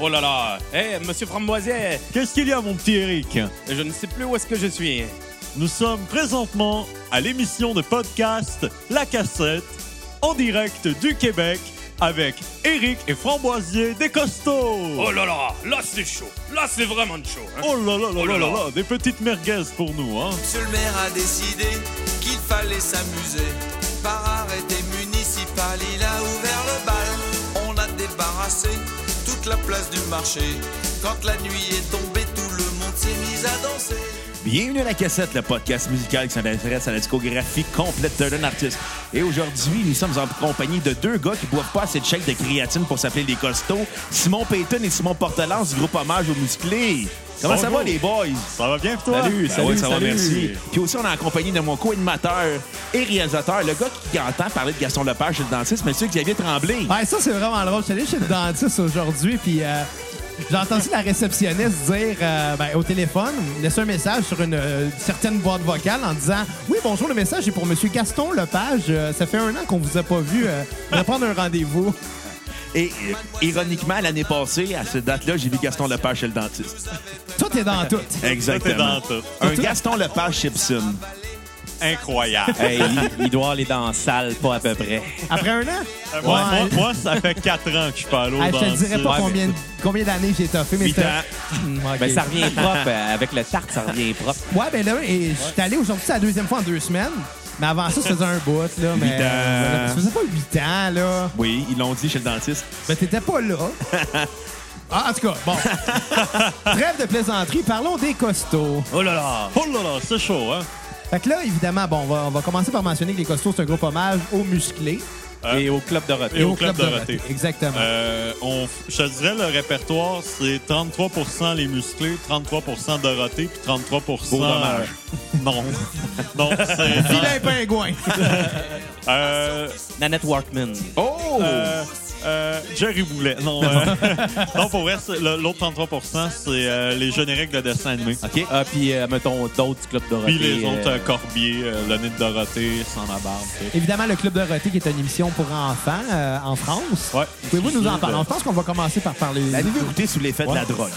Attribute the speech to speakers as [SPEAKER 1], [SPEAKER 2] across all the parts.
[SPEAKER 1] Oh là là Eh, monsieur Framboisier
[SPEAKER 2] Qu'est-ce qu'il y a, mon petit Eric
[SPEAKER 1] Je ne sais plus où est-ce que je suis.
[SPEAKER 2] Nous sommes présentement à l'émission de podcast La Cassette, en direct du Québec, avec Eric et Framboisier des Costauds.
[SPEAKER 1] Oh là là Là, c'est chaud Là, c'est vraiment chaud hein.
[SPEAKER 2] Oh là là là
[SPEAKER 1] Oh
[SPEAKER 2] là
[SPEAKER 1] là
[SPEAKER 2] là,
[SPEAKER 1] là.
[SPEAKER 2] là, des petites merguez pour nous, hein.
[SPEAKER 3] Monsieur le maire a décidé qu'il fallait s'amuser. Par arrêté municipal, il a ouvert le bal. On a débarrassé toute la place du marché. Quand la nuit est tombée, tout le monde s'est mis à danser.
[SPEAKER 4] Bienvenue à La Cassette, le podcast musical qui s'intéresse à la discographie complète d'un artiste. Et aujourd'hui, nous sommes en compagnie de deux gars qui boivent pas assez de chèques de créatine pour s'appeler les costauds, Simon Payton et Simon Portelance du groupe Hommage aux musclés. Comment ça
[SPEAKER 2] Bonjour.
[SPEAKER 4] va, les boys?
[SPEAKER 2] Ça va bien, toi
[SPEAKER 4] Salut,
[SPEAKER 2] Ah
[SPEAKER 4] salut,
[SPEAKER 2] ouais,
[SPEAKER 4] ça va, merci. Puis aussi, on est en compagnie de mon co-animateur et réalisateur, le gars qui entend parler de Gaston Lepage chez le dentiste, monsieur Xavier Tremblay.
[SPEAKER 5] Ouais, ça, c'est vraiment drôle. Je suis allé chez le dentiste aujourd'hui, puis euh, j'ai entendu la réceptionniste dire euh, ben, au téléphone, laisser un message sur une euh, certaine boîte vocale en disant Oui, bonjour, le message est pour Monsieur Gaston Lepage. Euh, ça fait un an qu'on vous a pas vu. euh, on va prendre un rendez-vous.
[SPEAKER 4] Et euh, ironiquement, l'année passée, à cette date-là, j'ai vu Gaston Lepage chez le dentiste.
[SPEAKER 5] Tout est dans tout.
[SPEAKER 4] Exactement.
[SPEAKER 2] Tout est dans tout.
[SPEAKER 4] Un Gaston Lepage Chipson.
[SPEAKER 2] Incroyable.
[SPEAKER 1] Eh, il, il doit aller dans la salle, pas à peu près.
[SPEAKER 5] Après un an
[SPEAKER 2] Moi, moi-
[SPEAKER 5] Ouais.
[SPEAKER 2] moi, ça fait 4 ans que je suis allé au
[SPEAKER 5] Ah, je te
[SPEAKER 2] dentiste.
[SPEAKER 5] dirais pas
[SPEAKER 1] Ouais,
[SPEAKER 5] combien, combien d'années j'ai toffé, mais
[SPEAKER 2] Huit
[SPEAKER 5] c'était-
[SPEAKER 2] ans.
[SPEAKER 5] Hmm, ok.
[SPEAKER 1] Ben, ça revient propre. euh, Avec la tarte, ça revient propre.
[SPEAKER 5] Ouais, ben là, et je suis allé aujourd'hui, c'est la deuxième fois en deux semaines. Mais avant ça, je faisais un bout, là. Mais,
[SPEAKER 4] Huit ans.
[SPEAKER 5] Tu faisais pas huit ans, là.
[SPEAKER 4] Oui, ils l'ont dit chez le dentiste.
[SPEAKER 5] Mais t'étais pas là. Ah, en tout cas, bon. Trêve de plaisanterie, parlons des costauds.
[SPEAKER 2] Oh là là. Oh là là, c'est chaud, hein.
[SPEAKER 5] Fait que là, évidemment, bon, on va, on va commencer par mentionner que les costauds, c'est un groupe hommage aux musclés
[SPEAKER 2] Euh,
[SPEAKER 1] Et au club de
[SPEAKER 2] et
[SPEAKER 1] Roté.
[SPEAKER 2] au Club Dorothée.
[SPEAKER 5] Exactement.
[SPEAKER 2] Euh, on, f- je te dirais, le répertoire, c'est 33 les musclés, 33 Dorothée, puis 33
[SPEAKER 4] Beau dommage.
[SPEAKER 2] euh, Non. non, c'est...
[SPEAKER 5] Vilain pingouin.
[SPEAKER 2] Euh,
[SPEAKER 1] Nanette Workman.
[SPEAKER 4] Oh!
[SPEAKER 2] euh, euh, Jerry Boulet. Non, euh, non pour vrai, c'est- le- l'autre 33 c'est euh, les génériques de dessins animés.
[SPEAKER 1] OK. Ah, puis, euh, mettons, d'autres du club Dorothée.
[SPEAKER 2] Puis les autres,
[SPEAKER 1] euh,
[SPEAKER 2] euh, Corbier, euh, le nez de Dorothée, sans la barbe. tout.
[SPEAKER 5] évidemment, le Club Dorothée, qui est une émission pour enfants euh, en France.
[SPEAKER 2] Ouais.
[SPEAKER 5] Pouvez-vous nous en parler?
[SPEAKER 2] Euh,
[SPEAKER 5] Je pense qu'on va commencer par parler.
[SPEAKER 4] L'avez-vous écouté sous l'effet de la
[SPEAKER 2] Ouais.
[SPEAKER 4] drogue?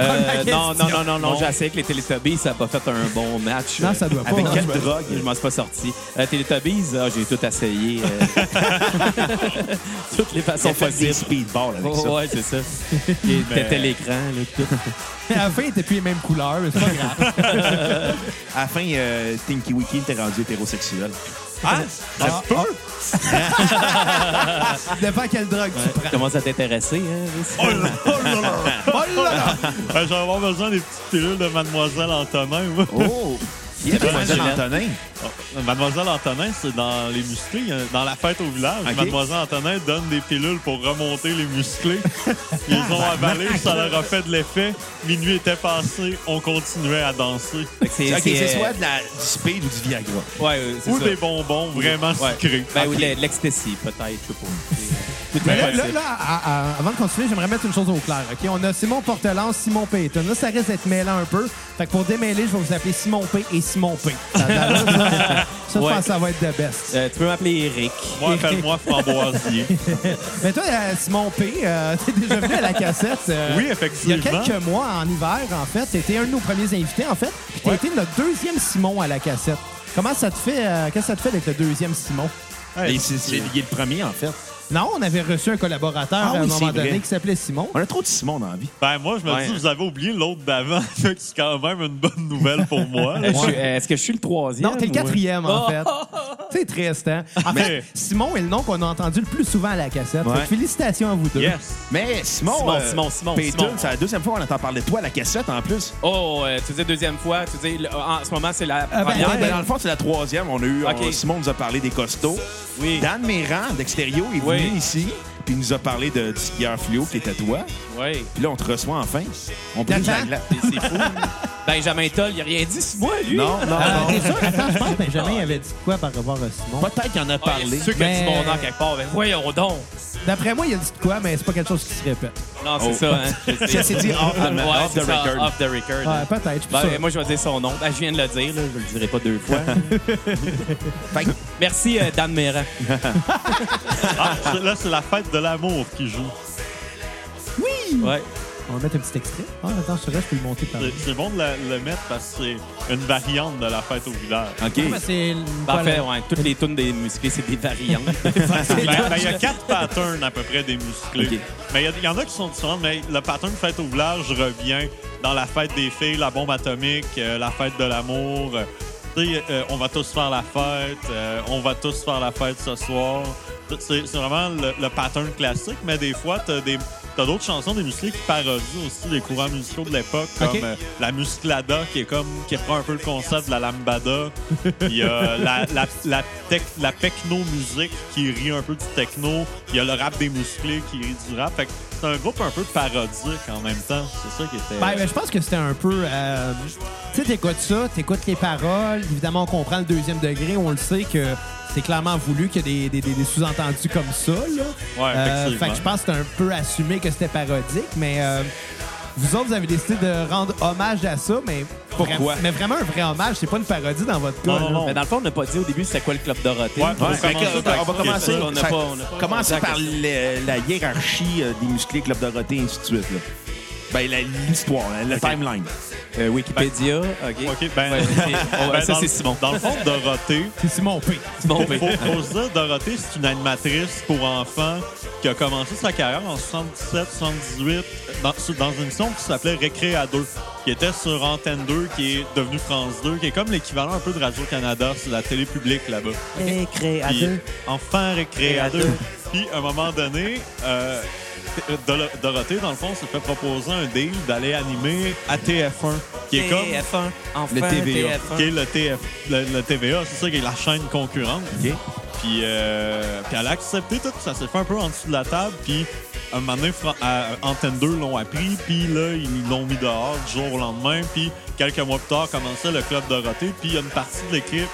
[SPEAKER 1] euh, non, non, non, non, non,
[SPEAKER 2] Bon.
[SPEAKER 1] j'ai essayé avec les Teletubbies, ça n'a pas fait un bon match.
[SPEAKER 5] Non, ça doit pas,
[SPEAKER 1] Avec
[SPEAKER 5] hein.
[SPEAKER 1] quelle drogue? Je m'en suis pas sorti. Euh, Teletubbies, ah, j'ai tout essayé. euh, Toutes les façons
[SPEAKER 4] Ils fait des
[SPEAKER 1] possibles.
[SPEAKER 4] speedballs avec ça.
[SPEAKER 1] Oh, ouais, c'est ça. Il
[SPEAKER 2] Mais-
[SPEAKER 1] tétait l'écran, là, tout.
[SPEAKER 5] À la fin, il était plus les mêmes couleurs, mais c'est pas grave.
[SPEAKER 4] À la fin, euh, Tinky Wiki était rendu hétérosexuel.
[SPEAKER 2] Ah, ça se peut?
[SPEAKER 5] Ah, Dépend quelle drogue tu prends.
[SPEAKER 1] Tu commences à t'intéresser, hein?
[SPEAKER 2] Oh là, oh là là.
[SPEAKER 5] Oh là là!
[SPEAKER 2] Euh, je vais avoir besoin des petites pilules de Mademoiselle Antonin. moi.
[SPEAKER 4] Oh! Il y a
[SPEAKER 1] pas
[SPEAKER 4] Mademoiselle
[SPEAKER 1] mal.
[SPEAKER 4] Antonin.
[SPEAKER 2] Oh, Mademoiselle Antonin, c'est dans les musclés, hein, dans la fête au village.
[SPEAKER 4] Ok.
[SPEAKER 2] Mademoiselle Antonin donne des pilules pour remonter les musclés. Ils ont
[SPEAKER 1] Ah,
[SPEAKER 2] avalé, ça leur a fait de l'effet. Minuit était passé, on continuait à danser.
[SPEAKER 1] Fait que
[SPEAKER 4] Ok, c'est
[SPEAKER 1] euh,
[SPEAKER 4] soit de la, du speed ou du Viagra.
[SPEAKER 1] Ouais, euh, c'est
[SPEAKER 2] Ou
[SPEAKER 1] ça.
[SPEAKER 2] des bonbons vraiment
[SPEAKER 1] Ouais.
[SPEAKER 2] sucrés.
[SPEAKER 1] Ben, ou de l'ecstasy, peut-être, je sais pas. C'est- tout est
[SPEAKER 5] Là, là,
[SPEAKER 1] possible.
[SPEAKER 5] là, à- à- avant de continuer, j'aimerais mettre une chose au clair. OK? On a Simon Portelance, Simon Payton. Là, ça risque d'être mêlant un peu. Fait que pour démêler, je vais vous appeler Simon P et Simon P. Ça, ça, ça, je pense
[SPEAKER 1] Ouais.
[SPEAKER 5] que ça va être the best.
[SPEAKER 1] Euh, tu peux m'appeler Eric.
[SPEAKER 2] Moi, appelle-moi Framboisier.
[SPEAKER 5] Mais toi, euh, Simon P, euh, t'es déjà venu à la cassette. euh,
[SPEAKER 2] Oui,
[SPEAKER 5] Il y a
[SPEAKER 2] effectivement.
[SPEAKER 5] quelques mois, en hiver, en fait. T'étais un de nos premiers invités, en fait. Puis t'as
[SPEAKER 2] Ouais.
[SPEAKER 5] été notre deuxième Simon à la cassette. Comment ça te fait? euh, Qu'est-ce que ça te fait d'être le deuxième Simon?
[SPEAKER 2] Ouais,
[SPEAKER 4] Et c'est c'est il est le premier, en fait.
[SPEAKER 5] Non, on avait reçu un collaborateur
[SPEAKER 4] Ah
[SPEAKER 5] à un
[SPEAKER 4] oui,
[SPEAKER 5] moment
[SPEAKER 4] c'est
[SPEAKER 5] donné
[SPEAKER 4] vrai.
[SPEAKER 5] qui s'appelait Simon.
[SPEAKER 4] On a trop de Simon dans la vie.
[SPEAKER 2] Ben, moi, je me
[SPEAKER 1] Ouais.
[SPEAKER 2] dis, vous avez oublié l'autre d'avant. Fait que c'est quand même une bonne nouvelle pour moi. là.
[SPEAKER 1] Euh, je suis- euh, Est-ce que je suis le troisième?
[SPEAKER 5] Non, t'es le
[SPEAKER 1] ou-
[SPEAKER 5] quatrième, en
[SPEAKER 1] Oh!
[SPEAKER 5] fait. C'est triste, hein? En
[SPEAKER 2] Mais-
[SPEAKER 5] fait, Simon est le nom qu'on a entendu le plus souvent à la cassette.
[SPEAKER 4] Ouais.
[SPEAKER 5] Fait que félicitations à vous deux.
[SPEAKER 2] Yes.
[SPEAKER 4] Mais Simon,
[SPEAKER 1] Simon, Simon, Simon,
[SPEAKER 4] Payton,
[SPEAKER 1] Simon.
[SPEAKER 4] c'est la deuxième fois qu'on entend parler de toi à la cassette, en plus.
[SPEAKER 1] Oh, euh, tu dis deuxième fois. Tu dis, le- en ce moment, c'est la
[SPEAKER 5] ben,
[SPEAKER 1] première.
[SPEAKER 5] ouais,
[SPEAKER 4] Ben, dans le fond, c'est la troisième. On a eu,
[SPEAKER 1] Ok.
[SPEAKER 4] on- Simon nous a parlé des costauds.
[SPEAKER 1] oui.
[SPEAKER 4] Dan Méran, d'Extérieur, est
[SPEAKER 1] Oui.
[SPEAKER 4] venu ici, puis il nous a parlé de, du skieur fluo qui était toi.
[SPEAKER 1] Oui.
[SPEAKER 4] Puis là, on te reçoit enfin. On brise
[SPEAKER 5] Attends.
[SPEAKER 4] la glace.
[SPEAKER 1] C'est fou. Benjamin Toll, il a rien dit sur moi, lui.
[SPEAKER 4] Non, non,
[SPEAKER 5] Ah,
[SPEAKER 4] non.
[SPEAKER 5] t'es sûr? Attends, je pense que Benjamin avait dit quoi par rapport à Simon?
[SPEAKER 4] Peut-être qu'il en a
[SPEAKER 1] Ah, il y a
[SPEAKER 4] parlé.
[SPEAKER 1] ceux qui ont dit
[SPEAKER 5] Mais-
[SPEAKER 1] mon nom quelque part. Ben, voyons donc.
[SPEAKER 5] D'après moi, il a dit de quoi, mais c'est pas quelque chose qui se répète.
[SPEAKER 1] Non, c'est
[SPEAKER 4] Oh.
[SPEAKER 1] ça, hein. Je sais.
[SPEAKER 4] Ça s'est dit off,
[SPEAKER 1] Ouais,
[SPEAKER 4] off
[SPEAKER 1] c'est
[SPEAKER 4] the
[SPEAKER 1] ça,
[SPEAKER 4] record.
[SPEAKER 1] Off the record.
[SPEAKER 5] Ouais, Ah, peut-être, je suis
[SPEAKER 1] Ben,
[SPEAKER 5] sûr.
[SPEAKER 1] moi, je vais dire son nom. Ben, je viens de le dire, là. je le dirai pas deux fois.
[SPEAKER 4] Fait que-
[SPEAKER 1] Merci, euh, Dan Méran.
[SPEAKER 2] Ah, c'est- là, c'est la fête de l'amour qui joue.
[SPEAKER 5] Oui!
[SPEAKER 1] Ouais.
[SPEAKER 5] On va mettre un petit extrait. Ah, attends, je te laisse, je peux le monter par
[SPEAKER 2] C'est- C'est bon de la- le mettre parce que c'est une variante de la fête au village.
[SPEAKER 4] OK.
[SPEAKER 5] Ah, ben, c'est une
[SPEAKER 1] En fait,
[SPEAKER 5] voilà.
[SPEAKER 1] ouais, toutes les tunes des musclés, c'est des variantes.
[SPEAKER 2] Ben, ben, Il y a quatre patterns à peu près des musclés.
[SPEAKER 1] Ok.
[SPEAKER 2] Mais il y a- il y, en a qui sont différents, mais le pattern fête au village revient dans la fête des filles, la bombe atomique, euh, la fête de l'amour. Euh, tu sais, euh, on va tous faire la fête, euh, on va tous faire la fête ce soir. C'est c'est vraiment le, le pattern classique, mais des fois, t'as des- t'as d'autres chansons des musclés qui parodient aussi les courants musicaux de l'époque, comme
[SPEAKER 5] Ok.
[SPEAKER 2] euh, la musclada, qui est comme qui prend un peu le concept de la lambada. Il y a la, la, la, tec- la techno-musique qui rit un peu du techno. Il y a le rap des musclés qui rit du rap. Fait que c'est un groupe un peu parodique en même temps. C'est ça qui était.
[SPEAKER 5] Ben, ben, je pense que c'était un peu. euh, tu sais, t'écoutes ça, t'écoutes les paroles. Évidemment, on comprend le deuxième degré. On le sait que c'est clairement voulu qu'il y a des, des- des- des sous-entendus comme ça. Là. Euh,
[SPEAKER 2] Ouais, effectivement.
[SPEAKER 5] fait que je pense que c'est un peu assumé que c'était parodique, mais euh, vous autres, vous avez décidé de rendre hommage à ça, mais.
[SPEAKER 1] Pourquoi?
[SPEAKER 5] vra- Mais vraiment un vrai hommage, c'est pas une parodie dans votre cas.
[SPEAKER 2] Non, non,
[SPEAKER 5] là.
[SPEAKER 2] non.
[SPEAKER 1] Mais dans le fond, on n'a pas dit au début c'était quoi le Club Dorothée.
[SPEAKER 2] Ouais, faut
[SPEAKER 4] Ouais, fait
[SPEAKER 2] commencer
[SPEAKER 4] que,
[SPEAKER 2] par
[SPEAKER 4] on va
[SPEAKER 2] expliquer
[SPEAKER 4] commencer,
[SPEAKER 2] ça.
[SPEAKER 1] on n'a
[SPEAKER 4] ça-
[SPEAKER 1] pas- on n'a pas-
[SPEAKER 4] commencer
[SPEAKER 1] exact.
[SPEAKER 4] par le- la hiérarchie euh, des musclés, Club Dorothée, et ainsi de suite. là. Ben, la- l'histoire, hein, le timeline.
[SPEAKER 1] Euh, Wikipédia, OK.
[SPEAKER 2] OK, ben,
[SPEAKER 1] Ouais, c'est- oh,
[SPEAKER 2] ben,
[SPEAKER 1] ça,
[SPEAKER 2] dans-
[SPEAKER 1] c'est Simon.
[SPEAKER 2] Dans le fond, Dorothée,
[SPEAKER 5] C'est Simon P.
[SPEAKER 1] Simon P.
[SPEAKER 2] faut, faut se dire, Dorothée, c'est une animatrice pour enfants qui a commencé sa carrière en 77, 78 dans, sous- dans une émission qui s'appelait Récré à 2, qui était sur Antenne 2, qui est devenue France 2, qui est comme l'équivalent un peu de Radio-Canada, c'est la télé publique là-bas.
[SPEAKER 5] Récré
[SPEAKER 2] Puis, Enfant récré à deux. Puis, à un moment donné, euh, Dolo- Dorothée, dans le fond, se fait proposer un deal d'aller animer à TF1, qui est comme
[SPEAKER 1] TF1, enfin,
[SPEAKER 4] Le TVA.
[SPEAKER 1] TF1.
[SPEAKER 2] qui est le, TF, le, le TVA, c'est ça qui est la chaîne concurrente. Puis, euh, puis elle a accepté tout, ça s'est fait un peu en dessous de la table. Puis un moment donné, Fran- à- euh, Antenne 2 l'ont appris, puis là, ils l'ont mis dehors du jour au lendemain. Puis quelques mois plus tard, commençait le club Dorothée. Puis il y a une partie de l'équipe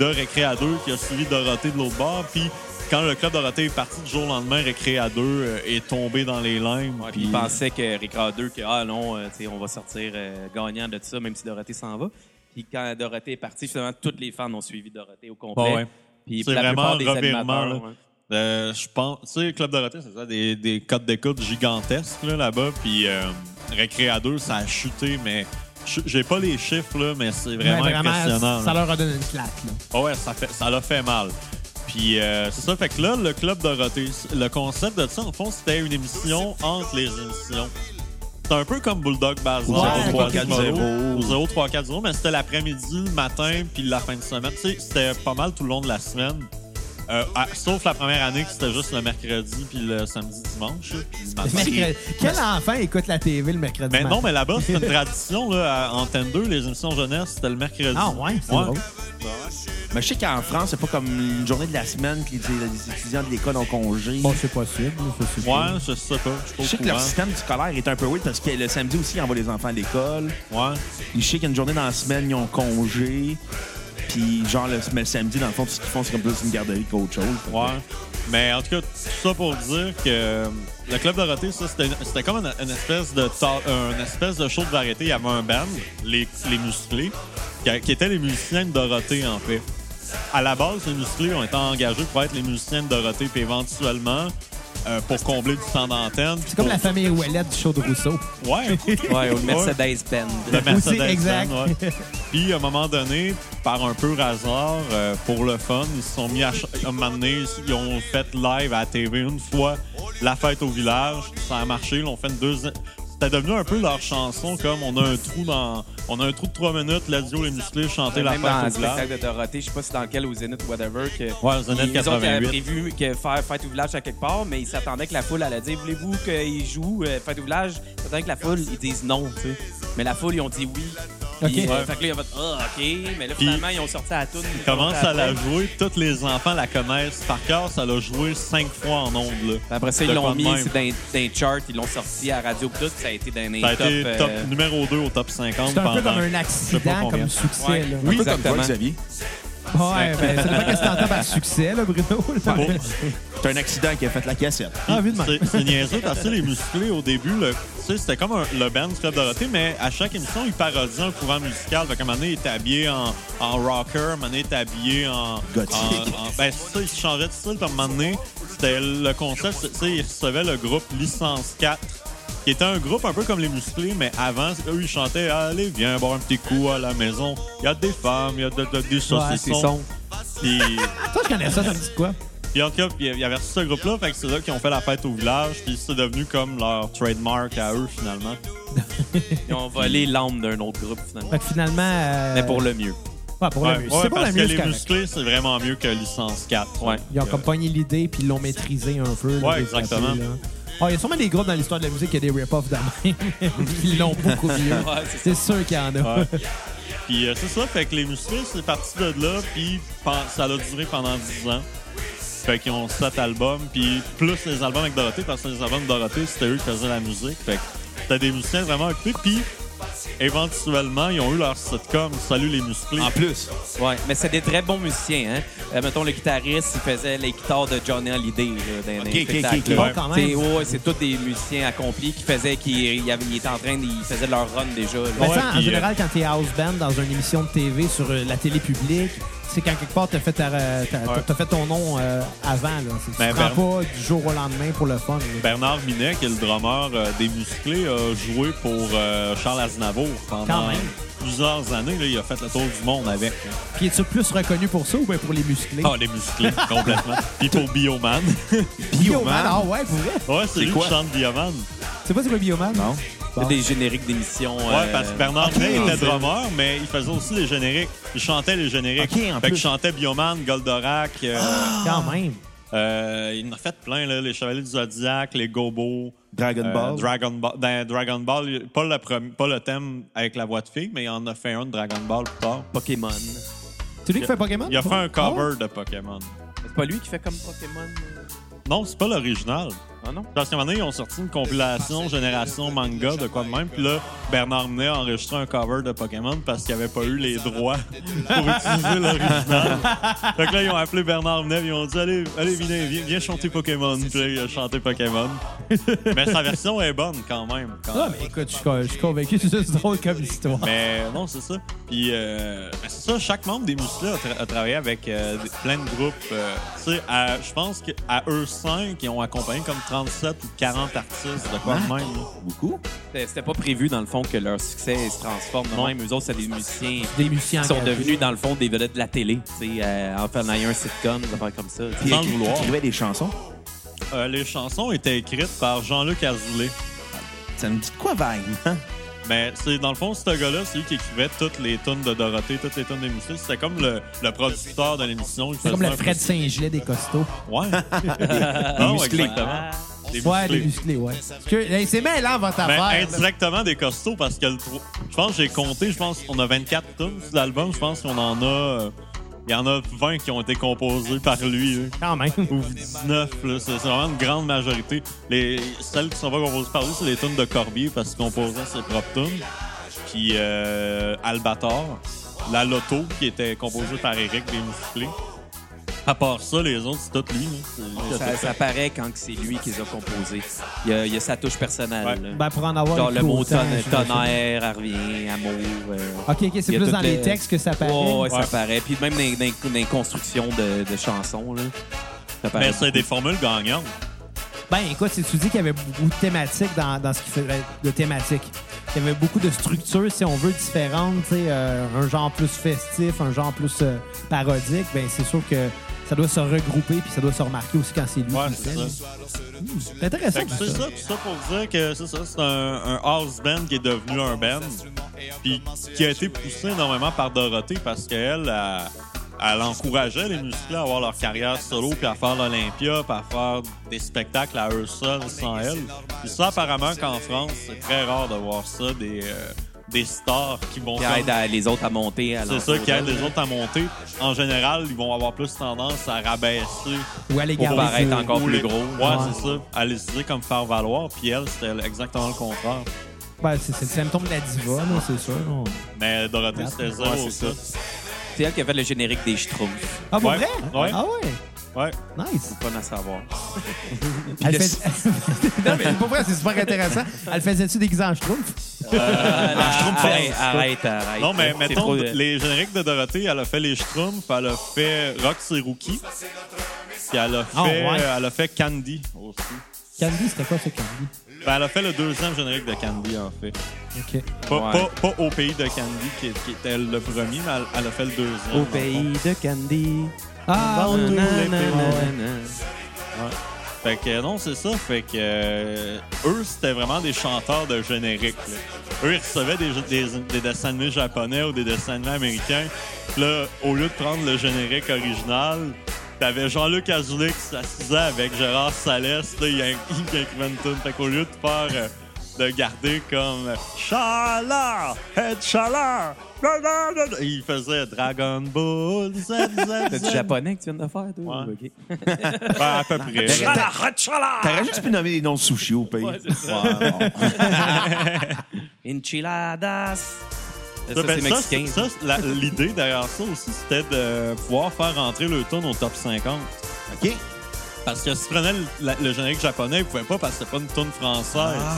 [SPEAKER 2] de Récré à 2 qui a suivi Dorothée de l'autre bord. Puis quand le club Dorothée est parti du jour au lendemain, Récré à 2 euh, est tombé dans les limbes.
[SPEAKER 1] Ouais, puis
[SPEAKER 2] puis
[SPEAKER 1] il pensait que Ricard 2, que ah non, euh, tu sais, on va sortir euh, gagnant de ça, même si Dorothée s'en va. Puis quand Dorothée est partie, finalement, toutes les fans ont suivi Dorothée au complet.
[SPEAKER 2] Ouais, ouais.
[SPEAKER 1] Puis
[SPEAKER 2] C'est
[SPEAKER 1] la
[SPEAKER 2] vraiment
[SPEAKER 1] plupart des
[SPEAKER 2] revirement,
[SPEAKER 1] animateurs.
[SPEAKER 2] là.
[SPEAKER 1] ouais.
[SPEAKER 2] Euh, je pense, tu sais, Club Dorothée, c'est ça, des, des codes d'écoute gigantesques là, là-bas. Puis euh, Récré à deux, ça a chuté, mais je- j'ai pas les chiffres, là, mais c'est vraiment, impressionnant.
[SPEAKER 5] Ça
[SPEAKER 2] là.
[SPEAKER 5] leur a donné une claque. là.
[SPEAKER 2] Ah ouais, ça fait, ça l'a fait mal. Puis euh, c'est ça, fait que là, le Club Dorothée, le concept de ça, en fond, c'était une émission entre les émissions. C'est un peu comme Bulldog Bazaar
[SPEAKER 5] Ouais,
[SPEAKER 2] ou
[SPEAKER 4] 0340.
[SPEAKER 2] 0 3 4 0 mais c'était l'après-midi, le matin, puis la fin de semaine. Tu sais, c'était pas mal tout le long de la semaine. Euh, à- sauf la première année que c'était juste le mercredi puis le samedi dimanche. là, puis le matin.
[SPEAKER 5] Mercredi- Quel enfant écoute la TV le mercredi
[SPEAKER 2] Mais
[SPEAKER 5] matin?
[SPEAKER 2] non, mais là-bas, c'est une tradition. Là, à Antenne 2, les émissions jeunesse, c'était le mercredi.
[SPEAKER 5] Ah ouais, c'est drôle.
[SPEAKER 4] Mais je sais qu'en France, c'est pas comme une journée de la semaine que les, les étudiants de l'école ont congé.
[SPEAKER 5] Bon, c'est possible. ça, c'est
[SPEAKER 2] Ouais, je sais pas. Je suis pas au
[SPEAKER 4] Je sais que leur
[SPEAKER 2] courant.
[SPEAKER 4] système scolaire est un peu weird parce que le samedi aussi, ils envoient les enfants à l'école.
[SPEAKER 2] Ouais.
[SPEAKER 4] Ils sais qu'il y a une journée dans la semaine, ils ont congé. Puis, genre, le, mais le samedi, dans le fond, tout ce qu'ils font, c'est comme plus une garderie qu'autre chose. Fait que-
[SPEAKER 2] Ouais. Mais en tout cas, tout ça pour dire que euh, le Club Dorothée, ça, c'était, c'était comme une, une espèce de ta- euh, une espèce de show de variété. Il y avait un band, les, les Musclés, qui, qui étaient les musiciens de Dorothée, en fait. À la base, les Musclés ont été engagés pour être les musiciens de Dorothée, puis éventuellement, euh, pour combler du temps d'antenne.
[SPEAKER 5] C'est comme la famille Ouellette du show de Rousseau.
[SPEAKER 2] Ouais.
[SPEAKER 1] Ouais, au Mercedes-Benz.
[SPEAKER 2] Le Mercedes
[SPEAKER 5] Aussi, exact.
[SPEAKER 2] Benz, ouais. Puis, à un moment donné, par un peu hasard, euh, pour le fun, ils se sont mis à... ch- à un moment donné, ils ont fait live à la TV une fois, la fête au village. Ça a marché, ils l'ont fait une deuxième... C'était devenu un peu leur chanson, comme on a un trou dans... On a un trou de trois minutes, let's go les musclés, chanter la
[SPEAKER 1] Même dans le
[SPEAKER 2] fête au village.
[SPEAKER 1] spectacle de Dorothée, je sais pas si dans lequel, au Zénith ou whatever, que
[SPEAKER 2] Ouais, au Zénith
[SPEAKER 1] ils- ils autres avaient
[SPEAKER 2] 88.
[SPEAKER 1] prévu que faire Fête au village à quelque part, mais ils s'attendaient que la foule allait dire Voulez-vous qu'ils jouent euh, Fête au village Ils s'attendaient que la foule, ils disent non, tu sais. Mais la foule, ils ont dit oui.
[SPEAKER 5] Ok.
[SPEAKER 1] Puis, euh,
[SPEAKER 2] Ouais.
[SPEAKER 1] Fait que là, ils ont fait Ah, OK. Mais là,
[SPEAKER 2] Puis-
[SPEAKER 1] finalement, ils ont sorti à la toune.
[SPEAKER 2] Ils commencent à
[SPEAKER 1] Après.
[SPEAKER 2] la jouer, tous les enfants la connaissent par cœur, ça l'a joué cinq fois en ondes. là.
[SPEAKER 1] Après ça,
[SPEAKER 2] De
[SPEAKER 1] ils l'ont
[SPEAKER 2] quoi de
[SPEAKER 1] mis
[SPEAKER 2] même.
[SPEAKER 1] c'est dans les charts, ils l'ont sorti à Radio Plus, ça a été dans les
[SPEAKER 2] Ça a
[SPEAKER 1] top.
[SPEAKER 2] été
[SPEAKER 1] euh,
[SPEAKER 2] top numéro 2 au top 50
[SPEAKER 5] C'est un peu
[SPEAKER 2] pendant-
[SPEAKER 5] comme
[SPEAKER 2] je
[SPEAKER 5] un
[SPEAKER 2] sais pas
[SPEAKER 5] accident
[SPEAKER 2] combien.
[SPEAKER 5] comme succès.
[SPEAKER 1] Ouais.
[SPEAKER 5] Là.
[SPEAKER 4] Un peu comme toi,
[SPEAKER 1] Exactement.
[SPEAKER 4] Xavier.
[SPEAKER 5] Ouais, ben, ça dépend qu'est-ce que t'entends par succès, là, Bruno. là.
[SPEAKER 2] Bon.
[SPEAKER 4] C'est un accident qui a fait la cassette.
[SPEAKER 5] Ah, vite,
[SPEAKER 2] C'est- C'est niaiseux parce que les musclés, au début, le- tu sais, c'était comme un- le band du Club Dorothée, mais à chaque émission, ils parodiaient un courant musical. Fait qu'à un moment donné, ils étaient habillés en, en rocker, à un moment donné, ils étaient habillés en...
[SPEAKER 4] Gothique.
[SPEAKER 2] en- en- ben, c'est ça, ils changeaient de style. Puis à un moment donné, c'était le concept, c'est- tu sais, ils recevaient le groupe Licence 4 qui était un groupe un peu comme les musclés, mais avant, eux, ils chantaient Allez, viens boire un petit coup à la maison. Il y a des femmes, il y a de- de-
[SPEAKER 1] c'est
[SPEAKER 2] des saucissons.
[SPEAKER 1] son.
[SPEAKER 2] Puis-
[SPEAKER 5] Toi, je connais ça, ça me dit de quoi?
[SPEAKER 2] Puis en tout cas, puis il y avait ce groupe-là, fait que c'est là qu'ils ont fait la fête au village, puis c'est devenu comme leur trademark à eux finalement.
[SPEAKER 1] Ils ont volé l'âme d'un autre groupe, finalement.
[SPEAKER 5] Fait que finalement. euh,
[SPEAKER 1] Mais pour le mieux.
[SPEAKER 5] Ouais, pour
[SPEAKER 2] Ouais,
[SPEAKER 5] le mieux.
[SPEAKER 2] ouais,
[SPEAKER 5] c'est pour
[SPEAKER 2] parce
[SPEAKER 5] le
[SPEAKER 2] que
[SPEAKER 5] mieux,
[SPEAKER 2] les
[SPEAKER 5] c'est correct.
[SPEAKER 2] musclés, c'est vraiment mieux que licence 4.
[SPEAKER 1] Ouais.
[SPEAKER 5] Ils ont
[SPEAKER 2] Donc,
[SPEAKER 5] comme pogné l'idée puis ils l'ont maîtrisé un peu. là,
[SPEAKER 2] Ouais,
[SPEAKER 5] les
[SPEAKER 2] exactement.
[SPEAKER 5] frappés, là. Ah, il y a sûrement des groupes dans l'histoire de la musique qui a des rip-offs de même. ils l'ont beaucoup mieux.
[SPEAKER 1] Ouais, c'est
[SPEAKER 5] c'est sûr qu'il y en a.
[SPEAKER 2] euh, ouais. Puis euh, c'est ça, fait que les musclés, c'est parti de là, puis pen- ça a duré pendant 10 ans. Fait qu'ils ont 7 albums, puis plus les albums avec Dorothée, parce que les albums de Dorothée, c'était eux qui faisaient la musique. Fait que t'as des musiciens vraiment occupés, puis éventuellement, ils ont eu leur sitcom Salut les musclés.
[SPEAKER 4] En plus,
[SPEAKER 1] Ouais, mais c'est des très bons musiciens. Hein? Euh, mettons, le guitariste, il faisait les guitares de Johnny Hallyday là, dans
[SPEAKER 4] Ok,
[SPEAKER 1] les
[SPEAKER 4] ok,
[SPEAKER 1] spectacles.
[SPEAKER 4] ok,
[SPEAKER 1] là.
[SPEAKER 5] ok. Bon, quand
[SPEAKER 1] T'sais,
[SPEAKER 5] même.
[SPEAKER 1] ouais, ouais, c'est tous des musiciens accomplis qui faisaient, qui ils avaient- ils étaient en train, de- ils faisaient leur run déjà. là.
[SPEAKER 5] Mais
[SPEAKER 2] Ouais,
[SPEAKER 5] ça, en
[SPEAKER 2] puis, euh,
[SPEAKER 5] général, quand t'es house band dans une émission de TV sur euh, la télé publique, c'est quand quelque part t'as fait, ta- euh, ta- t'as- t'as fait ton nom euh, avant. Là. C'est- Tu
[SPEAKER 2] Ben,
[SPEAKER 5] prends
[SPEAKER 2] Bern- Ben.
[SPEAKER 5] pas du jour au lendemain pour le fun. là.
[SPEAKER 2] Bernard Minet, qui est le drummer euh, des Musclés, a joué pour euh, Charles Aznavour
[SPEAKER 5] Quand
[SPEAKER 2] pendant
[SPEAKER 5] même.
[SPEAKER 2] plusieurs années. Là, il a fait le tour du monde avec. hein.
[SPEAKER 5] Puis es-tu plus reconnu pour ça ou bien pour les musclés?
[SPEAKER 2] Ah, les Musclés, complètement. Puis pour Bioman.
[SPEAKER 5] Bioman, ah ouais, pour vrai?
[SPEAKER 2] Ouais, c'est lui
[SPEAKER 4] quoi?
[SPEAKER 2] qui chante Bioman.
[SPEAKER 5] C'est pas c'est quoi Bioman?
[SPEAKER 4] non?
[SPEAKER 5] Bon.
[SPEAKER 1] Des génériques d'émissions. euh,
[SPEAKER 2] Ouais, parce que Bernard
[SPEAKER 5] ok,
[SPEAKER 2] Minet était
[SPEAKER 5] c'est-
[SPEAKER 2] drummer, mais il faisait aussi les génériques. Il chantait les génériques.
[SPEAKER 4] Ok, en
[SPEAKER 2] fait
[SPEAKER 4] plus.
[SPEAKER 2] qu'il chantait Bioman, Goldorak. euh,
[SPEAKER 5] Quand même.
[SPEAKER 2] euh, il en a fait plein, là, les Chevaliers du Zodiac, les Gobos.
[SPEAKER 4] Dragon
[SPEAKER 2] Euh,
[SPEAKER 4] Ball.
[SPEAKER 2] Dragon Ball. Dans Dragon Ball, il- pas le, premier- pas le thème avec la voix de fille, mais il en a fait un de Dragon Ball plus tard.
[SPEAKER 1] Pokémon.
[SPEAKER 5] C'est lui qui fait Pokémon?
[SPEAKER 2] Il a fait un cover
[SPEAKER 5] Oh.
[SPEAKER 2] de Pokémon.
[SPEAKER 1] C'est pas lui qui fait comme Pokémon? euh?
[SPEAKER 2] Non, c'est pas l'original.
[SPEAKER 1] Ah non?
[SPEAKER 2] Parce qu'à un moment donné, ils ont sorti
[SPEAKER 4] Euh,
[SPEAKER 2] une compilation Génération Manga de quoi de même. Puis là, Bernard Minet a enregistré un cover de Pokémon parce qu'il avait pas eu les droits pour utiliser l'original. fait que là, ils ont appelé Bernard Minet puis ils ont dit Allez, allez viens, viens, viens chanter Pokémon. Puis là, il a chanté Pokémon. mais sa version est bonne quand même. quand
[SPEAKER 5] Ah, mais écoute, je suis con- je suis convaincu, c'est juste drôle comme histoire.
[SPEAKER 2] Mais non, c'est ça. Puis euh, ben, c'est ça, chaque membre des Mousselets a, tra- a travaillé avec euh, des- plein de groupes. euh, tu sais, à- je pense qu'à eux cinq, ils ont accompagné comme 37 ou 40 artistes de quoi
[SPEAKER 5] Hein?
[SPEAKER 2] de même. là.
[SPEAKER 4] Beaucoup.
[SPEAKER 1] C'était c'était pas prévu, dans le fond, que leur succès se transforme. de Même eux autres, c'est des musiciens
[SPEAKER 5] Des musiciens
[SPEAKER 1] qui sont
[SPEAKER 5] engagés.
[SPEAKER 1] devenus, dans le fond, des vedettes de la télé. tu sais, euh, en faisant un sitcom, des affaires comme ça. tu sais.
[SPEAKER 2] Sans le
[SPEAKER 4] Qui
[SPEAKER 2] vouloir.
[SPEAKER 4] écrivait des chansons.
[SPEAKER 2] Euh, les chansons étaient écrites par Jean-Luc Azoulay.
[SPEAKER 4] Ça me dit de quoi vaguement?
[SPEAKER 2] Mais c'est dans le fond, ce gars-là, c'est lui qui écrivait toutes les tunes de Dorothée, toutes les tunes des Mousselets. C'était comme le, le producteur de l'émission.
[SPEAKER 5] C'est comme le Fred Saint-Gelais des costauds.
[SPEAKER 2] Ouais.
[SPEAKER 4] Les
[SPEAKER 2] non,
[SPEAKER 4] Mousselets.
[SPEAKER 2] exactement. Les
[SPEAKER 5] Ouais,
[SPEAKER 2] Mousselets.
[SPEAKER 5] des musclés, ouais. Parce que, hey, C'est mêlant votre
[SPEAKER 2] Ben,
[SPEAKER 5] affaire. là.
[SPEAKER 2] indirectement des costauds parce que le tro- je pense que j'ai compté, je pense qu'on a 24 tunes sur l'album, je pense qu'on en a euh, il y en a 20 qui ont été composés par lui là.
[SPEAKER 5] Quand même.
[SPEAKER 2] ou 19 là, c'est c'est vraiment une grande majorité. Les celles qui sont pas composées par lui, c'est les tunes de Corbier parce qu'il composait ses propres tunes. Puis euh, Albator, la Loto qui était composée par Eric Desmusclés. À part ça, les autres, c'est tout lui. là. C'est lui qui a
[SPEAKER 1] Ça,
[SPEAKER 2] tout
[SPEAKER 1] ça
[SPEAKER 2] fait.
[SPEAKER 1] paraît quand que c'est lui qui les a composés. Il y a, il y a sa touche personnelle.
[SPEAKER 2] Ouais.
[SPEAKER 1] là.
[SPEAKER 5] Ben, pour en avoir
[SPEAKER 1] Genre
[SPEAKER 5] écrit
[SPEAKER 1] le mot
[SPEAKER 5] autant,
[SPEAKER 1] tonne-
[SPEAKER 5] j'imagine.
[SPEAKER 1] tonnerre, revient, amour. euh,
[SPEAKER 5] OK, OK, Ah, c'est
[SPEAKER 1] il y a
[SPEAKER 5] plus
[SPEAKER 1] toutes
[SPEAKER 5] dans les textes que ça paraît.
[SPEAKER 1] Ouais, ouais, ça
[SPEAKER 2] Ouais.
[SPEAKER 1] paraît. Puis même dans, les- dans les- dans les constructions de, de chansons, là, ça paraît.
[SPEAKER 2] Mais c'est des formules gagnantes.
[SPEAKER 5] Ben, écoute, si tu dis qu'il y avait beaucoup de thématiques dans, dans ce qu'il faisait de thématiques. Il y avait beaucoup de structures, si on veut, différentes. tu sais, euh, un genre plus festif, un genre plus euh, parodique. Ben, c'est sûr que ça doit se regrouper puis ça doit se remarquer aussi quand c'est lui
[SPEAKER 2] Ouais,
[SPEAKER 5] qui le
[SPEAKER 2] c'est
[SPEAKER 5] fait,
[SPEAKER 2] ça.
[SPEAKER 5] là. C'est intéressant.
[SPEAKER 2] Fait que c'est
[SPEAKER 5] tout ça.
[SPEAKER 2] ça, tout ça pour dire que c'est ça, c'est un, un house band qui est devenu un band, puis qui a été poussé énormément par Dorothée parce qu'elle, elle, elle encourageait les musiciens à avoir leur carrière solo, puis à faire l'Olympia, puis à faire des spectacles à eux seuls sans elle. Puis ça, apparemment qu'en France, c'est très rare de voir ça, des, euh, des stars qui vont
[SPEAKER 1] Qui
[SPEAKER 2] comme-
[SPEAKER 1] aide à- les autres à monter. à
[SPEAKER 2] C'est
[SPEAKER 1] leur
[SPEAKER 2] ça qui aide
[SPEAKER 1] hauteur,
[SPEAKER 2] les
[SPEAKER 1] là.
[SPEAKER 2] autres à monter. En général, ils vont avoir plus tendance à rabaisser
[SPEAKER 5] Ou aller
[SPEAKER 1] Pour
[SPEAKER 5] garder
[SPEAKER 1] paraître
[SPEAKER 5] ce-
[SPEAKER 1] encore
[SPEAKER 2] ou
[SPEAKER 1] plus
[SPEAKER 2] les-
[SPEAKER 1] gros.
[SPEAKER 2] Ouais, c'est ça. Elle les utilisait comme faire valoir, puis elle, c'était exactement le contraire.
[SPEAKER 5] Ben, c'est c'est le symptôme de la diva, là, c'est sûr. On-
[SPEAKER 2] Mais Dorothée, c'était zéro,
[SPEAKER 1] Ouais,
[SPEAKER 2] ça.
[SPEAKER 1] c'est C'est elle qui a fait le générique des Schtroumpfs.
[SPEAKER 5] Ah, pour
[SPEAKER 2] Ouais.
[SPEAKER 5] vrai?
[SPEAKER 2] Ouais.
[SPEAKER 5] Ah ouais?
[SPEAKER 2] Ouais.
[SPEAKER 5] Nice.
[SPEAKER 1] Bonne à savoir.
[SPEAKER 5] Elle
[SPEAKER 4] le-
[SPEAKER 5] fait... non, mais pour vrai, c'est super intéressant. Elle faisait-tu déguisée en schtroumpf?
[SPEAKER 1] Ah, arrête, arrête, arrête.
[SPEAKER 2] Non, mais
[SPEAKER 1] C'est
[SPEAKER 2] mettons,
[SPEAKER 1] trop-
[SPEAKER 2] les génériques de Dorothée, elle a fait les Schtroumpfs, elle a fait Rock C'est Rookie, puis elle a fait,
[SPEAKER 5] Ah, ouais.
[SPEAKER 2] elle a fait Candy aussi.
[SPEAKER 6] Candy, c'était quoi ça, Candy?
[SPEAKER 2] Ben, elle a fait le deuxième générique de Candy, en fait.
[SPEAKER 6] OK.
[SPEAKER 2] Pas,
[SPEAKER 1] Ouais.
[SPEAKER 2] pas- pas au pays de Candy, qui, qui était le premier, mais elle, elle a fait le deuxième. dans
[SPEAKER 1] Au
[SPEAKER 2] le fond.
[SPEAKER 1] pays de Candy.
[SPEAKER 6] Ah,
[SPEAKER 2] Dans
[SPEAKER 1] euh,
[SPEAKER 2] tous les pays.
[SPEAKER 1] Nanana.
[SPEAKER 2] Fait que non, c'est ça. Fait que euh, eux, c'était vraiment des chanteurs de générique. là. Eux, ils recevaient des, des- des dessins animés japonais ou des dessins animés américains. Puis Là, au lieu de prendre le générique original, t'avais Jean-Luc Azoulay qui s'assisait avec Gérard Salès. Là, il, il écrivait une toune. Fait qu'au lieu de faire... euh, de garder comme Chaleur, Head Chaleur, blablabla, il faisait Dragon Ball Z, Z,
[SPEAKER 1] C'est du
[SPEAKER 2] Z.
[SPEAKER 1] japonais que tu viens de faire, toi?
[SPEAKER 2] Ouais.
[SPEAKER 1] Ok.
[SPEAKER 2] Ben, à peu près. là.
[SPEAKER 4] T'aurais juste pu nommer des noms de sushis au pays.
[SPEAKER 1] Ouais, c'est ça.
[SPEAKER 4] Ouais, bon.
[SPEAKER 1] Enchiladas.
[SPEAKER 2] Ça,
[SPEAKER 1] Ça,
[SPEAKER 2] ben,
[SPEAKER 1] c'est
[SPEAKER 2] ça, c'est-
[SPEAKER 1] mexicain.
[SPEAKER 2] ça, c'est la- L'idée derrière ça aussi, c'était de pouvoir faire rentrer le tune au top 50.
[SPEAKER 4] OK.
[SPEAKER 2] Parce que si tu prenais le, la- le générique japonais, ils pouvaient pas parce que c'était pas une tune française.
[SPEAKER 5] Ah.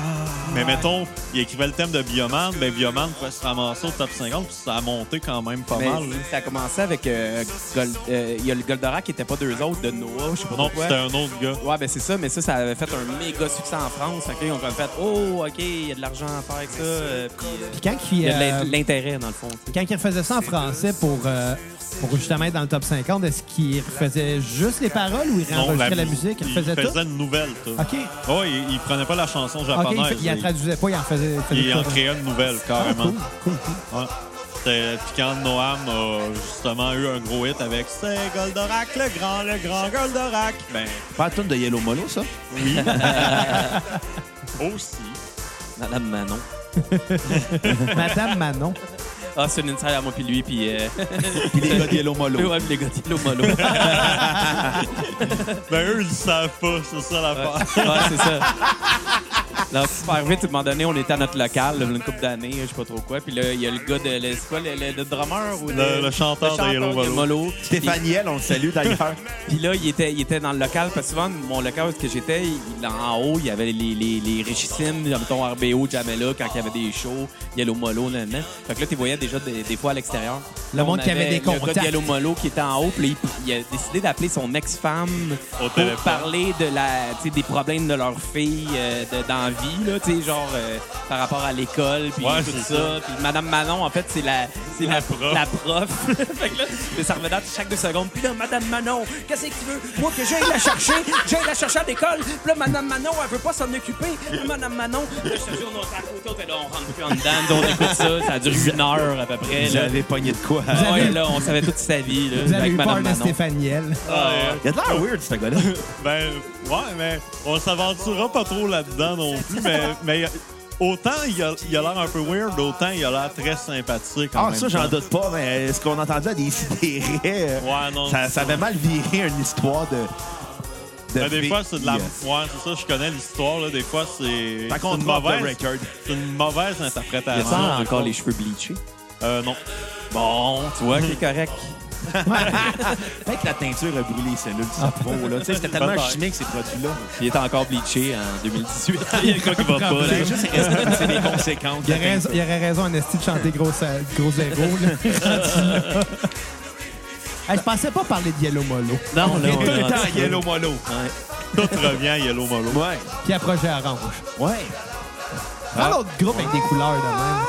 [SPEAKER 2] Mais mettons, il écrivait le thème de Bioman, ben Bioman pouvait se ramasser au top 50, puis ça a monté quand même pas
[SPEAKER 1] Mais
[SPEAKER 2] mal. là.
[SPEAKER 1] ça a commencé avec. euh, Gold- euh, Il y a le Goldorak qui n'était pas deux autres de Noah, je sais pas
[SPEAKER 2] Non,
[SPEAKER 1] pourquoi.
[SPEAKER 2] c'était un autre gars.
[SPEAKER 1] Ouais, ben c'est ça, mais ça, ça avait fait un méga succès en France. Fait que là, ils ont comme fait Oh, OK, il y a de l'argent à faire avec ça. euh, puis, euh,
[SPEAKER 5] Puis quand il,
[SPEAKER 1] il y a de
[SPEAKER 5] euh,
[SPEAKER 1] l'int- l'intérêt, dans le fond. tu sais.
[SPEAKER 5] quand il refaisait ça en français pour, euh, pour justement être dans le top 50, est-ce qu'il refaisait juste les paroles ou il
[SPEAKER 2] Non,
[SPEAKER 5] réenregistrait la, musique? Il
[SPEAKER 2] Il
[SPEAKER 5] refaisait tout?
[SPEAKER 2] une nouvelle, tune.
[SPEAKER 5] OK.
[SPEAKER 2] Ouais, il, il prenait pas la chanson
[SPEAKER 5] OK, il,
[SPEAKER 2] japonaise.
[SPEAKER 5] fait- il la
[SPEAKER 2] il-
[SPEAKER 5] traduisait pas, il en faisait... il faisait
[SPEAKER 2] il en
[SPEAKER 5] tout.
[SPEAKER 2] créait une nouvelle,
[SPEAKER 5] Ah,
[SPEAKER 2] carrément.
[SPEAKER 5] cool,
[SPEAKER 1] hein.
[SPEAKER 5] cool, cool.
[SPEAKER 2] Ouais. C'était- Puis quand Noam a justement eu un gros hit avec C'est Goldorak, le grand, le grand Goldorak. Ben
[SPEAKER 4] Pas la toune de Yellow Molo, ça?
[SPEAKER 2] oui. Aussi.
[SPEAKER 1] Madame Manon.
[SPEAKER 5] Madame Manon.
[SPEAKER 1] Ah, c'est une inside à moi, puis lui, puis. euh,
[SPEAKER 4] Puis les gars de Yellow Molo.
[SPEAKER 1] ouais, puis les gars, de Yellow Molo.
[SPEAKER 2] Ben eux, ils le savent pas, c'est ça l'affaire.
[SPEAKER 1] ouais, c'est ça. Là, super vite, à un moment donné, on était à notre local, là, une couple d'années, je sais pas trop quoi. Puis là, il y a le gars de. le- C'est quoi, le, le- le drummer ou
[SPEAKER 2] Le- le chanteur de Yellow Molo.
[SPEAKER 1] Puis-
[SPEAKER 4] Stéphane Hiel, on le salue d'ailleurs.
[SPEAKER 1] Puis là, il était, il était dans le local, parce que souvent, mon local où est-ce que j'étais, il- en haut, il y avait les, les, les richissimes, mettons RBO, Jamela, quand il y avait des shows, Yellow Molo, là, là. Fait que là, tu voyais déjà des, des fois à l'extérieur.
[SPEAKER 5] Le
[SPEAKER 1] Là,
[SPEAKER 5] monde
[SPEAKER 1] on
[SPEAKER 5] qui avait des
[SPEAKER 1] le gars de
[SPEAKER 5] contacts.
[SPEAKER 1] Yellow Molo qui était en haut, puis là, il, il a décidé d'appeler son ex-femme
[SPEAKER 2] Au
[SPEAKER 1] pour
[SPEAKER 2] téléphone.
[SPEAKER 1] parler de la, tu sais, des problèmes de leur fille euh, de- dans la vie, là, tu sais, genre euh, par rapport à l'école, puis
[SPEAKER 2] Ouais,
[SPEAKER 1] tout
[SPEAKER 2] c'est
[SPEAKER 1] ça. Puis Madame Manon, en fait, c'est la, c'est
[SPEAKER 2] La
[SPEAKER 1] la,
[SPEAKER 2] prof.
[SPEAKER 1] la prof. fait que là, mais ça revenait chaque deux secondes. Puis là, Madame Manon, qu'est-ce que tu veux? Moi, que j'aille la chercher, j'aille la chercher à l'école. Puis là, Madame Manon, elle veut pas s'en occuper. Puis Madame Manon, là, je te jure, on est à côté, on fait là, on rentre plus en dedans, nous, on écoute ça. Ça dure une heure à peu près. Là.
[SPEAKER 4] J'avais pogné de quoi.
[SPEAKER 1] Ah ouais,
[SPEAKER 5] avez-
[SPEAKER 1] là, on savait toute sa vie. Là,
[SPEAKER 5] Vous avez
[SPEAKER 1] avec
[SPEAKER 5] eu peur
[SPEAKER 1] Madame
[SPEAKER 5] de
[SPEAKER 1] Manon.
[SPEAKER 5] Stéphanie Hiel.
[SPEAKER 4] Il a de l'air weird, ce gars-là.
[SPEAKER 2] Ben ouais, mais on s'aventurera pas trop là-dedans non plus, mais, mais autant il a il a l'air un peu weird, autant il a l'air très sympathique. en
[SPEAKER 4] Ah,
[SPEAKER 2] même
[SPEAKER 4] ça, j'en
[SPEAKER 2] temps.
[SPEAKER 4] doute pas, mais euh, ce qu'on entendait à des sidérés,
[SPEAKER 2] Ouais, non.
[SPEAKER 4] ça, ça avait mal viré une histoire de. de euh,
[SPEAKER 2] Ben, des
[SPEAKER 4] fille.
[SPEAKER 2] fois, c'est de la. Ouais, c'est ça, je connais l'histoire, là. Des fois, c'est.
[SPEAKER 4] Fait qu'on
[SPEAKER 2] c'est une
[SPEAKER 4] drop the
[SPEAKER 2] mauvaise-
[SPEAKER 4] record.
[SPEAKER 2] C'est une mauvaise interprétation.
[SPEAKER 1] Ça,
[SPEAKER 2] des fois.
[SPEAKER 1] encore les cheveux bleachés.
[SPEAKER 2] Euh, non.
[SPEAKER 1] Bon, tu vois, c'est correct.
[SPEAKER 4] Peut-être que la teinture a brûlé les cellules du cerveau, là. Tu sais, c'était tellement
[SPEAKER 2] Peut-être.
[SPEAKER 4] chimique, ces produits-là.
[SPEAKER 1] Il est encore bleaché en 2018. Il y a quelqu'un qui va pas, là.
[SPEAKER 4] C'est juste c'est des conséquences.
[SPEAKER 5] Il, aurait raison- il aurait raison, Anesti, de chanter Gros, sa- gros Zéro. là, rendu là. Hey, je pensais pas parler de Yellow Molo.
[SPEAKER 1] Non, là,
[SPEAKER 4] Tout
[SPEAKER 1] on est
[SPEAKER 4] le
[SPEAKER 1] rendu
[SPEAKER 4] temps,
[SPEAKER 1] là.
[SPEAKER 4] Yellow Molo.
[SPEAKER 2] Tout revient à Yellow Molo.
[SPEAKER 4] Ouais.
[SPEAKER 5] Puis après, j'ai Orange.
[SPEAKER 4] Ouais.
[SPEAKER 5] Un autre groupe avec des couleurs de même.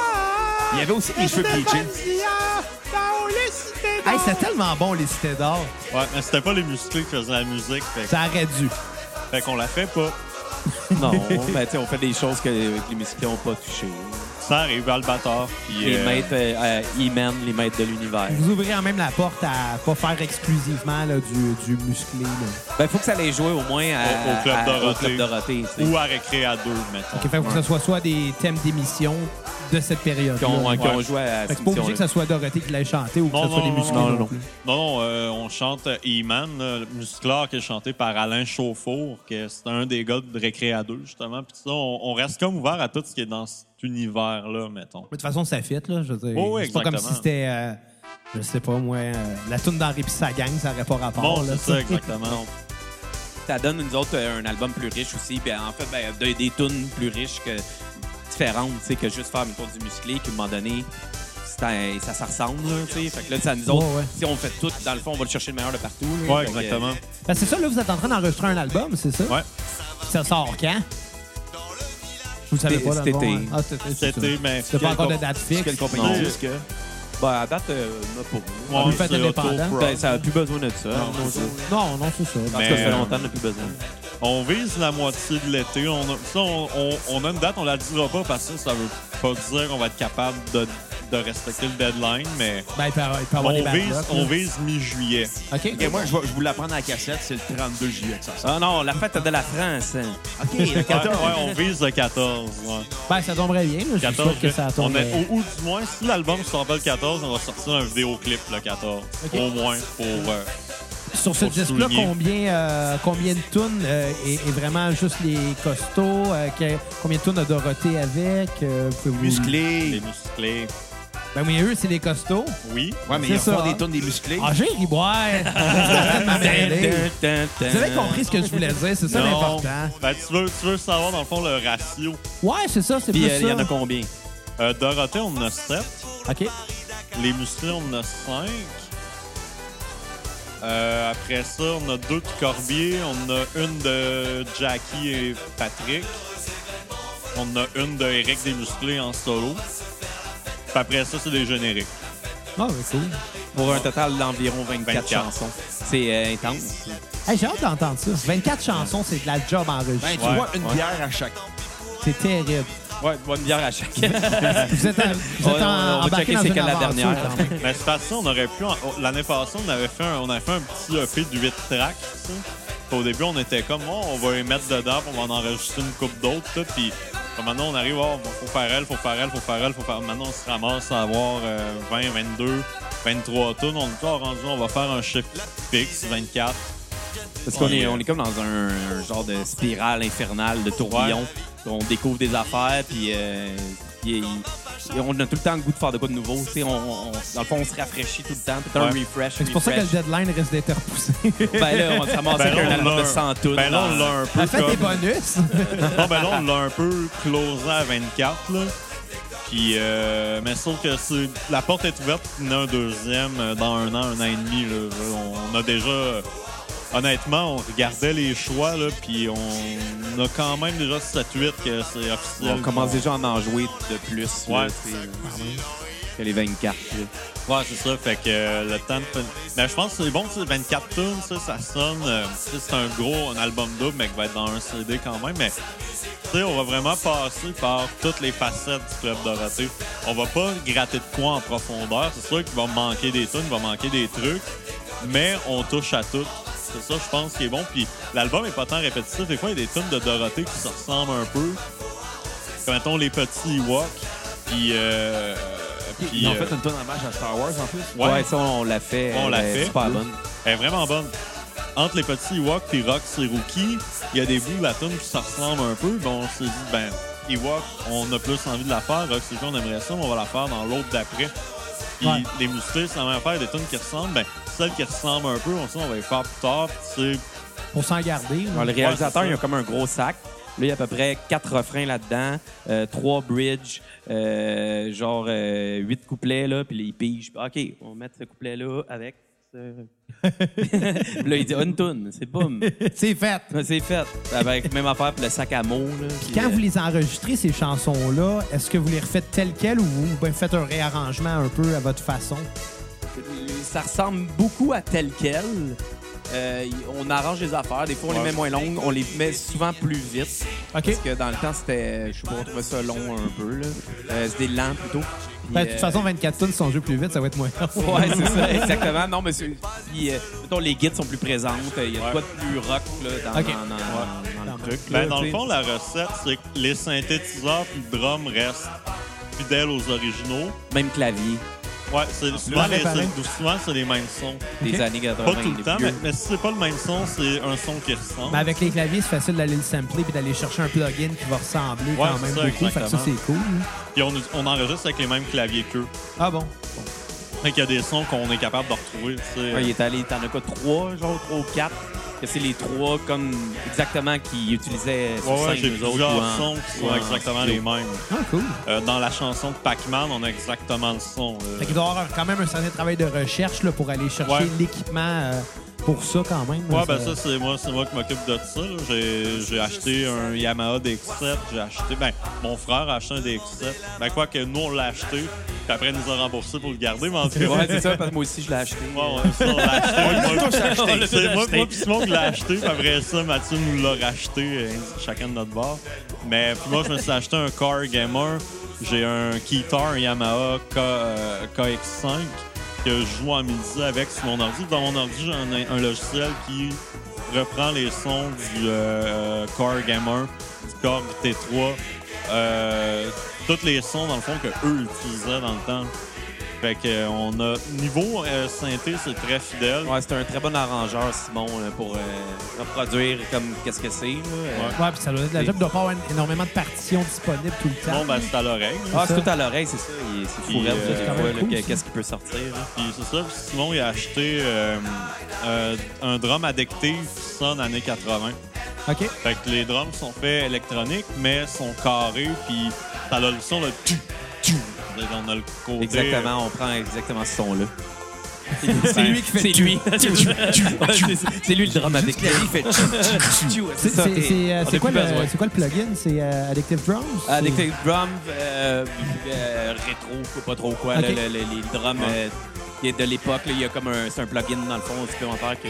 [SPEAKER 4] Il y avait aussi des cheveux bleachés.
[SPEAKER 5] Hey, c'était tellement bon, les cités d'or.
[SPEAKER 2] Ouais, mais c'était pas les musclés qui faisaient la musique, fait,
[SPEAKER 5] Ça aurait dû.
[SPEAKER 2] fait qu'on la fait pas.
[SPEAKER 1] Non, ben, tu sais, on fait des choses que, que les musiciens n'ont pas touchées.
[SPEAKER 2] Ça arrive à le batteur. Puis,
[SPEAKER 1] Les
[SPEAKER 2] euh,
[SPEAKER 1] maîtres, euh, euh, E-Men, les maîtres de l'univers.
[SPEAKER 5] Vous ouvrez quand même la porte à pas faire exclusivement là, du, du musclé. là.
[SPEAKER 1] Ben, faut que ça les jouer au moins à-
[SPEAKER 2] Au- au Club
[SPEAKER 1] à-
[SPEAKER 2] Dorothée.
[SPEAKER 1] Club Dorothée, tu sais.
[SPEAKER 2] Ou à récré à deux, mettons.
[SPEAKER 5] Fait que faut que ce soit soit des thèmes d'émission de cette période.
[SPEAKER 1] Qui ont, qui ont joué à
[SPEAKER 5] Fait que c'est pas obligé que
[SPEAKER 1] Cimetière,
[SPEAKER 5] ce soit Dorothée qui l'ait chanté ou que
[SPEAKER 2] Non,
[SPEAKER 5] ce soit
[SPEAKER 2] non,
[SPEAKER 5] des
[SPEAKER 2] non,
[SPEAKER 5] musclés.
[SPEAKER 2] non,
[SPEAKER 5] non
[SPEAKER 1] non.
[SPEAKER 5] plus.
[SPEAKER 2] Non, non, euh, on chante E-Man, là, le musclard qui est chanté par Alain Chauffour, que c'est un des gars de récré à deux, justement. Puis ça, on, on reste comme ouvert à tout ce qui est dans cet univers-là, mettons.
[SPEAKER 5] Mais de toute façon, ça fit, là. Je veux dire,
[SPEAKER 2] Oh oui,
[SPEAKER 5] c'est pas comme
[SPEAKER 2] exactement.
[SPEAKER 5] si c'était, euh, je sais pas moi, euh, la toune d'Henri pis sa gang, ça aurait pas rapport.
[SPEAKER 2] Bon,
[SPEAKER 5] Oh, là,
[SPEAKER 2] c'est ça, exactement.
[SPEAKER 1] Ça donne, nous autres, euh, un album plus riche aussi. Puis en fait, ben, des, des tunes plus riches que différentes, tu sais, que juste faire une tour du musclé, puis à un moment donné, c'est un- ça, se ressemble, là, tu sais. Fait que là, ça, nous autres,
[SPEAKER 5] Ouais, ouais.
[SPEAKER 1] si on fait tout, dans le fond, on va le chercher le meilleur de partout. là.
[SPEAKER 2] Ouais,
[SPEAKER 1] Fait que, euh,
[SPEAKER 2] exactement.
[SPEAKER 5] Ben, c'est ça, là, vous êtes en train d'enregistrer un album, c'est ça?
[SPEAKER 2] Ouais.
[SPEAKER 5] Ça sort quand? Vous le savez
[SPEAKER 1] Cet-
[SPEAKER 5] pas, là,
[SPEAKER 1] cet
[SPEAKER 5] bon,
[SPEAKER 1] été.
[SPEAKER 5] hein? Ah, cet été.
[SPEAKER 2] Cet
[SPEAKER 5] c'est
[SPEAKER 2] été,
[SPEAKER 5] ça.
[SPEAKER 2] mais-
[SPEAKER 5] C'est pas encore de date
[SPEAKER 4] C'est quelle
[SPEAKER 5] fixe.
[SPEAKER 4] compagnie de
[SPEAKER 2] Non.
[SPEAKER 4] disque?
[SPEAKER 1] Bah, à date, euh, on a pour vous.
[SPEAKER 2] Ouais,
[SPEAKER 5] Une fête
[SPEAKER 2] c'est
[SPEAKER 5] indépendante.
[SPEAKER 2] Autoprod.
[SPEAKER 1] Ben, ça n'a plus besoin de ça. Non, non,
[SPEAKER 5] Non, Euh, non, c'est ça.
[SPEAKER 1] Parce que ça fait longtemps, on n'a plus besoin.
[SPEAKER 2] On vise la moitié de l'été. On a, ça, on, on- on a une date, on la dira pas parce que ça veut pas dire qu'on va être capable de, de respecter le deadline, mais
[SPEAKER 5] Ben, il peut y avoir- il peut y avoir des
[SPEAKER 2] on vise,
[SPEAKER 5] backlogs,
[SPEAKER 2] on
[SPEAKER 5] là.
[SPEAKER 2] vise mi-juillet.
[SPEAKER 5] OK.
[SPEAKER 4] Ok, moi, je vais je vous la prendre à la cassette. C'est le 32 juillet que ça sort.
[SPEAKER 1] Ah non, la fête de la France. hein.
[SPEAKER 4] OK, le
[SPEAKER 2] Ouais,
[SPEAKER 4] 14.
[SPEAKER 2] ouais, on vise le 14. ouais.
[SPEAKER 5] Ben, ça tomberait bien. là. Je suis
[SPEAKER 2] 14
[SPEAKER 5] sûr que ça
[SPEAKER 2] on
[SPEAKER 5] tombe.
[SPEAKER 2] est, ou, ou du moins, si l'album sort pas le 14, on va sortir un vidéoclip le 14.
[SPEAKER 5] Ok.
[SPEAKER 2] Au moins pour. euh,
[SPEAKER 5] Sur ce
[SPEAKER 2] Faut
[SPEAKER 5] disque-là,
[SPEAKER 2] souligner.
[SPEAKER 5] combien, euh, combien de tunes euh, est, est vraiment juste les costauds? euh, que- combien de tunes a Dorothée avec? euh, pouvez-vous-
[SPEAKER 2] les
[SPEAKER 4] Musclé.
[SPEAKER 2] musclés.
[SPEAKER 5] Ben oui, eux, c'est les costauds.
[SPEAKER 2] Oui.
[SPEAKER 4] Ouais, mais
[SPEAKER 5] C'est
[SPEAKER 4] ils font
[SPEAKER 5] ça,
[SPEAKER 4] des
[SPEAKER 5] hein.
[SPEAKER 4] tonnes des musclés.
[SPEAKER 5] Ah, j'ai ri, ouais. Ma mêlée. Vous avez compris ce que je voulais dire, c'est ça
[SPEAKER 2] Non.
[SPEAKER 5] l'important.
[SPEAKER 2] Ben, tu, veux, tu veux savoir, dans le fond, le ratio.
[SPEAKER 5] Ouais, c'est ça, c'est
[SPEAKER 1] Puis
[SPEAKER 5] plus
[SPEAKER 1] euh, il y en a
[SPEAKER 5] ça.
[SPEAKER 1] combien?
[SPEAKER 2] Euh, Dorothée, on en a 7.
[SPEAKER 5] OK.
[SPEAKER 2] Les musclés, on en a 5. Euh, après ça, on a deux de Corbier. On en a une de Jackie et Patrick. On en a une de Eric des Musclés en solo. Puis après ça, c'est des génériques.
[SPEAKER 5] Ah, ouais, cool.
[SPEAKER 1] Pour un total d'environ 24,
[SPEAKER 2] 24.
[SPEAKER 1] chansons. C'est euh, intense.
[SPEAKER 5] Hey, j'ai hâte d'entendre ça. 24 chansons, c'est de la job
[SPEAKER 4] Ben,
[SPEAKER 5] enregistrée.
[SPEAKER 4] tu
[SPEAKER 2] Ouais,
[SPEAKER 4] vois, une
[SPEAKER 1] ouais.
[SPEAKER 4] bière à chaque.
[SPEAKER 5] C'est terrible.
[SPEAKER 1] Ouais, bonne bière à chaque.
[SPEAKER 5] Vous êtes, en, vous
[SPEAKER 1] Ouais,
[SPEAKER 5] êtes
[SPEAKER 1] on- on
[SPEAKER 5] en-
[SPEAKER 1] va
[SPEAKER 5] embarqué
[SPEAKER 1] checker
[SPEAKER 5] dans
[SPEAKER 1] c'est
[SPEAKER 5] une
[SPEAKER 1] quand la
[SPEAKER 5] aventure,
[SPEAKER 1] dernière.
[SPEAKER 5] quand même.
[SPEAKER 2] Mais cette façon, on aurait pu. en- oh, L'année passée, on avait fait un, on avait fait un petit EP de 8 tracks. tu sais. Puis Au début, on était comme, oh, on va les mettre dedans, puis on va en enregistrer une coupe d'autres. tout. Puis puis maintenant, on arrive, oh, bon, faut faire elle, faut faire elle, faut faire elle, faut faire. Maintenant, on se ramasse à avoir euh, 20, 22, 23 tonnes. On est encore rendu, on va faire un chiffre fixe, 24.
[SPEAKER 1] Parce qu'on est, on est comme dans un, un genre de spirale infernale de tourbillon. On découvre des affaires, puis euh, puis, il- on a tout le temps le goût de faire de quoi de nouveau. tu sais, On, on- dans le fond, on se rafraîchit tout le temps, tout le temps un
[SPEAKER 2] Ouais.
[SPEAKER 1] refresh.
[SPEAKER 5] C'est pour ça que le
[SPEAKER 1] refresh.
[SPEAKER 5] deadline risque d'être repoussé.
[SPEAKER 1] Ben là, on se ramasse
[SPEAKER 2] Ben
[SPEAKER 1] avec
[SPEAKER 2] là,
[SPEAKER 1] un
[SPEAKER 2] on
[SPEAKER 1] album
[SPEAKER 2] l'a
[SPEAKER 1] de 100 tunes.
[SPEAKER 2] Ben là, on l'a un peu
[SPEAKER 5] Faites des
[SPEAKER 2] comme.
[SPEAKER 5] bonus.
[SPEAKER 2] Non, ben là, on l'a un peu closé à 24, là. Puis, euh, mais sauf que c'est- la porte est ouverte, il y en a un deuxième euh, dans un an, un an et demi. là. On, on a déjà. euh, Honnêtement, on regardait les choix, là, puis on a quand même déjà 7-8 que c'est officiel.
[SPEAKER 1] On commence déjà à en jouer de plus. là,
[SPEAKER 2] Ouais.
[SPEAKER 1] tu sais, Que les 24. là.
[SPEAKER 2] Ouais, c'est ça. Fait que euh, le temps de. fin- Mais je pense que c'est bon, tu sais, 24 tunes, ça, ça sonne. euh, tu sais, c'est un gros un album double, mais qui va être dans un CD quand même. Mais tu sais, on va vraiment passer par toutes les facettes du Club Dorothée. On va pas gratter de quoi en profondeur. C'est sûr qu'il va manquer des tunes, il va manquer des trucs, mais on touche à tout. C'est ça, je pense, qui est bon. Puis l'album est pas tant répétitif. Des fois, il y a des tunes de Dorothée qui se ressemblent un peu. Comme, mettons, les petits Walk. Puis. euh, puis,
[SPEAKER 4] Ils ont
[SPEAKER 2] euh,
[SPEAKER 4] fait une tonne hommage à Star Wars en plus.
[SPEAKER 1] Ouais. ça, on l'a fait.
[SPEAKER 2] On l'a
[SPEAKER 1] elle est
[SPEAKER 2] fait.
[SPEAKER 1] Super bonne.
[SPEAKER 2] Elle est vraiment bonne. Entre les petits Ewok et Rock c'est Rookie, il y a des bouts de la tune qui se ressemblent un peu. Bon, on s'est dit, ben, Ewok, on a plus envie de la faire. Rock c'est Rookie, on aimerait ça, mais on va la faire dans l'autre d'après. Puis
[SPEAKER 5] Ouais.
[SPEAKER 2] les musclés, ça va faire des tunes qui ressemblent. Ben, celles qui ressemblent un peu, on sait, on va les faire plus tard. Puis, tu sais,
[SPEAKER 5] Pour s'en garder. là.
[SPEAKER 1] Alors, le
[SPEAKER 2] Ouais,
[SPEAKER 1] réalisateur,
[SPEAKER 2] c'est ça.
[SPEAKER 1] il a comme un gros sac. Là, il y a à peu près quatre refrains là-dedans, euh, trois bridges, euh, genre euh, huit couplets, là, puis les piges. OK, on va mettre ce couplet-là avec ce... Puis là, il dit une toune, c'est boum.
[SPEAKER 5] C'est fait.
[SPEAKER 1] C'est fait. Avec même affaire, puis le sac à mots. Là, puis,
[SPEAKER 5] Quand
[SPEAKER 1] euh,
[SPEAKER 5] vous les enregistrez, ces chansons-là, est-ce que vous les refaites telles quelles ou vous ben, faites un réarrangement un peu à votre façon?
[SPEAKER 1] ça ressemble beaucoup à tel quel. Euh, y- on arrange les affaires. Des fois, on les
[SPEAKER 2] Ouais.
[SPEAKER 1] met moins longues. On les met souvent plus vite.
[SPEAKER 5] OK. Ben,
[SPEAKER 1] Parce que dans le temps, c'était... Je sais pas, on trouvait ça long un peu. là. Euh, c'était lent plutôt. Puis,
[SPEAKER 5] Ben, de toute
[SPEAKER 1] euh,
[SPEAKER 5] façon, 24 tonnes, si on joue plus vite, ça va être moins long.
[SPEAKER 1] Ouais, c'est ça, exactement. Non, mais c'est- puis, euh, mettons, les guides sont plus présentes. Il y a
[SPEAKER 2] Ouais.
[SPEAKER 1] quoi de plus rock là, dans,
[SPEAKER 5] Ok.
[SPEAKER 1] dans- dans- dans
[SPEAKER 5] Dans
[SPEAKER 1] le truc.
[SPEAKER 2] ben,
[SPEAKER 1] là,
[SPEAKER 2] dans
[SPEAKER 1] tu
[SPEAKER 2] le
[SPEAKER 1] sais.
[SPEAKER 2] fond, la recette, c'est que les synthétiseurs puis le drum restent fidèles aux originaux.
[SPEAKER 1] même clavier
[SPEAKER 2] Ouais, c'est souvent,
[SPEAKER 5] Ah, c'est
[SPEAKER 2] les-
[SPEAKER 5] pareil.
[SPEAKER 2] c'est- souvent, c'est les mêmes sons.
[SPEAKER 1] des années 80.
[SPEAKER 2] Pas tout le
[SPEAKER 1] des
[SPEAKER 2] temps,
[SPEAKER 1] vieux.
[SPEAKER 2] mais, mais si c'est pas le même son, c'est un son qui ressemble.
[SPEAKER 5] Mais Ben, avec les claviers, c'est facile d'aller le sampler puis d'aller chercher un plugin qui va ressembler quand
[SPEAKER 2] c'est
[SPEAKER 5] même
[SPEAKER 2] ça,
[SPEAKER 5] beaucoup. Fait que ça,
[SPEAKER 2] exactement.
[SPEAKER 5] c'est cool. hein.
[SPEAKER 2] Puis on, on enregistre avec les mêmes claviers qu'eux.
[SPEAKER 5] Ah bon?
[SPEAKER 2] Fait qu'il y a des sons qu'on est capable de retrouver. tu sais.
[SPEAKER 1] Ouais, il est allé, t'en as quoi, trois, genre, trois ou quatre? Que c'est les trois, comme, exactement, qu'ils utilisaient sur
[SPEAKER 2] Ouais, ouais,
[SPEAKER 1] scène,
[SPEAKER 2] j'ai
[SPEAKER 1] eux autres,
[SPEAKER 2] plusieurs
[SPEAKER 1] ou en-
[SPEAKER 2] sons qui
[SPEAKER 1] ou
[SPEAKER 2] sont
[SPEAKER 1] en
[SPEAKER 2] exactement
[SPEAKER 1] studio.
[SPEAKER 2] les mêmes.
[SPEAKER 5] Ah, cool.
[SPEAKER 2] Euh, dans la chanson de Pac-Man, on a exactement le son. là.
[SPEAKER 5] Fait qu'il doit y avoir quand même un certain travail de recherche là, pour aller chercher
[SPEAKER 2] Ouais.
[SPEAKER 5] l'équipement euh, pour ça quand même.
[SPEAKER 2] Ouais, ben ça, c'est moi, c'est moi qui m'occupe de ça. là. J'ai, j'ai acheté un Yamaha DX7. J'ai acheté. Ben, mon frère a acheté un DX7. Ben, quoi que nous, on l'a acheté. Puis après, il nous a remboursé pour le garder, mais en tout cas.
[SPEAKER 6] Ouais, c'est ça, parce que moi aussi, je l'ai acheté.
[SPEAKER 2] Ouais, ouais, ça, on l'a acheté. Moi,
[SPEAKER 6] acheté.
[SPEAKER 2] c'est-
[SPEAKER 6] On l'a tous
[SPEAKER 2] Moi,
[SPEAKER 6] acheté.
[SPEAKER 2] moi puis Simon, on l'a acheté. Puis après ça, Mathieu nous l'a racheté, euh, chacun de notre bord. Mais puis moi, je me suis acheté un Car Gamer. J'ai un Keytar Yamaha K, euh, KX5 que je joue en midi avec sur mon ordi. Dans mon ordi, j'ai un, un logiciel qui reprend les sons du euh, Car Gamer, du Car T3. Euh, tous les sons, dans le fond, que eux utilisaient dans le temps. Fait que euh, on a niveau euh, synthé, c'est très fidèle.
[SPEAKER 6] Ouais, c'est un très bon arrangeur, Simon, là, pour euh, reproduire comme qu'est-ce que c'est. là. Euh,
[SPEAKER 2] Ouais.
[SPEAKER 5] Ouais, puis ça doit être la job de pas avoir énormément de partitions disponibles tout le temps.
[SPEAKER 2] Bon, ben, c'est à l'oreille. là.
[SPEAKER 6] Ah,
[SPEAKER 5] ça.
[SPEAKER 6] c'est tout à l'oreille, c'est ça. Il- C'est fou,
[SPEAKER 2] Puis,
[SPEAKER 6] raide,
[SPEAKER 2] euh,
[SPEAKER 6] des
[SPEAKER 2] c'est
[SPEAKER 6] fois,
[SPEAKER 5] quand même
[SPEAKER 6] là,
[SPEAKER 5] cool,
[SPEAKER 6] que-
[SPEAKER 5] ça.
[SPEAKER 6] qu'est-ce qui peut sortir. là.
[SPEAKER 2] Puis c'est ça. Puis Simon, il a acheté euh, euh, un drum addictif sonne années 80.
[SPEAKER 5] OK.
[SPEAKER 2] Fait que les drums sont faits électroniques, mais sont carrés, puis ça a le son, le tu, tu. On a le côté. euh,
[SPEAKER 6] Exactement, on prend exactement ce son-là.
[SPEAKER 2] Ben,
[SPEAKER 6] qui fait C'est lui. Ouais, c'est- C'est lui le dramatique.
[SPEAKER 5] C'est-
[SPEAKER 6] ça.
[SPEAKER 5] C'est c'est, euh,
[SPEAKER 6] On a
[SPEAKER 5] c'est quoi,
[SPEAKER 6] plus
[SPEAKER 5] le-
[SPEAKER 6] besoin.
[SPEAKER 5] c'est quoi le plugin? C'est euh, Addictive Drums?
[SPEAKER 6] Ah, Electric drum, euh, euh, rétro, je sais pas trop quoi,
[SPEAKER 5] Ok.
[SPEAKER 6] là, le- le- les drums euh, qui est de l'époque, là, il y a comme un, c'est un plugin dans le fond supplémentaire que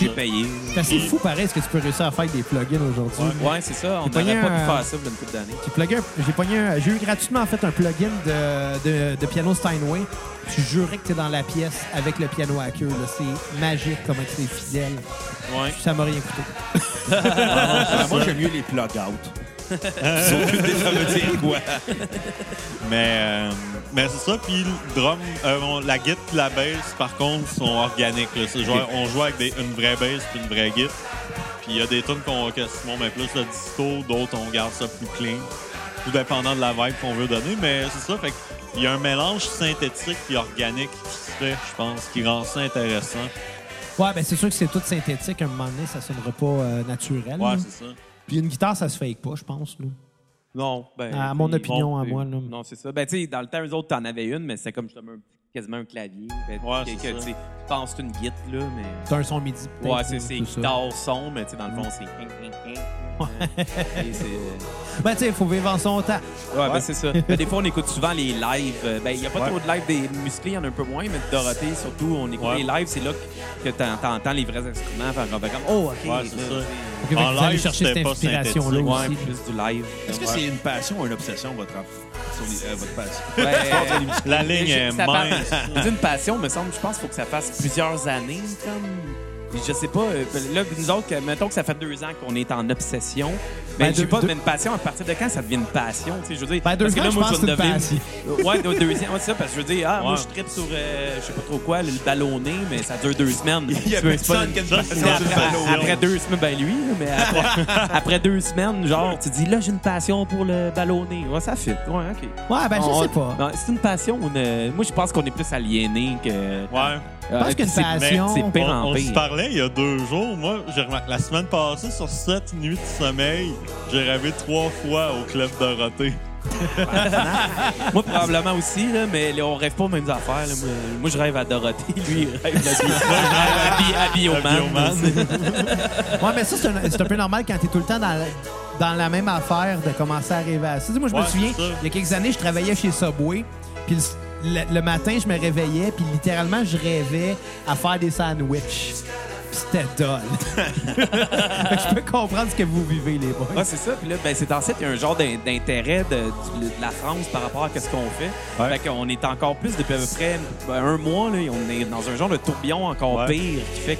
[SPEAKER 6] j'ai payé.
[SPEAKER 5] C'est assez fou, pareil, ce que tu peux réussir à faire avec des plugins aujourd'hui.
[SPEAKER 6] Ouais, c'est ça, on
[SPEAKER 5] J'ai pogné
[SPEAKER 6] n'aurait pas pu
[SPEAKER 5] un-
[SPEAKER 6] faire ça pour une couple d'années.
[SPEAKER 5] J'ai plugué un- J'ai pogné un- J'ai eu gratuitement en fait un plugin de, de, de piano Steinway. Tu jurais que t'es dans la pièce avec le piano à queue. là. C'est magique comment c'est fidèle.
[SPEAKER 2] Ouais.
[SPEAKER 5] Ça m'a rien coûté.
[SPEAKER 4] moi, j'aime mieux les plug-out.
[SPEAKER 2] Mais, euh, mais c'est ça. Puis le drum, euh, on- la guitare et la bass, par contre, sont organiques. là. C'est genre, on joue avec des- une vraie bass puis une vraie guitare. Puis il y a des tunes qu'on que Simon met plus le disco, d'autres on garde ça plus clean. Tout dépendant de la vibe qu'on veut donner, mais c'est ça. Fait que il y a un mélange synthétique et organique qui se fait, je pense, qui rend ça intéressant.
[SPEAKER 5] Ouais, ben c'est sûr que c'est tout synthétique. À un moment donné, ça sonnera pas euh, naturel.
[SPEAKER 2] Ouais,
[SPEAKER 5] là.
[SPEAKER 2] c'est ça.
[SPEAKER 5] Puis une guitare, ça se fake pas, je pense. là.
[SPEAKER 6] Non, ben.
[SPEAKER 5] À mon
[SPEAKER 6] ils
[SPEAKER 5] opinion,
[SPEAKER 6] vont-
[SPEAKER 5] à Ah, moi, là.
[SPEAKER 6] Non, c'est ça. Ben, tu sais, dans le temps, eux autres, t'en avais une, mais c'était comme justement un- quasiment un clavier. Ben,
[SPEAKER 2] Ouais,
[SPEAKER 6] que-
[SPEAKER 2] c'est
[SPEAKER 6] que,
[SPEAKER 2] ça.
[SPEAKER 6] tu sais, Tu penses que c'est une guitare, là, mais.
[SPEAKER 5] T'as un son midi. peut-être,
[SPEAKER 6] Ouais,
[SPEAKER 5] là,
[SPEAKER 6] c'est c'est
[SPEAKER 5] tout ça.
[SPEAKER 6] guitare son, mais tu sais, dans le fond, c'est. Ouais. Et c'est.
[SPEAKER 5] Ben, tu sais, faut vivre en son temps.
[SPEAKER 6] Ouais, ben, c'est ça. Ben, des fois, on écoute souvent les lives. Euh, Ben, il n'y a pas
[SPEAKER 2] Ouais.
[SPEAKER 6] trop de lives des musclés, il y en a un peu moins, mais de Dorothée, surtout, on écoute
[SPEAKER 2] Ouais.
[SPEAKER 6] les lives. C'est là que t'en- t'entends les vrais instruments. Fait qu'on fait comme, oh, OK.
[SPEAKER 2] Ouais, c'est
[SPEAKER 6] là,
[SPEAKER 2] ça.
[SPEAKER 5] Faut que
[SPEAKER 2] En
[SPEAKER 5] vous allez
[SPEAKER 2] live,
[SPEAKER 5] chercher
[SPEAKER 2] c'était
[SPEAKER 5] cette
[SPEAKER 2] pas
[SPEAKER 5] inspiration-là
[SPEAKER 2] synthétique.
[SPEAKER 6] Ouais,
[SPEAKER 5] aussi.
[SPEAKER 6] plus du live.
[SPEAKER 4] Est-ce que c'est une passion ou une obsession, votre, sur les- euh, votre passion?
[SPEAKER 6] Ouais, Ben,
[SPEAKER 2] La ligne
[SPEAKER 6] Je-
[SPEAKER 2] est
[SPEAKER 6] ça part-
[SPEAKER 2] mince.
[SPEAKER 6] C'est une passion, me semble. Je pense qu'il faut que ça fasse plusieurs années. Comme... Je sais pas. euh, Là, nous autres, que- mettons que ça fait deux ans qu'on est en obsession. Mais
[SPEAKER 5] Ben,
[SPEAKER 6] je sais
[SPEAKER 5] deux-
[SPEAKER 6] pas,
[SPEAKER 5] deux-
[SPEAKER 6] mais une passion, à partir de quand ça devient une passion? tu sais, Je veux dire,
[SPEAKER 5] Ben, deux
[SPEAKER 6] parce que
[SPEAKER 5] ans,
[SPEAKER 6] là,
[SPEAKER 5] je
[SPEAKER 6] moi,
[SPEAKER 5] pense
[SPEAKER 6] je
[SPEAKER 5] que c'est une
[SPEAKER 6] Ouais, deux- deux ans, ouais, c'est ça, parce que je veux dire, ah, moi,
[SPEAKER 2] Ouais.
[SPEAKER 6] je tripe sur, euh, je sais pas trop quoi, le ballonné, mais ça dure deux semaines.
[SPEAKER 4] Il y a
[SPEAKER 6] Tu veux,
[SPEAKER 4] personne
[SPEAKER 6] c'est pas une-
[SPEAKER 4] qui a une
[SPEAKER 6] Ça,
[SPEAKER 4] passion
[SPEAKER 6] c'est
[SPEAKER 4] sur le
[SPEAKER 6] après,
[SPEAKER 4] ballonné.
[SPEAKER 6] après deux semaines, ben lui, là, mais après, après deux semaines, genre, tu dis, là, j'ai une passion pour le ballonné. Ouais, ça fit. Ouais, OK.
[SPEAKER 5] Ouais, ben, je
[SPEAKER 6] On-
[SPEAKER 5] sais pas.
[SPEAKER 6] Non, c'est une passion. on, euh, moi, je pense qu'on est plus aliénés que.
[SPEAKER 2] Ouais.
[SPEAKER 6] Euh,
[SPEAKER 5] pense qu'une
[SPEAKER 6] c'est-
[SPEAKER 5] passion-
[SPEAKER 6] C'est pire
[SPEAKER 2] on,
[SPEAKER 6] en
[SPEAKER 2] on se
[SPEAKER 6] pire.
[SPEAKER 2] parlait il y a deux jours. Moi, j'ai remarqué la semaine passée, sur sept nuits de sommeil, j'ai rêvé trois fois au Club Dorothée.
[SPEAKER 6] Moi, probablement aussi, là, mais là, on rêve pas aux mêmes affaires. là. Moi, moi, je rêve à Dorothée. Lui, il rêve à Bioman. à, Bi- à Bioman.
[SPEAKER 2] À Bioman.
[SPEAKER 5] Ouais, mais ça, c'est un, c'est un peu normal quand t'es tout le temps dans la, dans la même affaire de commencer à arriver à ça. Tu sais, moi, je me
[SPEAKER 2] Ouais,
[SPEAKER 5] souviens,
[SPEAKER 2] c'est ça.
[SPEAKER 5] il y a quelques années, je travaillais chez Subway, puis le, le- le matin, je me réveillais, puis littéralement, je rêvais à faire des sandwichs. Puis C'était dole. je peux comprendre ce que vous vivez, les boys.
[SPEAKER 6] Ouais, c'est ça. Puis là, ben, c'est en fait, il y a un genre d'in- d'intérêt de, du- de la France par rapport à ce qu'on fait.
[SPEAKER 2] Ouais.
[SPEAKER 6] Fait qu'on est encore plus depuis à peu près ben, un mois, là, et on est dans un genre de tourbillon encore
[SPEAKER 2] Ouais.
[SPEAKER 6] pire qui fait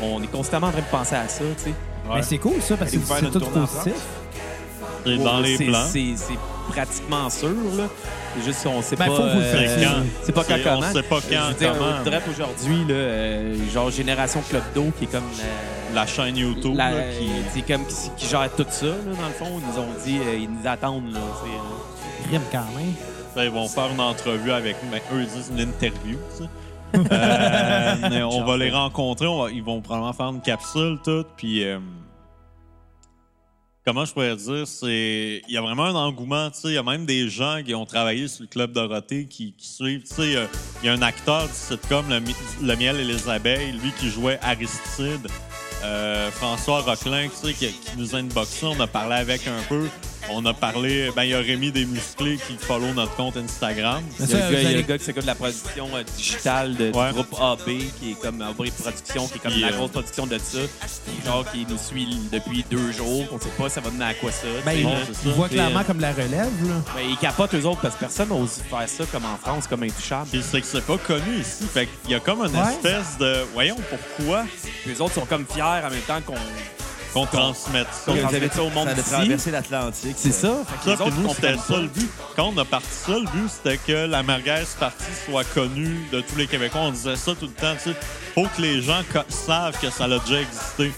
[SPEAKER 6] qu'on est constamment en train de penser à ça, tu sais.
[SPEAKER 5] Mais c'est cool, ça, parce que
[SPEAKER 4] Allez-vous faire
[SPEAKER 5] c'est
[SPEAKER 4] une
[SPEAKER 5] tout
[SPEAKER 4] tournée en
[SPEAKER 5] positif.
[SPEAKER 2] C'est dans les
[SPEAKER 6] C'est-
[SPEAKER 2] plans.
[SPEAKER 6] C'est c'est pratiquement sûr, là. C'est juste qu'on sait
[SPEAKER 5] Ben,
[SPEAKER 6] pas.
[SPEAKER 5] faut vous le
[SPEAKER 6] euh,
[SPEAKER 5] faire.
[SPEAKER 2] C'est quand?
[SPEAKER 6] C'est pas quand
[SPEAKER 2] C'est-
[SPEAKER 6] comment.
[SPEAKER 2] On sait pas quand
[SPEAKER 6] Je veux dire,
[SPEAKER 2] comment.
[SPEAKER 6] on dirait aujourd'hui, là, euh, genre Génération Club d'eau qui est comme la-
[SPEAKER 2] La chaîne YouTube
[SPEAKER 6] la-
[SPEAKER 2] là, qui.
[SPEAKER 6] c'est comme qui, qui gère tout ça, là, dans le fond. Ils nous ont dit, euh, ils nous attendent, là. C'est, euh,
[SPEAKER 5] Rime quand même.
[SPEAKER 2] Là, ben, ils vont faire une entrevue avec nous. Ben, eux, ils disent une interview. tu sais. Euh, mais on va les rencontrer. on va- ils vont probablement faire une capsule, tout. Puis, euh, comment je pourrais dire, c'est il y a vraiment un engouement, tu sais, il y a même des gens qui ont travaillé sur le club Dorothée qui, qui suivent, tu sais, euh, il y a un acteur du sitcom le, Mi- le miel et les abeilles, lui qui jouait Aristide, euh, François Roquelin, tu sais, qui, qui nous a inboxé, on a parlé avec un peu, on a parlé, ben il y a Rémi des musclés qui follow notre compte Instagram.
[SPEAKER 5] Mais
[SPEAKER 6] Il y a
[SPEAKER 5] ça,
[SPEAKER 6] le gars,
[SPEAKER 5] vous
[SPEAKER 6] il y a
[SPEAKER 5] allez-
[SPEAKER 6] le gars qui s'occupe de la production euh, digitale de,
[SPEAKER 2] Ouais.
[SPEAKER 6] du groupe AB, qui est comme Abri Production, qui est comme
[SPEAKER 2] Puis,
[SPEAKER 6] la
[SPEAKER 2] euh,
[SPEAKER 6] grosse production de ça. Puis genre, qui nous suit depuis deux jours. On sait pas ça va donner à quoi ça.
[SPEAKER 5] Ben,
[SPEAKER 6] tu sais,
[SPEAKER 5] ils
[SPEAKER 6] là.
[SPEAKER 5] ils voient
[SPEAKER 6] Puis,
[SPEAKER 5] clairement
[SPEAKER 6] euh,
[SPEAKER 5] comme la relève. Là.
[SPEAKER 6] ben, ils capotent eux autres parce que personne n'ose faire ça comme en France, comme intouchable.
[SPEAKER 2] Puis c'est que c'est pas connu ici. Fait qu'il y a comme une
[SPEAKER 5] Ouais.
[SPEAKER 2] espèce de voyons pourquoi
[SPEAKER 6] Puis eux autres sont comme fiers en même temps qu'on.
[SPEAKER 2] qu'on transmette ça.
[SPEAKER 6] Qu'on
[SPEAKER 2] Ça,
[SPEAKER 6] transmet ça au monde
[SPEAKER 4] Ça a
[SPEAKER 6] d'ici.
[SPEAKER 4] traversé l'Atlantique.
[SPEAKER 6] C'est ça. Fait que les
[SPEAKER 2] puis
[SPEAKER 6] autres
[SPEAKER 2] nous,
[SPEAKER 6] sont
[SPEAKER 2] c'était
[SPEAKER 6] comme
[SPEAKER 2] ça le but. Quand on a parti ça, le but, c'était que la merguez partie soit connue de tous les Québécois. On disait ça tout le temps, tu sais. Faut que les gens co- savent que ça a déjà existé.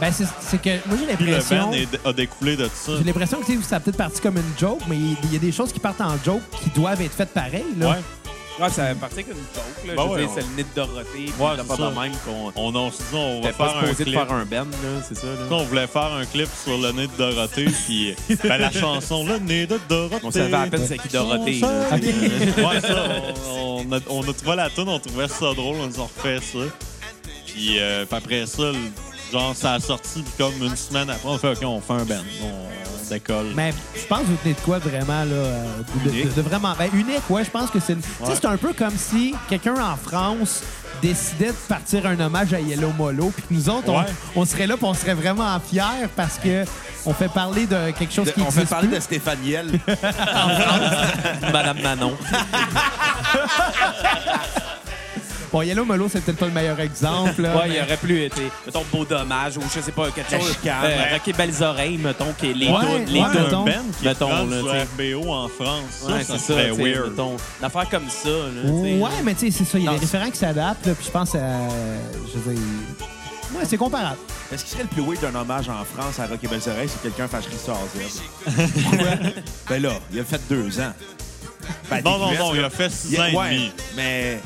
[SPEAKER 5] Ben, c'est c'est que moi, j'ai
[SPEAKER 2] Puis le
[SPEAKER 5] l'impression.
[SPEAKER 2] van est- a découlé de ça.
[SPEAKER 5] J'ai l'impression que tu sais, ça a peut-être parti comme une joke, mais il il y a des choses qui partent en joke qui doivent être faites pareil. Là.
[SPEAKER 2] Ouais.
[SPEAKER 6] Ouais, ça partait qu'une joke, là.
[SPEAKER 2] Ben
[SPEAKER 6] je veux
[SPEAKER 2] ouais,
[SPEAKER 6] dire,
[SPEAKER 2] on-
[SPEAKER 6] c'est le nid de Dorothée.
[SPEAKER 2] Ouais,
[SPEAKER 6] Bah Ouais,
[SPEAKER 2] c'est
[SPEAKER 6] pas
[SPEAKER 2] ça.
[SPEAKER 6] de même qu'on.
[SPEAKER 2] On, on se dit, on va
[SPEAKER 6] T'es pas
[SPEAKER 2] faire un
[SPEAKER 6] supposé de
[SPEAKER 2] clip.
[SPEAKER 6] faire un band, là, c'est ça, là.
[SPEAKER 2] On voulait faire un clip sur le nez de Dorothée, puis ben, la chanson Le nez de Dorothée.
[SPEAKER 6] On savait à peine c'est qui Dorothée, là.
[SPEAKER 2] On savait. Ouais, ça, on, on a, on a trouvé la tune, on trouvait ça drôle, on nous en refait ça. Puis, euh, puis après ça, le- genre, ça a sorti, puis comme une semaine après, on fait OK, on fait un band, on, on décolle.
[SPEAKER 5] Mais je pense que vous tenez de quoi vraiment, là, euh, de, de- de vraiment... Ben, unique, ouais, je pense que c'est... une- Tu sais, c'est un peu comme si quelqu'un en France décidait de partir un hommage à Yellow Molo, puis que nous autres, on-
[SPEAKER 2] Ouais.
[SPEAKER 5] on, serait là, puis on serait vraiment fiers parce que on fait parler de quelque chose
[SPEAKER 4] De-
[SPEAKER 5] qui
[SPEAKER 4] on fait
[SPEAKER 5] existe
[SPEAKER 4] parler
[SPEAKER 5] plus.
[SPEAKER 4] de Stéphane Hiel.
[SPEAKER 6] Madame Manon.
[SPEAKER 5] Bon, Yellow Molo, c'est peut-être pas le meilleur exemple. là,
[SPEAKER 6] Ouais,
[SPEAKER 5] mais-
[SPEAKER 6] il aurait plus été, mettons, beau dommage ou je sais pas, quelque chose.
[SPEAKER 4] chicane,
[SPEAKER 6] Euh, Rocky Belles Oreilles, mettons, qui est les
[SPEAKER 5] Ouais,
[SPEAKER 6] tunes- les
[SPEAKER 5] ouais,
[SPEAKER 2] un
[SPEAKER 6] tunes.
[SPEAKER 5] mettons.
[SPEAKER 2] band qui
[SPEAKER 6] Mettons,
[SPEAKER 2] prend
[SPEAKER 6] là,
[SPEAKER 2] du
[SPEAKER 6] t'sais.
[SPEAKER 2] RBO en France,
[SPEAKER 6] Ouais,
[SPEAKER 2] ça,
[SPEAKER 6] c'est
[SPEAKER 2] ça
[SPEAKER 6] ça,
[SPEAKER 2] serait
[SPEAKER 6] t'sais,
[SPEAKER 2] weird.
[SPEAKER 6] mettons. Une affaire comme ça, là, t'sais.
[SPEAKER 5] Ouais, mais tu sais, c'est ça. Il y a
[SPEAKER 4] Non,
[SPEAKER 5] des référents qui s'adaptent, là, puis je pense à. Je veux dire. Ouais, c'est comparable.
[SPEAKER 4] Est-ce qu'il serait le plus weird d'un hommage en France à Rock et Belles Oreilles si quelqu'un fâche Richard Z? ben là, il a fait deux ans. Ben,
[SPEAKER 2] Non, non,
[SPEAKER 4] TQS,
[SPEAKER 2] non,
[SPEAKER 4] là.
[SPEAKER 2] il a fait six ans
[SPEAKER 4] ouais,
[SPEAKER 2] et demi.
[SPEAKER 4] mais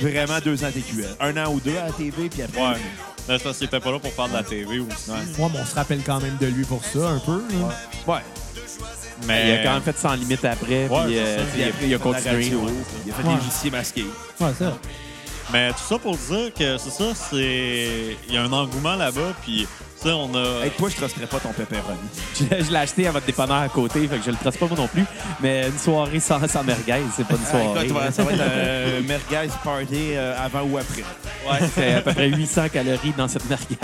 [SPEAKER 4] vraiment deux ans TQS. Un an ou deux à la TV, puis après...
[SPEAKER 2] Ouais. Mais ça, c'était pas là pour faire de la TV aussi.
[SPEAKER 5] Moi, mais on se rappelle quand même de lui pour ça, un peu. là.
[SPEAKER 4] Ouais.
[SPEAKER 2] Mais
[SPEAKER 6] Il a quand même fait sans limite après,
[SPEAKER 2] Ouais,
[SPEAKER 6] puis
[SPEAKER 2] c'est
[SPEAKER 6] euh,
[SPEAKER 2] ça.
[SPEAKER 6] il, a,
[SPEAKER 4] après,
[SPEAKER 6] il a
[SPEAKER 4] fait de la
[SPEAKER 6] continué.
[SPEAKER 4] radio.
[SPEAKER 6] ouais.
[SPEAKER 4] Il a fait
[SPEAKER 5] Ouais.
[SPEAKER 4] des justiciers masqués.
[SPEAKER 5] Ouais, ça.
[SPEAKER 2] Mais tout ça pour dire que c'est ça, c'est. Il y a un engouement là-bas, puis, tu sais, on a.
[SPEAKER 4] Hey, toi, je trosserais pas ton pepperoni.
[SPEAKER 6] Je, je l'ai acheté à votre dépanneur à côté, fait que je le trace pas moi non plus. Mais une soirée sans, sans merguez, c'est pas une
[SPEAKER 4] Ah,
[SPEAKER 6] soirée.
[SPEAKER 4] écoute, ouais, ça va être un merguez party euh, avant ou après.
[SPEAKER 6] Ouais, c'est à peu près 800 calories dans cette merguez.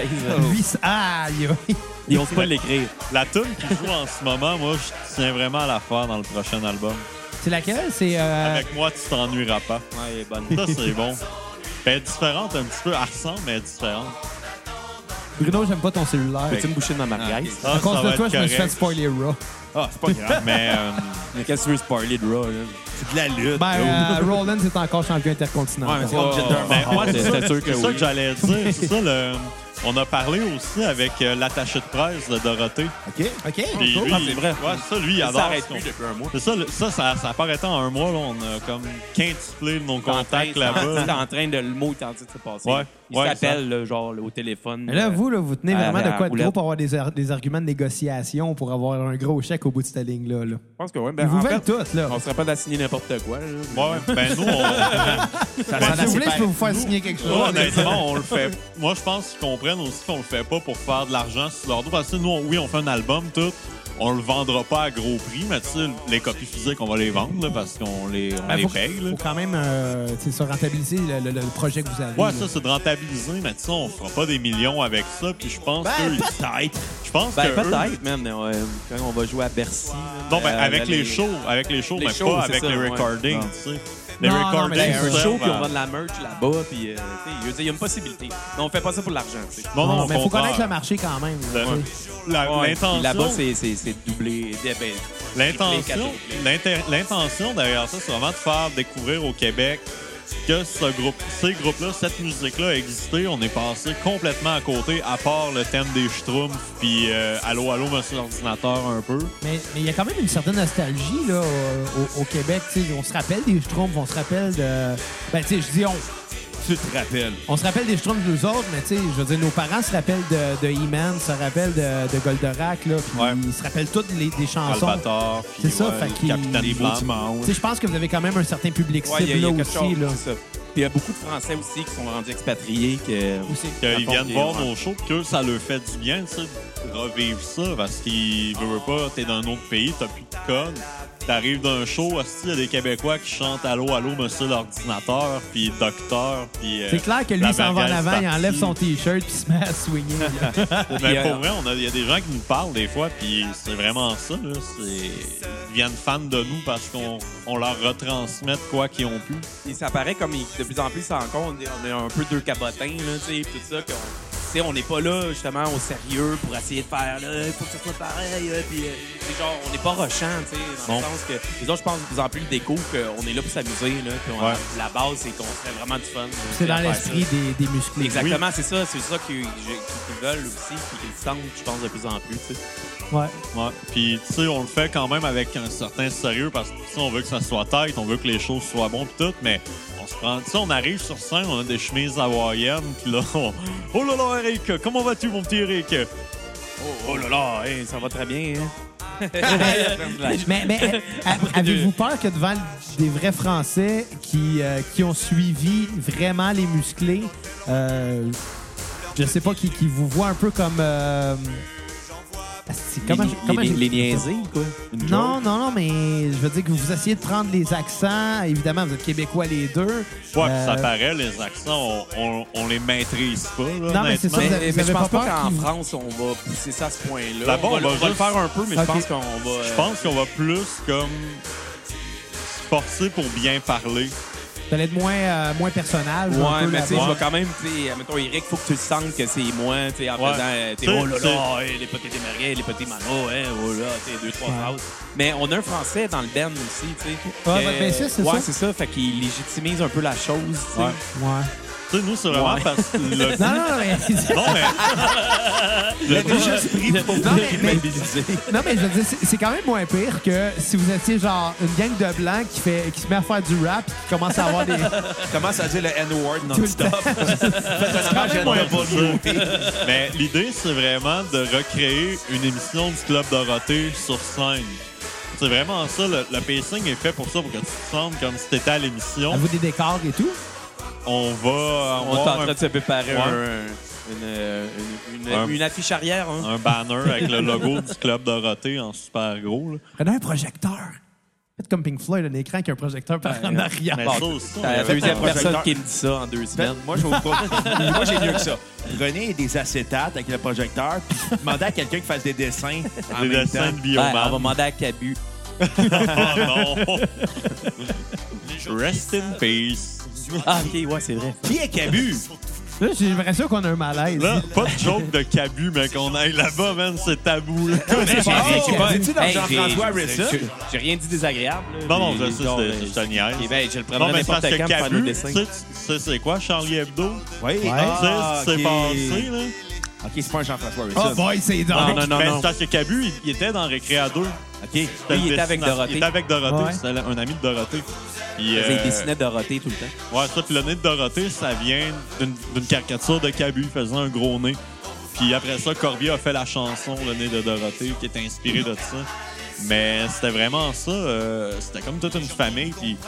[SPEAKER 5] Lui, c'est- aïe, aïe.
[SPEAKER 6] Ils osent pas l'écrire.
[SPEAKER 2] La tune qui joue en ce moment, moi, je tiens vraiment à la faire dans le prochain album.
[SPEAKER 5] C'est laquelle? C'est. euh,
[SPEAKER 2] Avec moi, tu t'ennuieras pas.
[SPEAKER 6] Ouais, elle est bonne.
[SPEAKER 2] Ça, c'est bon. Elle est différente un petit peu. Elle ressemble, mais elle est différente.
[SPEAKER 5] Bruno, j'aime pas ton cellulaire.
[SPEAKER 4] Ben,
[SPEAKER 6] Peux-tu me boucher de ma merguez?
[SPEAKER 2] Ah,
[SPEAKER 5] À
[SPEAKER 2] ça
[SPEAKER 5] cause
[SPEAKER 2] va
[SPEAKER 5] de toi,
[SPEAKER 2] être
[SPEAKER 5] je me suis fait
[SPEAKER 2] correct.
[SPEAKER 5] spoiler Raw.
[SPEAKER 4] Ah, c'est pas grave.
[SPEAKER 2] Mais euh,
[SPEAKER 6] Mais qu'est-ce que tu veux se parler de Raw, là?
[SPEAKER 4] C'est de la lutte.
[SPEAKER 5] Ben, euh, Rollins est encore champion intercontinental.
[SPEAKER 4] Ouais, mais c'est comme Jinder
[SPEAKER 2] ben,
[SPEAKER 4] Mahal.
[SPEAKER 2] ouais, c'est
[SPEAKER 6] C'est
[SPEAKER 2] ça,
[SPEAKER 6] sûr que
[SPEAKER 2] c'est ça
[SPEAKER 6] oui.
[SPEAKER 2] que j'allais dire. C'est ça, le... on a parlé aussi avec euh, l'attaché de presse de Dorothée.
[SPEAKER 4] OK?
[SPEAKER 5] OK.
[SPEAKER 2] Puis
[SPEAKER 5] cool.
[SPEAKER 2] lui,
[SPEAKER 6] Ah, c'est vrai.
[SPEAKER 2] Ouais, ça, lui, il
[SPEAKER 6] Ça
[SPEAKER 2] adore.
[SPEAKER 6] s'arrête
[SPEAKER 2] ce qu'on
[SPEAKER 6] plus
[SPEAKER 2] fait.
[SPEAKER 6] depuis un mois.
[SPEAKER 2] C'est ça, le- ça, ça, ça apparaît en un mois. Là, on a comme quintuplé le non-contact
[SPEAKER 6] hein.
[SPEAKER 2] là-bas.
[SPEAKER 6] T'es en train de le mot, t'es en train de se passer.
[SPEAKER 2] Ouais,
[SPEAKER 6] Il
[SPEAKER 2] ouais,
[SPEAKER 6] s'appelle, là, genre, au téléphone.
[SPEAKER 5] Mais Là,
[SPEAKER 6] euh,
[SPEAKER 5] vous, là, vous tenez
[SPEAKER 6] à
[SPEAKER 5] vraiment
[SPEAKER 6] la
[SPEAKER 5] de quoi de gros
[SPEAKER 6] roulette.
[SPEAKER 5] pour avoir des, ar- des arguments de négociation pour avoir un gros chèque au bout de cette ligne-là. là.
[SPEAKER 6] Je pense que oui.
[SPEAKER 5] Ils
[SPEAKER 6] Ben,
[SPEAKER 5] vous
[SPEAKER 6] en
[SPEAKER 5] veulent
[SPEAKER 6] fait,
[SPEAKER 5] tous, là.
[SPEAKER 6] on serait pas d'assigner n'importe quoi. là.
[SPEAKER 2] Ouais, ben nous, on,
[SPEAKER 5] Ben, si vous voulez, je peux vous faire signer quelque chose.
[SPEAKER 2] nous, honnêtement, on le fait. Moi, je pense qu'ils comprennent aussi qu'on le fait pas pour faire de l'argent sur leur dos. Parce que nous, on- oui, on fait un album, tout. On le vendra pas à gros prix, mais tu sais, les copies physiques, on va les vendre là, parce qu'on les, on
[SPEAKER 5] Ben,
[SPEAKER 2] les
[SPEAKER 5] faut,
[SPEAKER 2] paye. là.
[SPEAKER 5] faut quand même euh, tu sais, se rentabiliser le, le- le projet que vous avez.
[SPEAKER 2] Ouais,
[SPEAKER 5] là.
[SPEAKER 2] ça, c'est de rentabiliser, mais tu sais, on fera pas des millions avec ça. Puis je pense que.
[SPEAKER 4] Ben, peut-être.
[SPEAKER 2] Je pense
[SPEAKER 6] Ben,
[SPEAKER 2] que eux-
[SPEAKER 6] peut-être, man. mais, ouais, quand on va jouer à Bercy.
[SPEAKER 2] Non, ben,
[SPEAKER 6] euh,
[SPEAKER 2] avec les
[SPEAKER 6] les-
[SPEAKER 2] shows, avec les shows,
[SPEAKER 6] Les
[SPEAKER 2] mais
[SPEAKER 6] shows,
[SPEAKER 2] pas
[SPEAKER 6] c'est
[SPEAKER 2] avec
[SPEAKER 6] ça,
[SPEAKER 2] les
[SPEAKER 6] ouais.
[SPEAKER 2] recordings,
[SPEAKER 6] Non.
[SPEAKER 2] tu sais. Les
[SPEAKER 5] Non, non,
[SPEAKER 2] recordings,
[SPEAKER 5] mais les
[SPEAKER 6] Ben, un
[SPEAKER 2] servent
[SPEAKER 6] show, puis
[SPEAKER 2] à-
[SPEAKER 6] on vend de la merch là-bas, puis euh, tu sais, je veux dire, il y a une possibilité. Mais on fait pas ça pour l'argent, tu sais.
[SPEAKER 2] Non, non,
[SPEAKER 5] Non,
[SPEAKER 2] au
[SPEAKER 5] mais il ben, faut
[SPEAKER 2] contraire.
[SPEAKER 5] connaître le marché quand même. là,
[SPEAKER 2] Le-
[SPEAKER 5] tu sais.
[SPEAKER 2] la-
[SPEAKER 6] Ouais, puis Là-bas,
[SPEAKER 2] L'intention,
[SPEAKER 6] c'est- c'est c'est doublé. eh ben,
[SPEAKER 2] l'intention,
[SPEAKER 6] triplé, quadruplé.
[SPEAKER 2] l'inter- l'intention derrière ça, c'est vraiment de faire découvrir au Québec que ce groupe, ces groupes-là, cette musique-là a existé. On est passé complètement à côté, à part le thème des Schtroumpfs, puis euh, Allô, allô, monsieur l'ordinateur, un peu.
[SPEAKER 5] Mais mais il y a quand même une certaine nostalgie là, au, au- au Québec. tu sais. On se rappelle des Schtroumpfs, on se rappelle de. Ben, tu sais, je dis on.
[SPEAKER 4] tu te rappelles.
[SPEAKER 5] On se rappelle des Schtroumpfs nous autres, mais tu sais, je veux dire, nos parents se rappellent de, de E-Man, se rappellent de, de Goldorak, là, puis
[SPEAKER 2] Ouais.
[SPEAKER 5] ils se rappellent toutes les, des chansons.
[SPEAKER 2] Albator,
[SPEAKER 5] C'est ça, fait qu'il-
[SPEAKER 2] Capitaine
[SPEAKER 5] Les
[SPEAKER 4] Beaux
[SPEAKER 2] Flamme.
[SPEAKER 5] Tu
[SPEAKER 4] dimanches.
[SPEAKER 5] sais, je pense que vous avez quand même un certain public
[SPEAKER 1] Ouais,
[SPEAKER 5] cible
[SPEAKER 1] il y a, il y a
[SPEAKER 5] là
[SPEAKER 1] quelque
[SPEAKER 5] aussi.
[SPEAKER 1] chose,
[SPEAKER 5] Là.
[SPEAKER 1] c'est ça. Puis il y a beaucoup de Français aussi qui sont rendus expatriés. Que...
[SPEAKER 5] Aussi.
[SPEAKER 2] Qu'ils
[SPEAKER 1] Japon,
[SPEAKER 2] viennent
[SPEAKER 1] qui-
[SPEAKER 2] voir
[SPEAKER 1] ouais.
[SPEAKER 2] nos shows, puis que ça leur fait du bien, tu sais, de revivre ça, parce qu'ils veulent veulent pas, t'es dans un autre pays, t'as plus de code. T'arrives d'un show, hostie, il y a des Québécois qui chantent Allô, allô, monsieur l'ordinateur, puis docteur, puis. euh,
[SPEAKER 5] C'est clair que lui,
[SPEAKER 2] la
[SPEAKER 5] il s'en va en
[SPEAKER 2] merguez
[SPEAKER 5] avant, il
[SPEAKER 2] partie.
[SPEAKER 5] enlève son T-shirt puis se met à swinguer. là.
[SPEAKER 2] Mais
[SPEAKER 1] Puis, euh,
[SPEAKER 2] pour vrai, on a- il y a des gens qui nous parlent des fois, puis c'est vraiment ça. Là, c'est- ils deviennent fans de nous parce qu'on on leur retransmet de quoi qu'ils ont pu.
[SPEAKER 1] Puis ça paraît comme il- de plus en plus encore, on est, on est un peu deux cabotins, là, tu sais, tout ça. qu'on- tu sais, on n'est pas là, justement, au sérieux pour essayer de faire, là, faut que ça soit pareil, là, puis euh, c'est genre, on n'est pas rochant, tu sais, dans
[SPEAKER 2] Non.
[SPEAKER 1] le sens que les autres, je pense, de plus en plus, ils découvrent qu'on est là pour s'amuser, là, puis on-
[SPEAKER 2] Ouais.
[SPEAKER 1] la base, c'est qu'on serait vraiment du fun. là,
[SPEAKER 5] C'est
[SPEAKER 1] puis
[SPEAKER 5] dans
[SPEAKER 1] à faire
[SPEAKER 5] l'esprit
[SPEAKER 1] ça.
[SPEAKER 5] des, des musclés.
[SPEAKER 1] Exactement, c'est ça, c'est ça qu'ils qu'ils- qu'ils veulent aussi, puis qu'ils sentent, je pense, de plus en plus, tu sais.
[SPEAKER 5] Ouais.
[SPEAKER 2] Ouais. Puis, tu sais, on le fait quand même avec un certain sérieux parce que, tu sais, on veut que ça soit tête, on veut que les choses soient bonnes puis tout, mais on se prend... Tu sais, on arrive sur scène, on a des chemises hawaïennes, puis là, on... Oh là là, Eric, comment vas-tu, mon petit Eric?
[SPEAKER 1] Oh là là, hey, ça va très bien, hein?
[SPEAKER 5] Mais, mais euh, a- avez-vous peur que devant des vrais Français qui, euh, qui ont suivi vraiment les musclés, euh, je sais pas, qui, qui vous voient un peu comme... euh, asti, comment je- comment j'ai-
[SPEAKER 1] quoi.
[SPEAKER 5] Non, non, non, mais je veux dire que vous essayez de prendre les accents. Évidemment, vous êtes québécois les deux.
[SPEAKER 2] Ouais,
[SPEAKER 5] Euh,
[SPEAKER 2] puis ça paraît, les accents, on, on- on les maîtrise pas, là,
[SPEAKER 5] Non, mais
[SPEAKER 2] honnêtement.
[SPEAKER 5] c'est ça,
[SPEAKER 1] Mais,
[SPEAKER 5] vous avez-
[SPEAKER 1] mais
[SPEAKER 5] vous avez
[SPEAKER 1] je pense
[SPEAKER 5] pas
[SPEAKER 1] pas,
[SPEAKER 5] peur
[SPEAKER 1] qu'en
[SPEAKER 5] qu'il-
[SPEAKER 1] France, on va pousser ça à ce point-là.
[SPEAKER 2] Là-bas,
[SPEAKER 1] on va,
[SPEAKER 2] on
[SPEAKER 1] on
[SPEAKER 2] va
[SPEAKER 1] va le
[SPEAKER 2] juste-
[SPEAKER 1] faire un peu, mais
[SPEAKER 5] Ok.
[SPEAKER 1] je pense qu'on va.
[SPEAKER 2] Je pense qu'on va plus comme se forcer pour bien parler.
[SPEAKER 5] Ça va être moins, euh, moins personnage. un
[SPEAKER 1] Ouais,
[SPEAKER 5] peu
[SPEAKER 1] mais tu sais, je
[SPEAKER 5] là-bas.
[SPEAKER 1] vais quand même, tu sais, mettons, Eric, faut que tu le sentes que c'est moi, tu sais, en
[SPEAKER 2] Ouais.
[SPEAKER 1] faisant, euh, tu
[SPEAKER 2] Tu
[SPEAKER 1] sais,
[SPEAKER 2] sais,
[SPEAKER 1] oh là
[SPEAKER 2] tu sais.
[SPEAKER 1] là, hey, les potés démarrés, les potés mano, hein, oh là, tu sais, deux, trois
[SPEAKER 5] Ouais.
[SPEAKER 1] phrases. Mais on a un français dans le band aussi, tu sais.
[SPEAKER 5] Ouais,
[SPEAKER 1] que-
[SPEAKER 5] votre bassiste, c'est
[SPEAKER 1] ouais,
[SPEAKER 5] ça?
[SPEAKER 1] c'est ça, fait qu'il légitimise un peu la chose, tu sais.
[SPEAKER 2] Ouais.
[SPEAKER 5] Ouais.
[SPEAKER 2] Tu sais, nous, c'est vraiment
[SPEAKER 1] Ouais.
[SPEAKER 2] parce que le...
[SPEAKER 5] Non, non, non, mais,
[SPEAKER 2] Non, mais
[SPEAKER 5] non, mais- mais- non, mais je veux dire, c'est- c'est quand même moins pire que si vous étiez genre une gang de blancs qui, fait, qui se met à faire du rap et qui commence à avoir des.
[SPEAKER 4] Comment ça dit le N-word non-stop?
[SPEAKER 2] c'est moins pas ça. Mais l'idée, c'est vraiment de recréer une émission du Club Dorothée sur scène. C'est vraiment ça. Le, le pacing est fait pour ça, pour que tu te sentes comme si t'étais à
[SPEAKER 5] à
[SPEAKER 2] l'émission.
[SPEAKER 5] vous des décors et tout.
[SPEAKER 2] On va
[SPEAKER 1] On est en
[SPEAKER 2] avoir
[SPEAKER 1] train
[SPEAKER 2] un,
[SPEAKER 1] de se préparer
[SPEAKER 2] Ouais.
[SPEAKER 1] un- une, euh, une, une-
[SPEAKER 2] Un-
[SPEAKER 1] une affiche arrière, hein.
[SPEAKER 2] un banner avec le logo du Club Dorothée en super gros. là.
[SPEAKER 5] Prenez un projecteur. Faites comme Pink Floyd, un écran qui a un projecteur par en arrière.
[SPEAKER 2] Mais
[SPEAKER 1] Ah, Bon,
[SPEAKER 2] ça aussi, on
[SPEAKER 1] T'as la
[SPEAKER 2] avait
[SPEAKER 1] deuxième
[SPEAKER 2] fait-
[SPEAKER 1] personne qui me dit ça en deux semaines.
[SPEAKER 4] Moi, je vois pas. Moi, j'ai mieux que ça. Prenez des acétates avec le projecteur, puis demandez à quelqu'un qui fasse des dessins. en
[SPEAKER 2] des
[SPEAKER 4] même
[SPEAKER 2] dessins
[SPEAKER 4] temps.
[SPEAKER 2] de
[SPEAKER 1] Ben,
[SPEAKER 2] Bioman.
[SPEAKER 1] on va demander à Cabu.
[SPEAKER 2] Oh non! Rest in peace.
[SPEAKER 1] Ah, ok, ouais, c'est vrai.
[SPEAKER 4] Qui est Cabu?
[SPEAKER 5] Là, j'ai l'impression qu'on a un malaise.
[SPEAKER 2] Là, pas de joke de cabu, mais qu'on aille là-bas, man, c'est tabou. là.
[SPEAKER 4] Oh,
[SPEAKER 5] pas-
[SPEAKER 4] t'es-tu dans
[SPEAKER 1] Hey,
[SPEAKER 4] Jean-François
[SPEAKER 1] j'ai-
[SPEAKER 4] Harrison?
[SPEAKER 1] j'ai- J'ai rien dit désagréable. là.
[SPEAKER 2] Non, non,
[SPEAKER 1] Les-
[SPEAKER 2] je
[SPEAKER 1] les
[SPEAKER 2] sais,
[SPEAKER 1] gens,
[SPEAKER 2] c'est-
[SPEAKER 1] ben,
[SPEAKER 2] je te niaise.
[SPEAKER 1] Ok, ben, je le prendrai
[SPEAKER 2] Non, mais c'est
[SPEAKER 1] n'importe
[SPEAKER 2] parce
[SPEAKER 1] quand
[SPEAKER 2] que
[SPEAKER 1] pour faire nos
[SPEAKER 2] Cabu, tu
[SPEAKER 1] dessins.
[SPEAKER 2] sais, tu sais, c'est quoi Charlie Hebdo?
[SPEAKER 4] Oui.
[SPEAKER 1] Ah,
[SPEAKER 2] Tu sais, c'est
[SPEAKER 4] ok.
[SPEAKER 2] passé, là.
[SPEAKER 4] OK, c'est pas un
[SPEAKER 2] Ah,
[SPEAKER 4] Jean-François
[SPEAKER 5] Oh
[SPEAKER 4] Harrison.
[SPEAKER 5] boy, c'est
[SPEAKER 1] Non,
[SPEAKER 5] dingue.
[SPEAKER 1] Ah, non, non,
[SPEAKER 2] Ben,
[SPEAKER 1] non.
[SPEAKER 2] c'est parce que Cabu, il, il était dans Récréa 2.
[SPEAKER 4] OK. Est-ce
[SPEAKER 2] C'était
[SPEAKER 1] il
[SPEAKER 2] le
[SPEAKER 1] était avec
[SPEAKER 2] dessinateur.
[SPEAKER 1] Dorothée.
[SPEAKER 2] Il était avec Dorothée,
[SPEAKER 5] Ouais.
[SPEAKER 2] c'était un ami de Dorothée. Puis,
[SPEAKER 1] Il
[SPEAKER 2] euh,
[SPEAKER 1] dessinait Dorothée tout le temps.
[SPEAKER 2] Ouais, ça, puis le nez de Dorothée, ça vient d'une d'une caricature de Cabu faisant un gros nez. Puis après ça, Corbier a fait la chanson Le nez de Dorothée qui est inspirée de ça. Mais c'était vraiment ça. euh, c'était comme toute une famille. Puis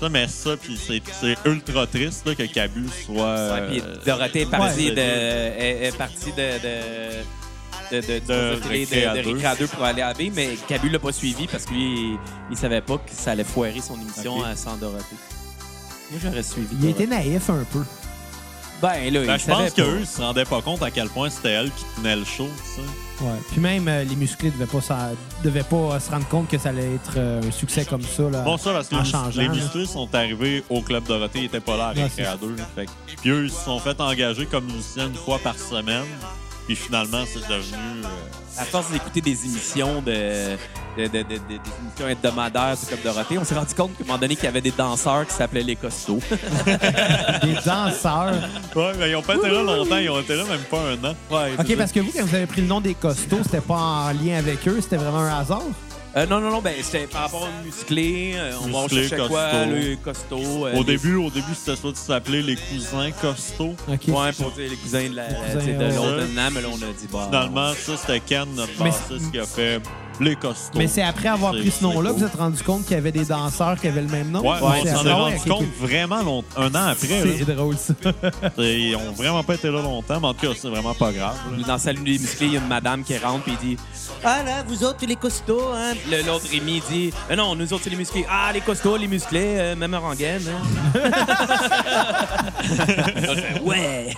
[SPEAKER 2] ça, mais ça, puis c'est c'est ultra triste là, que Cabu soit.
[SPEAKER 1] Ouais, puis
[SPEAKER 2] euh,
[SPEAKER 1] Dorothée est partie
[SPEAKER 2] ouais. Ben,
[SPEAKER 1] de. est- est partie de. de de, de,
[SPEAKER 2] De Récréa deux.
[SPEAKER 1] Récréa 2 pour aller à B, mais Cabu l'a pas suivi parce que lui, il, il savait pas que ça allait foirer son émission
[SPEAKER 2] Ok.
[SPEAKER 1] à sans Dorothée. Moi, j'aurais suivi.
[SPEAKER 5] Il était
[SPEAKER 1] Dorothée.
[SPEAKER 5] naïf un peu.
[SPEAKER 1] Ben là,
[SPEAKER 2] Ben,
[SPEAKER 1] il
[SPEAKER 2] je
[SPEAKER 1] savait
[SPEAKER 2] pense
[SPEAKER 1] pas.
[SPEAKER 2] qu'eux, ils se rendaient pas compte à quel point c'était elle qui tenait le show, ça.
[SPEAKER 5] Ouais. Puis même euh, les musclés devaient pas, s'en- devaient pas euh, se rendre compte que ça allait être euh, un succès comme ça. Là,
[SPEAKER 2] Bon, ça, parce que
[SPEAKER 5] en
[SPEAKER 2] les-
[SPEAKER 5] changeant,
[SPEAKER 2] les
[SPEAKER 5] là.
[SPEAKER 2] musclés sont arrivés au Club Dorothée, ils étaient pas là à
[SPEAKER 5] Ouais,
[SPEAKER 2] Récréa 2. Fait que- Puis eux, ils se sont fait engager comme musiciens une fois par semaine. Puis finalement, c'est devenu... euh,
[SPEAKER 1] À force d'écouter des émissions de, de, de- de- de- des émissions hebdomadaires du Club Dorothée, on s'est rendu compte qu'à un moment donné qu'il y avait des danseurs qui s'appelaient les costauds.
[SPEAKER 5] Des danseurs.
[SPEAKER 2] Ouais, mais ils ont pas été là longtemps. Ils ont été là même pas un an. Ouais,
[SPEAKER 5] OK, parce que vous, quand vous avez pris le nom des costauds, c'était pas en lien avec eux, c'était vraiment un hasard.
[SPEAKER 6] Euh, non, non, non, ben c'était par rapport au musclé. euh, on va
[SPEAKER 2] Musclé,
[SPEAKER 6] chercher quoi,
[SPEAKER 2] costaud.
[SPEAKER 6] le costaud. euh,
[SPEAKER 2] Au
[SPEAKER 6] les-
[SPEAKER 2] début, au début, c'était ça, tu s'appelais les cousins costauds.
[SPEAKER 5] OK.
[SPEAKER 6] Ouais, pour dire les cousins de la-
[SPEAKER 5] cousins,
[SPEAKER 6] tu sais, de
[SPEAKER 5] ouais.
[SPEAKER 6] l'autre nom, mais là, on a dit, bah.
[SPEAKER 2] Finalement, ça, c'était Ken, notre
[SPEAKER 5] Mais-
[SPEAKER 2] bassiste, qui a fait les costauds.
[SPEAKER 5] Mais c'est après avoir
[SPEAKER 2] C'est-
[SPEAKER 5] pris ce nom-là
[SPEAKER 2] c'est
[SPEAKER 5] que vous êtes rendu compte qu'il y avait des danseurs qui avaient le même nom?
[SPEAKER 2] Ouais, on
[SPEAKER 5] c'est-
[SPEAKER 2] s'en est
[SPEAKER 5] ah ouais,
[SPEAKER 2] rendu
[SPEAKER 5] ok,
[SPEAKER 2] compte
[SPEAKER 5] ok.
[SPEAKER 2] vraiment long- un an après. là.
[SPEAKER 5] C'est drôle, ça.
[SPEAKER 2] Et Ils ont vraiment pas été là longtemps, mais en tout cas, c'est vraiment pas grave. là.
[SPEAKER 6] Dans la salle des musclés, il y a une madame qui rentre puis il dit Ah là, vous autres, les costauds, hein? Puis le- L'autre Rémi il dit Ah Non, nous autres, c'est les musclés. Ah, les costauds, les musclés, euh, même rengaine. Hein? ouais!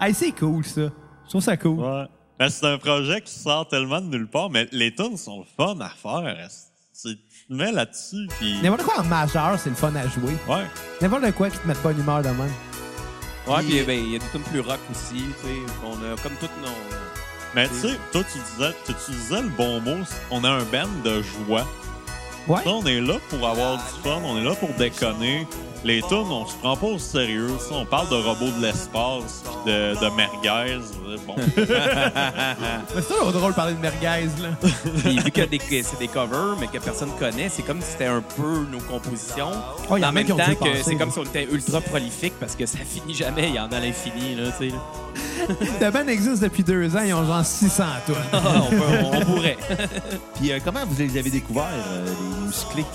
[SPEAKER 5] Hey, c'est cool, ça. Je trouve ça cool.
[SPEAKER 2] Ouais. Ben, c'est un projet qui sort tellement de nulle part, mais les tunes sont le fun à faire. C'est- Tu te mets là-dessus, puis...
[SPEAKER 5] N'importe quoi en majeur, c'est le fun à jouer.
[SPEAKER 2] Ouais.
[SPEAKER 5] N'importe quoi qui te mette bonne humeur de même.
[SPEAKER 6] Ouais, puis ben, il y a des tunes plus rock aussi, tu sais. On a comme toutes nos.
[SPEAKER 2] Mais tu sais, toi, tu disais, tu utilisais le bon mot. On a un band de joie.
[SPEAKER 5] Ouais.
[SPEAKER 2] Ça, on est là pour avoir du fun, on est là pour déconner. Les tunes, on se prend pas au sérieux. Ça, on parle de robots de l'espace, pis de, de merguez. Bon,
[SPEAKER 5] Mais c'est toujours drôle de parler de merguez, là.
[SPEAKER 6] Puis vu que des- que c'est des covers, mais que personne connaît, c'est comme si c'était un peu nos compositions.
[SPEAKER 5] Oh, y en
[SPEAKER 6] en
[SPEAKER 5] a
[SPEAKER 6] même
[SPEAKER 5] qui ont dû
[SPEAKER 6] temps
[SPEAKER 5] y penser,
[SPEAKER 6] que c'est
[SPEAKER 5] là.
[SPEAKER 6] comme si on était ultra prolifique parce que ça finit jamais, il y en a à l'infini, là, tu sais.
[SPEAKER 5] Le band existe depuis deux ans, ils ont genre 600 toi.
[SPEAKER 6] Ah, on, peut- on- on pourrait.
[SPEAKER 4] Puis euh, comment vous les avez découverts, euh, les musclés?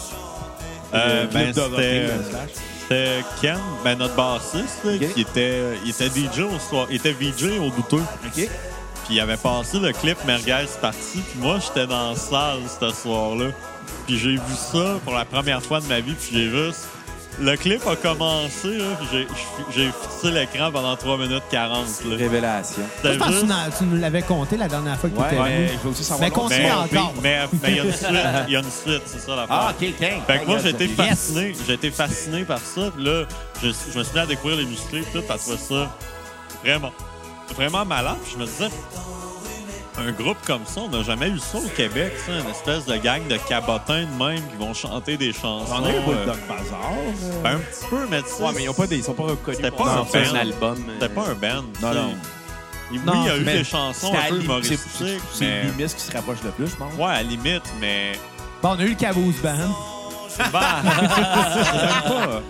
[SPEAKER 2] Euh,
[SPEAKER 4] Le
[SPEAKER 2] ben,
[SPEAKER 4] club Dorothée,
[SPEAKER 2] c'était-
[SPEAKER 4] euh, slash.
[SPEAKER 2] c'était Ken, ben, notre bassiste, là,
[SPEAKER 4] Ok.
[SPEAKER 2] qui était, il était DJ au soir. Il était VJ au douteux.
[SPEAKER 4] OK.
[SPEAKER 2] Puis il avait passé le clip Merguez c'est parti. Puis moi, j'étais dans la salle ce soir-là. Puis j'ai vu ça pour la première fois de ma vie. Puis j'ai juste. Le clip a commencé. là, puis j'ai- j'ai fixé l'écran pendant 3 minutes 40. Là.
[SPEAKER 4] Révélation.
[SPEAKER 5] Je
[SPEAKER 2] C'était
[SPEAKER 5] pense que
[SPEAKER 2] juste-
[SPEAKER 5] tu n'en- tu nous l'avais compté la dernière fois que tu
[SPEAKER 4] Ouais,
[SPEAKER 5] étais
[SPEAKER 4] ouais,
[SPEAKER 5] venu.
[SPEAKER 4] je veux aussi savoir.
[SPEAKER 5] Mais
[SPEAKER 4] l'autre.
[SPEAKER 5] qu'on
[SPEAKER 2] mais,
[SPEAKER 5] sait encore.
[SPEAKER 2] mais- mais il y a une suite, il y a une suite, c'est ça la
[SPEAKER 4] Ah, OK, tiens.
[SPEAKER 2] Fait que moi, j'ai été
[SPEAKER 4] Yes.
[SPEAKER 2] fasciné. J'ai été fasciné par ça. Puis là, je, je me suis mis à découvrir les musclés. Puis tout, à trouver ça vraiment, vraiment malade. Puis je me disais, un groupe comme ça, on n'a jamais eu ça au Québec. ça, une espèce de gang de cabotins de même qui vont chanter des chansons.
[SPEAKER 4] On a eu le
[SPEAKER 2] euh,
[SPEAKER 4] Bulldog Bazaar. euh,
[SPEAKER 2] ben, un petit peu, mais tu sais,
[SPEAKER 6] Ouais, mais ils ont pas des, ils sont pas reconnus.
[SPEAKER 2] C'était
[SPEAKER 6] pour
[SPEAKER 2] pas
[SPEAKER 6] en
[SPEAKER 2] un
[SPEAKER 6] faire
[SPEAKER 2] band.
[SPEAKER 6] un album.
[SPEAKER 2] c'était pas un band. tu
[SPEAKER 4] Non,
[SPEAKER 2] sais.
[SPEAKER 4] non.
[SPEAKER 2] Oui,
[SPEAKER 5] Non,
[SPEAKER 2] il y a eu
[SPEAKER 4] mais
[SPEAKER 2] des chansons
[SPEAKER 4] c'était
[SPEAKER 2] un peu
[SPEAKER 4] à la limite,
[SPEAKER 2] humoristiques.
[SPEAKER 4] c'est- C'est
[SPEAKER 2] mais...
[SPEAKER 4] Lumis qui se rapproche le plus, je pense.
[SPEAKER 2] Ouais, à la limite, mais.
[SPEAKER 5] Bon, on a eu le Caboose Band.
[SPEAKER 2] Bah, c'est même pas-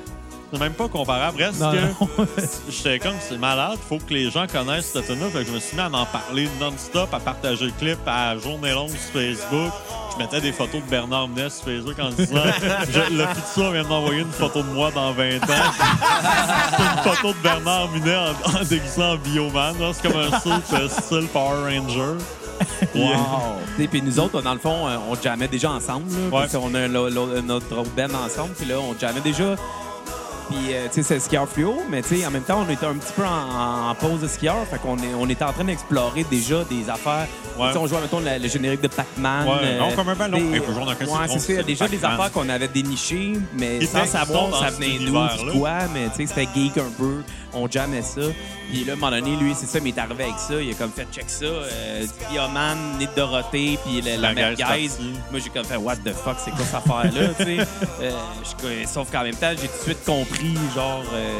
[SPEAKER 2] c'est même pas comparable. Reste
[SPEAKER 5] Non,
[SPEAKER 2] que
[SPEAKER 5] non.
[SPEAKER 2] j'étais comme c'est malade, faut que les gens connaissent cette tune-là. Fait que je me suis mis à en parler non-stop, à partager le clip à journée longue sur Facebook. Je mettais des photos de Bernard Menet sur Facebook en disant je- Le futur vient de m'envoyer une photo de moi dans 20 ans. C'est une photo de Bernard Minet en, en déguisant en bioman. là. C'est comme un saut euh, style Power Ranger. Puis, euh,
[SPEAKER 6] Et puis nous autres, dans le fond, euh, on jammait déjà ensemble. là, parce
[SPEAKER 2] Ouais.
[SPEAKER 6] qu'on a l'au- l'au- notre autre band ensemble, puis là, on jammait déjà. Puis, euh, tu sais, c'est skieur fluo, mais tu sais, en même temps, on était un petit peu en, en pause de skieur. Fait qu'on est, on était en train d'explorer déjà des affaires.
[SPEAKER 2] Ouais.
[SPEAKER 6] Tu sais, on jouait, mettons, la- le générique de Pac-Man. euh,
[SPEAKER 2] Ouais, non, comme un ballon. Et puis, genre, dans
[SPEAKER 6] ouais,
[SPEAKER 2] quel citron,
[SPEAKER 6] c'est ça. Il y a
[SPEAKER 2] c'est
[SPEAKER 6] déjà des
[SPEAKER 2] Pac-Man.
[SPEAKER 6] affaires qu'on avait dénichées, mais
[SPEAKER 2] Qui
[SPEAKER 6] sans
[SPEAKER 2] fait- sont
[SPEAKER 6] savoir
[SPEAKER 2] dans
[SPEAKER 6] ça
[SPEAKER 2] cet
[SPEAKER 6] venait d'où,
[SPEAKER 2] univers-là.
[SPEAKER 6] du quoi. Mais, tu sais, c'était geek un peu. On jammait ça. Puis là, à un moment donné, lui, c'est ça, mais il est arrivé avec ça. Il a comme fait check ça. Euh, Bioman, Nid Dorothée, puis la, la
[SPEAKER 2] Merguez
[SPEAKER 6] merguez.
[SPEAKER 2] partie.
[SPEAKER 6] Moi, j'ai comme fait, what the fuck, c'est quoi cette affaire-là, tu sais? Euh, je- sauf qu'en même temps, j'ai tout de suite compris, genre, euh,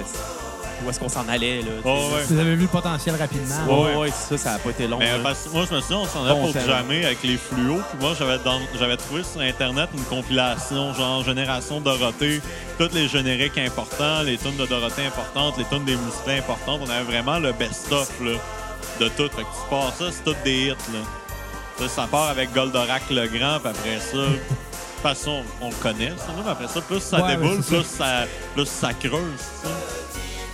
[SPEAKER 6] où est-ce qu'on s'en allait, là. tu sais.
[SPEAKER 2] oh, ouais.
[SPEAKER 5] Vous avez vu le potentiel rapidement.
[SPEAKER 2] Ouais.
[SPEAKER 6] Ah, Ouais, ouais, c'est ça, ça a pas été long.
[SPEAKER 2] Mais
[SPEAKER 6] là.
[SPEAKER 2] parce que moi, je me souviens, on s'en allait
[SPEAKER 6] Bon
[SPEAKER 2] pour
[SPEAKER 6] talent.
[SPEAKER 2] jamais avec les fluos. Puis moi, j'avais dans- j'avais trouvé sur Internet une compilation, genre Génération Dorothée, tous les génériques importants, les tunes de Dorothée importantes, les tunes des musiciens importantes. On avait vraiment le best-of là, de tout. Fait que tu pars ça, c'est tout des hits. Là. Ça, ça part avec Goldorak le Grand, puis après ça. De toute façon, on le connaît, ça, là, mais après ça, plus ça
[SPEAKER 5] Ouais,
[SPEAKER 2] déboule,
[SPEAKER 5] ouais, c'est
[SPEAKER 2] plus ça, plus ça creuse. tu sais.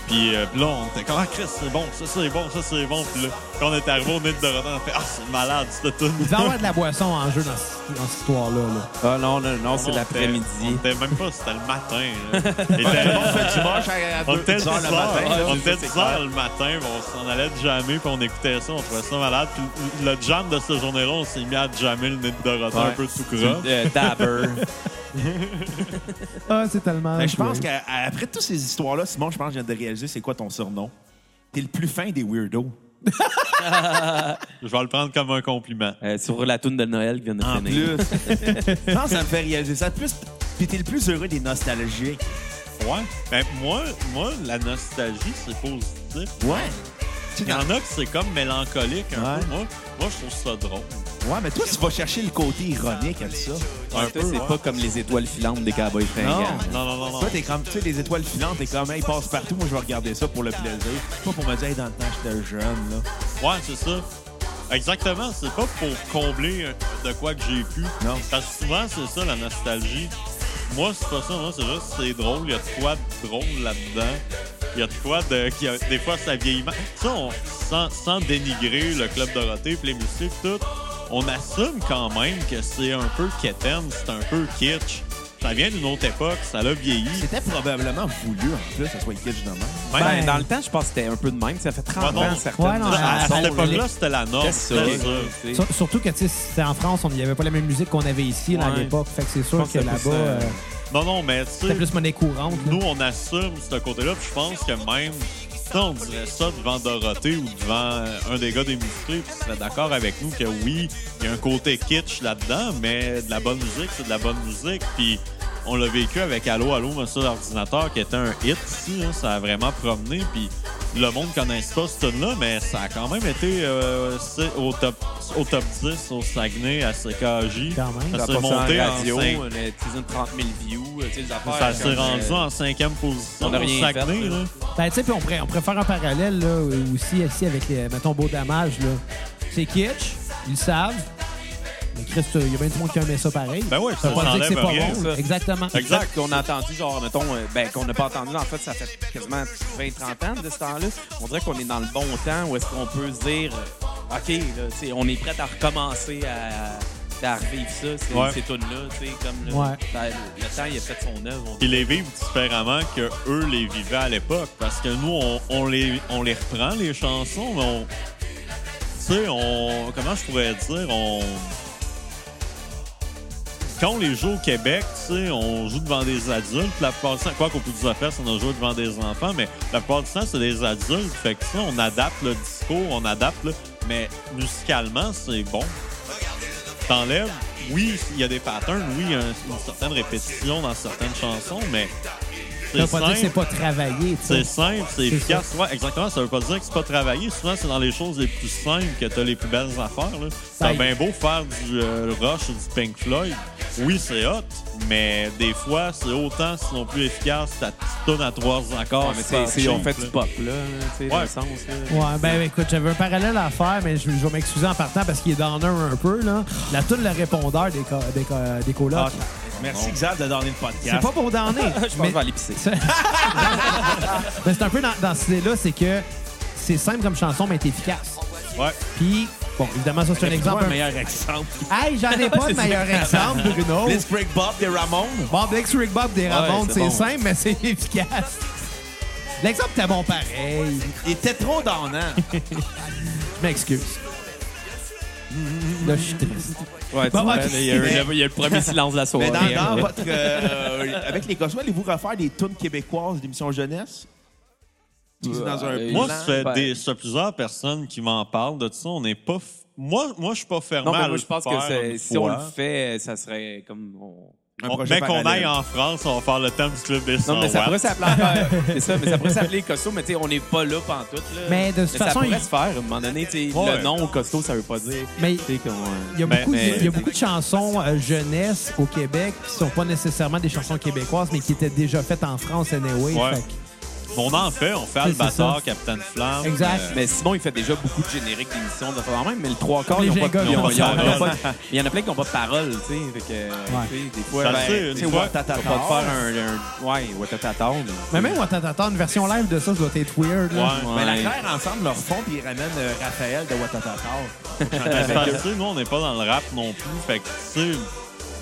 [SPEAKER 2] Puis euh, puis là, on était comme, ah, Chris, c'est bon, ça, c'est bon, ça, c'est bon. Puis là, quand on est arrivé au nid de Rodan, on a fait, ah, c'est malade, cette tune.
[SPEAKER 5] Il va y avoir de la boisson en jeu dans, ce- dans cette histoire-là. là.
[SPEAKER 6] Ah non, non, non, c'est
[SPEAKER 2] On
[SPEAKER 6] l'après-midi.
[SPEAKER 2] était- on était même pas, c'était le matin. là. Il était- on était 10 heures le matin. On était 10 heures le matin, puis on s'en allait jammer, puis on écoutait ça, on trouvait ça malade. Puis le jam de cette journée-là, on s'est mis à jammer le nid de Rodan un
[SPEAKER 6] Ouais.
[SPEAKER 2] peu tout gras.
[SPEAKER 6] Euh, Dabber.
[SPEAKER 5] Ah, c'est tellement.
[SPEAKER 4] Mais Ben, je pense
[SPEAKER 5] joué.
[SPEAKER 4] qu'après toutes ces histoires-là, Simon, je pense que je viens de réaliser c'est quoi ton surnom. T'es le plus fin des weirdos.
[SPEAKER 2] Je vais le prendre comme un compliment.
[SPEAKER 6] Euh, sur la toune de Noël qui vient de
[SPEAKER 4] En
[SPEAKER 6] finir.
[SPEAKER 4] plus. je pense que ça me fait réaliser ça. Plus, puis t'es le plus heureux des nostalgiques.
[SPEAKER 2] Ouais. Ben, moi, moi, la nostalgie, c'est positif.
[SPEAKER 4] Ouais. Tu sais,
[SPEAKER 2] Il y
[SPEAKER 4] dans-
[SPEAKER 2] en a que c'est comme mélancolique un
[SPEAKER 4] Ouais.
[SPEAKER 2] peu. Moi, moi, je trouve ça drôle.
[SPEAKER 4] Ouais, mais toi, tu vas chercher le côté ironique à ça.
[SPEAKER 6] Un peu, c'est pas comme les étoiles filantes des cowboys fringants.
[SPEAKER 2] Non, non, non, non.
[SPEAKER 4] Toi, t'es comme, tu sais, les étoiles filantes, t'es comme, hey, ils passent partout, moi, je vais regarder ça pour le plaisir. Pas pour me dire, hey, dans le temps, j'étais jeune, là.
[SPEAKER 2] Ouais, c'est ça. Exactement, c'est pas pour combler euh, de quoi que j'ai pu.
[SPEAKER 4] Non.
[SPEAKER 2] Parce que souvent, c'est ça, la nostalgie. Moi, c'est pas ça, moi, c'est juste, c'est drôle, il y a de quoi de drôle là-dedans. Il y a de quoi de. qui a- des fois, ça vieillit mal. Ça, on- sans, sans dénigrer le Club Dorothée, puis les musiques, tout, on assume quand même que c'est un peu quétaine, c'est un peu kitsch. Ça vient d'une autre époque, ça l'a vieilli.
[SPEAKER 4] C'était probablement voulu, en plus, que ça soit kitsch de même.
[SPEAKER 2] Même-
[SPEAKER 6] Ben, dans le temps, je pense que c'était un peu de même. Ça fait 30
[SPEAKER 2] Ouais,
[SPEAKER 6] ans,
[SPEAKER 2] non.
[SPEAKER 6] certaines
[SPEAKER 5] Ouais, non,
[SPEAKER 2] à
[SPEAKER 5] Ah,
[SPEAKER 2] cette
[SPEAKER 5] bon,
[SPEAKER 2] époque-là,
[SPEAKER 5] les-
[SPEAKER 2] c'était la norme.
[SPEAKER 6] Qu'est-ce
[SPEAKER 2] c'était
[SPEAKER 6] que
[SPEAKER 2] ça.
[SPEAKER 6] c'est?
[SPEAKER 5] Sur- Surtout que, tu sais, c'était en France, on- il n'y avait pas la même musique qu'on avait ici là, à
[SPEAKER 6] Ouais.
[SPEAKER 5] l'époque. Fait que c'est
[SPEAKER 6] Je
[SPEAKER 5] sûr
[SPEAKER 6] pense
[SPEAKER 5] que
[SPEAKER 6] que c'est
[SPEAKER 5] là-bas,
[SPEAKER 6] plus, euh,
[SPEAKER 5] euh,
[SPEAKER 2] Non, non, mais tu sais,
[SPEAKER 5] c'était plus monnaie courante. là.
[SPEAKER 2] nous, on assume ce côté-là. Puis je pense que même si on dirait ça devant Dorothée ou devant euh, un des gars des musclés, puis serait d'accord avec nous que oui, il y a un côté kitsch là-dedans, mais de la bonne musique, c'est de la bonne musique. Puis on l'a vécu avec Allô, Allô, Monsieur l'ordinateur, qui était un hit ici. hein. ça a vraiment promené. Puis le monde connaît pas ce tune-là, mais ça a quand même été euh, c'est au, top, au top 10 au Saguenay, à CKJ.
[SPEAKER 5] Quand même.
[SPEAKER 2] Ça
[SPEAKER 6] Ça
[SPEAKER 2] s'est
[SPEAKER 6] a passé
[SPEAKER 2] monté
[SPEAKER 6] en
[SPEAKER 2] en
[SPEAKER 6] radio, euh,
[SPEAKER 2] cinq-
[SPEAKER 6] on a plus de 30 000 views. euh, tu sais, les affaires,
[SPEAKER 2] ça s'est
[SPEAKER 6] comme,
[SPEAKER 2] rendu
[SPEAKER 6] euh,
[SPEAKER 2] en cinquième position.
[SPEAKER 6] on a
[SPEAKER 2] au
[SPEAKER 6] rien
[SPEAKER 2] Saguenay,
[SPEAKER 6] fait,
[SPEAKER 2] là.
[SPEAKER 6] là.
[SPEAKER 5] Ben, tu sais, puis on pourrait, on pourrait faire un parallèle là, aussi, ici avec, les, mettons, Beau Damage. Là. C'est kitsch, ils le savent. Mais Christ, il y a bien du monde qui aimait ça pareil.
[SPEAKER 2] Ben ouais,
[SPEAKER 5] ça
[SPEAKER 2] ça
[SPEAKER 5] veut pas dire que c'est
[SPEAKER 2] enlève
[SPEAKER 5] pas
[SPEAKER 2] rien,
[SPEAKER 5] bon.
[SPEAKER 2] ça.
[SPEAKER 5] là. Exactement.
[SPEAKER 2] Exact.
[SPEAKER 6] Exact, qu'on a entendu, genre, mettons, euh, ben, qu'on n'a pas entendu, en fait, ça fait quasiment 20-30 ans de ce temps-là. On dirait qu'on est dans le bon temps où est-ce qu'on peut se dire, euh, OK, là, tu sais, on est prêt à recommencer à, à revivre ça, ces,
[SPEAKER 2] Ouais.
[SPEAKER 6] ces tunes-là, tu sais, comme là,
[SPEAKER 5] Ouais.
[SPEAKER 6] ben, le, le temps, il a fait son œuvre. on
[SPEAKER 2] Ils les vivent différemment que eux les vivaient à l'époque. Parce que nous, on, on les, on les reprend, les chansons, mais on. Tu sais, on. Comment je pourrais dire? On. Quand on les joue au Québec, tu sais, on joue devant des adultes. La plupart du temps, quoi qu'au plus des affaires, on a joué devant des enfants, mais la plupart du temps, c'est des adultes. Fait que ça, on adapte le discours, on adapte, là, mais musicalement, c'est bon. t'enlèves, oui, il y a des patterns, oui, il y a un- une certaine répétition dans certaines chansons, mais
[SPEAKER 5] Ça veut
[SPEAKER 2] c'est
[SPEAKER 5] pas dire que
[SPEAKER 2] simple,
[SPEAKER 5] c'est pas travaillé. tu sais.
[SPEAKER 2] c'est simple, c'est
[SPEAKER 5] ça.
[SPEAKER 2] efficace. Ouais, exactement, ça veut pas dire que c'est pas travaillé. Souvent, c'est dans les choses les plus simples que t'as les plus belles affaires. là. T'as
[SPEAKER 5] y-
[SPEAKER 2] bien beau faire du euh, Rush ou du Pink Floyd, oui, c'est hot, mais des fois, c'est autant, sinon plus efficace, ta petite tourne à trois accords.
[SPEAKER 6] Ouais, mais
[SPEAKER 2] super
[SPEAKER 6] c'est, c'est- on
[SPEAKER 2] cheap,
[SPEAKER 6] fait du
[SPEAKER 2] là.
[SPEAKER 6] pop, là, tu sais, dans
[SPEAKER 2] Ouais.
[SPEAKER 6] le sens. Là.
[SPEAKER 5] Ouais, ben écoute, j'avais un parallèle à faire, mais je, je vais m'excuser en partant parce qu'il est dans un un peu. là. La toute le répondeur des, co- des, co- des colocs.
[SPEAKER 4] Ah, merci, Xav, de donner le podcast.
[SPEAKER 5] c'est pas pour donner.
[SPEAKER 6] Je pense que je vais aller pisser.
[SPEAKER 5] Mais c'est un peu dans, dans cette idée-là, c'est que c'est simple comme chanson, mais c'est efficace.
[SPEAKER 2] Ouais.
[SPEAKER 5] Puis, bon, évidemment, ça, c'est un exemple.
[SPEAKER 4] un meilleur exemple.
[SPEAKER 5] Hey, j'en ai pas de meilleur exemple, Bruno.
[SPEAKER 4] Let's break Bob des Ramones.
[SPEAKER 5] Bon, Blake Rick Bob des Ramones,
[SPEAKER 4] c'est
[SPEAKER 5] c'est
[SPEAKER 4] bon.
[SPEAKER 5] simple, mais c'est efficace. L'exemple était bon pareil.
[SPEAKER 4] Il était trop donnant.
[SPEAKER 5] Je m'excuse. Là, je suis triste.
[SPEAKER 6] Ouais, tu
[SPEAKER 5] Bon,
[SPEAKER 6] vois,
[SPEAKER 5] ok.
[SPEAKER 6] il, y a, eu- il y a eu le premier silence de la soirée. hein.
[SPEAKER 4] Mais dans, dans
[SPEAKER 6] Ouais.
[SPEAKER 4] votre. euh, avec les Cosmo, allez-vous refaire des tunes québécoises d'émission jeunesse? C'est dans un
[SPEAKER 6] euh,
[SPEAKER 2] Moi,
[SPEAKER 4] plan.
[SPEAKER 2] ça fait
[SPEAKER 6] Ben-
[SPEAKER 2] des, ça fait plusieurs personnes qui m'en parlent de ça. On n'est pas. f- Moi, moi, je suis pas fermé
[SPEAKER 6] Non,
[SPEAKER 2] à
[SPEAKER 6] mais moi,
[SPEAKER 2] le
[SPEAKER 6] je pense que
[SPEAKER 2] faire
[SPEAKER 6] c'est-
[SPEAKER 2] une
[SPEAKER 6] si on le
[SPEAKER 2] fois.
[SPEAKER 6] fait, ça serait comme. on-
[SPEAKER 4] Un
[SPEAKER 2] On-
[SPEAKER 4] projet
[SPEAKER 2] mais qu'on
[SPEAKER 4] parallèle.
[SPEAKER 2] aille en Ah, France, on va faire le thème du club des 100
[SPEAKER 6] Non, mais ça
[SPEAKER 2] watts.
[SPEAKER 6] pourrait s'appeler. c'est ça, mais ça pourrait s'appeler Costo, mais tu sais, on n'est pas là pantoute. Là.
[SPEAKER 5] Mais de toute façon,
[SPEAKER 6] Ça pourrait
[SPEAKER 5] il-
[SPEAKER 6] se faire. À un moment donné, tu sais,
[SPEAKER 2] Ouais.
[SPEAKER 6] le nom Costo, ça veut pas dire.
[SPEAKER 5] Mais-
[SPEAKER 6] tu sais, qu'on, euh,
[SPEAKER 5] Il y a
[SPEAKER 2] Mais-
[SPEAKER 5] beaucoup, de-
[SPEAKER 2] mais-
[SPEAKER 5] il y a beaucoup de chansons euh, jeunesse au Québec qui sont pas nécessairement des chansons québécoises, mais qui étaient déjà faites en France, anyway.
[SPEAKER 2] Ouais.
[SPEAKER 5] fait que-
[SPEAKER 2] On en fait, on fait
[SPEAKER 5] C'est- c'est
[SPEAKER 2] Albator,
[SPEAKER 5] ça.
[SPEAKER 2] Capitaine Flamme.
[SPEAKER 5] Exact.
[SPEAKER 6] Mais Simon, il fait déjà beaucoup de génériques d'émissions, de faire même, mais le trois quarts,
[SPEAKER 5] Comme
[SPEAKER 6] ils ont
[SPEAKER 5] les
[SPEAKER 6] pas de
[SPEAKER 5] Jenga,
[SPEAKER 6] ils ont-
[SPEAKER 2] ils ont pas de
[SPEAKER 6] ils ont
[SPEAKER 2] parole.
[SPEAKER 6] pas- Il y en a plein qui n'ont pas de parole, tu sais. Fait que, tu sais, des fois,
[SPEAKER 2] Ça,
[SPEAKER 6] ben,
[SPEAKER 2] c'est
[SPEAKER 6] tu
[SPEAKER 2] une
[SPEAKER 6] sais,
[SPEAKER 2] fois-
[SPEAKER 6] Ouattatata, on va te faire un. un- Ouais, Watatata.
[SPEAKER 5] Mais même Watatata, une version live de ça, ça doit être weird.
[SPEAKER 2] Ouais.
[SPEAKER 5] Là.
[SPEAKER 4] Mais la claire ensemble leur fond puis ils ramènent euh, Raphaël de Watatata.
[SPEAKER 2] Mais c'est parce que, nous, on n'est pas dans le rap non plus. Fait que, tu sais,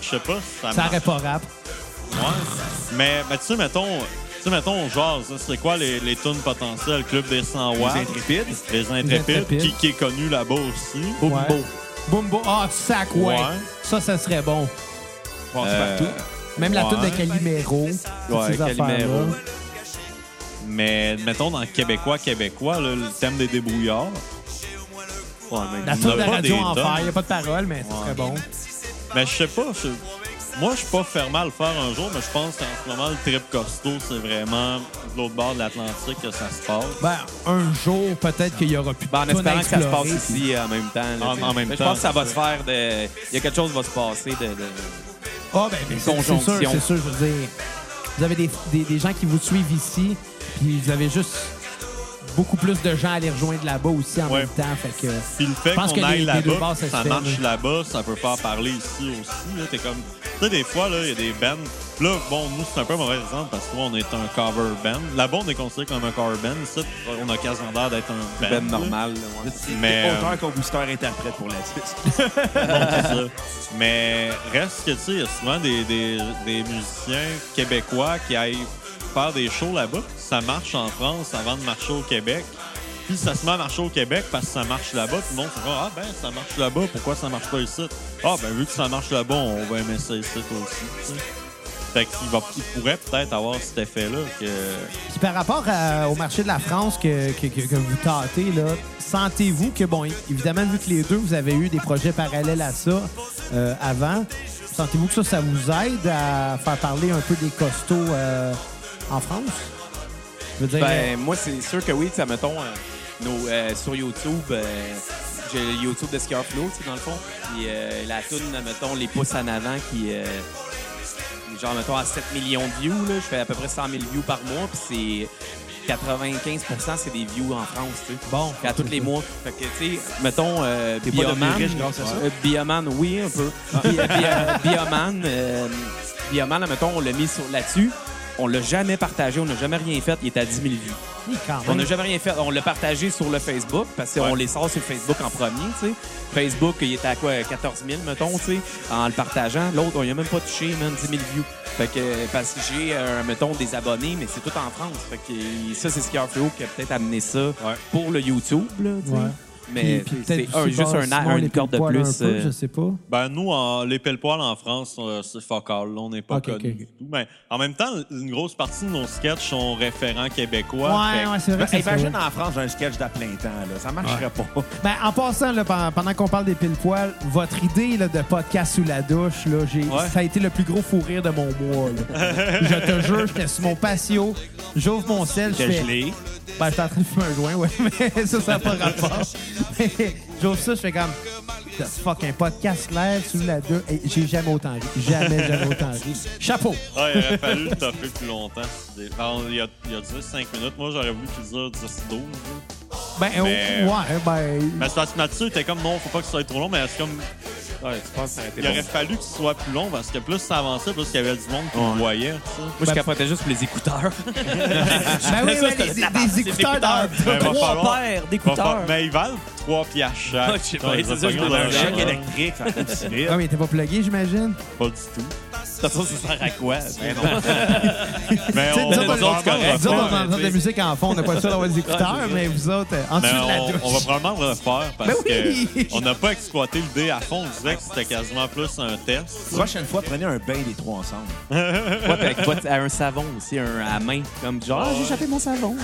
[SPEAKER 2] je sais pas si ça
[SPEAKER 5] Ça
[SPEAKER 2] marche.
[SPEAKER 5] aurait pas rap.
[SPEAKER 2] Ouais. Mais, mais tu sais, mettons, tu sais, mettons, genre, c'est quoi les, les tunes potentielles? Club des 100 watts.
[SPEAKER 4] Intrépide.
[SPEAKER 2] Les Intrépides,
[SPEAKER 5] Intrépides.
[SPEAKER 2] qui, qui est connu là-bas aussi.
[SPEAKER 5] Boom Bumbo. Ah, sac,
[SPEAKER 2] Ouais.
[SPEAKER 5] ouais. Ça, ça serait bon. Même la
[SPEAKER 2] Euh, Ouais.
[SPEAKER 5] toute de Calimero. toutes
[SPEAKER 2] Ouais,
[SPEAKER 5] ces affaires-là.
[SPEAKER 2] Calimero. Mais, mettons, dans Québécois, Québécois, là, le thème des débrouillards.
[SPEAKER 5] La
[SPEAKER 2] Il y en
[SPEAKER 5] toute
[SPEAKER 2] a
[SPEAKER 5] de
[SPEAKER 2] pas
[SPEAKER 5] Radio
[SPEAKER 2] des
[SPEAKER 5] Enfer.
[SPEAKER 2] tonnes.
[SPEAKER 5] Il n'y a pas de parole, mais ça serait bon.
[SPEAKER 2] Mais je sais pas. je- Moi, je suis pas fermé à le faire un jour, mais je pense qu'en ce moment, le trip costaud, c'est vraiment de l'autre bord de l'Atlantique que ça se passe.
[SPEAKER 5] Ben, un jour, peut-être qu'il y aura plus de
[SPEAKER 6] Ben, en
[SPEAKER 5] tonnes à
[SPEAKER 6] espérant que ça se passe
[SPEAKER 5] explorer.
[SPEAKER 6] ici euh, en même temps. là,
[SPEAKER 2] En-
[SPEAKER 6] tu sais.
[SPEAKER 2] en même
[SPEAKER 6] Mais Je
[SPEAKER 2] temps,
[SPEAKER 6] pense que ça va
[SPEAKER 2] c'est
[SPEAKER 6] se faire. De... Il y a quelque chose qui va se passer. De, de-
[SPEAKER 5] Ah, ben, ben, c'est c'est sûr,
[SPEAKER 6] conjonction.
[SPEAKER 5] c'est sûr, je veux dire. Vous avez des, des- des gens qui vous suivent ici, puis vous avez juste beaucoup plus de gens à les rejoindre là-bas aussi en
[SPEAKER 2] Ouais.
[SPEAKER 5] même temps. Fait que,
[SPEAKER 2] Puis le fait
[SPEAKER 5] Je pense
[SPEAKER 2] qu'on
[SPEAKER 5] que les-
[SPEAKER 2] aille
[SPEAKER 5] les deux
[SPEAKER 2] là-bas,
[SPEAKER 5] bords,
[SPEAKER 2] ça,
[SPEAKER 5] ça se
[SPEAKER 2] ça
[SPEAKER 5] fait,
[SPEAKER 2] marche
[SPEAKER 5] là.
[SPEAKER 2] là-bas, ça peut faire parler ici aussi. Là, t'es comme... Tu sais, des fois, là, il y a des bands. Là, bon, nous, c'est un peu un mauvais exemple parce que nous, on est un cover band. Là-bas, on est considéré comme un cover band. Ici, on a quasiment l'air d'être un band.
[SPEAKER 4] Hein?
[SPEAKER 6] Ben
[SPEAKER 2] là.
[SPEAKER 6] normal. là, ouais.
[SPEAKER 2] Mais, euh,
[SPEAKER 4] Auteur, compositeur, interprète pour l'artiste.
[SPEAKER 2] ça. Mais reste que, tu sais, il y a souvent des, des, des musiciens québécois qui aillent faire des shows là-bas. Ça marche en France avant de marcher au Québec. Puis ça se met à marcher au Québec parce que ça marche là-bas. Tout le monde se dit Ah, ben, ça marche là-bas, pourquoi ça marche pas ici Ah, ben, vu que ça marche là-bas, on va aimer ça ici aussi. tu sais. Fait qu'il va, il pourrait peut-être avoir cet effet-là. que
[SPEAKER 5] Puis par rapport à- au marché de la France que, que- que- que vous tâtez, là, sentez-vous que, bon, évidemment, vu que les deux, vous avez eu des projets parallèles à ça euh, avant, sentez-vous que ça, ça vous aide à faire parler un peu des costauds euh, en France? Je veux dire, euh,
[SPEAKER 6] Ben, moi, c'est sûr que oui. Ça, mettons, euh, nos, euh, sur YouTube, euh, j'ai le YouTube de Skier Flow, tu sais, dans le fond. Puis euh, la tune, mettons, Les Pouces en avant, qui euh, genre, mettons, à 7 millions de views. Là, je fais à peu près 100 000 views par mois. Puis c'est 95 c'est des views en France, tu sais.
[SPEAKER 5] bon,
[SPEAKER 6] à tous les mois. Fait que, tu sais, mettons, euh,
[SPEAKER 4] T'es pas devenu
[SPEAKER 6] Bioman.
[SPEAKER 4] riche grâce à ça?
[SPEAKER 6] Euh, Bioman, oui, un peu. Bi- euh, bi- euh, Bioman, euh, Bioman, là, mettons, on l'a mis sur- là-dessus. On l'a jamais partagé, on n'a jamais rien fait. Il est à 10 000 vues.
[SPEAKER 5] Oui, quand
[SPEAKER 6] On
[SPEAKER 5] même.
[SPEAKER 6] n'a jamais rien fait. On l'a partagé sur le Facebook parce qu'on
[SPEAKER 2] Ouais.
[SPEAKER 6] les sort sur Facebook en premier, tu sais. Facebook, il était à quoi, 14 000, mettons, tu sais, en le partageant. L'autre, on n'y a même pas touché, même 10 000 views. Fait que, parce que j'ai, euh, mettons, des abonnés, mais c'est tout en France. Fait que ça, c'est ce qui a qui a peut-être amené ça
[SPEAKER 2] Ouais.
[SPEAKER 6] pour le YouTube, là, tu sais.
[SPEAKER 5] Ouais.
[SPEAKER 6] Mais
[SPEAKER 5] Puis- puis
[SPEAKER 6] c'est
[SPEAKER 5] peut-être
[SPEAKER 6] un-
[SPEAKER 5] aussi,
[SPEAKER 6] juste un,
[SPEAKER 5] Simon,
[SPEAKER 6] a- une
[SPEAKER 5] les
[SPEAKER 6] corde de
[SPEAKER 5] poils un
[SPEAKER 6] plus.
[SPEAKER 5] peu,
[SPEAKER 6] euh,
[SPEAKER 5] je sais pas.
[SPEAKER 2] Ben, nous, en, les pelle poils en France, euh, c'est focal. On n'est pas
[SPEAKER 5] Ok,
[SPEAKER 2] connus
[SPEAKER 5] ok, ok.
[SPEAKER 2] du tout. Mais en même temps, une grosse partie de nos sketchs sont référents québécois. Fait
[SPEAKER 5] Ouais,
[SPEAKER 2] que-
[SPEAKER 5] ouais,
[SPEAKER 6] ben,
[SPEAKER 5] c'est vrai. que ça serait-
[SPEAKER 4] Imagine en France un sketch d'à plein temps. Là. Ça marcherait pas.
[SPEAKER 5] Ben, en passant, là, pen- pendant qu'on parle des pile poils, votre idée là, de podcast sous la douche, là, j'ai-
[SPEAKER 2] Ouais.
[SPEAKER 5] ça a été le plus gros fou rire de mon mois. là. je te jure, j'étais sur mon patio, j'ouvre mon sel, je
[SPEAKER 4] T'es
[SPEAKER 5] fais.
[SPEAKER 4] gelé.
[SPEAKER 5] Ben, j'étais en train de fumer un joint, ouais, mais ça, ça n'a pas rapport. Mais j'ouvre ça, je fais comme. The fuck, un podcast live sous la douche. Hey, j'ai jamais autant ri. Jamais, jamais autant ri. Chapeau!
[SPEAKER 2] Ah, il aurait fallu le topper plus longtemps. cette idée. Ben, il, y a, il y a 10-5 minutes. Moi, j'aurais voulu qu'il dure 10-12. là.
[SPEAKER 5] Ben, oh,
[SPEAKER 2] Mais-
[SPEAKER 5] ouais, ben.
[SPEAKER 2] Mais c'est parce que Mathieu était comme non, faut pas que ça soit trop long. Mais c'est comme,
[SPEAKER 6] ouais, tu penses que ça aurait été
[SPEAKER 2] il
[SPEAKER 6] bon.
[SPEAKER 2] aurait fallu que ce soit plus long parce que plus ça avançait, plus il y avait du monde qui le voyait.
[SPEAKER 6] Moi, je capotais juste pour les écouteurs.
[SPEAKER 5] Ben oui, ouais, des, des- des écouteurs
[SPEAKER 2] Ben,
[SPEAKER 5] dans
[SPEAKER 2] va
[SPEAKER 1] Trois
[SPEAKER 2] falloir-
[SPEAKER 1] paires
[SPEAKER 2] Va falloir-
[SPEAKER 1] d'écouteurs.
[SPEAKER 2] Mais ils valent 3 piastres
[SPEAKER 6] Ah,
[SPEAKER 2] chaque.
[SPEAKER 6] je sais pas,
[SPEAKER 2] Putain, ils
[SPEAKER 6] c'est
[SPEAKER 2] ont
[SPEAKER 6] ça, je
[SPEAKER 2] gagné
[SPEAKER 6] me
[SPEAKER 2] leur
[SPEAKER 6] demande.
[SPEAKER 2] argent.
[SPEAKER 4] Choc électrique, ça coûte si vite.
[SPEAKER 5] Ah, mais t'es pas plugué, j'imagine?
[SPEAKER 2] Pas du tout.
[SPEAKER 6] De toute façon, ça sert à quoi?
[SPEAKER 2] Mais
[SPEAKER 5] Tu sais,
[SPEAKER 2] on
[SPEAKER 5] nous
[SPEAKER 2] va
[SPEAKER 5] autres, on-
[SPEAKER 2] probablement le
[SPEAKER 5] nous autres,
[SPEAKER 2] refaire,
[SPEAKER 5] on entend de la
[SPEAKER 2] tu sais.
[SPEAKER 5] musique en fond, on n'a pas le choix d'avoir des écouteurs, mais vous autres, euh, en
[SPEAKER 2] Mais
[SPEAKER 5] dessous de la
[SPEAKER 2] on, on va
[SPEAKER 5] douche.
[SPEAKER 2] probablement le refaire parce
[SPEAKER 5] Ben oui!
[SPEAKER 2] que on n'a pas exploité l'idée à fond. On disait que c'était quasiment plus un test.
[SPEAKER 4] Prochaine fois, prenez un bain les trois ensemble.
[SPEAKER 6] Ouais, puis avec votre- à un savon aussi, un à main. Comme genre, Ah, j'ai échappé mon savon.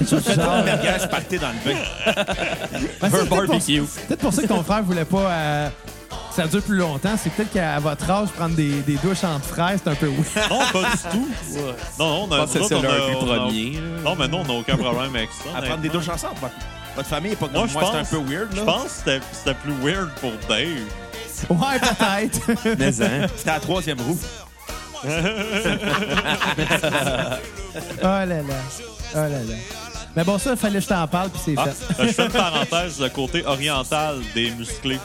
[SPEAKER 4] Genre, merguez, partez dans le bain.
[SPEAKER 5] Ben, c'est
[SPEAKER 6] un
[SPEAKER 5] peut-être pour-
[SPEAKER 6] barbecue.
[SPEAKER 5] Peut-être pour ça que ton frère voulait pas euh, que ça dure plus longtemps. C'est peut-être qu'à votre âge, prendre des, des douches en fraises, c'est un peu weird.
[SPEAKER 2] Non, pas du tout. Non, non, on a,
[SPEAKER 6] pense que
[SPEAKER 2] nous
[SPEAKER 6] c'est
[SPEAKER 2] autres, on
[SPEAKER 6] l'un
[SPEAKER 2] a-
[SPEAKER 6] des
[SPEAKER 2] on a-
[SPEAKER 6] premiers, là.
[SPEAKER 2] Non, mais non, on n'a aucun problème avec ça.
[SPEAKER 4] À prendre des douches ensemble. Votre, votre famille est pas
[SPEAKER 2] Moi,
[SPEAKER 4] comme
[SPEAKER 2] je
[SPEAKER 4] moi,
[SPEAKER 2] pense.
[SPEAKER 4] c'est un peu weird.
[SPEAKER 2] Je
[SPEAKER 4] Là.
[SPEAKER 2] pense que c'était- c'était plus weird pour Dave.
[SPEAKER 5] Ouais, peut-être.
[SPEAKER 6] Mais hein.
[SPEAKER 4] C'était à la troisième roue.
[SPEAKER 5] oh là là. Oh là là. Mais bon, ça, il fallait que je t'en parle, puis c'est
[SPEAKER 2] Ah, je
[SPEAKER 5] fait.
[SPEAKER 2] fais une parenthèse, le côté oriental des musclés.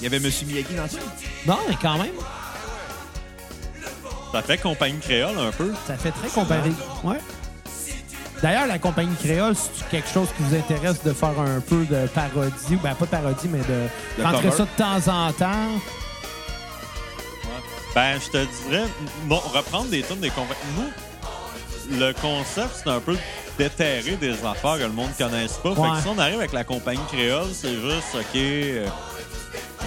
[SPEAKER 4] Il y avait M. Miyagi dans le film.
[SPEAKER 5] Non, mais quand même,
[SPEAKER 2] Ça fait compagnie créole un peu.
[SPEAKER 5] ça fait très comparé. Ouais. D'ailleurs, la compagnie créole, c'est quelque chose qui vous intéresse de faire un peu de parodie, ou ben pas de parodie, mais de
[SPEAKER 4] De
[SPEAKER 5] rentrer
[SPEAKER 4] cover.
[SPEAKER 5] ça de temps en temps.
[SPEAKER 2] Ben, je te dirais, non, reprendre des tonnes des compagnies. Nous, le concept, c'est un peu déterrer des affaires que le monde ne connaisse pas. Fait
[SPEAKER 5] Ouais.
[SPEAKER 2] que si on arrive avec la compagnie créole, c'est juste, OK, euh,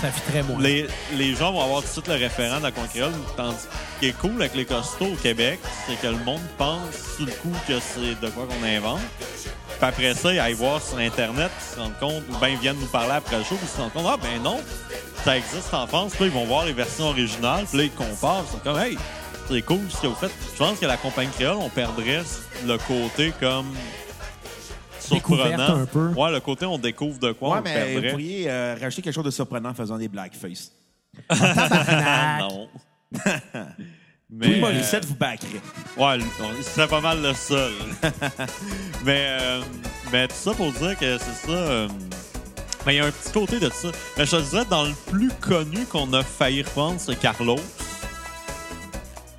[SPEAKER 5] Ça fait très moins.
[SPEAKER 2] les, les gens vont avoir tout de suite le référent de la compagnie créole. Tandis que ce qui est cool avec les costauds au Québec, c'est que le monde pense tout le coup que c'est de quoi qu'on invente. Puis après ça, ils aillent voir sur Internet, puis ils se rendent compte, ou bien ils viennent nous parler après le show, puis ils se rendent compte, ah ben non, ça existe en France. Puis là, ils vont voir les versions originales. Puis là, ils comparent. Ils sont comme, hey, c'est cool ce qu'ils ont fait. Je pense que la compagnie créole, on perdrait le côté comme
[SPEAKER 5] Découverte
[SPEAKER 2] surprenant.
[SPEAKER 5] un peu.
[SPEAKER 2] Ouais, le côté on découvre de quoi, on
[SPEAKER 4] Ouais,
[SPEAKER 2] le
[SPEAKER 4] mais vous
[SPEAKER 2] Oh, perdrait.
[SPEAKER 4] pourriez euh, rajouter quelque chose de surprenant en faisant des blackface.
[SPEAKER 2] non. mais,
[SPEAKER 4] Moi, les sept vous backerait.
[SPEAKER 2] Ouais, on- ce serait pas mal le seul. mais, euh, mais tout ça pour dire que c'est ça. euh, mais il y a un petit côté de ça. Mais je te dirais, dans le plus connu qu'on a failli reprendre, c'est Carlos.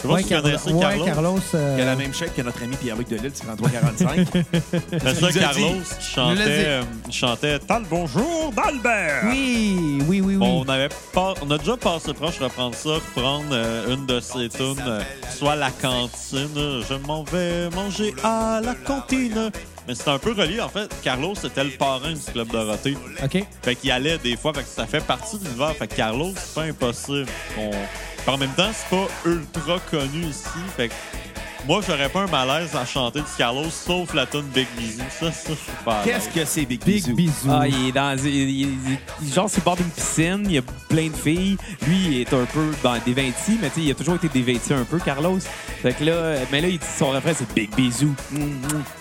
[SPEAKER 2] Je sais pas si tu connais ça,
[SPEAKER 5] Carlo- ouais,
[SPEAKER 2] Carlos.
[SPEAKER 5] Carlos, euh,
[SPEAKER 4] Il y a la même chèque que notre ami Pierre-Luc Delisle, 43-45.
[SPEAKER 2] C'est
[SPEAKER 4] nous a
[SPEAKER 2] ça,
[SPEAKER 4] dit.
[SPEAKER 2] Carlos, qui
[SPEAKER 5] l'a
[SPEAKER 2] chantait,
[SPEAKER 5] dit.
[SPEAKER 2] euh, il chantait T'as le bonjour d'Albert!
[SPEAKER 5] Oui, oui, oui, oui.
[SPEAKER 2] Bon, on, avait pas, on a déjà passé proche de reprendre ça, reprendre euh, une de ces tunes, euh, soit la cantine, euh, je m'en vais manger à la cantine. Mais c'était un peu relié, en fait. Carlos, c'était le parrain du Club Dorothée.
[SPEAKER 5] OK.
[SPEAKER 2] Fait qu'il allait des fois, fait que ça fait partie de l'univers. Fait que Carlos, c'est pas impossible. On- Puis En même temps, c'est pas ultra connu ici. Fait que moi, j'aurais pas un malaise à chanter du Carlos, sauf la tune Big Busy. Ça, ça, je suis pas à l'aise.
[SPEAKER 4] Qu'est-ce que c'est Big,
[SPEAKER 5] Big
[SPEAKER 4] Bisou?
[SPEAKER 5] bisous.
[SPEAKER 6] Ah, il est dans. il- il- il- genre, c'est le bord d'une piscine, il y a plein de filles. Lui, il est un peu dans des 20 mais tu sais, il a toujours été des 20 un peu, Carlos. Fait que là, mais là, il dit son refrain, c'est Big Bisous. Mm, mm,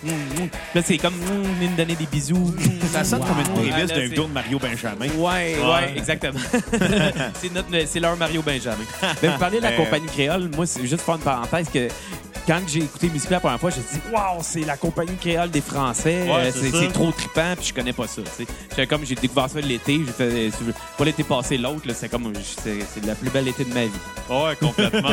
[SPEAKER 6] mm, mm. Là, c'est comme, mm, il me donnait des bisous. Mm,
[SPEAKER 4] Ça sonne
[SPEAKER 5] Wow.
[SPEAKER 4] comme une
[SPEAKER 6] Ah, là,
[SPEAKER 4] playlist d'un
[SPEAKER 6] c'est-
[SPEAKER 4] vidéo de Mario Benjamin.
[SPEAKER 6] Ouais, ouais,
[SPEAKER 2] Ouais.
[SPEAKER 6] exactement. c'est notre, c'est leur Mario Benjamin. Mais vous parlez de la compagnie créole. Moi, c'est juste pour faire une parenthèse que quand j'ai écouté Musique la première fois, j'ai dit waouh, c'est la compagnie créole des Français.
[SPEAKER 2] Ouais,
[SPEAKER 6] Euh,
[SPEAKER 2] c'est
[SPEAKER 6] c'est
[SPEAKER 2] ça.
[SPEAKER 6] c'est trop trippant, puis je connais pas ça. tu sais. J'étais comme j'ai découvert ça l'été. J'ai fait, euh, pas l'été passé, l'autre. là, C'est comme c'est c'est la plus belle été de ma vie.
[SPEAKER 2] Ouais, complètement.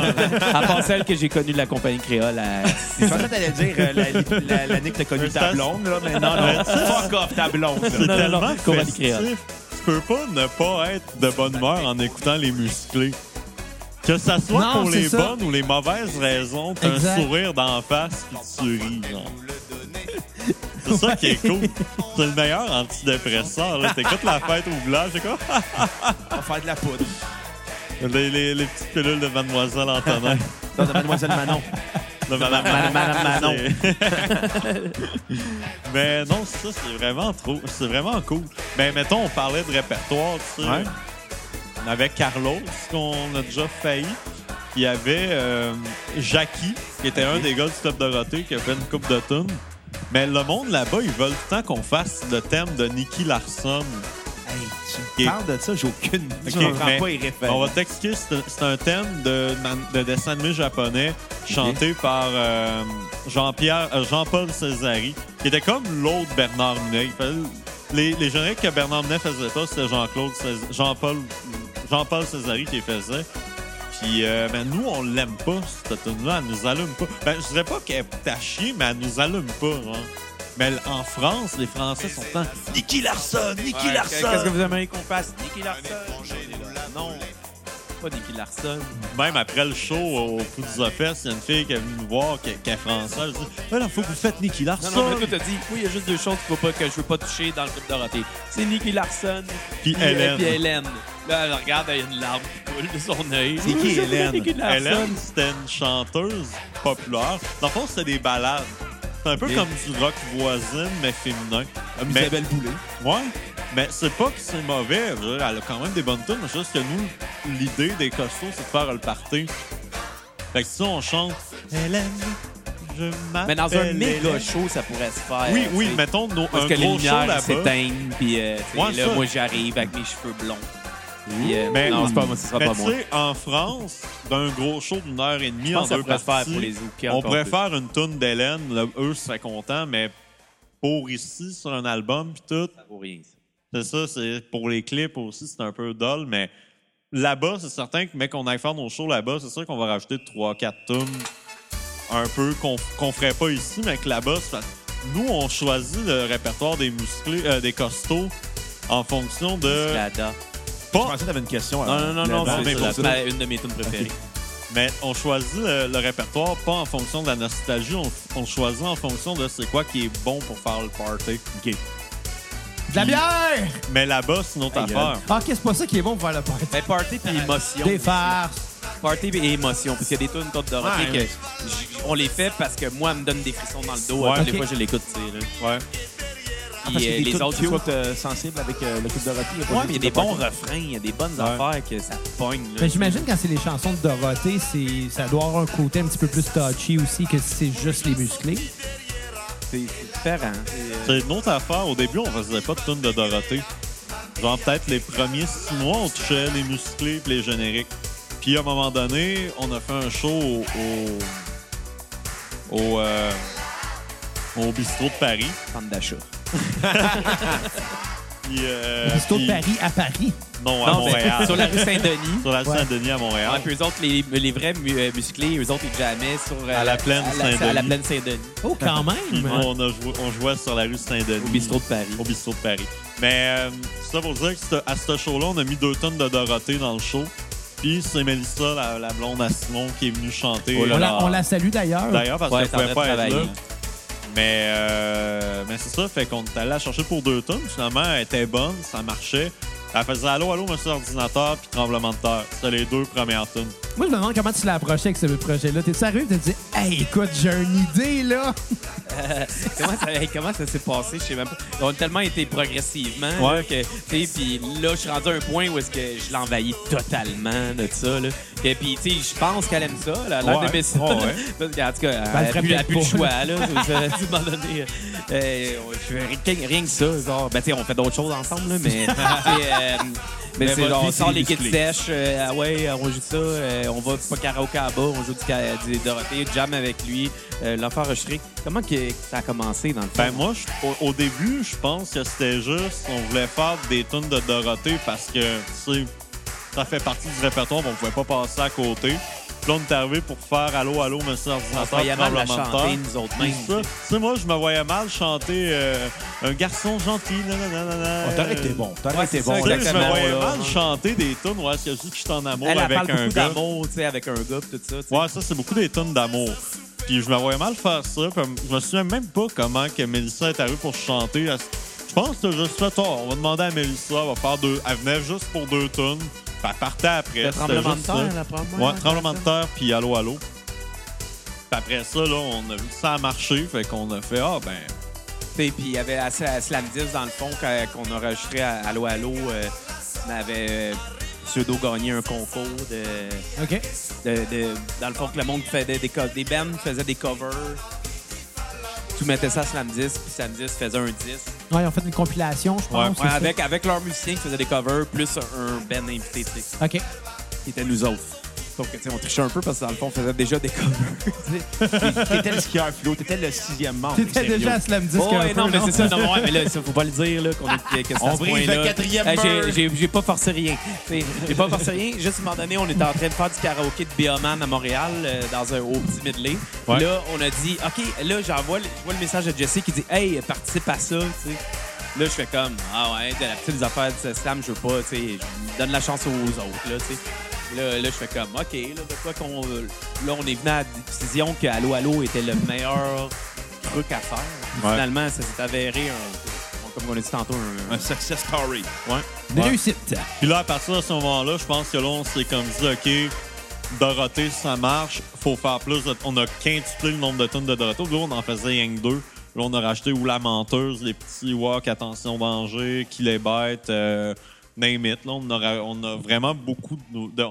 [SPEAKER 6] À part celle que j'ai connue de la compagnie créole. à-
[SPEAKER 4] Je pensais que t'allais dire euh, la- la- l'année que t'as connu ta blonde, là, mais non, non. Fuck off, ta blonde. là.
[SPEAKER 2] C'est
[SPEAKER 6] Non, non,
[SPEAKER 2] tellement
[SPEAKER 6] non, qu'on va le créer.
[SPEAKER 2] festif. Tu peux pas ne pas être de bonne humeur en écoutant les musclés. Que ça soit
[SPEAKER 5] Non,
[SPEAKER 2] pour
[SPEAKER 5] c'est
[SPEAKER 2] les
[SPEAKER 5] ça.
[SPEAKER 2] bonnes ou les mauvaises raisons, t'as un
[SPEAKER 5] Exact.
[SPEAKER 2] sourire d'en face puis tu ris. genre. C'est ça qui est cool. C'est le meilleur antidépresseur. là. T'écoutes la fête au village, c'est quoi?
[SPEAKER 4] On va faire de la poudre.
[SPEAKER 2] Les, les- les petites pilules de Mademoiselle Antonin.
[SPEAKER 4] Non, de Mademoiselle Manon.
[SPEAKER 2] De Madame,
[SPEAKER 4] Madame Manon.
[SPEAKER 2] C'est- Mais non, ça, c'est vraiment trop. C'est vraiment cool. Mais mettons, on parlait de répertoire, tu sais.
[SPEAKER 4] Ouais.
[SPEAKER 2] On avait Carlos, qu'on a déjà failli. Il y avait euh, Jackie, qui était un des gars du Club Dorothée, qui a fait une coupe de tunes. Mais le monde là-bas, ils veulent tout le temps qu'on fasse le thème de Nicky Larson.
[SPEAKER 4] Hey,
[SPEAKER 2] Ok.
[SPEAKER 4] tu parles de ça, j'ai aucune. Je
[SPEAKER 2] Ok,
[SPEAKER 4] comprends
[SPEAKER 2] mais
[SPEAKER 4] pas les
[SPEAKER 2] On va
[SPEAKER 4] références.
[SPEAKER 2] t'expliquer, c'est un- c'est un thème de, de dessin animé japonais chanté par euh, Jean-Pierre, euh, Jean-Paul Césari, qui était comme l'autre Bernard Minet. Il faisait- les, les génériques que Bernard Minet faisait pas, c'était Jean-Claude Cés- Jean-Paul Jean-Paul Césari qui les faisait. Puis euh, ben, nous, on l'aime pas, cette tune-là, elle nous allume pas. Ben, je dirais pas qu'elle est à chier, mais elle nous allume pas. genre. Mais l- en France, les Français sont en Nicky Larson, Nicky Larson.
[SPEAKER 6] Qu'est-ce que vous aimeriez qu'on fasse? Nicky Larson. Non, pas Nicky Larson.
[SPEAKER 2] Même après le show au Coup du Fest, il y a une fille qui est venue nous voir, qui, qui est française. Elle dit Ah là, faut que vous faites Nicky Larson.
[SPEAKER 6] Non, non, mais toi, t'as dit, oui, il y a juste deux choses qu'il faut pas, que je veux pas toucher dans le club Dorothée. C'est Nicky Larson.
[SPEAKER 2] Puis
[SPEAKER 6] puis- euh,
[SPEAKER 2] Hélène.
[SPEAKER 6] Puis Hélène. Là, elle regarde, elle a une larme qui coule de son œil.
[SPEAKER 4] C'est qui,
[SPEAKER 6] Je veux
[SPEAKER 4] Hélène?
[SPEAKER 6] Nicky Larson.
[SPEAKER 2] Hélène, c'était une chanteuse populaire. Dans le fond, c'était des ballades. C'est un peu
[SPEAKER 4] Ok.
[SPEAKER 2] comme du rock voisine, mais féminin.
[SPEAKER 4] Comme
[SPEAKER 2] mais-
[SPEAKER 4] Isabelle Boulay.
[SPEAKER 2] Ouais, mais c'est pas que c'est mauvais. je veux dire, Elle a quand même des bonnes tunes. C'est juste que nous, l'idée des costauds, c'est de faire le party. Fait que si on chante Hélène, je m'appelle
[SPEAKER 6] Mais dans un méga
[SPEAKER 2] Hélène.
[SPEAKER 6] show, ça pourrait se faire.
[SPEAKER 2] Oui,
[SPEAKER 6] tu
[SPEAKER 2] oui,
[SPEAKER 6] sais.
[SPEAKER 2] mettons nos,
[SPEAKER 6] Parce
[SPEAKER 2] un
[SPEAKER 6] que les
[SPEAKER 2] gros show là-bas.
[SPEAKER 6] lumières s'éteignent, puis euh, tu sais,
[SPEAKER 2] Ouais,
[SPEAKER 6] là,
[SPEAKER 2] ça.
[SPEAKER 6] moi, j'arrive avec mes cheveux blonds. Puis, euh,
[SPEAKER 2] Mais-
[SPEAKER 6] non, c'est pas moi, ce sera
[SPEAKER 2] Mais
[SPEAKER 6] pas
[SPEAKER 2] tu
[SPEAKER 6] moi.
[SPEAKER 2] sais, en France, d'un gros show d'une heure et demie
[SPEAKER 6] Je
[SPEAKER 2] en
[SPEAKER 6] pense que ça
[SPEAKER 2] deux
[SPEAKER 6] pourrait se faire
[SPEAKER 2] parties,
[SPEAKER 6] pour les hookers.
[SPEAKER 2] on pourrait faire une tune d'Hélène. là, Eux seraient contents, mais pour ici, sur un album, puis tout,
[SPEAKER 6] Pour rien,
[SPEAKER 2] c'est
[SPEAKER 6] ça.
[SPEAKER 2] ça, c'est pour les clips aussi, c'est un peu dull, mais là-bas, c'est certain que, mec, qu'on aille faire nos shows là-bas, c'est sûr qu'on va rajouter 3-4 tunes un peu qu'on qu'on ferait pas ici, mais que là-bas, c'est parce- nous, on choisit le répertoire des musclés, euh, des costauds en fonction de.
[SPEAKER 6] Sclada.
[SPEAKER 2] pas-
[SPEAKER 4] Je pensais que t'avais une question.
[SPEAKER 2] Non, non, non, non,
[SPEAKER 4] là-dedans.
[SPEAKER 2] c'est
[SPEAKER 4] Mais
[SPEAKER 2] ça,
[SPEAKER 4] pour
[SPEAKER 2] la-
[SPEAKER 4] ça.
[SPEAKER 6] Ma- une de mes tunes préférées.
[SPEAKER 2] Mais on choisit le, le répertoire pas en fonction de la nostalgie, on, on choisit en fonction de c'est quoi qui est bon pour faire le party.
[SPEAKER 5] De la bière!
[SPEAKER 2] Mais là-bas, c'est une autre
[SPEAKER 4] Aïe,
[SPEAKER 2] affaire.
[SPEAKER 5] Ah, OK, c'est pas ça qui est bon pour faire le party.
[SPEAKER 6] Mais party puis émotion.
[SPEAKER 5] Des farces.
[SPEAKER 6] Party et émotion. Parce qu'il y a des tunes Côte Dorothée
[SPEAKER 4] Ouais.
[SPEAKER 6] que j- on les fait parce que moi, elle me donne des frissons dans le dos.
[SPEAKER 2] Ouais.
[SPEAKER 6] Après,
[SPEAKER 5] Ok.
[SPEAKER 6] Des fois, je l'écoute, tu sais. là.
[SPEAKER 2] Ouais.
[SPEAKER 4] parce
[SPEAKER 6] Puis
[SPEAKER 4] qu'il y
[SPEAKER 6] euh,
[SPEAKER 4] a
[SPEAKER 6] les
[SPEAKER 4] toutes
[SPEAKER 6] autres,
[SPEAKER 4] qui sont euh, sensibles avec euh, le Club Dorothée. Il y a pas
[SPEAKER 6] Ouais,
[SPEAKER 4] juste
[SPEAKER 6] mais il y a
[SPEAKER 4] le
[SPEAKER 6] des
[SPEAKER 4] Club
[SPEAKER 6] bons
[SPEAKER 4] Dorothée.
[SPEAKER 6] refrains, il y a des bonnes affaires que ça pogne. là.
[SPEAKER 5] Mais j'imagine quand c'est les chansons de Dorothée, c'est- ça doit avoir un côté un petit peu plus touchy aussi que si c'est juste les musclés.
[SPEAKER 6] C'est c'est différent. C'est,
[SPEAKER 2] C'est
[SPEAKER 6] euh,
[SPEAKER 2] une autre affaire. Au début, on faisait pas de tunes de Dorothée. Genre, peut-être les premiers six mois, on touchait les musclés puis les génériques. Puis, à un moment donné, on a fait un show au. au, au, euh, au bistrot de Paris.
[SPEAKER 6] centre d'achat.
[SPEAKER 2] Puis, euh,
[SPEAKER 5] Bistrot de
[SPEAKER 2] puis-
[SPEAKER 5] Paris à Paris.
[SPEAKER 2] Non,
[SPEAKER 6] Ah,
[SPEAKER 2] à Montréal.
[SPEAKER 6] sur la rue Saint-Denis.
[SPEAKER 2] Sur la rue
[SPEAKER 5] Ouais.
[SPEAKER 2] Saint-Denis à Montréal.
[SPEAKER 6] Ouais, Ah, puis eux autres, les, les vrais mu- euh, musclés, eux autres, ils jamais sur. euh,
[SPEAKER 2] À la plaine
[SPEAKER 6] à la-
[SPEAKER 2] Saint-Denis.
[SPEAKER 6] À la plaine Saint-Denis.
[SPEAKER 5] Oh, quand même!
[SPEAKER 2] On, a joué- on jouait sur la rue Saint-Denis.
[SPEAKER 6] Au bistrot de Paris.
[SPEAKER 2] Au bistrot de Paris. Mais euh, c'est ça pour dire que c'est- à ce show-là, on a mis deux tonnes de Dorothée dans le show. Puis c'est Mélissa, la, la blonde à Simon, qui est venue chanter. euh,
[SPEAKER 6] Oh là
[SPEAKER 5] On
[SPEAKER 6] là.
[SPEAKER 5] la, on la salue d'ailleurs.
[SPEAKER 2] D'ailleurs, parce
[SPEAKER 6] Ouais,
[SPEAKER 2] qu'elle pouvait
[SPEAKER 6] t'en
[SPEAKER 2] pas être là.
[SPEAKER 6] travailler.
[SPEAKER 2] Mais, euh, mais c'est ça, fait qu'on est allé la chercher pour deux tonnes. Finalement, elle était bonne, ça marchait. Elle faisait Allô, allô, monsieur ordinateur, puis tremblement de terre. C'était les deux premières tonnes.
[SPEAKER 5] Moi, je me demande comment tu l'as approché avec ce projet-là. T'es sérieux? T'as dit, hey, écoute, j'ai une idée, là.
[SPEAKER 6] comment ça, hey, comment ça s'est passé? Je sais même pas. On a tellement été progressivement. là, que, tu sais, puis là, je suis rendu à un point où est-ce que je l'envahis totalement de ça. Là. Et puis, tu sais, je pense qu'elle aime ça, là, elle a l'air
[SPEAKER 2] Ouais.
[SPEAKER 6] d'aimer ça.
[SPEAKER 2] Ouais, ouais.
[SPEAKER 6] Parce qu'en tout cas,
[SPEAKER 5] elle
[SPEAKER 6] elle a
[SPEAKER 5] ferait
[SPEAKER 6] plus, elle a
[SPEAKER 5] peut-être
[SPEAKER 6] plus le
[SPEAKER 5] pas.
[SPEAKER 6] choix. Là, Je- je- à un moment donné, euh, je fais rien, rien que ça. Genre, ben, tu sais, on fait d'autres choses ensemble, là, mais. tu sais, euh, mais
[SPEAKER 2] Mais
[SPEAKER 6] c'est
[SPEAKER 2] votre
[SPEAKER 6] genre,
[SPEAKER 2] vie,
[SPEAKER 6] on sort
[SPEAKER 2] c'est
[SPEAKER 6] les kits
[SPEAKER 2] musclé.
[SPEAKER 6] sèches, euh, ah ouais, on joue ça, euh, on va pas karaoké à bas, on joue du, ka- du Dorothée, jam avec lui, euh, l'enfant enregistré. Comment que ça a commencé dans le
[SPEAKER 2] Ben
[SPEAKER 6] fond?
[SPEAKER 2] moi, je- au, au début, je pense que c'était juste, on voulait faire des tunes de Dorothée parce que, tu sais, ça fait partie du répertoire, mais on pouvait pas passer à côté. Puis là, on est arrivé pour faire Allô, allô, monsieur
[SPEAKER 6] on se
[SPEAKER 2] ordinateur,
[SPEAKER 6] voyait mal la
[SPEAKER 2] tremblement de terre.
[SPEAKER 6] chanter, nous autres
[SPEAKER 2] Puis
[SPEAKER 6] mêmes.
[SPEAKER 2] ça, Tu sais, moi, je me voyais mal chanter euh, Un garçon gentil, nanana.
[SPEAKER 4] Oh, T'aurais été bon. T'aurais
[SPEAKER 6] Ouais,
[SPEAKER 4] été
[SPEAKER 6] c'est
[SPEAKER 4] bon.
[SPEAKER 2] Tu
[SPEAKER 6] ça,
[SPEAKER 2] sais, je me
[SPEAKER 6] Exactement,
[SPEAKER 2] voyais
[SPEAKER 6] là.
[SPEAKER 2] mal chanter des tunes, ouais, c'est juste que je suis en amour
[SPEAKER 6] Elle, elle
[SPEAKER 2] avec
[SPEAKER 6] parle
[SPEAKER 2] un
[SPEAKER 6] beaucoup
[SPEAKER 2] gars.
[SPEAKER 6] d'amour, tu sais, avec un gars, pis tout ça. tu sais.
[SPEAKER 2] Ouais, ça, c'est beaucoup des tonnes d'amour. Puis je me voyais mal faire ça. puis je me souviens même pas comment que Mélissa est arrivée pour chanter. Elle- Je pense que je suis tort. On va demander à Mélissa, elle va faire deux. Elle venait juste pour deux tonnes. Puis elle partait après.
[SPEAKER 6] Le
[SPEAKER 2] C'était
[SPEAKER 6] tremblement de
[SPEAKER 2] juste
[SPEAKER 6] terre,
[SPEAKER 2] ça.
[SPEAKER 6] la première.
[SPEAKER 2] Ouais, tremblement de terre, puis allô, allô. Puis après ça, là, on a vu que ça a marché. Fait qu'on a fait, ah, ben,
[SPEAKER 6] Puis il y avait assez à Slam 10 dans le fond qu'a- qu'on a enregistré à Allo Allo. euh, on avait euh, pseudo gagné un concours de,
[SPEAKER 5] OK.
[SPEAKER 6] de- de- Dans le fond, que le monde faisait des, co- des bands faisaient des covers. Tu mettais ça à Slam 10, puis Slam 10 faisait un 10.
[SPEAKER 5] Ouais, ils ont fait une compilation, je pense.
[SPEAKER 2] Ouais,
[SPEAKER 5] c'est
[SPEAKER 6] Ouais,
[SPEAKER 5] ça.
[SPEAKER 6] avec, avec leurs musiciens qui faisaient des covers, plus un band invité, tu sais,
[SPEAKER 5] OK.
[SPEAKER 6] qui était nous autres. Donc, tu sais, on trichait un peu parce que dans le fond, on faisait déjà des covers.
[SPEAKER 4] T'étais le skieur, Flo. T'étais le sixième membre.
[SPEAKER 5] T'étais
[SPEAKER 4] Sérieux.
[SPEAKER 5] déjà à Slam Disc
[SPEAKER 6] Oh,
[SPEAKER 5] un
[SPEAKER 6] ouais,
[SPEAKER 5] peu,
[SPEAKER 6] non, mais
[SPEAKER 5] non?
[SPEAKER 6] c'est ça. Non, ouais, mais là, ça, faut pas le dire, là, qu'on est, que c'est
[SPEAKER 4] On
[SPEAKER 6] à ce
[SPEAKER 4] brise
[SPEAKER 6] point-là.
[SPEAKER 4] le quatrième
[SPEAKER 6] Hey, j'ai-
[SPEAKER 4] mur.
[SPEAKER 6] j'ai, j'ai pas forcé rien. T'sais, J'ai pas forcé rien. Juste, à un moment donné, on était en train de faire du karaoké de Bioman à Montréal, euh, dans un haut petit medley.
[SPEAKER 2] Ouais.
[SPEAKER 6] Là, on a dit, OK, là, j'envoie le, je vois le message de Jesse qui dit, Hey, participe à ça, tu sais. Là, je fais comme, ah ouais, de la petite affaire de Sam, je veux pas, tu sais, je donne la chance aux autres, là, tu sais. Là, là, je fais comme, OK, là, de quoi qu'on. Là, on est venu à la décision que Allo Allo était le meilleur truc à faire. Puis
[SPEAKER 2] Ouais.
[SPEAKER 6] Finalement, ça s'est avéré, un- comme on a dit tantôt, un.
[SPEAKER 4] Un success story.
[SPEAKER 5] Une réussite.
[SPEAKER 2] Puis là, à partir de ce moment-là, je pense que là, on s'est comme dit, OK, Dorothée, ça marche, faut faire plus. de- On a quintuplé le nombre de tonnes de Dorothée. Là, on en faisait rien que deux. Là, on a racheté ou la menteuse, les petits walk, attention danger, qu'il est bête, euh, name it. Là, on, aura- on a vraiment beaucoup de. de-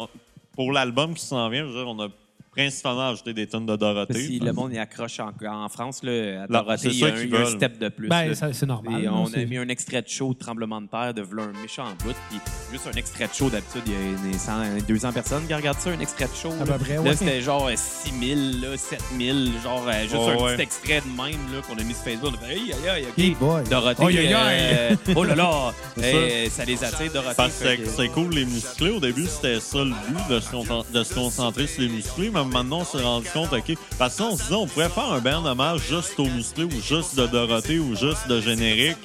[SPEAKER 2] pour l'album qui s'en vient, je veux dire, on a principalement ajouté des tonnes de Dorothée.
[SPEAKER 6] Si le monde y accroche en, en France, là,
[SPEAKER 2] Là,
[SPEAKER 6] à Dorothée,
[SPEAKER 2] c'est
[SPEAKER 6] il y
[SPEAKER 2] ça
[SPEAKER 6] a un,
[SPEAKER 2] qu'ils
[SPEAKER 6] il y a un
[SPEAKER 2] veulent.
[SPEAKER 6] step de plus.
[SPEAKER 5] Ben,
[SPEAKER 6] là.
[SPEAKER 5] ça, c'est normal.
[SPEAKER 6] Et
[SPEAKER 5] là,
[SPEAKER 6] on a
[SPEAKER 5] c'est-
[SPEAKER 6] mis un extrait de show de tremblement de terre de v'là un méchant bout. Puis juste un extrait de show, d'habitude, il y a des 100, 200 personnes qui regardent ça, un extrait de show.
[SPEAKER 5] À peu
[SPEAKER 6] là.
[SPEAKER 5] près,
[SPEAKER 6] là,
[SPEAKER 5] ouais.
[SPEAKER 6] c'était genre euh, 6000, 7000, genre euh, juste
[SPEAKER 2] Ouais,
[SPEAKER 6] un
[SPEAKER 2] ouais.
[SPEAKER 6] petit extrait de même là, qu'on a mis sur Facebook. On a fait, aïe, aïe, aïe, OK.
[SPEAKER 5] Hey boy.
[SPEAKER 6] Dorothée.
[SPEAKER 5] Oh, aïe, aïe,
[SPEAKER 6] euh, oh là là,
[SPEAKER 2] C'est
[SPEAKER 6] euh, ça. les attire, Dorothée.
[SPEAKER 2] Parce que
[SPEAKER 6] Fait
[SPEAKER 2] c'est- c'est cool, les musclés. Au début, c'était ça le but, de se, concent- de se concentrer sur les musclés. Mais maintenant, on s'est rendu compte, OK. Parce qu'on se disait, on pourrait faire un band hommage juste aux musclés ou juste de Dorothée ou juste de générique.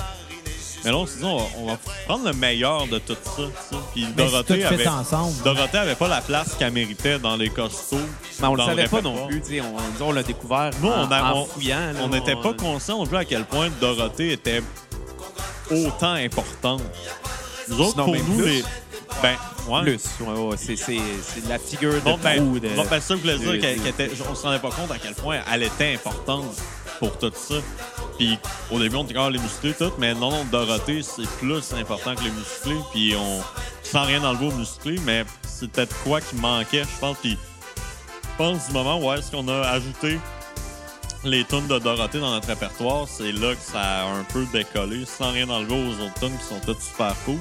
[SPEAKER 2] Mais là, on se dit, on va, on va prendre le meilleur de tout ça. ça. Puis
[SPEAKER 5] Mais c'est
[SPEAKER 2] Dorothée
[SPEAKER 5] tout fait
[SPEAKER 2] avait.
[SPEAKER 5] ensemble.
[SPEAKER 2] Dorothée avait pas la place qu'elle méritait dans les costauds.
[SPEAKER 6] Mais on le
[SPEAKER 2] dans
[SPEAKER 6] savait pas
[SPEAKER 2] répertoire.
[SPEAKER 6] non plus. tu sais, On, disons, on l'a découvert
[SPEAKER 2] Nous,
[SPEAKER 6] en,
[SPEAKER 2] on a-
[SPEAKER 6] en
[SPEAKER 2] on-
[SPEAKER 6] fouillant. là.
[SPEAKER 2] on n'était pas conscient non plus à quel point Dorothée était autant importante. Nous autres,
[SPEAKER 4] Sinon,
[SPEAKER 2] pour
[SPEAKER 4] même
[SPEAKER 2] nous,
[SPEAKER 4] plus.
[SPEAKER 2] les. Ben, ouais.
[SPEAKER 6] Plus, ouais, ouais, c'est, c'est, c'est la figure de
[SPEAKER 2] Bon, ben,
[SPEAKER 6] proue de-
[SPEAKER 2] bon, ben, ça, je voulais dire
[SPEAKER 6] de-
[SPEAKER 2] qu'elle- qu'elle était- on se rendait pas compte à quel point elle était importante pour tout ça. Puis au début, on dit ah, les musclés, tout, mais non, non, Dorothée, c'est plus important que les musclés. Puis on sans rien enlever aux musclés, mais c'était de quoi qui manquait, je pense. Puis je pense du moment où est-ce qu'on a ajouté les tunes de Dorothée dans notre répertoire, c'est là que ça a un peu décollé, sans rien enlever aux autres tunes qui sont toutes super cool.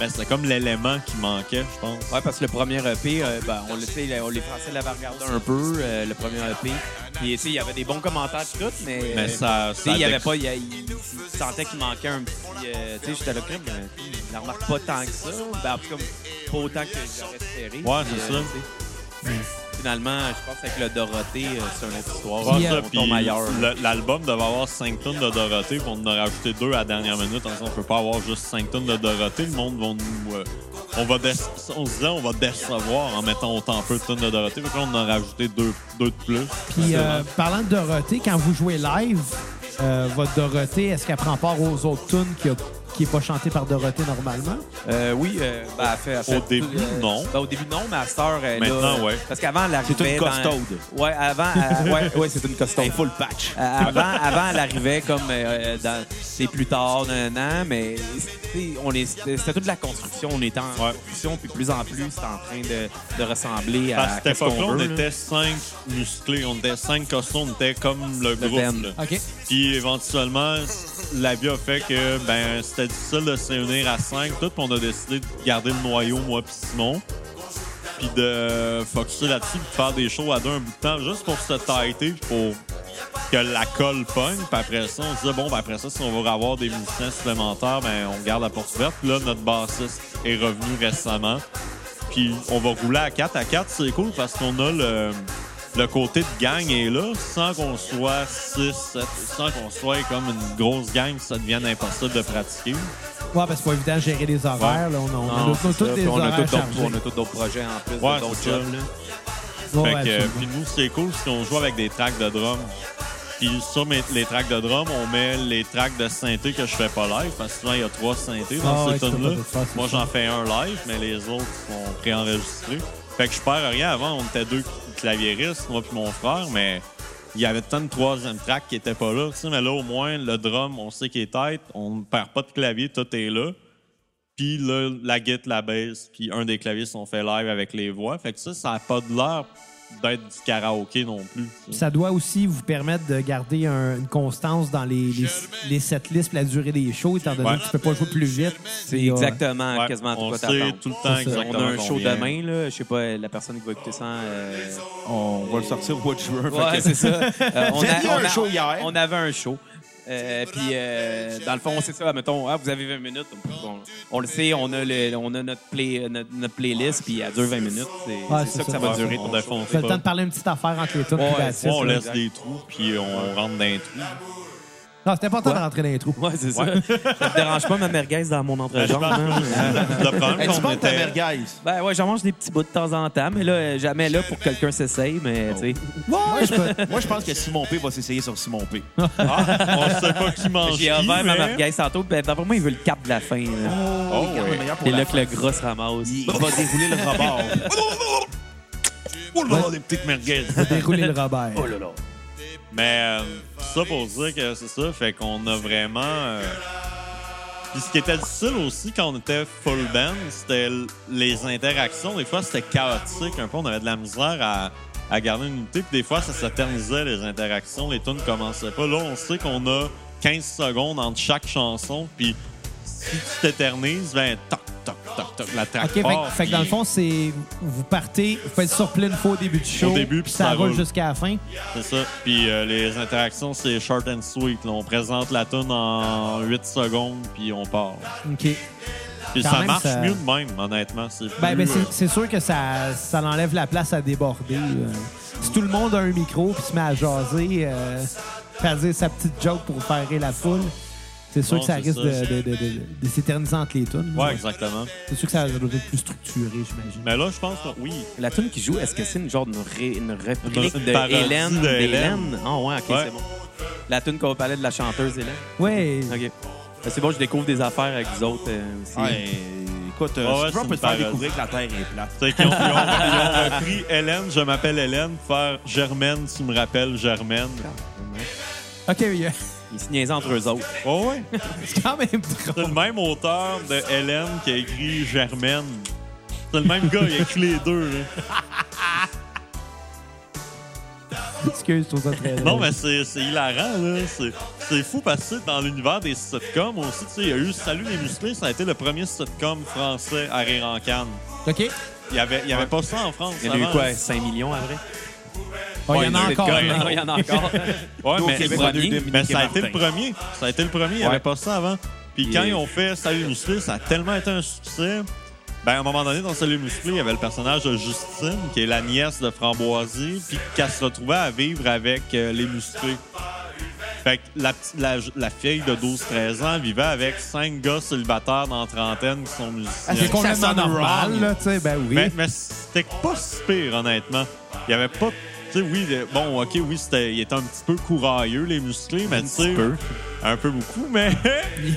[SPEAKER 2] Mais c'était comme l'élément qui manquait, je pense.
[SPEAKER 6] Ouais, parce que le premier EP, euh, ben, on le sait, le- les Français l'avaient regardé un peu, euh, le premier EP. Puis, tu sais, il y avait des bons commentaires pis tout, mais.
[SPEAKER 2] Mais ça-
[SPEAKER 6] tu
[SPEAKER 2] ça
[SPEAKER 6] sais, il y avait
[SPEAKER 2] déc-
[SPEAKER 6] pas. Il y a- il- il sentait qu'il manquait un petit. euh, tu sais, j'étais là, crime, mais il ne remarque pas tant que ça. Ben, en tout cas, pas autant que j'aurais espéré.
[SPEAKER 2] Ouais,
[SPEAKER 6] Puis,
[SPEAKER 2] c'est ça.
[SPEAKER 6] tu sais, Finalement, je pense qu'avec le Dorothée, euh, c'est une autre histoire.
[SPEAKER 2] Ouais,
[SPEAKER 6] On
[SPEAKER 2] ça,
[SPEAKER 6] tombe
[SPEAKER 2] puis
[SPEAKER 6] ailleurs.
[SPEAKER 2] le- L'album devait avoir 5 tonnes de Dorothée, puis on en a rajouté 2 à la dernière minute. En disant, on peut pas avoir juste 5 tonnes de Dorothée. Le monde va nous. euh, on, va dé- on se disait, on va décevoir en mettant autant peu de tonnes de Dorothée. Fait que là, on en a rajouté 2 deux, de plus.
[SPEAKER 5] Puis euh, parlant de Dorothée, quand vous jouez live, euh, votre Dorothée, est-ce qu'elle prend part aux autres tunes qui a- qui est pas chantée par Dorothée normalement?
[SPEAKER 6] Euh, oui, euh, ben, elle fait, elle fait tout,
[SPEAKER 2] début,
[SPEAKER 6] euh,
[SPEAKER 2] non.
[SPEAKER 6] ben, au début, non, mais à cette heure, elle
[SPEAKER 2] Maintenant,
[SPEAKER 6] a-
[SPEAKER 2] ouais.
[SPEAKER 6] Parce qu'avant, elle arrivait.
[SPEAKER 4] une
[SPEAKER 6] dans-
[SPEAKER 4] costaude.
[SPEAKER 6] Ouais, avant, elle- ouais, ouais, c'est une costaude.
[SPEAKER 4] full patch.
[SPEAKER 6] Euh, avant, avant, elle arrivait comme euh, euh, dans- c'est plus tard d'un an, mais c'était- on est- c'était c'était toute la construction. On était en
[SPEAKER 2] Ouais.
[SPEAKER 6] construction, puis de plus en plus, c'est en train de, de ressembler
[SPEAKER 2] À
[SPEAKER 6] à
[SPEAKER 2] cette
[SPEAKER 6] euh, qu'est-ce qu'on
[SPEAKER 2] époque-là, on
[SPEAKER 6] veut, là.
[SPEAKER 2] était 5 musclés, on était 5 costauds, on était comme le
[SPEAKER 6] band.
[SPEAKER 2] groupe. là.
[SPEAKER 5] OK.
[SPEAKER 2] Puis éventuellement, la vie a fait que ben c'était difficile de se réunir à 5 tout, puis on a décidé de garder le noyau, moi puis Simon. Puis de focuser là-dessus, puis de faire des shows à deux un bout de temps, juste pour se tighter, puis pour que la colle pogne. Puis après ça, on se disait, bon, ben après ça, si on veut avoir des musiciens supplémentaires, ben on garde la porte ouverte. Puis là, notre bassiste est revenu récemment. Puis on va rouler à 4 à 4, c'est cool parce qu'on a le, le côté de gang est là, sans qu'on soit 6, 7, sans qu'on soit comme une grosse gang, ça devienne impossible de pratiquer.
[SPEAKER 5] Ouais, parce que c'est pas évident de gérer les horaires. Là, on a, on a,
[SPEAKER 6] Non,
[SPEAKER 5] tous- on a
[SPEAKER 6] c'est ça.
[SPEAKER 5] tous des
[SPEAKER 6] Puis on, a
[SPEAKER 5] horaires
[SPEAKER 6] tout d'autres-
[SPEAKER 5] chargés.
[SPEAKER 6] on a tous d'autres projets en plus,
[SPEAKER 2] Ouais,
[SPEAKER 6] d'autres
[SPEAKER 2] c'est ça.
[SPEAKER 6] jobs. là.
[SPEAKER 5] Ouais,
[SPEAKER 2] Fait
[SPEAKER 5] ouais,
[SPEAKER 2] que, euh,
[SPEAKER 5] absolument.
[SPEAKER 2] puis nous, c'est cool parce qu'on joue avec des tracks de drum. Puis sur mes- les tracks de drum, on met les tracks de synthé que je fais pas live parce que souvent, il y a trois synthés dans
[SPEAKER 5] Ah ouais,
[SPEAKER 2] ces
[SPEAKER 5] tu peux
[SPEAKER 2] tunes-là.
[SPEAKER 5] pas tout faire, c'est
[SPEAKER 2] Moi,
[SPEAKER 5] ça.
[SPEAKER 2] j'en fais un live, mais les autres sont préenregistrés. Fait que je perds rien. Avant, on était deux claviéristes, moi puis mon frère, mais il y avait tant de troisième track qui était pas là. tu sais. Mais là, au moins, le drum, on sait qu'il est tête. On ne perd pas de clavier, tout est là. Puis là, la guitare, la basse, puis un des claviers sont faits live avec les voix. Fait que ça, ça n'a pas de l'air d'être du karaoké non plus. tu sais.
[SPEAKER 5] Ça doit aussi vous permettre de garder un- une constance dans les, les, les setlists pis la durée des shows, étant donné
[SPEAKER 2] Ouais.
[SPEAKER 5] que tu peux pas jouer plus vite.
[SPEAKER 6] C'est
[SPEAKER 5] Et, euh,
[SPEAKER 6] exactement
[SPEAKER 2] Ouais,
[SPEAKER 6] hein, quasiment
[SPEAKER 2] on
[SPEAKER 6] tout
[SPEAKER 2] sait
[SPEAKER 6] t'attends.
[SPEAKER 2] tout le temps
[SPEAKER 5] C'est ça.
[SPEAKER 2] exactement
[SPEAKER 6] On a un show
[SPEAKER 2] combien.
[SPEAKER 6] demain, là. Je sais pas, la personne qui va écouter ça. euh,
[SPEAKER 4] On va le sortir au mois de juin.
[SPEAKER 6] Ouais,
[SPEAKER 4] fait
[SPEAKER 6] c'est ça. Euh, on,
[SPEAKER 4] Vous aviez un show hier.
[SPEAKER 6] on avait un show. Euh, puis, euh, dans le fond, c'est ça. Mettons, ah, vous avez 20 minutes. On, on le sait, on a, le- on a notre, play, euh, notre, notre playlist, puis elle dure 20 minutes. C'est c'est
[SPEAKER 5] c'est
[SPEAKER 6] ça, que
[SPEAKER 5] ça.
[SPEAKER 6] ça va
[SPEAKER 5] Ouais,
[SPEAKER 6] durer.
[SPEAKER 2] on
[SPEAKER 6] ton
[SPEAKER 2] défonce
[SPEAKER 5] Fait le temps
[SPEAKER 2] pas.
[SPEAKER 5] de parler une petite affaire entre les tunes.
[SPEAKER 6] Ouais,
[SPEAKER 5] pis la
[SPEAKER 6] c'est
[SPEAKER 2] Soit
[SPEAKER 5] suite,
[SPEAKER 2] on
[SPEAKER 5] là.
[SPEAKER 2] laisse des trous, puis euh, on rentre dans les trous.
[SPEAKER 5] Non, c'est important de rentrer dans les trous.
[SPEAKER 6] show. Ouais, c'est ça. ça te dérange pas ma merguez dans mon
[SPEAKER 2] Je
[SPEAKER 6] entrejambe.
[SPEAKER 2] pense
[SPEAKER 6] hein?
[SPEAKER 2] que aussi, le problème,
[SPEAKER 4] Tu
[SPEAKER 2] qu'on
[SPEAKER 4] portes ta
[SPEAKER 2] était...
[SPEAKER 4] merguez.
[SPEAKER 6] Ben ouais, j'en mange des petits bouts de temps en temps, mais là, euh, jamais là pour que quelqu'un s'essaye, mais tu sais.
[SPEAKER 5] Ouais, je peux-
[SPEAKER 4] Moi, je pense que Simon P va s'essayer sur Simon P.
[SPEAKER 2] Ah, on sait pas qui mange qui,
[SPEAKER 6] J'ai ouvert ma
[SPEAKER 4] hein?
[SPEAKER 2] mais-
[SPEAKER 6] merguez tantôt, puis d'après moi, il veut le cap de la fin. là.
[SPEAKER 4] Oh, oui. le meilleur pour
[SPEAKER 6] C'est
[SPEAKER 4] la
[SPEAKER 6] là
[SPEAKER 4] fin.
[SPEAKER 6] que le gros se ramasse.
[SPEAKER 4] Il il va dérouler le rebord.
[SPEAKER 2] Oh là là, des petites merguez.
[SPEAKER 5] dérouler le Robert.
[SPEAKER 2] Oh, Mais euh, ça pour dire que c'est ça, fait qu'on a vraiment. euh, Puis ce qui était difficile aussi quand on était full band, c'était l- les interactions. Des fois, c'était chaotique un peu. On avait de la misère à, à garder une unité. Puis des fois, ça s'éternisait les interactions. Les tunes commençaient pas. Là, on sait qu'on a 15 secondes entre chaque chanson. Puis si tu t'éternises, ben toc, toc, toc, toc, la track
[SPEAKER 5] OK, fait, que-
[SPEAKER 2] part,
[SPEAKER 5] fait que dans le
[SPEAKER 2] puis-
[SPEAKER 5] fond, c'est vous partez, vous faites sur pleine fois au début du show,
[SPEAKER 2] début, puis
[SPEAKER 5] ça,
[SPEAKER 2] ça
[SPEAKER 5] roule
[SPEAKER 2] roule.
[SPEAKER 5] jusqu'à la fin.
[SPEAKER 2] C'est ça. Puis euh, les interactions, c'est short and sweet. là. On présente la tune en 8 secondes, puis on part.
[SPEAKER 5] OK.
[SPEAKER 2] Puis
[SPEAKER 5] Quand
[SPEAKER 2] ça
[SPEAKER 5] même,
[SPEAKER 2] marche
[SPEAKER 5] ça-
[SPEAKER 2] mieux de même, honnêtement. C'est plus,
[SPEAKER 5] Ben, ben, c'est-
[SPEAKER 2] euh,
[SPEAKER 5] c'est sûr que ça, ça enlève la place à déborder. euh. Si tout le monde a un micro puis se met à jaser, euh, puis à dire sa petite joke pour faire rire la foule, c'est sûr
[SPEAKER 2] Non,
[SPEAKER 5] que ça
[SPEAKER 2] c'est
[SPEAKER 5] risque
[SPEAKER 2] ça.
[SPEAKER 5] de, de- de- de- de s'éterniser entre les tunes.
[SPEAKER 2] euh, Ouais, exactement.
[SPEAKER 5] C'est sûr que ça doit être plus structuré, j'imagine.
[SPEAKER 2] Mais là, je pense que oui.
[SPEAKER 6] La tune qui joue, est-ce que c'est une genre de ré- une réplique
[SPEAKER 2] Une
[SPEAKER 6] de
[SPEAKER 2] parodie
[SPEAKER 6] Hélène?
[SPEAKER 2] de
[SPEAKER 6] d'Hélène? Ah ouais, ok,
[SPEAKER 2] Ouais.
[SPEAKER 6] c'est bon. La tune qu'on parlait de la chanteuse Hélène.
[SPEAKER 5] Ouais.
[SPEAKER 6] Ok. Ben, C'est bon, je découvre des affaires avec vous autres euh, aussi.
[SPEAKER 4] Ouais, Écoute, euh,
[SPEAKER 2] Ah ouais, c'est
[SPEAKER 4] si tu veux, on peut
[SPEAKER 2] une
[SPEAKER 4] te faire
[SPEAKER 2] parodie.
[SPEAKER 4] découvrir que la Terre est plate.
[SPEAKER 2] C'est qu'ils ont, ils ont- ils ont repris Hélène, je m'appelle Hélène, pour faire Germaine, tu me rappelles Germaine.
[SPEAKER 5] OK, oui. euh,
[SPEAKER 6] Ils se niaisaient entre eux autres.
[SPEAKER 2] Oh, ouais.
[SPEAKER 5] C'est quand même drôle.
[SPEAKER 2] C'est le même auteur de Hélène qui a écrit Germaine. C'est le même gars, il a écrit les deux. là.
[SPEAKER 5] Excuse, je trouve ça très
[SPEAKER 2] Non,
[SPEAKER 5] drôle.
[SPEAKER 2] mais c'est c'est hilarant, là. C'est- C'est fou parce que tu sais, dans l'univers des sitcoms aussi, tu sais, il y a eu Salut les musclés, ça a été le premier sitcom français à rire en canne.
[SPEAKER 5] OK.
[SPEAKER 2] Il n'y avait, il y avait pas ça en France.
[SPEAKER 6] Il y en a eu
[SPEAKER 2] avant. hein?
[SPEAKER 6] quoi, 5 millions après?
[SPEAKER 5] Oh, il y en a
[SPEAKER 2] Ouais,
[SPEAKER 5] encore.
[SPEAKER 2] ouais,
[SPEAKER 5] non?
[SPEAKER 6] Il y en a encore.
[SPEAKER 2] Ouais,
[SPEAKER 6] Au
[SPEAKER 2] mais,
[SPEAKER 6] Québec,
[SPEAKER 2] mais
[SPEAKER 6] on a eu
[SPEAKER 2] mais ça a été le premier. Ça a été le premier. Il n'y
[SPEAKER 6] Ouais.
[SPEAKER 2] avait pas ça avant. Puis quand
[SPEAKER 6] Yeah.
[SPEAKER 2] ils ont fait Salut Musclé, ça a tellement été un succès. Ben, à un moment donné, dans Salut Musclé, il y avait le personnage de Justine, qui est la nièce de Framboisier, puis qu'elle se retrouvait à vivre avec euh, les musclés. Fait que la, petite- la, la fille de 12-13 ans vivait avec cinq gars célibataires dans la trentaine qui sont musiciens.
[SPEAKER 5] Ah, c'est complètement
[SPEAKER 4] sonne
[SPEAKER 5] normal,
[SPEAKER 4] wrong.
[SPEAKER 5] là, tu sais, ben oui.
[SPEAKER 2] Mais, mais c'était pas si pire, honnêtement. Il y avait pas. Tu sais, oui, le- bon, OK, oui, c'était, il était un petit peu courailleux, les musclés, mais tu sais. Un peu. beaucoup, mais.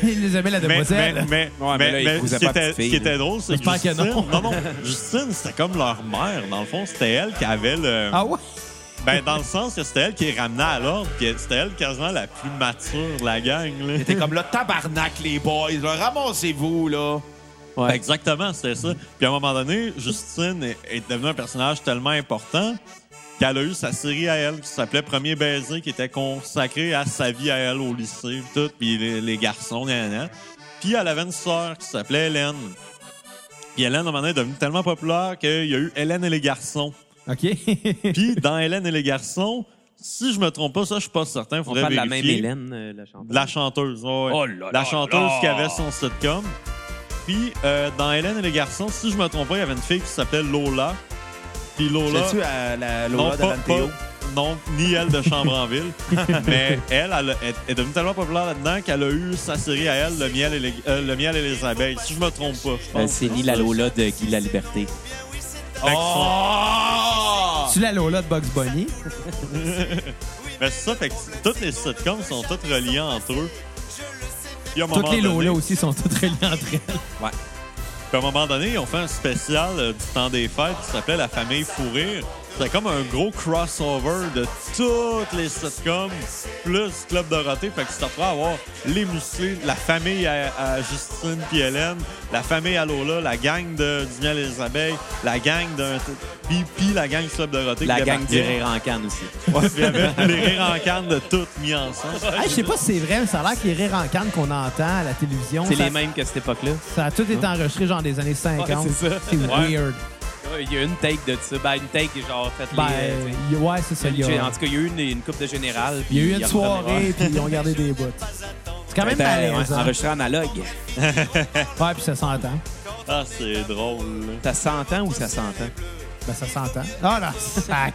[SPEAKER 5] Il les aimait, la
[SPEAKER 2] Mais, mais,
[SPEAKER 5] demoiselle.
[SPEAKER 2] mais,
[SPEAKER 6] Ouais, mais là, il
[SPEAKER 2] ce,
[SPEAKER 6] cousait
[SPEAKER 2] qui
[SPEAKER 6] pas
[SPEAKER 2] était,
[SPEAKER 6] petite fille,
[SPEAKER 2] ce qui était drôle, c'est que
[SPEAKER 5] J'espère que
[SPEAKER 2] Justine,
[SPEAKER 5] non.
[SPEAKER 2] non, non, Justine, c'était comme leur mère. Dans le fond, c'était elle qui avait le.
[SPEAKER 5] Ah ouais?
[SPEAKER 2] Ben, dans le sens que c'était elle qui ramenait à l'ordre, puis c'était elle quasiment la plus mature de la gang, là.
[SPEAKER 4] T'es comme là, tabarnak, les boys, là, ramassez-vous, là.
[SPEAKER 2] Ben, Exactement, c'était ça. Puis à un moment donné, Justine est, est devenue un personnage tellement important qu'elle a eu sa série à elle qui s'appelait Premier baiser, qui était consacrée à sa vie à elle au lycée, puis tout, puis les, les garçons, nan, nan, nan. Puis elle avait une sœur qui s'appelait Hélène. Puis Hélène, à un moment donné, est devenue tellement populaire qu'il y a eu Hélène et les garçons.
[SPEAKER 5] OK.
[SPEAKER 2] Puis dans Hélène et les garçons, si je me trompe pas, ça, je suis pas certain.
[SPEAKER 6] On
[SPEAKER 2] Faudrait
[SPEAKER 6] parle de la même
[SPEAKER 2] vérifier.
[SPEAKER 6] Hélène, euh, la chanteuse.
[SPEAKER 2] De La chanteuse, ouais, ouais.
[SPEAKER 6] Oh là là
[SPEAKER 2] La chanteuse
[SPEAKER 6] là.
[SPEAKER 2] qui avait son sitcom. Puis, euh, dans Hélène et les garçons, si je me trompe pas, il y avait une fille qui s'appelait Lola. Puis Lola...
[SPEAKER 4] J'ai-tu à euh, la
[SPEAKER 2] non,
[SPEAKER 4] Lola
[SPEAKER 2] pas,
[SPEAKER 4] d'Avantéo?
[SPEAKER 2] pas- non, ni elle de Chambre-en-Ville. mais elle, elle, a- elle est devenue tellement populaire là-dedans qu'elle a eu sa série à elle, Le miel et les, euh, Le miel et les abeilles. Si je me trompe pas, je pense.
[SPEAKER 6] Euh, C'est ni la Lola de Guy La Liberté.
[SPEAKER 2] Fait que son-
[SPEAKER 5] tu la Lola de Bugs Bunny?
[SPEAKER 2] Mais c'est ça, fait que toutes les sitcoms sont toutes reliées entre eux. Puis à un moment
[SPEAKER 5] Toutes les
[SPEAKER 2] donné-
[SPEAKER 5] Lolas aussi sont toutes reliées entre elles.
[SPEAKER 2] Puis à un moment donné, ils ont fait un spécial euh, du temps des fêtes qui s'appelait La famille Fourrir. C'était comme un gros crossover de toutes les sitcoms plus Club Dorothée. Fait que tu t'apprends à avoir les musclés, la famille à, à Justine puis Hélène, la famille à Lola, la gang de Du miel et les abeilles, la gang d'un... Puis, puis la gang du Club Dorothée.
[SPEAKER 6] La
[SPEAKER 2] qui
[SPEAKER 6] gang du
[SPEAKER 2] débarquait.
[SPEAKER 6] rire en canne aussi.
[SPEAKER 2] Ouais, puis il y avait les rires en canne de toutes mis ensemble.
[SPEAKER 5] Hey, je sais pas si c'est vrai, mais ça a l'air que les rires en canne qu'on entend à la télévision,
[SPEAKER 6] C'est
[SPEAKER 5] ça,
[SPEAKER 6] les mêmes que cette époque-là.
[SPEAKER 5] ça a tout été
[SPEAKER 2] Hein?
[SPEAKER 5] enregistré genre des années 50.
[SPEAKER 6] Ouais, c'est ça.
[SPEAKER 5] C'est
[SPEAKER 2] Ouais.
[SPEAKER 5] weird.
[SPEAKER 6] Ouais, Il y a une take de ça. Ben, une take qui est genre faite
[SPEAKER 5] Ben,
[SPEAKER 6] les. euh, tu
[SPEAKER 5] y- ouais, c'est ça.
[SPEAKER 6] sais,
[SPEAKER 5] Il y
[SPEAKER 6] En
[SPEAKER 5] a,
[SPEAKER 6] tout cas, il y a eu une, une coupe de général.
[SPEAKER 5] il y a eu une
[SPEAKER 6] puis
[SPEAKER 5] soirée, puis ils ont gardé des bouts. C'est quand même malaise. hein.
[SPEAKER 6] Enregistré analogue.
[SPEAKER 5] Ouais, puis ça s'entend.
[SPEAKER 2] Ah, c'est drôle. là.
[SPEAKER 6] Ça s'entend ou ça s'entend?
[SPEAKER 5] Ben, ça s'entend. Ah là, sac!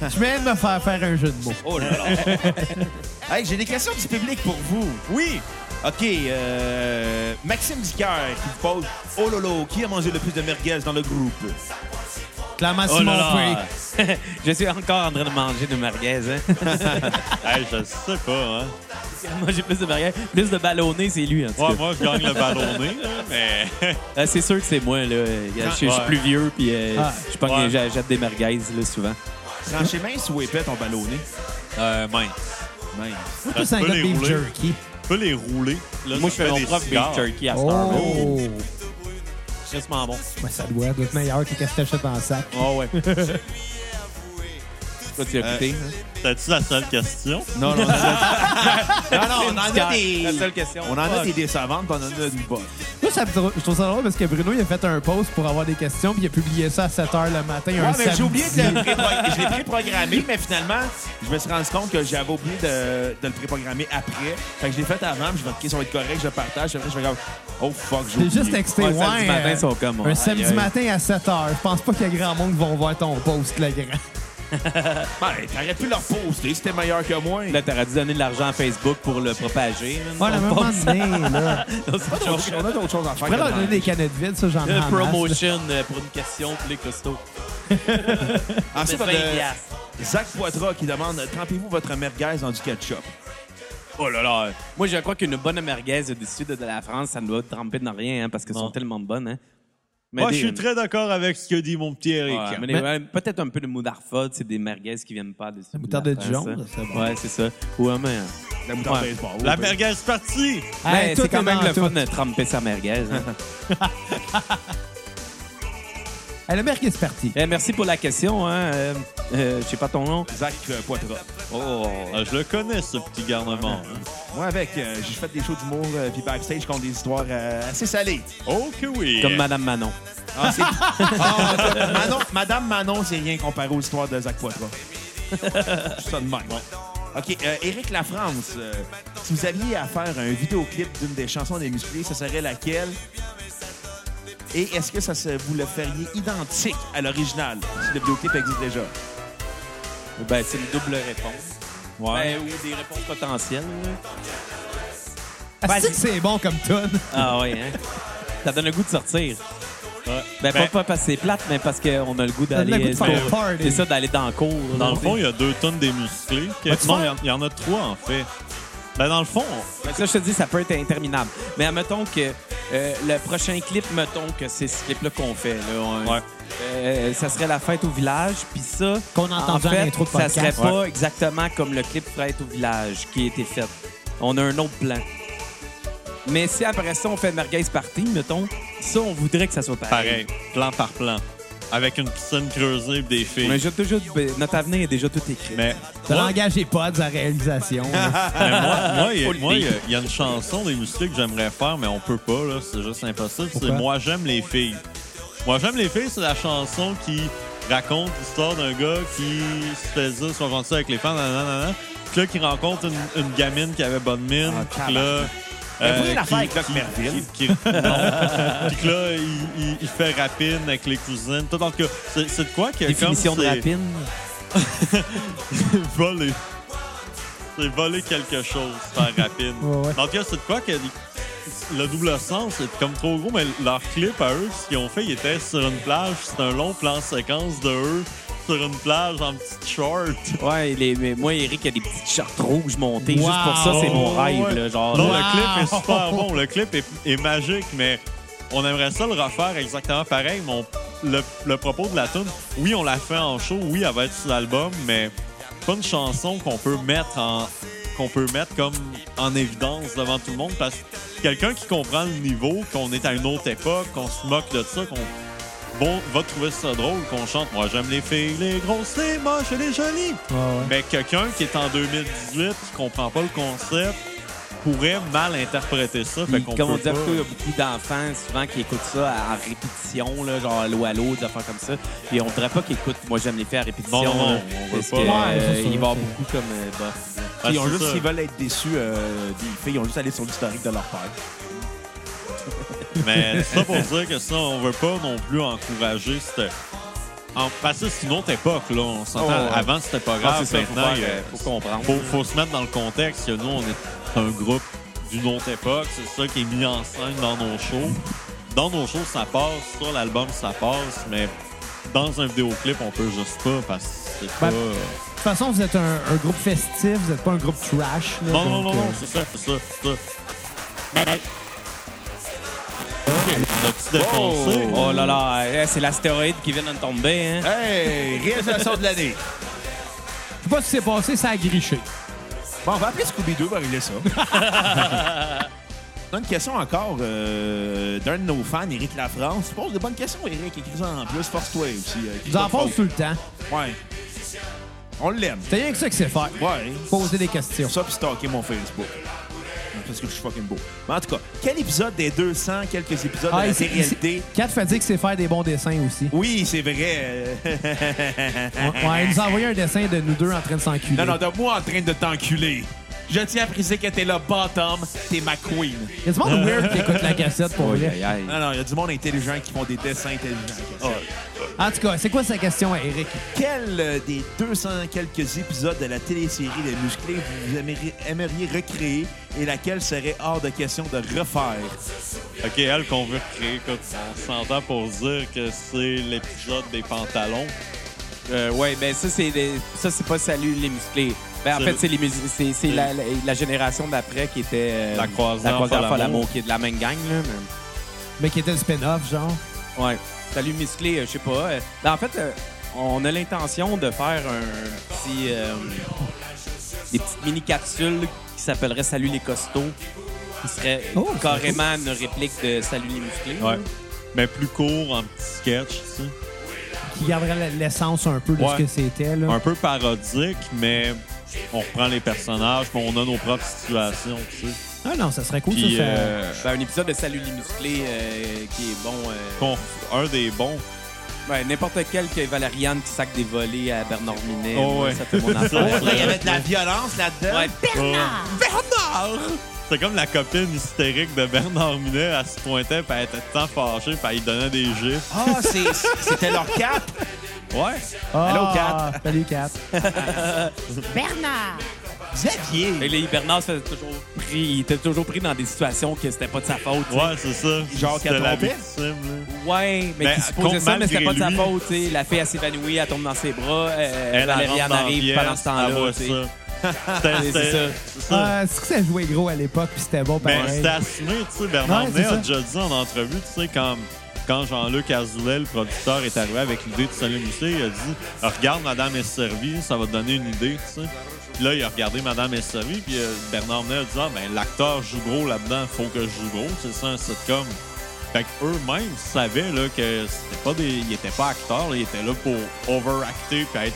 [SPEAKER 5] Je viens de me faire faire un jeu de mots.
[SPEAKER 6] Oh là là!
[SPEAKER 4] Hey, j'ai des questions du public pour vous. Oui. OK, euh, Maxime Dicker qui vous pose Oh lolo, qui a mangé le plus de merguez dans le groupe?
[SPEAKER 5] Clairement,
[SPEAKER 2] Oh
[SPEAKER 5] Simon
[SPEAKER 2] là là.
[SPEAKER 5] Freak.
[SPEAKER 6] Je suis encore en train de manger de merguez. Hein?
[SPEAKER 2] Hey, je sais pas, hein.
[SPEAKER 6] Moi, j'ai plus de merguez. Plus de ballonné, c'est lui. En tout cas.
[SPEAKER 2] Ouais, moi, je gagne le ballonné, là, mais...
[SPEAKER 6] Euh, c'est sûr que c'est moi. Là. Euh, Je je suis
[SPEAKER 2] Ouais.
[SPEAKER 6] plus vieux, puis euh,
[SPEAKER 5] Ah.
[SPEAKER 6] je pense
[SPEAKER 2] Ouais.
[SPEAKER 6] que j'a- j'achète des merguez là, souvent.
[SPEAKER 4] Tranché mince ou épais ton ballonné?
[SPEAKER 2] Euh, mince.
[SPEAKER 4] Mince.
[SPEAKER 5] Moi,
[SPEAKER 2] Ça
[SPEAKER 5] plus
[SPEAKER 2] peut
[SPEAKER 5] un gars de
[SPEAKER 2] les
[SPEAKER 5] beef
[SPEAKER 2] rouler.
[SPEAKER 5] jerky.
[SPEAKER 2] Tu peux les rouler. Là,
[SPEAKER 6] moi,
[SPEAKER 2] ça
[SPEAKER 6] je fais
[SPEAKER 2] fait
[SPEAKER 6] mon
[SPEAKER 2] des
[SPEAKER 6] propre beef
[SPEAKER 2] cigares.
[SPEAKER 6] jerky à Star Wars.
[SPEAKER 5] Oh!
[SPEAKER 6] C'est justement bon.
[SPEAKER 5] Ben, ça doit être meilleur que qu'est-ce que t'achètes en sac.
[SPEAKER 6] Oh ouais. Toi, tu l'as
[SPEAKER 4] Euh,
[SPEAKER 6] goûté?
[SPEAKER 2] T'as-tu la seule question?
[SPEAKER 4] Non, non, non. non, non, on en a
[SPEAKER 6] La
[SPEAKER 4] des.
[SPEAKER 6] seule question.
[SPEAKER 4] On en a des décevantes, puis on en a une bonne.
[SPEAKER 5] Moi, ça me dro- je trouve ça drôle parce que Bruno, il a fait un post pour avoir des questions, puis il a publié ça à 7 h le matin.
[SPEAKER 4] Ouais,
[SPEAKER 5] un
[SPEAKER 4] mais j'ai oublié de le
[SPEAKER 5] samedi.
[SPEAKER 4] prépro- je l'ai préprogrammé, mais finalement, je me suis rendu compte que j'avais oublié de, de le préprogrammer après. Fait que je l'ai fait avant, puis je me suis dit, OK, ça va être correct, je le partage. Après, je regarde, oh fuck, j'ai
[SPEAKER 5] J'ai
[SPEAKER 4] oublié.
[SPEAKER 5] juste texté, ouais.
[SPEAKER 6] Ouais, samedi matin,
[SPEAKER 5] euh,
[SPEAKER 6] ils sont comme,
[SPEAKER 5] Un
[SPEAKER 6] aïe,
[SPEAKER 5] samedi
[SPEAKER 6] aïe.
[SPEAKER 5] matin à 7 h. Je pense pas qu'il y a grand monde qui vont voir ton post, le grand.
[SPEAKER 4] Ben, t'aurais pu leur poster, c'était meilleur que moi.
[SPEAKER 6] Là, t'aurais dû donner de l'argent à Facebook pour le propager. man.
[SPEAKER 5] Ouais, à un
[SPEAKER 6] On
[SPEAKER 5] moment
[SPEAKER 6] pense-
[SPEAKER 5] donné, là.
[SPEAKER 6] Non, c'est pas
[SPEAKER 4] On
[SPEAKER 6] drôle.
[SPEAKER 4] a d'autres choses à faire.
[SPEAKER 5] Après,
[SPEAKER 4] que
[SPEAKER 5] leur
[SPEAKER 4] de-
[SPEAKER 5] donner des canettes vides, ça, j'en ai
[SPEAKER 6] Le
[SPEAKER 5] en masse, là.
[SPEAKER 6] promotion euh, pour une question pour les costauds.
[SPEAKER 4] Ensuite, on
[SPEAKER 6] Mais 20
[SPEAKER 4] a
[SPEAKER 6] piastres.
[SPEAKER 4] Zach Poitras qui demande Trempez-vous votre merguez dans du ketchup
[SPEAKER 2] Oh là là!
[SPEAKER 6] Moi, je crois qu'une bonne merguez du sud de la France, ça ne doit tremper dans rien hein, parce qu'elles
[SPEAKER 2] Non.
[SPEAKER 6] sont tellement bonnes. Hein.
[SPEAKER 2] Moi, je suis très d'accord avec ce que dit mon petit Eric.
[SPEAKER 6] Ouais, mais les- ouais, Peut-être un peu de moudarfa, c'est des merguez qui viennent pas de
[SPEAKER 5] La moutarde de Dijon,
[SPEAKER 6] ça.
[SPEAKER 5] ça, c'est bon.
[SPEAKER 6] Ouais, c'est ça. Ouais, mais.
[SPEAKER 4] La moutarde
[SPEAKER 6] Ouais.
[SPEAKER 4] baseball.
[SPEAKER 2] La merguez partie!
[SPEAKER 5] Hey,
[SPEAKER 6] mais
[SPEAKER 5] tout
[SPEAKER 6] c'est
[SPEAKER 5] est
[SPEAKER 6] quand même
[SPEAKER 5] dans
[SPEAKER 6] le
[SPEAKER 5] tout.
[SPEAKER 6] fun de tremper sa merguez. hein.
[SPEAKER 5] Hey, le merguez c'est parti.
[SPEAKER 6] Eh, merci pour la question. Hein. Euh, euh, je sais pas ton nom.
[SPEAKER 4] Zach euh, Poitras.
[SPEAKER 6] Oh.
[SPEAKER 2] Ah, je le connais, ce petit garnement. hein.
[SPEAKER 4] Moi, avec, euh, j'ai fait des shows d'humour, euh, puis backstage, contre des histoires euh, assez salées.
[SPEAKER 2] Oh que oui!
[SPEAKER 6] Comme Madame Manon.
[SPEAKER 4] Ah, c'est- Ah, euh, Manon- Madame Manon, c'est rien comparé aux histoires de Zach Poitras. Je suis ça de même. OK, euh, Éric Lafrance, euh, si vous aviez à faire un vidéoclip d'une des chansons des musclés, ce serait laquelle? Et est-ce que ça se- vous le feriez identique à l'original, si le vidéoclip existe déjà?
[SPEAKER 6] Ben, c'est une double réponse.
[SPEAKER 2] Ouais.
[SPEAKER 6] Ben, ou des réponses potentielles. là.
[SPEAKER 5] Ah, c'est
[SPEAKER 6] vas-y.
[SPEAKER 5] que c'est bon comme tonne.
[SPEAKER 6] Ah ouais, hein. Ça donne le goût de sortir.
[SPEAKER 2] Ouais. Ben,
[SPEAKER 6] Ben, pas, pas parce que c'est plate, mais parce qu'on a le goût
[SPEAKER 5] donne le goût
[SPEAKER 6] d'aller.
[SPEAKER 5] de faire un party.
[SPEAKER 6] C'est ça, d'aller dans le cours. là,
[SPEAKER 2] Dans le
[SPEAKER 6] tu
[SPEAKER 2] fond,
[SPEAKER 6] sais.
[SPEAKER 2] il y a deux tonnes démusclées.
[SPEAKER 5] Vas-tu
[SPEAKER 2] Non, il y
[SPEAKER 5] faire?
[SPEAKER 2] en- il y, en a trois, en fait. Ben, dans le fond,
[SPEAKER 6] Ben, ça, je te dis, ça peut être interminable. Mais admettons que euh, le prochain clip, mettons que c'est ce clip-là qu'on fait. là, on-
[SPEAKER 2] Ouais.
[SPEAKER 6] Euh, ça serait la fête au village, puis ça.
[SPEAKER 5] Qu'on a entendu
[SPEAKER 6] en
[SPEAKER 5] en
[SPEAKER 6] fait,
[SPEAKER 5] intro de
[SPEAKER 6] Ça
[SPEAKER 5] podcast.
[SPEAKER 6] serait pas exactement comme le clip fête au village qui a été fait. On a un autre plan. Mais si après ça, on fait Merguez Party, mettons, ça, on voudrait que ça soit pareil.
[SPEAKER 2] pareil, plan par plan. Avec une piscine creusée et des filles.
[SPEAKER 6] Mais j'ai toujours- ben, notre avenir est déjà tout écrit.
[SPEAKER 2] Mais
[SPEAKER 5] De
[SPEAKER 2] moi,
[SPEAKER 5] l'engagé pas de sa réalisation. là.
[SPEAKER 2] mais moi- moi, il y a-
[SPEAKER 6] Faut le
[SPEAKER 2] moi, il y a-
[SPEAKER 6] dire.
[SPEAKER 2] il y, a une chanson des musclés que j'aimerais faire, mais on peut pas, là. C'est juste impossible. C'est
[SPEAKER 5] Pourquoi?
[SPEAKER 2] Moi, j'aime les filles. Moi, j'aime les filles, c'est la chanson qui raconte l'histoire d'un gars qui se faisait soit gentil avec les femmes, nanana, puis là, qui rencontre une, une gamine qui avait bonne mine,
[SPEAKER 4] Ah,
[SPEAKER 2] puis là... euh,
[SPEAKER 4] tabarnak. Mais vous voulez la faire avec Doc Merville.
[SPEAKER 2] qui- qui- non. Puis que là, il, il- il fait rapine avec les cousines. Tout en tout cas, c'est c'est de quoi que... comme
[SPEAKER 6] Définition de
[SPEAKER 2] c'est-
[SPEAKER 6] rapine.
[SPEAKER 2] voler. C'est voler quelque chose, faire rapide.
[SPEAKER 5] Ouais, ouais.
[SPEAKER 2] En tout cas, c'est de quoi que le double sens est comme trop gros, mais leur clip à eux, ce qu'ils ont fait, ils étaient sur une plage, c'est un long plan séquence de eux sur une plage en petite short.
[SPEAKER 6] Ouais, les- mais moi, Eric, il y a des petites shorts rouges montées.
[SPEAKER 5] Wow.
[SPEAKER 6] Juste pour ça, c'est mon
[SPEAKER 2] Oh, Ouais.
[SPEAKER 6] rêve. là, genre,
[SPEAKER 2] Non,
[SPEAKER 5] Wow.
[SPEAKER 2] le clip est super bon, le clip est, est magique, mais on aimerait ça le refaire exactement pareil, mais on- le, le propos de la tune, oui, on l'a fait en show, oui, elle va être sur l'album, mais c'est pas une chanson qu'on peut mettre en qu'on peut mettre comme en évidence devant tout le monde parce que quelqu'un qui comprend le niveau, qu'on est à une autre époque, qu'on se moque de ça, qu'on bon, va trouver ça drôle, qu'on chante Moi j'aime les filles, les grosses, les moches et les jolies.
[SPEAKER 5] Ouais, ouais.
[SPEAKER 2] Mais quelqu'un qui est en 2018, qui comprend pas le concept, pourrait mal interpréter ça. Fait
[SPEAKER 6] Puis,
[SPEAKER 2] qu'on
[SPEAKER 6] comme on
[SPEAKER 2] peut
[SPEAKER 6] dit,
[SPEAKER 2] pas.
[SPEAKER 6] il y a beaucoup d'enfants souvent qui écoutent ça à- en répétition, là, genre allô, allô, des affaires comme ça. Et on voudrait pas qu'ils écoutent Moi, j'aime les faire à répétition.
[SPEAKER 2] Non, non,
[SPEAKER 6] là,
[SPEAKER 2] on veut
[SPEAKER 6] parce
[SPEAKER 2] pas.
[SPEAKER 6] que,
[SPEAKER 5] Ouais,
[SPEAKER 6] euh,
[SPEAKER 5] c'est ça,
[SPEAKER 6] il va
[SPEAKER 5] c'est-
[SPEAKER 6] beaucoup comme euh, boss. là.
[SPEAKER 2] Ah,
[SPEAKER 4] Ils ont
[SPEAKER 2] c'est
[SPEAKER 4] juste,
[SPEAKER 2] ça.
[SPEAKER 4] s'ils veulent être déçus euh, des filles, ils ont juste allé sur l'historique de leur père.
[SPEAKER 2] Mais c'est ça pour dire que ça, on veut pas non plus encourager cette. En parce que c'est une autre époque, là. On s'entend.
[SPEAKER 6] Oh, ouais.
[SPEAKER 2] Avant, c'était pas
[SPEAKER 6] Ah,
[SPEAKER 2] grave.
[SPEAKER 6] c'est ça, faut
[SPEAKER 2] Maintenant,
[SPEAKER 6] faire,
[SPEAKER 2] il y a-
[SPEAKER 6] euh, faut comprendre.
[SPEAKER 2] faut, faut se mettre dans le contexte que nous, on est un groupe d'une autre époque. C'est ça qui est mis en scène dans nos shows. Dans nos shows, ça passe. Sur l'album, ça passe. Mais dans un vidéoclip, on peut juste pas parce que c'est
[SPEAKER 5] Ben,
[SPEAKER 2] pas. euh,
[SPEAKER 5] De toute façon, vous êtes un, un groupe festif, vous êtes pas un groupe trash. là,
[SPEAKER 2] Non, non,
[SPEAKER 5] donc,
[SPEAKER 2] non,
[SPEAKER 5] euh,
[SPEAKER 2] non, c'est ça, c'est ça, c'est ça.
[SPEAKER 6] Ben,
[SPEAKER 2] Ok, on a-tu défoncé?
[SPEAKER 6] Oh là là, eh, c'est l'astéroïde qui vient de tomber. Hein?
[SPEAKER 4] Hey! Réalisation de l'année!
[SPEAKER 5] Je sais pas ce qui s'est passé, ça a griché.
[SPEAKER 4] Bon, on va appeler Scooby-Doo, va régler ça. On a une question encore euh, d'un de nos fans, Éric Lafrance. Tu poses de bonnes questions, Éric. Écris-en en plus. Force-toi aussi. euh, écris
[SPEAKER 5] Vous en
[SPEAKER 4] pas de
[SPEAKER 5] posez tout le temps.
[SPEAKER 4] faute. Ouais. On l'aime.
[SPEAKER 5] C'est rien que ça que c'est faire.
[SPEAKER 4] Ouais.
[SPEAKER 5] Poser des questions.
[SPEAKER 4] Ça, puis stalker mon Facebook. Parce que je suis fucking beau. Mais en tout cas, quel épisode des 200, quelques épisodes
[SPEAKER 5] Ah,
[SPEAKER 4] de la
[SPEAKER 5] ici-
[SPEAKER 4] réalité?
[SPEAKER 5] ici, Kat fait dire que c'est faire des bons dessins aussi.
[SPEAKER 4] Oui, c'est vrai. euh,
[SPEAKER 5] Ouais, ouais, elle nous a envoyé un dessin de nous deux en train de s'enculer.
[SPEAKER 4] non, non, de moi en train de t'enculer. Je tiens à préciser que t'es le bottom, t'es ma queen.
[SPEAKER 5] Il y a du monde weird qui écoute la cassette pour vrai.
[SPEAKER 4] Non, non, il y a du monde intelligent qui font des dessins intelligents.
[SPEAKER 5] En tout cas, c'est quoi sa question à Eric?
[SPEAKER 4] Quel euh, des 200 quelques épisodes de la télésérie Les Musclés vous aimeriez, aimeriez recréer et laquelle serait hors de question de refaire?
[SPEAKER 2] Ok, elle qu'on veut recréer, écoute, on s'entend pour dire que c'est l'épisode des pantalons.
[SPEAKER 6] Euh, ouais, ben ça, c'est des- ça c'est pas Salut les musclés. Ben, en
[SPEAKER 2] C'est-
[SPEAKER 6] fait, c'est les mus- c'est- c'est la, la- la génération d'après qui était. euh,
[SPEAKER 2] La croisière
[SPEAKER 6] la croisière
[SPEAKER 2] Folamour.
[SPEAKER 6] Folamour, qui est de la même gang. Là, mais-
[SPEAKER 5] Mais qui était le spin-off, genre.
[SPEAKER 6] Ouais. Salut musclé, euh, je sais pas. Euh, ben, en fait, euh, on a l'intention de faire un petit. euh, des petites mini capsules qui s'appelleraient Salut les costauds. Qui serait
[SPEAKER 5] Oh, c'est
[SPEAKER 6] carrément une réplique de Salut les musclés.
[SPEAKER 2] Ouais. Mais plus court, en petit sketch, tu sais.
[SPEAKER 5] Qui garderait l'essence un peu de
[SPEAKER 2] Ouais.
[SPEAKER 5] ce que c'était. là.
[SPEAKER 2] un peu parodique, mais on reprend les personnages, puis on a nos propres situations, tu sais.
[SPEAKER 5] Ah non, ça serait cool.
[SPEAKER 2] Puis
[SPEAKER 5] ça, ça-
[SPEAKER 2] euh,
[SPEAKER 6] Ben, un épisode de Salut les musclés euh, qui est bon. euh,
[SPEAKER 2] qu'on- un des bons.
[SPEAKER 6] ben, n'importe quel que Valériane qui sac des volets à Bernard Minet.
[SPEAKER 2] Oh,
[SPEAKER 6] moi,
[SPEAKER 2] ouais.
[SPEAKER 6] Ça fait mon affaire.
[SPEAKER 4] Il y avait de la violence là-dedans.
[SPEAKER 6] Ouais.
[SPEAKER 2] Bernard! C'est comme la copine hystérique de Bernard Minet, elle se pointait, puis elle était tant fâchée, puis elle lui donnait des gifs.
[SPEAKER 4] Ah, c'est- c'était leur cap.
[SPEAKER 2] Ouais.
[SPEAKER 4] Allô,
[SPEAKER 5] Ah, Salut, Kat.
[SPEAKER 7] Bernard.
[SPEAKER 6] Et
[SPEAKER 4] Xavier.
[SPEAKER 6] les Bernard se faisait toujours pris, il était toujours pris dans des situations que c'était pas de sa faute. tu sais.
[SPEAKER 2] Ouais, c'est ça.
[SPEAKER 4] Genre
[SPEAKER 2] C'était
[SPEAKER 4] qu'elle
[SPEAKER 2] la
[SPEAKER 4] trompait?
[SPEAKER 2] victime, là.
[SPEAKER 6] Ouais, mais
[SPEAKER 2] Ben,
[SPEAKER 6] qui supposait ça, mais
[SPEAKER 2] contre-
[SPEAKER 6] c'était pas de sa
[SPEAKER 2] malgré lui.
[SPEAKER 6] faute. tu sais. La fille, elle s'évanouit, elle tombe dans ses bras. euh,
[SPEAKER 2] Elle, elle
[SPEAKER 6] Valériane
[SPEAKER 2] rentre dans la
[SPEAKER 6] arrive
[SPEAKER 2] pièce,
[SPEAKER 6] pendant ce
[SPEAKER 2] elle
[SPEAKER 6] temps-là.
[SPEAKER 2] voit
[SPEAKER 6] tu sais.
[SPEAKER 2] ça. C'était-
[SPEAKER 6] C'est
[SPEAKER 2] C'était
[SPEAKER 6] ça.
[SPEAKER 2] c'est ça.
[SPEAKER 5] Ah, C'est que ça jouait gros à l'époque, puis c'était bon
[SPEAKER 2] Mais
[SPEAKER 5] pareil.
[SPEAKER 2] Ben, c'était assumé, tu sais. Bernard
[SPEAKER 5] Ouais,
[SPEAKER 2] Minet
[SPEAKER 5] c'est
[SPEAKER 2] a
[SPEAKER 5] ça.
[SPEAKER 2] déjà dit en entrevue, tu sais, quand, quand Jean-Luc Azoulay, le producteur, est arrivé avec l'idée de Salut Musset, il a dit Ah, Regarde, Madame est servie, ça va te donner une idée, tu sais. Puis là, il a regardé Madame est servie, puis euh, Bernard Minet a dit Ah, ben, l'acteur joue gros là-dedans, faut que je joue gros, c'est ça, un sitcom. Fait qu'eux-mêmes savaient là, que c'était pas des. Ils étaient pas acteurs, là, ils étaient là pour overacter puis être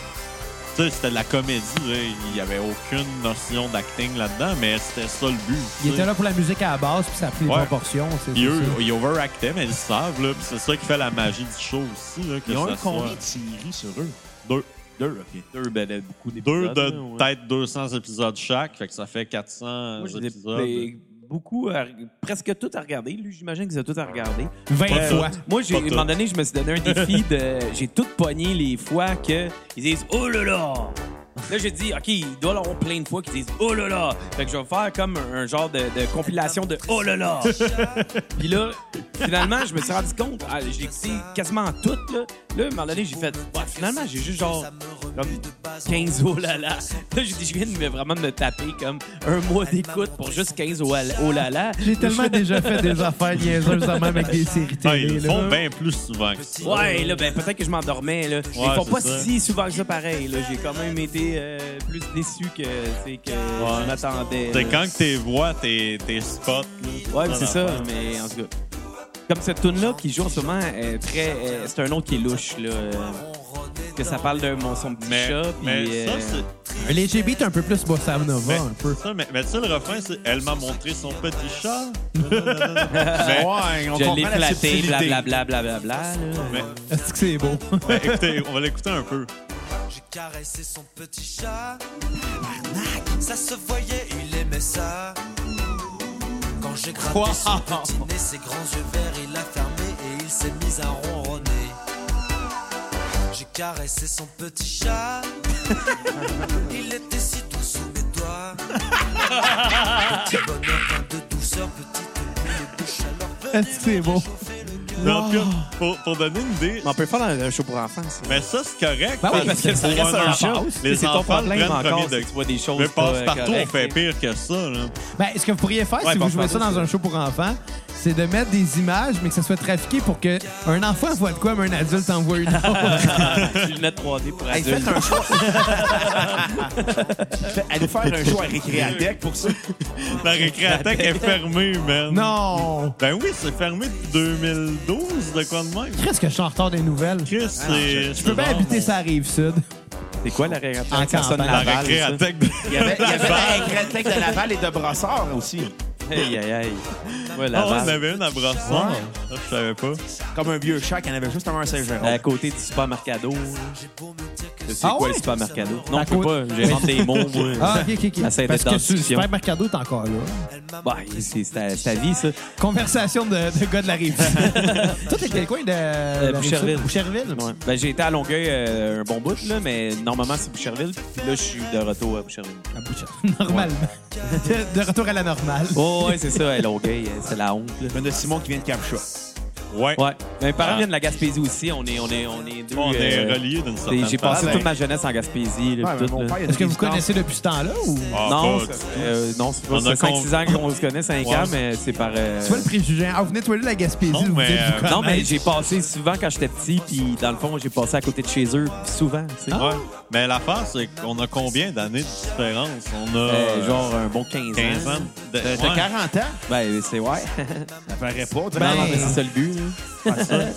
[SPEAKER 2] tu sais, c'était de la comédie, là. il n'y avait aucune notion d'acting là-dedans, mais c'était ça le but. tu sais.
[SPEAKER 5] Il était là pour la musique à la base, puis ça a pris les
[SPEAKER 2] Ouais.
[SPEAKER 5] proportions. c'est-
[SPEAKER 2] Puis
[SPEAKER 5] c'est
[SPEAKER 2] eux,
[SPEAKER 5] ça.
[SPEAKER 2] ils overactaient, mais ils le savent, là. Puis c'est ça qui fait la magie du show aussi, là. Que
[SPEAKER 4] Ils ont
[SPEAKER 2] ça
[SPEAKER 4] eu combien
[SPEAKER 2] soit
[SPEAKER 4] de séries sur eux?
[SPEAKER 2] Deux.
[SPEAKER 4] Deux, OK.
[SPEAKER 6] Deux, ben, de- beaucoup
[SPEAKER 2] Deux
[SPEAKER 6] d'épisodes.
[SPEAKER 2] de
[SPEAKER 6] là, ouais.
[SPEAKER 2] peut-être 200 épisodes chaque, fait que ça fait 400
[SPEAKER 6] Moi, j'ai des-
[SPEAKER 2] épisodes.
[SPEAKER 6] des- beaucoup, à- presque tout à regarder. Lui, j'imagine qu'ils ont tout à regarder.
[SPEAKER 5] 20
[SPEAKER 2] Pas
[SPEAKER 5] fois.
[SPEAKER 2] toutes.
[SPEAKER 6] Moi, j'ai, à
[SPEAKER 2] Pas
[SPEAKER 6] un moment donné, je me suis donné un défi de. J'ai tout pogné les fois que ils disent Oh là là! Là, j'ai dit, OK, il doit y en avoir plein de fois qu'ils disent Oh là là! Fait que je vais faire comme un genre de, de compilation de Oh là là! Puis là, finalement, je me suis rendu compte, ah, je l'ai écouté quasiment toutes, là. Là, à un moment donné, j'ai fait, Ouais, finalement, j'ai juste genre comme 15 oh là là. Là, j'ai dit, je viens de me- vraiment de me taper comme un mois d'écoute pour juste 15 oh là oh là. là.
[SPEAKER 5] J'ai tellement déjà fait des affaires niaiseuses en même avec des séries
[SPEAKER 2] Ah,
[SPEAKER 5] télé.
[SPEAKER 2] ils le
[SPEAKER 5] là.
[SPEAKER 2] font bien plus souvent que ça.
[SPEAKER 6] Ouais, là, ben peut-être que je m'endormais, là. Mais
[SPEAKER 2] Ouais,
[SPEAKER 6] ils font
[SPEAKER 2] c'est
[SPEAKER 6] pas
[SPEAKER 2] ça.
[SPEAKER 6] si souvent que ça pareil, là. J'ai quand même été euh, plus déçu que, tu sais, que je m'attendais.
[SPEAKER 2] C'est
[SPEAKER 6] là.
[SPEAKER 2] quand que t'es vois, t'es t'es spot. là.
[SPEAKER 6] Ouais, mais c'est ça, mais en tout cas. Comme cette tune-là qui joue en ce moment, euh, très, euh, c'est un autre qui est louche, là. euh, parce que ça parle de mon, son petit
[SPEAKER 2] Mais,
[SPEAKER 6] chat,
[SPEAKER 2] mais
[SPEAKER 6] puis,
[SPEAKER 2] ça,
[SPEAKER 6] euh,
[SPEAKER 2] c'est.
[SPEAKER 5] Les GB, t'es un peu plus bossa nova,
[SPEAKER 2] Mais,
[SPEAKER 5] un peu.
[SPEAKER 2] ça, mais, mais tu sais, le refrain, c'est Elle m'a montré son petit chat.
[SPEAKER 4] Ouais, on
[SPEAKER 6] je
[SPEAKER 4] comprend
[SPEAKER 6] l'ai
[SPEAKER 4] la
[SPEAKER 6] flatté,
[SPEAKER 4] subtilité.
[SPEAKER 6] blablabla, blablabla, là.
[SPEAKER 2] Mais,
[SPEAKER 5] Est-ce que c'est beau?
[SPEAKER 2] mais écoutez, on va l'écouter un peu.
[SPEAKER 3] J'ai caressé son petit chat. Ça se voyait, il aimait ça. Quand j'ai gratté son petit nez, ses grands yeux verts, il a fermé et il s'est mis à ronronner. J'ai caressé son petit chat. il était si doux sous mes doigts. petit bonheur, plein de douceur, petite boule de chaleur.
[SPEAKER 5] Est-ce que c'est beau?
[SPEAKER 2] Mais en tout cas, pour, pour donner une idée,
[SPEAKER 6] On peut faire un, show pour enfants, ça.
[SPEAKER 2] mais ça, c'est correct.
[SPEAKER 5] Ben oui, parce que
[SPEAKER 2] pour
[SPEAKER 5] ça reste un chat.
[SPEAKER 2] enfant,
[SPEAKER 6] Mais
[SPEAKER 2] Les
[SPEAKER 6] c'est ton
[SPEAKER 2] enfants le
[SPEAKER 6] problème
[SPEAKER 2] prennent
[SPEAKER 6] encore,
[SPEAKER 2] premier
[SPEAKER 6] si
[SPEAKER 2] degré.
[SPEAKER 6] tu vois des choses
[SPEAKER 2] Mais
[SPEAKER 6] pas,
[SPEAKER 2] passe
[SPEAKER 6] euh,
[SPEAKER 2] partout, on
[SPEAKER 6] correctes,
[SPEAKER 2] fait
[SPEAKER 6] tu sais.
[SPEAKER 2] pire que ça. Là.
[SPEAKER 5] Ben, ce que vous pourriez faire
[SPEAKER 6] Ouais,
[SPEAKER 5] si vous
[SPEAKER 6] passe
[SPEAKER 5] jouez ça
[SPEAKER 6] partout,
[SPEAKER 5] dans un show pour enfants, c'est de mettre des images, mais que ça soit trafiqué pour que un enfant voit de quoi, mais un adulte en voit une autre.
[SPEAKER 6] Des lunettes 3D pour
[SPEAKER 4] Hey,
[SPEAKER 6] adultes.
[SPEAKER 4] faites un choix. Allez faire un choix à Récréatec pour ça.
[SPEAKER 2] La récréatech est fermée, man.
[SPEAKER 5] non!
[SPEAKER 2] Ben oui, c'est fermé depuis 2012, de quoi de même.
[SPEAKER 5] Qu'est-ce que je suis en retard des nouvelles?
[SPEAKER 2] Chris, c'est.
[SPEAKER 5] Je peux bien habiter sa rive sud.
[SPEAKER 6] C'est quoi la réaction?
[SPEAKER 5] En
[SPEAKER 6] Ça sonne
[SPEAKER 5] campagne.
[SPEAKER 2] La
[SPEAKER 6] la balle, ça.
[SPEAKER 2] récréatech de.
[SPEAKER 4] Il y avait, il y avait la Récréatec de Laval et de Brassard aussi.
[SPEAKER 6] Aïe, aïe, aïe. Ouais, la
[SPEAKER 2] Ah, on en
[SPEAKER 6] balle.
[SPEAKER 2] avait une à Brassard. Ah, Je savais pas.
[SPEAKER 4] Comme un vieux chat qui en avait juste un à Saint-Jérôme.
[SPEAKER 6] À côté du supermercado. Je sais
[SPEAKER 5] Ah
[SPEAKER 6] quoi
[SPEAKER 5] ouais?
[SPEAKER 6] le supermercado. Non,
[SPEAKER 5] À
[SPEAKER 6] je peux
[SPEAKER 5] côté-
[SPEAKER 6] pas. J'invente des mots, moi.
[SPEAKER 5] Ah, ok, ok, ok.
[SPEAKER 6] Essaye
[SPEAKER 5] Parce
[SPEAKER 6] d'être
[SPEAKER 5] que
[SPEAKER 6] dans
[SPEAKER 5] sur le
[SPEAKER 6] discussion.
[SPEAKER 5] supermercado, t'es encore là.
[SPEAKER 6] Bah, c'est c'est ta, c'est ta vie, ça.
[SPEAKER 5] Conversation de, de gars de la rive sud. Toi, t'es de quel coin de. la Rive-Sud?
[SPEAKER 6] Boucherville.
[SPEAKER 5] Boucherville?
[SPEAKER 6] Ouais. Ben, j'ai été à Longueuil euh, un bon bout, là, mais normalement, c'est Boucherville. Puis là, je suis de retour à Boucherville.
[SPEAKER 5] À Boucherville. Normalement. De, de retour à la normale.
[SPEAKER 6] Oh, ouais, c'est ça, à Longueuil. euh, C'est la honte, là.
[SPEAKER 4] Il y en a Simon qui vient de Capcha.
[SPEAKER 2] Ouais.
[SPEAKER 6] Ouais. Mes parents
[SPEAKER 2] Ah.
[SPEAKER 6] viennent de la Gaspésie aussi. On est, on est, on est deux.
[SPEAKER 2] On est
[SPEAKER 6] euh,
[SPEAKER 2] reliés d'une certaine
[SPEAKER 6] des- J'ai
[SPEAKER 2] façon.
[SPEAKER 6] passé
[SPEAKER 4] ben.
[SPEAKER 6] toute ma jeunesse en Gaspésie.
[SPEAKER 4] Ouais,
[SPEAKER 6] là, puis
[SPEAKER 4] Ah, mais
[SPEAKER 6] tout,
[SPEAKER 4] mon
[SPEAKER 6] là.
[SPEAKER 4] père, il a
[SPEAKER 5] Est-ce que
[SPEAKER 4] des
[SPEAKER 5] vous
[SPEAKER 4] distances.
[SPEAKER 5] connaissez depuis ce temps-là ou.
[SPEAKER 2] Ah,
[SPEAKER 6] Non,
[SPEAKER 2] pas
[SPEAKER 6] ça
[SPEAKER 2] du
[SPEAKER 6] fait, euh, non, c'est
[SPEAKER 2] On
[SPEAKER 6] pas
[SPEAKER 2] a
[SPEAKER 6] ça. 5-6 ans
[SPEAKER 2] con-
[SPEAKER 6] qu'on se connaît, 5
[SPEAKER 2] Ouais.
[SPEAKER 6] ans, mais c'est par. euh,
[SPEAKER 5] Tu vois le préjugé. hein? Ah, vous venez de toiler la Gaspésie.
[SPEAKER 2] Non,
[SPEAKER 5] vous
[SPEAKER 2] mais,
[SPEAKER 5] venez de vous
[SPEAKER 2] euh,
[SPEAKER 6] Non, mais
[SPEAKER 5] connaître.
[SPEAKER 6] j'ai passé souvent quand j'étais petit, puis dans le fond, j'ai passé à côté de chez eux puis souvent. tu sais.
[SPEAKER 2] Ouais. Mais l'affaire, c'est qu'on a combien d'années de différence? On a
[SPEAKER 6] Euh,
[SPEAKER 2] euh,
[SPEAKER 6] genre un bon 15 ans.
[SPEAKER 2] 15 ans. de-
[SPEAKER 4] T'as
[SPEAKER 2] ouais.
[SPEAKER 4] 40 ans?
[SPEAKER 6] Ben, c'est ouais.
[SPEAKER 4] Ça paraît pas. t'as
[SPEAKER 5] Ben,
[SPEAKER 6] non,
[SPEAKER 4] raison.
[SPEAKER 6] non, mais c'est ça le but. là.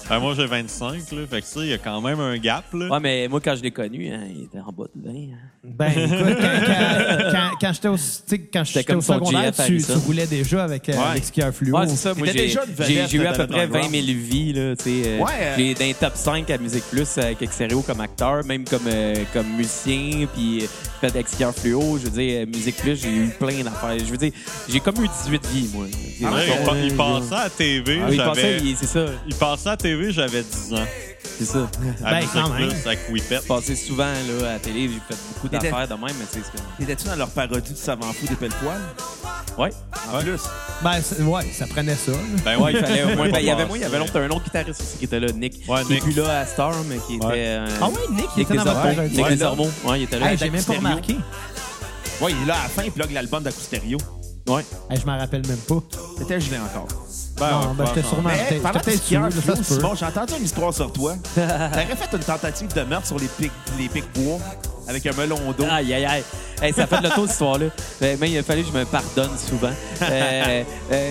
[SPEAKER 2] Ben, moi, j'ai 25, là. Fait que, tu sais, il y a quand même un gap, là.
[SPEAKER 6] Ouais, mais moi, quand je l'ai connu, hein, il était en bas de 20. hein.
[SPEAKER 5] Ben, écoute, quand, quand, quand, quand j'étais au, tu sais, quand j'étais
[SPEAKER 6] comme
[SPEAKER 5] au
[SPEAKER 6] son
[SPEAKER 5] secondaire,
[SPEAKER 6] GF
[SPEAKER 5] tu,
[SPEAKER 6] Harrison.
[SPEAKER 5] tu roulais déjà avec, euh,
[SPEAKER 4] Ouais.
[SPEAKER 5] avec ce qui a fluo.
[SPEAKER 6] Ouais, c'est ça. Moi,
[SPEAKER 4] T'étais
[SPEAKER 6] j'ai
[SPEAKER 4] déjà une vedette
[SPEAKER 6] j'ai- j'ai eu à
[SPEAKER 4] de
[SPEAKER 6] peu
[SPEAKER 4] la
[SPEAKER 6] près
[SPEAKER 4] drive-rock.
[SPEAKER 6] 20 000 vies. Là, tu sais, euh,
[SPEAKER 4] Ouais, euh,
[SPEAKER 6] J'ai d'un top 5 à Musique Plus avec Exerio comme acteur, même comme, euh, comme musicien, puis euh, j'ai fait Executeur Fluo. Je veux dire, euh, Musique Plus, j'ai eu plein d'affaires. Je veux dire, j'ai comme eu 18 vies, moi.
[SPEAKER 2] Ah Ouais, il, pa- il passait à TV,
[SPEAKER 6] Ah oui, il
[SPEAKER 2] j'avais...
[SPEAKER 6] passait, il- c'est ça,
[SPEAKER 2] il passait à TV, j'avais 10 ans.
[SPEAKER 6] c'est ça.
[SPEAKER 2] À
[SPEAKER 5] Ben,
[SPEAKER 2] Musique
[SPEAKER 5] quand même.
[SPEAKER 2] Plus, à Quipette.
[SPEAKER 6] Je passais souvent là, à la télé, j'ai fait beaucoup d'affaires de même, mais tu sais, c'est comme-
[SPEAKER 4] T'étais-tu dans leur parodie du savant fou des Pellepoils?
[SPEAKER 6] Ouais.
[SPEAKER 4] En plus.
[SPEAKER 5] Ben, c'est- ouais, ça prenait ça. là.
[SPEAKER 2] Ben
[SPEAKER 6] Ouais, il fallait au moins.
[SPEAKER 2] pas
[SPEAKER 6] ben, il y avait
[SPEAKER 2] passer.
[SPEAKER 6] moi, il y avait l'autre, un autre guitariste aussi qui était là, Nick.
[SPEAKER 2] Ouais,
[SPEAKER 6] qui est
[SPEAKER 2] Nick.
[SPEAKER 6] plus là à Star, mais qui était. euh,
[SPEAKER 5] Ah ouais, Nick, il
[SPEAKER 6] Nick
[SPEAKER 5] était dans votre
[SPEAKER 6] Desormeaux.
[SPEAKER 5] parodie.
[SPEAKER 6] Nick
[SPEAKER 5] Ouais.
[SPEAKER 6] Desormeaux. Ouais, il était là.
[SPEAKER 5] Hey, j'ai même pas
[SPEAKER 6] Stéréo.
[SPEAKER 5] remarqué.
[SPEAKER 4] Ouais, il est là à la fin, il plug l'album d'Acousterio.
[SPEAKER 6] Ouais.
[SPEAKER 5] Hey, je m'en rappelle même pas.
[SPEAKER 4] T'étais gelé encore.
[SPEAKER 2] Ben,
[SPEAKER 5] non,
[SPEAKER 2] ouais,
[SPEAKER 5] ben, j'étais
[SPEAKER 2] pas
[SPEAKER 5] sûrement.
[SPEAKER 4] Mais,
[SPEAKER 5] j'étais-
[SPEAKER 4] parlant
[SPEAKER 5] j'étais
[SPEAKER 4] de
[SPEAKER 5] peut-être
[SPEAKER 4] skieur,
[SPEAKER 5] dessus, là, ça se peut.
[SPEAKER 4] Simon, j'ai entendu une histoire sur toi. T'aurais fait une tentative de meurtre sur les pics, les pics bois avec un melon d'eau.
[SPEAKER 6] Aïe, aïe, aïe. Hey, ça fait de l'auto, cette histoire-là. Ben, Mais il a fallu que je me pardonne souvent. Euh, euh,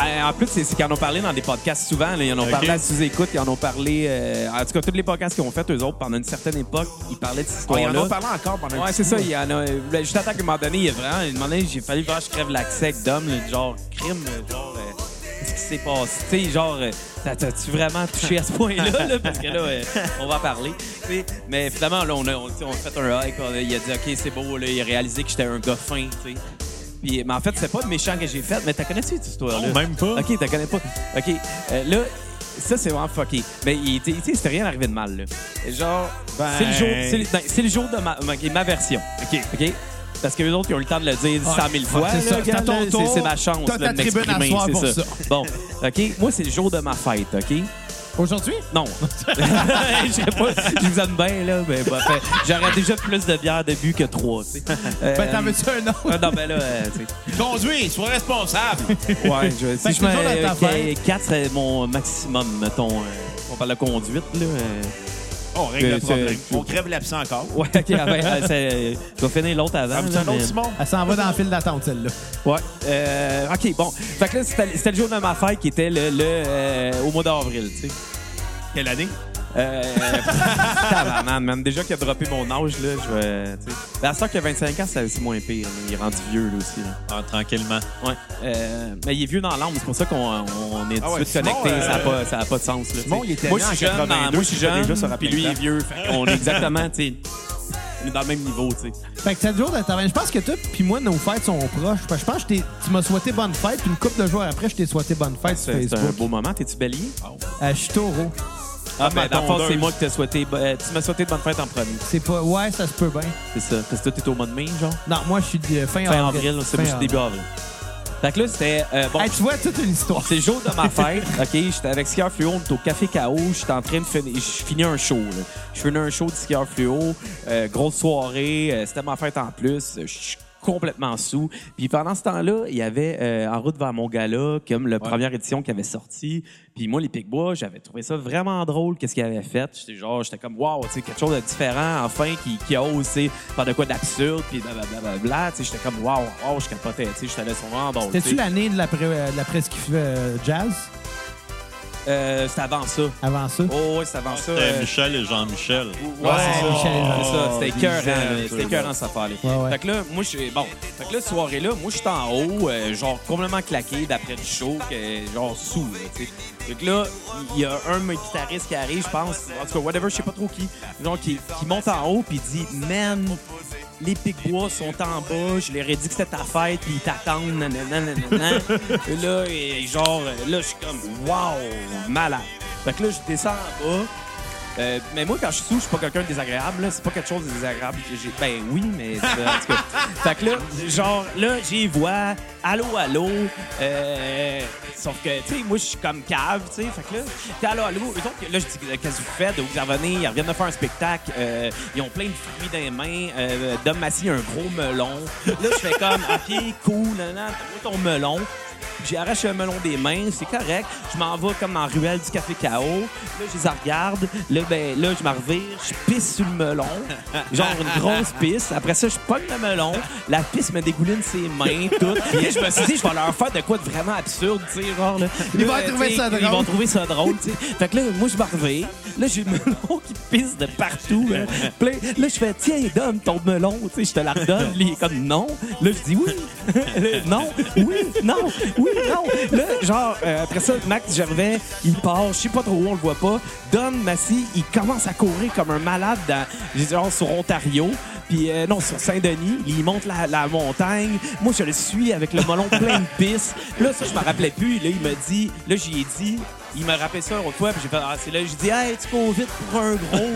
[SPEAKER 6] euh, en plus, c'est c'est qu'ils en ont parlé dans des podcasts souvent. Là. Ils en ont
[SPEAKER 2] Ok.
[SPEAKER 6] parlé à sous-écoute, ils en ont parlé. euh, en tout cas, tous les podcasts qu'ils ont fait, eux autres, pendant une certaine époque, Ah, ils parlaient de cette
[SPEAKER 4] On
[SPEAKER 6] histoire-là.
[SPEAKER 4] en a parlé encore pendant un
[SPEAKER 6] Ouais,
[SPEAKER 4] petit
[SPEAKER 6] c'est ça.
[SPEAKER 4] bout.
[SPEAKER 6] Il y en a. ben, Juste à temps qu'à un moment donné, il y a vraiment. Il donné, j'ai fallu voir je crève l'accès avec Dom, là, genre crime, euh, genre. euh, Qu'est-ce qui s'est passé? Tu sais, genre, euh, t'as- t'as-tu vraiment touché à ce point-là? là? Parce que là, euh, on va en parler. tu sais. Mais finalement, là, on a, on- tu sais, on a fait un hike. on a- il a dit, OK, c'est beau. Là, il a réalisé que j'étais un gars fin. tu sais. Puis, mais en fait, c'est pas méchant que j'ai fait. Mais t'as connais-tu cette histoire-là?
[SPEAKER 2] Non, même pas.
[SPEAKER 6] OK, t'as connais pas. OK. euh, là, ça, c'est vraiment fucké. Mais il était- tu sais, c'était rien arrivé de mal. Là. Genre, c'est le jour,
[SPEAKER 5] ben-
[SPEAKER 6] c'est le- non, c'est le jour de ma, ma- ma version. OK. Parce que les autres, ils ont eu le temps de le dire 100 000 fois.
[SPEAKER 5] ouais, c'est
[SPEAKER 6] là,
[SPEAKER 5] ça.
[SPEAKER 6] regarde,
[SPEAKER 5] C'est à ton
[SPEAKER 6] là,
[SPEAKER 5] tour.
[SPEAKER 6] c'est- C'est ma chance
[SPEAKER 5] T'as
[SPEAKER 6] là,
[SPEAKER 5] ta
[SPEAKER 6] de
[SPEAKER 5] tribune à
[SPEAKER 6] m'exprimer.
[SPEAKER 5] soir
[SPEAKER 6] c'est
[SPEAKER 5] pour
[SPEAKER 6] ça.
[SPEAKER 5] ça.
[SPEAKER 6] Bon, OK. Moi, c'est le jour de ma fête, OK?
[SPEAKER 5] Aujourd'hui?
[SPEAKER 6] Non. je sais pas. Je vous aime bien, là. Mais bah, fait, j'aurais déjà plus de bière de but que trois, tu sais. Euh,
[SPEAKER 5] Ben, t'en veux-tu un autre?
[SPEAKER 6] ah, non, ben là, euh, tu sais.
[SPEAKER 4] Conduis, sois responsable.
[SPEAKER 6] Ouais, je,
[SPEAKER 5] Fait
[SPEAKER 6] si je
[SPEAKER 5] que toujours
[SPEAKER 6] mets
[SPEAKER 5] dans ta
[SPEAKER 6] euh, quatre, c'est mon maximum, mettons. euh, on parle de conduite, là. euh,
[SPEAKER 4] On règle
[SPEAKER 6] Euh,
[SPEAKER 4] le problème.
[SPEAKER 6] c'est-
[SPEAKER 4] On crève l'absent encore.
[SPEAKER 6] Ouais, ok, ah ben, ah, c'est- je vais finir l'autre avant.
[SPEAKER 4] Ah, mais
[SPEAKER 6] là,
[SPEAKER 4] c'est un autre
[SPEAKER 6] mais-
[SPEAKER 4] Simon.
[SPEAKER 5] Elle s'en va dans le fil d'attente, celle-là.
[SPEAKER 6] Ouais. Euh, ok, bon. Fait que là, c'était c'était le jour de ma fête qui était le, le, euh, au mois d'avril, tu sais.
[SPEAKER 4] Quelle année?
[SPEAKER 6] Euh, tabarnak, man. Déjà qu'il a droppé mon âge, là, je vais. tu sais. Ben, à ce temps qu'il a 25 ans, c'est c'est moins pire. là. Il est rendu vieux, là aussi. là.
[SPEAKER 2] Ah, tranquillement.
[SPEAKER 6] Ouais. Euh, mais il est vieux dans l'âme, c'est pour ça qu'on on est tout de
[SPEAKER 4] Ah ouais,
[SPEAKER 6] suite
[SPEAKER 4] Simon,
[SPEAKER 6] connecté.
[SPEAKER 4] euh,
[SPEAKER 6] ça n'a pas, ça a pas de sens. Là,
[SPEAKER 4] Simon,
[SPEAKER 6] tu sais.
[SPEAKER 4] il était
[SPEAKER 6] moi,
[SPEAKER 4] né
[SPEAKER 6] je suis
[SPEAKER 4] en
[SPEAKER 6] jeune,
[SPEAKER 4] 82,
[SPEAKER 6] dans- moi, je suis
[SPEAKER 4] il était
[SPEAKER 6] jeune,
[SPEAKER 4] déjà sur la
[SPEAKER 6] puis lui, il est
[SPEAKER 4] planète.
[SPEAKER 6] vieux. Fait qu'on est exactement, tu sais, on est dans le même niveau, tu sais.
[SPEAKER 5] Fait que c'est le jour de ta fête. Je pense que toi puis moi, nos fêtes sont proches. Fait que Je pense que je t'ai- tu m'as souhaité bonne fête, puis une couple de jours après, je t'ai souhaité bonne fête sur
[SPEAKER 6] C'est c'est un
[SPEAKER 5] Facebook.
[SPEAKER 6] beau moment. T'es-tu bélier?
[SPEAKER 5] Euh, je suis taureau.
[SPEAKER 6] Ah,
[SPEAKER 4] Ah,
[SPEAKER 6] ben,
[SPEAKER 4] ma
[SPEAKER 6] dans le fond, c'est
[SPEAKER 4] tondeuse.
[SPEAKER 6] moi qui t'ai souhaité. euh, tu m'as souhaité de bonne fête en premier.
[SPEAKER 5] C'est pas. Ouais, ça se peut bien.
[SPEAKER 6] C'est ça. Parce que toi, t'es au mois de mai, genre.
[SPEAKER 5] Non, moi, je suis de fin,
[SPEAKER 6] Fin avril, c'est moi, je suis début avril. Fait que là, c'était. euh, bon,
[SPEAKER 5] Hey, tu vois, toute une histoire.
[SPEAKER 6] c'est le jour de ma fête. OK, j'étais avec Skieur Fluo, on était au Café K.O. J'étais en train de finir. Je finis un show, là. Je finis un show de Skieur Fluo. euh, grosse soirée. euh, c'était ma fête en plus. Je suis complètement sous. Puis pendant ce temps-là, il y avait euh, En route vers mon gala, comme la première édition qui avait sorti. Puis moi, les Picbois, j'avais trouvé ça vraiment drôle, qu'est-ce qu'ils avaient fait. J'étais genre, j'étais comme, wow, tu sais, quelque chose de différent, enfin, qui, qui ose, tu sais, faire de quoi d'absurde, puis blablabla. Tu sais, j'étais comme, wow, wow, je capotais, tu sais, j'étais là sur vraiment drôle. tu
[SPEAKER 5] C'était-tu
[SPEAKER 6] sais.
[SPEAKER 5] l'année de la, pré- euh, de la presse qui fait euh, jazz
[SPEAKER 6] Euh, c'était avant ça.
[SPEAKER 5] avant ça?
[SPEAKER 6] Oh, ouais, c'est avant ça.
[SPEAKER 2] Ah, C'était
[SPEAKER 6] euh,
[SPEAKER 2] Michel Oh, et Jean-Michel.
[SPEAKER 6] Ouais, c'est ça.
[SPEAKER 5] Michel Legrand.
[SPEAKER 6] C'est ça, c'était cœur,
[SPEAKER 4] Michel,
[SPEAKER 6] c'était cœur en safari.
[SPEAKER 5] Ouais, ouais.
[SPEAKER 6] Fait que là, moi, je bon. Fait que là, cette soirée-là, moi, je suis en haut, euh, genre complètement claqué d'après le show, que, genre sous. Là, tu sais. fait que là, il y a un de mes guitaristes qui arrive, je pense, en tout cas, whatever, je sais pas trop qui, genre qui, qui monte en haut puis il dit, man, les Picbois sont en bas, je leur ai dit que c'était ta fête, puis ils t'attendent, nanana, nanana. Et là, et, genre, là, je suis comme, wow, malade. Fait que là, je descends en bas. Euh, mais moi, quand je suis sous, je suis pas quelqu'un de désagréable. là. C'est pas quelque chose de désagréable. que j'ai- Ben oui, mais c'est- en tout cas. Fait que là, genre, là, j'y vois. Allô, allô. Euh, sauf que, tu sais, moi, je suis comme cave, tu sais. Fait que là, t'es allô, allô. Eux autres, là, je dis, euh, qu'est-ce que vous faites? Vous en venez? Ils reviennent de faire un spectacle. Euh, ils ont plein de fruits dans les mains. Euh, Dom Massy a un gros melon. Là, je fais comme, OK, cool, nan, nan, t'as ton melon. J'arrache le melon des mains, c'est correct. Je m'en vais comme en ruelle du Café K.O. Là, je les regarde. Là, ben, là je m'en revire. Je pisse sur le melon. Genre une grosse pisse. Après ça, je pogne le melon. La pisse me dégouline ses mains, tout. Puis je me suis dit, je vais leur faire de quoi de vraiment absurde, tu sais, genre. Là,
[SPEAKER 5] Ils vont
[SPEAKER 6] Là,
[SPEAKER 5] trouver
[SPEAKER 6] tu sais,
[SPEAKER 5] ça drôle.
[SPEAKER 6] Ils vont trouver ça drôle, tu sais. Fait que là, moi, je m'en revire. Là, j'ai le melon qui pisse de partout. Là, Puis là, là, je fais, tiens, donne ton melon, tu sais, je te la redonne. Lui, il est comme, non. Là, je dis, oui. Là, non, oui, non, oui, non. Là, genre, euh, après ça, Max Gervais, il part, je sais pas trop où, on le voit pas. Don Massy, il commence à courir comme un malade dans, genre, sur Ontario. Puis, euh, non, sur Saint-Denis, il monte la, la montagne. Moi, je le suis avec le melon plein de pisse. Là, ça, je me rappelais plus. Là, il me dit, là, j'y ai dit, il m'a rappelé ça un autre fois, puis j'ai fait, ah, c'est là, j'ai dit, hey, tu cours vite pour un gros.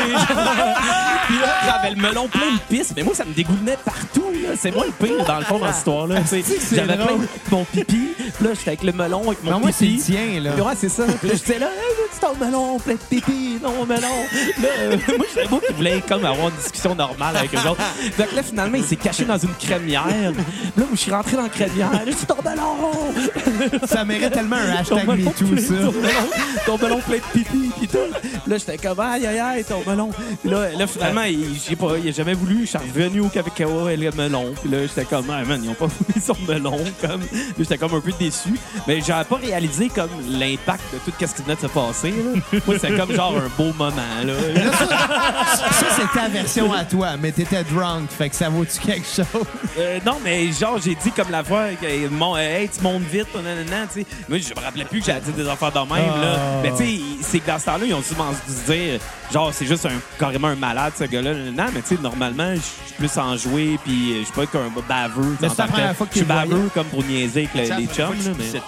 [SPEAKER 6] puis là, j'avais le melon plein de pisse, mais moi, ça me dégoulinait partout, là. C'est moi le pire, dans le fond, dans cette histoire-là. tu sais.
[SPEAKER 5] c'est
[SPEAKER 6] J'avais plein
[SPEAKER 5] drôle.
[SPEAKER 6] de- mon pipi, puis là, j'étais avec le melon, avec mon
[SPEAKER 5] Non, moi, c'est le
[SPEAKER 6] pipi.
[SPEAKER 5] tien, là.
[SPEAKER 6] Puis ouais, c'est ça. Puis là, j'étais là, hey, là, tu t'en melon, plein de pipi, non, melon. Là, euh, moi, j'étais moi qui voulais comme avoir une discussion normale avec eux autres. Fait que là, finalement, il s'est caché dans une crémière. Là, moi, je suis rentré dans la crémière. Là, je suis ton melon.
[SPEAKER 5] Ça mérite tellement un hashtag
[SPEAKER 6] Ton melon
[SPEAKER 5] MeToo,
[SPEAKER 6] plein-
[SPEAKER 5] ça.
[SPEAKER 6] Ton melon, ton melon plein de pipi pis tout. Là, j'étais comme, aïe, aïe, aïe, ton melon. Puis Là, là finalement, il, j'ai pas, il a jamais voulu. Je suis revenu au Kawakawa et le melon. Puis là, j'étais comme, ah, man, ils ont pas voulu son melon. Comme, Là, j'étais comme un peu déçu. Mais j'avais pas réalisé comme l'impact de tout ce qui venait de se passer. là. Moi, c'était comme genre un beau moment. Là.
[SPEAKER 5] Ça, c'est ta version à toi, mais t'étais drunk, fait que ça vaut-tu quelque chose?
[SPEAKER 6] Euh, non, mais genre, j'ai dit comme la fois, que, mon, euh, hey, tu montes vite, nanana, tu sais. Moi, je me rappelais plus que j'avais dit des affaires de même, là.
[SPEAKER 5] Ah.
[SPEAKER 6] Mais tu sais, c'est que dans ce temps-là, ils ont souvent dû se dire, genre, c'est juste un, carrément un malade, ce gars-là, nanana. Mais tu sais, normalement, je suis plus enjoué, puis euh, je suis pas qu'un baveux. tu sais,
[SPEAKER 5] Mais c'est la
[SPEAKER 6] en tant que
[SPEAKER 5] première
[SPEAKER 6] tel.
[SPEAKER 5] fois que
[SPEAKER 6] Je suis
[SPEAKER 5] tu le voyais.
[SPEAKER 6] baveux comme pour niaiser avec le- les chums, là, mais...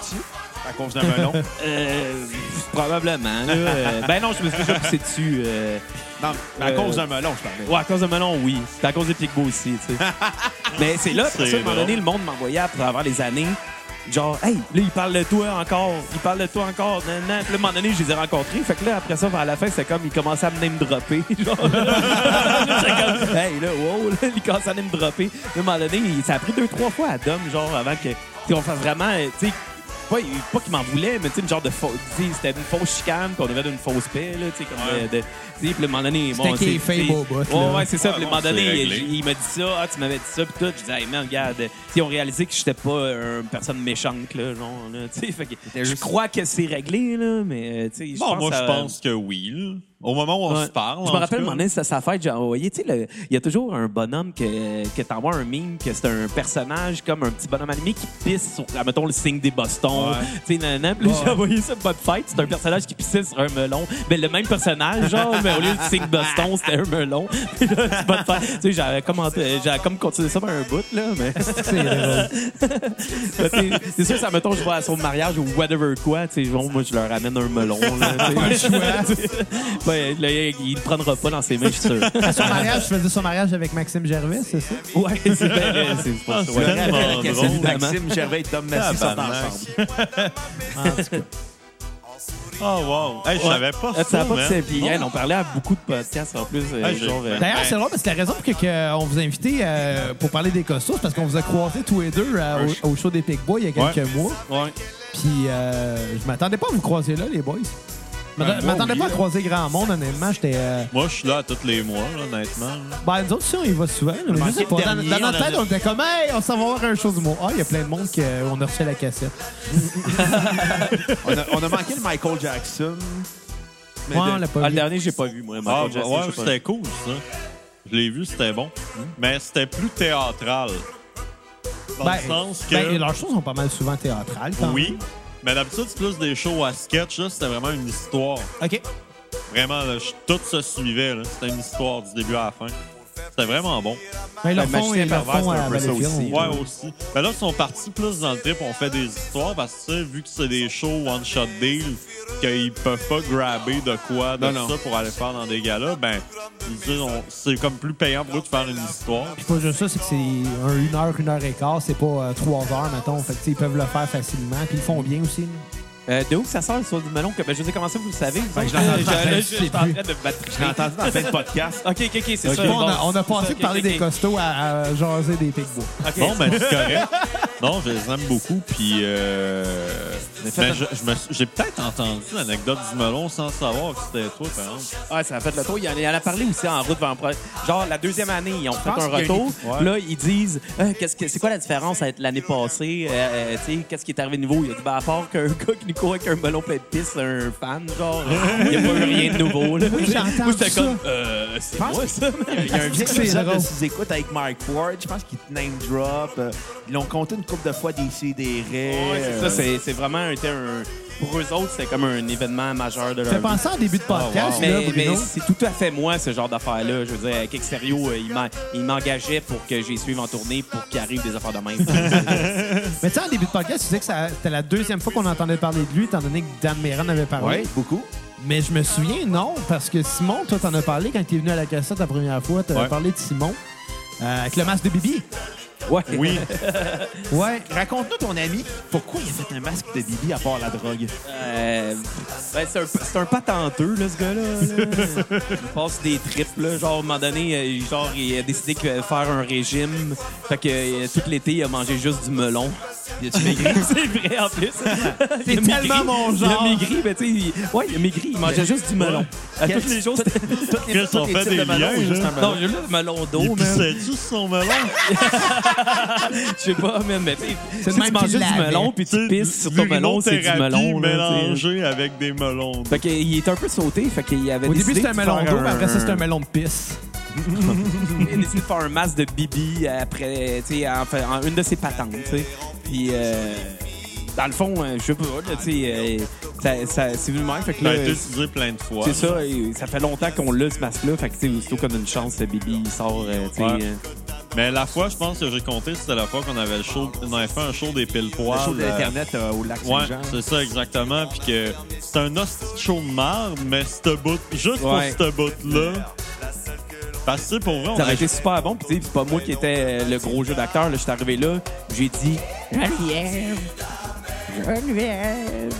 [SPEAKER 4] À cause d'un melon.
[SPEAKER 6] Euh, probablement, là. Euh, ben non, je me suis déjà poussé dessus. euh,
[SPEAKER 4] Non, mais à
[SPEAKER 6] Euh,
[SPEAKER 4] cause d'un melon, je parlais.
[SPEAKER 6] Ouais, à cause de Melon, oui. C'est à cause des Picbo aussi, tu sais. Mais c'est là, parce
[SPEAKER 2] C'est
[SPEAKER 6] qu'à un moment donné, le monde m'envoyait à travers les années. Genre, hey, là, il parle de toi encore. Il parle de toi encore. Nan, nan. Puis là, à un moment donné, je les ai rencontrés. Fait que là, après ça, vers la fin, c'est comme, ils commençaient à me name dropper. Genre, là, j'étais comme, hey, là, wow, là, ils commençaient à name dropper. Puis à un moment donné, il- ça a pris deux, trois fois à Dom, genre, avant que, qu'on fasse vraiment, euh, tu sais, pas, pas qu'il m'en voulait, mais tu sais, une genre de fausse. tu sais, C'était une fausse chicane, puis on avait une fausse paix, là, tu sais, comme
[SPEAKER 2] Ouais.
[SPEAKER 6] de. de- tu sais, puis à un moment donné,
[SPEAKER 5] C'était qu'il est
[SPEAKER 6] c'est-
[SPEAKER 5] faible au bout,
[SPEAKER 6] Ouais,
[SPEAKER 5] là.
[SPEAKER 6] ouais, c'est ça.
[SPEAKER 2] Ouais,
[SPEAKER 6] Puis à un
[SPEAKER 2] Ah, bon,
[SPEAKER 6] moment donné,
[SPEAKER 2] c'est
[SPEAKER 6] il,
[SPEAKER 2] réglé.
[SPEAKER 6] il m'a dit ça, ah, tu m'avais dit ça, puis tout. Je disais, hey, man, regarde, Tu sais, ils ont réalisé que j'étais pas euh, une personne méchante, là, genre, là, tu sais. Fait que je crois que c'est réglé, là, mais, euh, tu sais, je
[SPEAKER 2] Bon,
[SPEAKER 6] pense
[SPEAKER 2] moi,
[SPEAKER 6] à-
[SPEAKER 2] je pense que oui. là. Au moment où on
[SPEAKER 6] Ouais.
[SPEAKER 2] se parle.
[SPEAKER 6] Je
[SPEAKER 2] en
[SPEAKER 6] me
[SPEAKER 2] tout
[SPEAKER 6] rappelle, un
[SPEAKER 2] cas.
[SPEAKER 6] moment donné, c'était sa fête, j'ai envoyé, tu sais, le- il y a toujours un bonhomme que, que t'envoies un meme, que c'est un personnage comme un petit bonhomme animé qui pisse sur, là, mettons, le signe des Bostons.
[SPEAKER 2] Ouais.
[SPEAKER 6] Tu sais, nanana. Puis là, j'ai envoyé ça, pas de fête, c'est un personnage qui pissait sur un melon. Mais le même personnage, genre, mais au lieu du signe Boston, c'était un melon. Puis là, c'est pas de fête. Tu sais, j'avais commenté- j'avais comme continué ça par un bout, là, mais.
[SPEAKER 5] C'est drôle.
[SPEAKER 6] Ben, t'sais, C'est sûr, ça mettons, je vais à son mariage ou whatever quoi, tu sais, bon, moi, je leur amène un melon, là. Pas le ben, là, il le prendra pas dans ses mains, je suis sûr.
[SPEAKER 5] À son mariage, je faisais son mariage avec Maxime Gervais, c'est ça?
[SPEAKER 6] ouais, c'est bien, Ben, c'est pour
[SPEAKER 2] Ah,
[SPEAKER 6] ça.
[SPEAKER 2] c'est
[SPEAKER 6] ouais.
[SPEAKER 2] tellement
[SPEAKER 4] Après la
[SPEAKER 2] drôle.
[SPEAKER 4] cassette,
[SPEAKER 6] évidemment.
[SPEAKER 4] Maxime Gervais et Tom Massy sont
[SPEAKER 2] Tabarnak.
[SPEAKER 4] ensemble.
[SPEAKER 5] En tout cas. Euh,
[SPEAKER 2] Oh, wow. Hey, je savais pas
[SPEAKER 6] Ah,
[SPEAKER 2] ça.
[SPEAKER 6] tu savais pas que
[SPEAKER 2] man.
[SPEAKER 6] c'est bien. On parlait à beaucoup de podcasts en plus. euh,
[SPEAKER 2] Ah, j'ai-
[SPEAKER 6] genre, euh,
[SPEAKER 2] ben,
[SPEAKER 5] D'ailleurs, c'est drôle parce que la raison pour laquelle on vous a invité euh, pour parler des costauds, c'est parce qu'on vous a croisés tous les deux euh, au, au show des Pic Boys il y a quelques mois.
[SPEAKER 2] Ouais.
[SPEAKER 5] Puis euh, je m'attendais pas à vous croiser là, les boys. Je m'attendais-
[SPEAKER 2] Ben,
[SPEAKER 5] Je
[SPEAKER 2] moi,
[SPEAKER 5] m'attendais
[SPEAKER 2] oui,
[SPEAKER 5] pas à
[SPEAKER 2] là.
[SPEAKER 5] croiser grand monde, honnêtement. J'étais. euh,
[SPEAKER 2] Moi, je suis là tous les mois, là, honnêtement. là.
[SPEAKER 5] Ben, nous autres, si on y va souvent, mais je sais pas. Dans, dans notre tête, on était comme, hey, on s'en va voir un show du mot. Ah, il y a plein de monde qu'on a reçu à la cassette.
[SPEAKER 4] On a, on a manqué le Michael Jackson. Mais
[SPEAKER 5] Ouais,
[SPEAKER 4] de-
[SPEAKER 5] on l'a pas
[SPEAKER 6] ah, le
[SPEAKER 5] vu.
[SPEAKER 6] dernier, j'ai pas vu, moi.
[SPEAKER 2] Ah,
[SPEAKER 6] Michael Jackson,
[SPEAKER 2] ouais,
[SPEAKER 6] j'ai pas vu.
[SPEAKER 2] c'était cool, ça. Je l'ai vu, c'était bon. Mais c'était plus théâtral. Dans
[SPEAKER 5] Ben,
[SPEAKER 2] le sens que.
[SPEAKER 5] ben, leurs shows sont pas mal souvent théâtrales. quand
[SPEAKER 2] oui. Mais d'habitude, c'est plus des shows à sketch, là. C'était vraiment une histoire.
[SPEAKER 5] même. OK. Ben,
[SPEAKER 2] Vraiment, là, je- tout se suivait, là. C'était une histoire du début à la fin. C'était vraiment bon.
[SPEAKER 5] Mais ils le
[SPEAKER 6] Le
[SPEAKER 5] font,
[SPEAKER 6] magicien
[SPEAKER 5] ils le
[SPEAKER 6] pervers,
[SPEAKER 5] font
[SPEAKER 6] Ah, c'est
[SPEAKER 5] à
[SPEAKER 6] un peu ça
[SPEAKER 5] Valleyfield.
[SPEAKER 6] aussi.
[SPEAKER 2] Ouais, aussi. Ben là, ils sont partis plus dans le trip, on fait des histoires parce que, tu sais, vu que c'est des shows one-shot deal, qu'ils peuvent pas grabber de quoi, de
[SPEAKER 6] Non, non.
[SPEAKER 2] ça pour aller faire dans des galas, ben, ils disent, on- c'est comme plus payant pour eux de faire une histoire.
[SPEAKER 5] Puis pas juste ça, c'est que c'est un une heure, une heure et quart, c'est pas euh, trois heures, mettons. Fait que, tu sais, ils peuvent le faire facilement, puis ils font bien aussi. là.
[SPEAKER 6] Euh, de où que ça sort le soir du melon? Que- ben, je sais comment ça, vous le savez. vous autres?
[SPEAKER 4] je l'entends
[SPEAKER 6] Euh,
[SPEAKER 4] pas,
[SPEAKER 6] là,
[SPEAKER 5] je
[SPEAKER 6] je-
[SPEAKER 5] sais
[SPEAKER 6] je suis en
[SPEAKER 5] plus.
[SPEAKER 6] train de me battre.
[SPEAKER 4] Je l'ai entendu dans plein de podcasts.
[SPEAKER 6] OK, OK, OK, c'est ça.
[SPEAKER 5] Bon,
[SPEAKER 6] bon,
[SPEAKER 5] on, a, on a
[SPEAKER 6] c'est
[SPEAKER 5] passé de
[SPEAKER 6] ça, ok,
[SPEAKER 5] parler
[SPEAKER 6] ok, Ah,
[SPEAKER 5] des
[SPEAKER 6] ok.
[SPEAKER 5] costauds à, à jaser des picbois.
[SPEAKER 6] OK.
[SPEAKER 2] Bon, ben, c'est correct. Non, je les aime beaucoup, puis euh, ben, je- je me suis- j'ai peut-être entendu l'anecdote du melon sans savoir que c'était toi, par exemple.
[SPEAKER 6] Ouais, ça a fait le tour. Il en, il en a parlé aussi en route vers un pro- Genre, la deuxième année, ils ont fait
[SPEAKER 5] pense
[SPEAKER 6] un
[SPEAKER 5] qu'il y a eu
[SPEAKER 6] retour.
[SPEAKER 2] des- Ouais.
[SPEAKER 6] Là, ils disent Euh, qu'est-ce que- c'est quoi la différence avec l'année passée Euh, euh, Tu sais, qu'est-ce qui est arrivé de nouveau Il a dit ben, à part qu'un gars qui nous court avec un melon plein de pisse, un fan, genre, il n'y a pas eu rien de nouveau. là.
[SPEAKER 5] Oui, j'ai entendu
[SPEAKER 6] Moi, j'étais
[SPEAKER 5] ça.
[SPEAKER 6] comme Euh, c'est
[SPEAKER 4] pense
[SPEAKER 6] moi,
[SPEAKER 4] que-
[SPEAKER 6] ça, man.
[SPEAKER 4] Il y a un vieux
[SPEAKER 5] C'est
[SPEAKER 4] épisode
[SPEAKER 5] drôle.
[SPEAKER 4] de Six écoutes avec Mike Ward. Je pense qu'il te name drop. euh, Ils l'ont compté une couple de fois des euh, CDR.
[SPEAKER 6] Ouais, c'est ça, c'est- c'est vraiment un, t'sais, un- Pour eux autres, c'est comme un événement majeur de leur
[SPEAKER 5] Fais
[SPEAKER 6] vie.
[SPEAKER 5] penser en début de podcast, là,
[SPEAKER 6] Ah, Mais, mais
[SPEAKER 5] Bruno.
[SPEAKER 6] c'est tout à fait moi, ce genre d'affaires-là. Je veux dire, avec Exterio, euh, il m'a- il m'engageait pour que j'y suive en tournée pour qu'il arrive des affaires de même.
[SPEAKER 5] Mais tu sais, en début de podcast, tu disais que ça- c'était la deuxième fois qu'on entendait parler de lui, étant donné que Dan Meran avait parlé.
[SPEAKER 4] Oui, beaucoup.
[SPEAKER 5] Mais je me souviens, non, parce que Simon, toi, t'en as parlé quand t'es venu à la cassette la première fois. T'avais
[SPEAKER 2] Ouais.
[SPEAKER 5] parlé de Simon euh, avec le masque de Bibi.
[SPEAKER 6] ouais.
[SPEAKER 2] Oui,
[SPEAKER 5] Ouais.
[SPEAKER 4] Raconte-nous ton ami, pourquoi il a fait un masque de Bibi à part la drogue?
[SPEAKER 6] Euh, ben, c'est un, c'est un patenteux, là, ce gars-là. là. il passe des trips, là. Genre, à un moment donné, euh, il- genre, il a décidé que faire un régime. Fait que euh, tout l'été, il a mangé juste du melon. Il a maigri. c'est vrai, en plus. C'est
[SPEAKER 5] tellement mon genre.
[SPEAKER 6] Il a maigri, mais tu sais, il- ouais, il a maigri. Il mangeait juste du melon. À toutes les jours, c'était...
[SPEAKER 2] qu'est-ce qu'on fait des liens, là?
[SPEAKER 6] Non, j'ai juste melon d'eau,
[SPEAKER 2] Il
[SPEAKER 6] man.
[SPEAKER 2] pissait-tu sur son melon?
[SPEAKER 6] Je sais pas, man, mais tu sais,
[SPEAKER 5] C'est
[SPEAKER 6] si
[SPEAKER 5] même
[SPEAKER 6] tu manges
[SPEAKER 5] qu'il
[SPEAKER 6] juste du
[SPEAKER 5] l'avait.
[SPEAKER 6] melon, puis tu pisses sur ton melon, c'est du melon. là, tu sais.
[SPEAKER 2] mélangé avec des melons.
[SPEAKER 6] Fait qu'il était un peu sauté, fait qu'il avait
[SPEAKER 5] Au
[SPEAKER 6] décidé
[SPEAKER 5] début, c'était un
[SPEAKER 6] de
[SPEAKER 5] melon
[SPEAKER 6] faire
[SPEAKER 5] d'eau, puis après ça, c'était un
[SPEAKER 6] un-
[SPEAKER 5] melon de pisse.
[SPEAKER 6] Il a décidé de faire un masque de bibi euh, après, tu sais, en, fait- en une de ses patentes, tu sais. Puis, euh, dans le fond, euh, je sais pas, là, tu sais, euh, ça- ça- c'est venu même, fait que
[SPEAKER 2] Il
[SPEAKER 6] là,
[SPEAKER 2] a été utilisé plein de fois.
[SPEAKER 6] c'est ça, et ça fait longtemps qu'on l'a, ce masque-là, fait que, tu sais, aussitôt qu'on a une chance, le bibi, il sort, euh, tu sais.
[SPEAKER 2] Ouais.
[SPEAKER 6] euh,
[SPEAKER 2] Mais la fois, je pense que j'ai compté, c'était la fois qu'on avait le show, on avait fait un show des pile
[SPEAKER 4] Le
[SPEAKER 2] poils.
[SPEAKER 4] show de l'Internet euh, au lac
[SPEAKER 2] Ah, ben, Ouais,
[SPEAKER 4] Saint-Jean.
[SPEAKER 2] c'est ça, exactement. Puis que c'était un hostie de show de marde, mais ce bout, juste
[SPEAKER 6] Ouais.
[SPEAKER 2] pour ce bout-là. Parce que pour vrai, on
[SPEAKER 6] Ça
[SPEAKER 2] a
[SPEAKER 6] aurait été super bon. Puis, tu sais, c'est pas moi qui étais euh, le gros jeu d'acteur. là. Je suis arrivé là, j'ai dit Geneviève, Geneviève.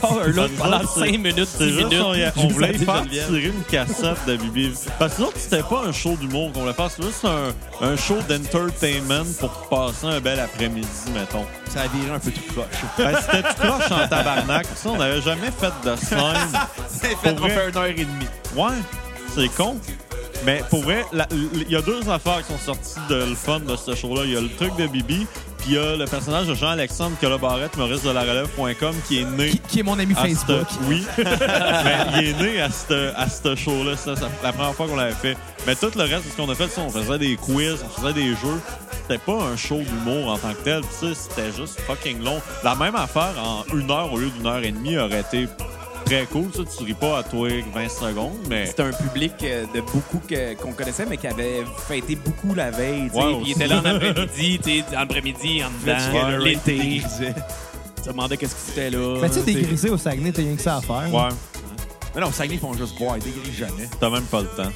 [SPEAKER 6] Genre, un
[SPEAKER 2] Ça
[SPEAKER 6] là
[SPEAKER 2] nous
[SPEAKER 6] pendant
[SPEAKER 2] dit,
[SPEAKER 6] 5 minutes, 10
[SPEAKER 2] C'est juste
[SPEAKER 6] minutes.
[SPEAKER 2] qu'on y a-
[SPEAKER 6] j'ai
[SPEAKER 2] on voulait
[SPEAKER 6] dit
[SPEAKER 2] faire
[SPEAKER 6] Geneviève.
[SPEAKER 2] tirer une cassette de Bibi. Parce que sinon, c'était pas un show d'humour qu'on voulait faire. C'était juste un, un show d'entertainment pour passer un bel après-midi, mettons.
[SPEAKER 4] Ça a viré un peu tout proche.
[SPEAKER 2] Ben, c'était tout cloche en tabarnak. Ça, on n'avait jamais fait de scène.
[SPEAKER 4] C'est
[SPEAKER 2] fait, on fait
[SPEAKER 4] une heure et demie.
[SPEAKER 2] Ouais, c'est con. Mais pour vrai, la- il y a deux affaires qui sont sorties de le fun de ce show-là. Il y a le truc de Bibi, puis il y a le personnage de Jean-Alexandre Colabarrette, Maurice de la relève.com, qui est né.
[SPEAKER 5] Qui, qui est mon ami
[SPEAKER 6] Ah,
[SPEAKER 2] à
[SPEAKER 5] Facebook.
[SPEAKER 2] cette- Oui. Mais il est né à ce à cette show-là. Ça, ça- la première fois qu'on l'avait fait. Mais tout le reste, de ce qu'on a fait, c'est on faisait des quiz, on faisait des jeux. C'était pas un show d'humour en tant que tel. Tu sais, C'était juste fucking long. La même affaire en une heure au lieu d'une heure et demie aurait été très cool. Ça, tu ris pas à toi 20 secondes, mais.
[SPEAKER 6] C'était un public euh, de beaucoup que- qu'on connaissait, mais qui avait fêté beaucoup la veille. tu sais.
[SPEAKER 2] Ouais,
[SPEAKER 6] Puis,
[SPEAKER 2] aussi.
[SPEAKER 6] il était là en après-midi, tu sais, en après-midi, en dedans,
[SPEAKER 2] Ouais,
[SPEAKER 6] l'été. Tu te demandais qu'est-ce qu'il foutait là.
[SPEAKER 5] Mais Ben, tu sais,
[SPEAKER 6] tu sais.
[SPEAKER 5] dégrisé au Saguenay, t'as rien que ça à faire.
[SPEAKER 2] Ouais,
[SPEAKER 4] Mais non, au Saguenay, ils font juste boire. Ils dégrisent jamais.
[SPEAKER 2] t'as même pas le temps.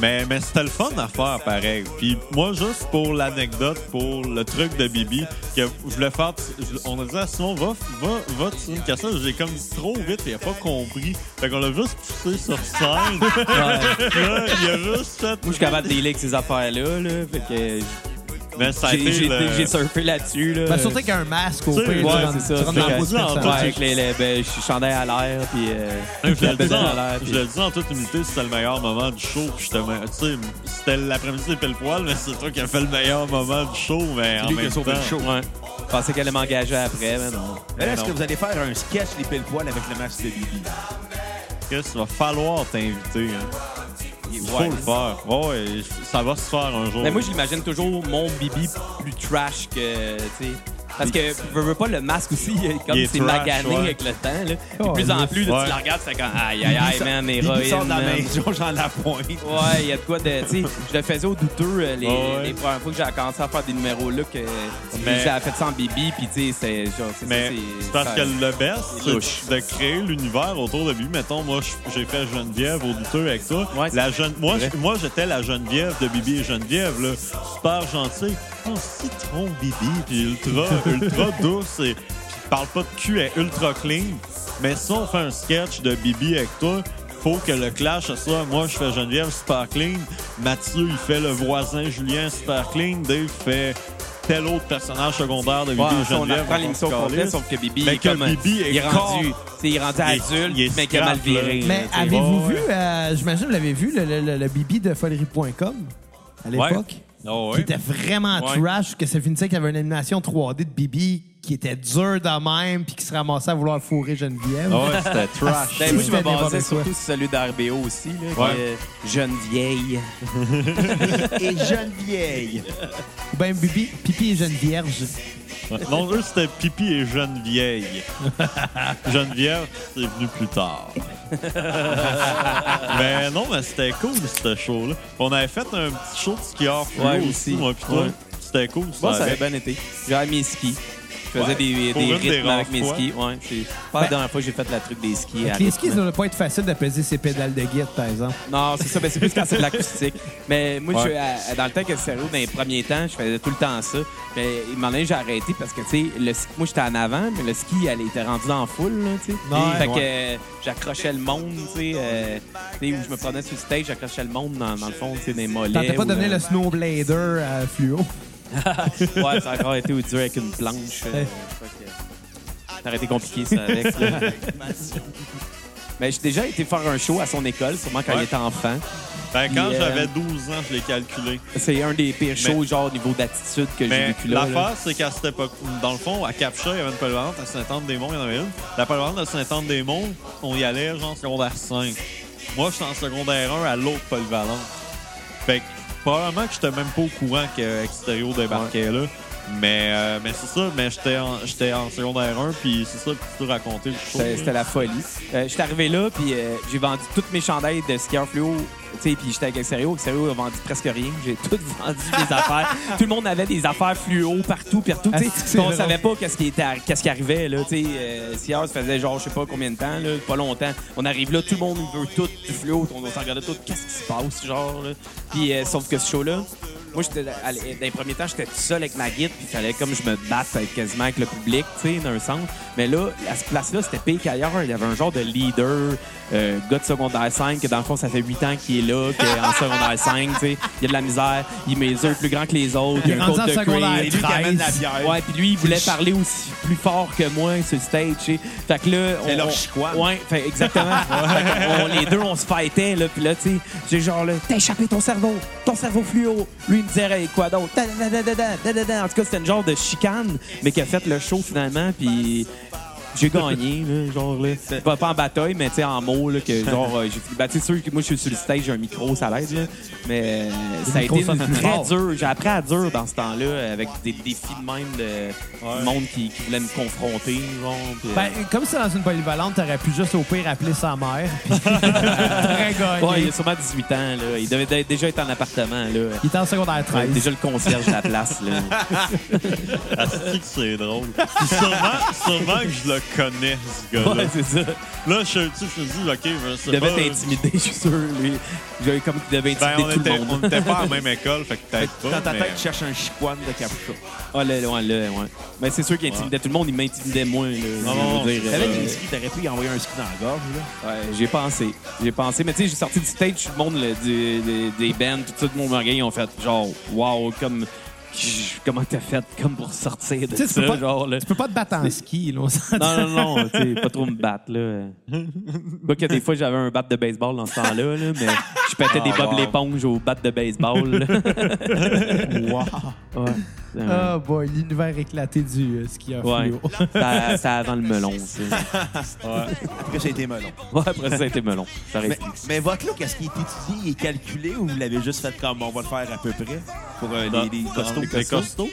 [SPEAKER 2] Mais, mais c'était le fun à faire, pareil. Puis moi, juste pour l'anecdote, pour le truc de Bibi, que je voulais faire... je- on a dit à Simon, va, va, va tirer une cassette. J'ai comme dit trop vite, il a pas compris. Fait qu'on l'a juste poussé sur scène. Là, il a juste fait...
[SPEAKER 6] Moi, je suis capable de dealer avec ces affaires-là. Là, fait que
[SPEAKER 2] Mais ça a
[SPEAKER 6] j'ai-
[SPEAKER 2] été
[SPEAKER 6] j'ai
[SPEAKER 2] le-
[SPEAKER 6] j'ai surfé là-dessus. Là.
[SPEAKER 5] Ben, surtout avec un masque au
[SPEAKER 2] Tu sais,
[SPEAKER 5] pire.
[SPEAKER 2] ouais,
[SPEAKER 5] là, dans-
[SPEAKER 6] c'est ça.
[SPEAKER 5] Tu rentres dans la
[SPEAKER 6] Fait
[SPEAKER 5] peau de
[SPEAKER 2] que-
[SPEAKER 5] personne.
[SPEAKER 2] Ouais,
[SPEAKER 6] Ouais, avec les, les ben, je suis chandail à l'air, puis euh,
[SPEAKER 2] Hey, Je
[SPEAKER 6] la
[SPEAKER 2] le, dis
[SPEAKER 6] bedaine
[SPEAKER 2] en,
[SPEAKER 6] à l'air. puis-
[SPEAKER 2] je le dis en toute humilité, c'était le meilleur moment du show. puis j'étais me- tu sais, C'était l'après-midi des pile poil, mais c'est toi qui as fait le meilleur moment du show. Mais en
[SPEAKER 4] lui qui a
[SPEAKER 2] même temps,
[SPEAKER 4] sauvé le show.
[SPEAKER 6] Ouais. Je pensais qu'elle allait m'engager après, mais non.
[SPEAKER 4] Mais là, est-ce
[SPEAKER 2] non.
[SPEAKER 4] que vous allez faire un sketch, les pile poils avec le masque de Bibi?
[SPEAKER 2] Chris, il va falloir t'inviter. Hein. Il faut le faire. Ouais, ouais, ça va se faire un jour.
[SPEAKER 6] Mais moi, j'imagine toujours mon bibi plus trash que, tu sais. Parce que, veux, veux pas, le masque aussi, comme
[SPEAKER 2] Il est
[SPEAKER 6] c'est
[SPEAKER 2] trash,
[SPEAKER 6] magané
[SPEAKER 2] ouais.
[SPEAKER 6] avec le temps, là. De
[SPEAKER 5] Oh,
[SPEAKER 6] plus en plus, là,
[SPEAKER 2] ouais.
[SPEAKER 6] tu la regardes, c'est comme, aïe, aïe, aïe, man,
[SPEAKER 4] Il
[SPEAKER 6] héroïne,
[SPEAKER 4] sort de la
[SPEAKER 6] man.
[SPEAKER 4] maison, j'en la pointe.
[SPEAKER 6] Ouais, il y a de quoi de. Tu sais, je le faisais au douteux euh, les,
[SPEAKER 2] Ah ouais.
[SPEAKER 6] les premières fois que j'ai commencé à faire des numéros là que
[SPEAKER 2] Mais-
[SPEAKER 6] j'ai fait ça en bibi, puis tu sais, c'est genre. c'est ça,
[SPEAKER 2] Mais
[SPEAKER 6] c'est-
[SPEAKER 2] c'est parce
[SPEAKER 6] ça-
[SPEAKER 2] que le best,
[SPEAKER 6] c'est louche.
[SPEAKER 2] c'est de créer l'univers autour de lui. Mettons, moi, je- j'ai fait Geneviève au douteux avec ça.
[SPEAKER 6] Ouais, c'est
[SPEAKER 2] la jeune, moi,
[SPEAKER 6] vrai.
[SPEAKER 2] je- moi, j'étais la Geneviève de Bibi et Geneviève, là. Super gentille. Oh, citron, Bibi, puis ultra, ultra douce. Et, puis parle pas de cul, elle est ultra clean. Mais si on fait un sketch de Bibi avec toi, faut que le clash soit moi je fais Geneviève super clean, Mathieu il fait le voisin Julien super clean, Dave fait tel autre personnage secondaire de Bibi
[SPEAKER 6] Ouais,
[SPEAKER 2] et
[SPEAKER 6] ça, on
[SPEAKER 2] Geneviève.
[SPEAKER 6] apprend l'émission
[SPEAKER 2] s'en
[SPEAKER 6] complète,
[SPEAKER 2] calisse.
[SPEAKER 6] sauf que Bibi,
[SPEAKER 2] Mais
[SPEAKER 6] il est
[SPEAKER 2] que
[SPEAKER 6] comme,
[SPEAKER 2] Bibi est
[SPEAKER 6] il est rendu,
[SPEAKER 2] con.
[SPEAKER 6] tu sais, il est rendu
[SPEAKER 2] Il est-
[SPEAKER 6] adulte,
[SPEAKER 2] il est
[SPEAKER 6] mais qu'il a mal
[SPEAKER 2] scrap, là.
[SPEAKER 6] viré. là,
[SPEAKER 5] Mais
[SPEAKER 6] tu sais.
[SPEAKER 5] avez-vous
[SPEAKER 2] Ouais,
[SPEAKER 5] vu, euh, j'imagine vous l'avez vu, le, le- le- le bibi de folerie.com à l'époque?
[SPEAKER 2] Ah ouais.
[SPEAKER 5] Qui était vraiment
[SPEAKER 6] Ouais.
[SPEAKER 5] trash, que ça finissait qu'il y avait une animation 3D de bibi qui était dure de même puis qui se ramassait à vouloir fourrer Geneviève.
[SPEAKER 2] Ah ouais, c'était trash.
[SPEAKER 6] Ben, moi, je me
[SPEAKER 5] C'était
[SPEAKER 6] basais
[SPEAKER 5] n'importe quoi.
[SPEAKER 6] surtout sur celui d'RBO aussi, là, qui
[SPEAKER 2] Ouais.
[SPEAKER 6] est jeune vieille.
[SPEAKER 4] Et jeune vieille.
[SPEAKER 5] Ou bien Ben, bibi, pipi et jeune vierge.
[SPEAKER 2] non, eux, c'était Pipi et Geneviève. Geneviève, c'est venu plus tard. mais non, mais c'était cool, ce show-là. On avait fait un petit show de skieur fluo
[SPEAKER 6] Ouais,
[SPEAKER 2] aussi,
[SPEAKER 6] aussi.
[SPEAKER 2] moi, puis toi.
[SPEAKER 6] Ouais.
[SPEAKER 2] C'était cool,
[SPEAKER 6] Bon,
[SPEAKER 2] ça
[SPEAKER 6] ça avait
[SPEAKER 2] avait-
[SPEAKER 6] bien été. J'avais mes skis. Je faisais
[SPEAKER 2] Ouais.
[SPEAKER 6] des,
[SPEAKER 2] Pour
[SPEAKER 6] des
[SPEAKER 2] une des
[SPEAKER 6] rythmes
[SPEAKER 2] rares
[SPEAKER 6] avec mes
[SPEAKER 2] fois.
[SPEAKER 6] skis. Ouais, c'est pas la
[SPEAKER 5] Ben-
[SPEAKER 6] dernière fois que j'ai fait la truc des skis. à
[SPEAKER 5] Avec les skis,
[SPEAKER 6] rythme.
[SPEAKER 5] ça doit pas être facile de peser ses pédales de guide, par exemple.
[SPEAKER 6] Non, c'est ça, mais c'est plus quand c'est de l'acoustique. Mais moi, je,
[SPEAKER 2] Ouais.
[SPEAKER 6] à- dans le temps que sérieux, dans les premiers temps, je faisais tout le temps ça. Mais il m'en j'ai arrêté parce que, tu sais, le ski- moi, j'étais en avant, mais le ski, elle était rendu en foule, là, tu sais.
[SPEAKER 5] Ouais.
[SPEAKER 6] fait que euh, j'accrochais le monde, tu sais, euh, tu sais, où je me prenais sur le stage, j'accrochais le monde dans, dans le fond, tu sais, des mollets.
[SPEAKER 5] Tentez pas
[SPEAKER 6] ou,
[SPEAKER 5] de donner
[SPEAKER 6] euh,
[SPEAKER 5] le snowblader euh, fluo.
[SPEAKER 6] Ouais, ça a encore été dur avec une planche. euh,
[SPEAKER 5] Ouais.
[SPEAKER 6] fait que Ça aurait été compliqué, ça, avec. là. Mais j'ai déjà été faire un show à son école, sûrement quand
[SPEAKER 2] Ouais.
[SPEAKER 6] il était enfant.
[SPEAKER 2] Ben, quand
[SPEAKER 6] Yeah.
[SPEAKER 2] j'avais 12 ans, je l'ai calculé.
[SPEAKER 6] C'est un des pires shows, genre, au niveau d'attitude que j'ai
[SPEAKER 2] Mais
[SPEAKER 6] vécu là. là.
[SPEAKER 2] l'affaire, c'est qu'à cette époque, dans le fond, à Capcha, il y avait une pelle à Saint-Anne-des-Monts, il y en avait une. La pelle de Saint-Anne-des-Monts, on y allait genre en secondaire 5. Moi, je suis en secondaire 1 à l'autre pelle Fait que probablement que j'étais même pas au courant que Extérieur débarquait là. Mais, euh, mais c'est ça, mais j'étais en, j'étais en secondaire 1, puis c'est ça que tu peux raconter le show.
[SPEAKER 6] C'était c'était la folie. Euh, j'étais arrivé là, puis euh, j'ai vendu toutes mes chandelles de skieur fluo. Tu sais, puis j'étais avec Xerio. Xerio a vendu presque rien. J'ai tout vendu mes affaires. Tout le monde avait des affaires fluo partout, partout. tu sais.
[SPEAKER 5] Ah, c'est
[SPEAKER 6] on
[SPEAKER 5] drôle.
[SPEAKER 6] savait pas qu'est-ce qui, était, arri- qu'est-ce qui arrivait. Là, tu sais. euh, skieur, ça faisait genre, je sais pas combien de temps, là, pas longtemps. On arrive là, tout le monde veut tout du fluo. On, on s'en regardait tout, qu'est-ce qui se passe, genre. là. Puis euh, sauf que ce show-là, moi, j'étais là- à- dans les premiers temps, j'étais tout seul avec ma guide, puis il fallait comme je me batte avec- quasiment avec le public, tu sais, d'un sens. Mais là, à cette place-là, c'était pire qu'ailleurs. Il y avait un genre de leader, euh, gars de secondaire 5, que dans le fond, ça fait 8 ans qu'il est là, qu'en secondaire 5, tu sais, il y a de la misère, il mesure plus grand que les autres, il y
[SPEAKER 5] est
[SPEAKER 6] a un
[SPEAKER 5] rendu
[SPEAKER 6] coat
[SPEAKER 5] en
[SPEAKER 6] de
[SPEAKER 5] secondaire
[SPEAKER 6] cream.
[SPEAKER 4] Et lui qui amène la
[SPEAKER 5] 13.
[SPEAKER 4] bière.
[SPEAKER 6] Ouais, puis lui, il voulait parler aussi plus fort que moi sur le stage. tu sais. Fait que là,
[SPEAKER 4] C'est
[SPEAKER 6] on-
[SPEAKER 4] leur
[SPEAKER 6] on-
[SPEAKER 4] chicoine.
[SPEAKER 6] Ouais, fait, exactement. Fait que on- les deux, on se fightait, là. Puis là, tu sais, j'ai genre, là, t'as échappé ton cerveau, ton cerveau fluo. Lui, il me disait, hey, quoi d'autre? Da, da, da, da, da, da, da, da. En tout cas, c'était une genre de chicane, mais qui a fait le show finalement, puis. J'ai gagné, là, genre, là. Pas, pas en bataille, mais tu sais, en mots, là, que genre, euh, j'ai fini. Bah, tu sais, sûr que moi, je suis sur le stage, j'ai un micro, ça l'aide, là. Mais euh, ça a
[SPEAKER 5] micro
[SPEAKER 6] été une
[SPEAKER 5] sonne plus
[SPEAKER 6] très
[SPEAKER 5] fort.
[SPEAKER 6] dur. J'ai appris à dur dans ce temps-là, avec des défis de même de du monde qui, qui voulait me confronter, genre. puis, euh,
[SPEAKER 5] Ben, comme c'est dans une polyvalente, t'aurais pu juste au pire appeler sa mère. Puis... Très gagné.
[SPEAKER 6] euh, ouais, il a sûrement 18 ans, là. Il devait dé- déjà être en appartement, là.
[SPEAKER 5] Il était en secondaire 13.
[SPEAKER 6] Déjà le concierge de la place, là.
[SPEAKER 2] Asti que Ah, c'est drôle. Puis sûrement, sûrement que je le connais, ce gars-là.
[SPEAKER 6] Ouais, c'est ça.
[SPEAKER 2] Là, je suis un petit, je me dis, OK, je sais
[SPEAKER 6] Il devait
[SPEAKER 2] pas,
[SPEAKER 6] être intimidé, je suis sûr, lui. J'ai comme qu'il devait
[SPEAKER 2] Ben,
[SPEAKER 6] intimider
[SPEAKER 2] on
[SPEAKER 6] tout
[SPEAKER 2] était,
[SPEAKER 6] le
[SPEAKER 2] on
[SPEAKER 6] monde.
[SPEAKER 2] était pas à la même école, fait que peut-être pas.
[SPEAKER 6] Oh,
[SPEAKER 4] Dans ta
[SPEAKER 2] mais- euh,
[SPEAKER 4] tête, tu cherches un chicoine de capuchon.
[SPEAKER 6] Ah, là, là, ouais, là, ouais. Mais c'est sûr qu'il intimidait tout le monde, il m'intimidait moins, là.
[SPEAKER 2] non,
[SPEAKER 6] je veux dire,
[SPEAKER 4] T'avais
[SPEAKER 6] euh,
[SPEAKER 4] des skis, t'aurais pu y envoyer un ski dans la gorge, là.
[SPEAKER 6] Ouais, j'ai pensé. J'ai pensé. Mais tu sais, j'ai sorti du stage, tout le monde, le- du- des, des bands, tout ça, tout le monde m'a regardé, ils ont fait genre, wow, comme. Comment t'as fait comme pour sortir
[SPEAKER 5] Tu
[SPEAKER 6] de
[SPEAKER 5] sais, tu peux
[SPEAKER 6] ça,
[SPEAKER 5] pas-
[SPEAKER 6] genre, là.
[SPEAKER 5] Tu peux pas te battre en ski, là, on s'entend.
[SPEAKER 6] Non, non, non, tu sais, pas trop me battre, là. Pas que des fois, j'avais un bat de baseball dans ce temps-là, là, mais je
[SPEAKER 5] Ah,
[SPEAKER 6] pétais des bobs
[SPEAKER 4] wow.
[SPEAKER 6] l'éponge au bat de baseball, là. Ouais.
[SPEAKER 5] Ah, boy, l'univers éclaté du euh, ski à
[SPEAKER 6] Ouais.
[SPEAKER 5] fluo.
[SPEAKER 6] Ça, ça avant le melon, ça.
[SPEAKER 4] Après, ça a été melon.
[SPEAKER 6] Ouais, après ça, c'était melon. Ça
[SPEAKER 4] Mais,
[SPEAKER 6] reste-
[SPEAKER 4] mais votre look, est-ce qu'il est étudié, il est calculé ou vous l'avez juste fait comme on va le faire à peu près pour euh,
[SPEAKER 2] Dans-
[SPEAKER 4] les, les
[SPEAKER 2] dans
[SPEAKER 4] costauds?
[SPEAKER 2] les
[SPEAKER 4] comme ça?
[SPEAKER 2] costauds.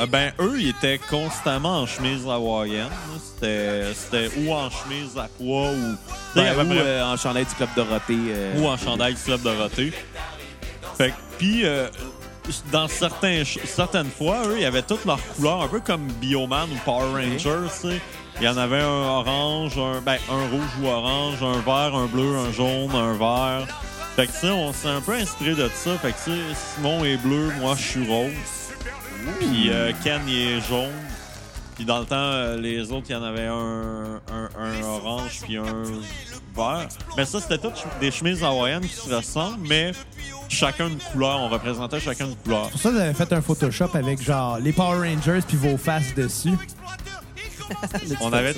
[SPEAKER 2] Euh, ben, eux, ils étaient constamment en chemise hawaïenne. là. C'était, c'était ou en chemise à poids ou, tu sais, à peu
[SPEAKER 6] Ben, ou,
[SPEAKER 2] près-
[SPEAKER 6] euh, en chandail du Club Dorothée. euh,
[SPEAKER 2] ou en chandail Club Dorothée. Fait que, puis, euh, dans certains, ch- certaines fois, eux, ils avaient toutes leurs couleurs, un peu comme Bioman ou Power Rangers, tu sais. Il y en avait un orange, un, ben, un rouge ou orange, un vert, un bleu, un jaune, un vert. Fait que, tu sais, on s'est un peu inspiré de ça. Fait que, tu sais, Simon est bleu, moi, je suis rose. Puis euh, Ken, il est jaune. Puis dans le temps, euh, les autres, il y en avait un, un, un orange puis un vert. Mais ça, c'était toutes des chemises hawaïennes qui se ressemblent, mais chacun une couleur. On représentait chacun une couleur.
[SPEAKER 5] Pour ça, vous avez fait un Photoshop avec genre les Power Rangers puis vos faces dessus.
[SPEAKER 2] On avait...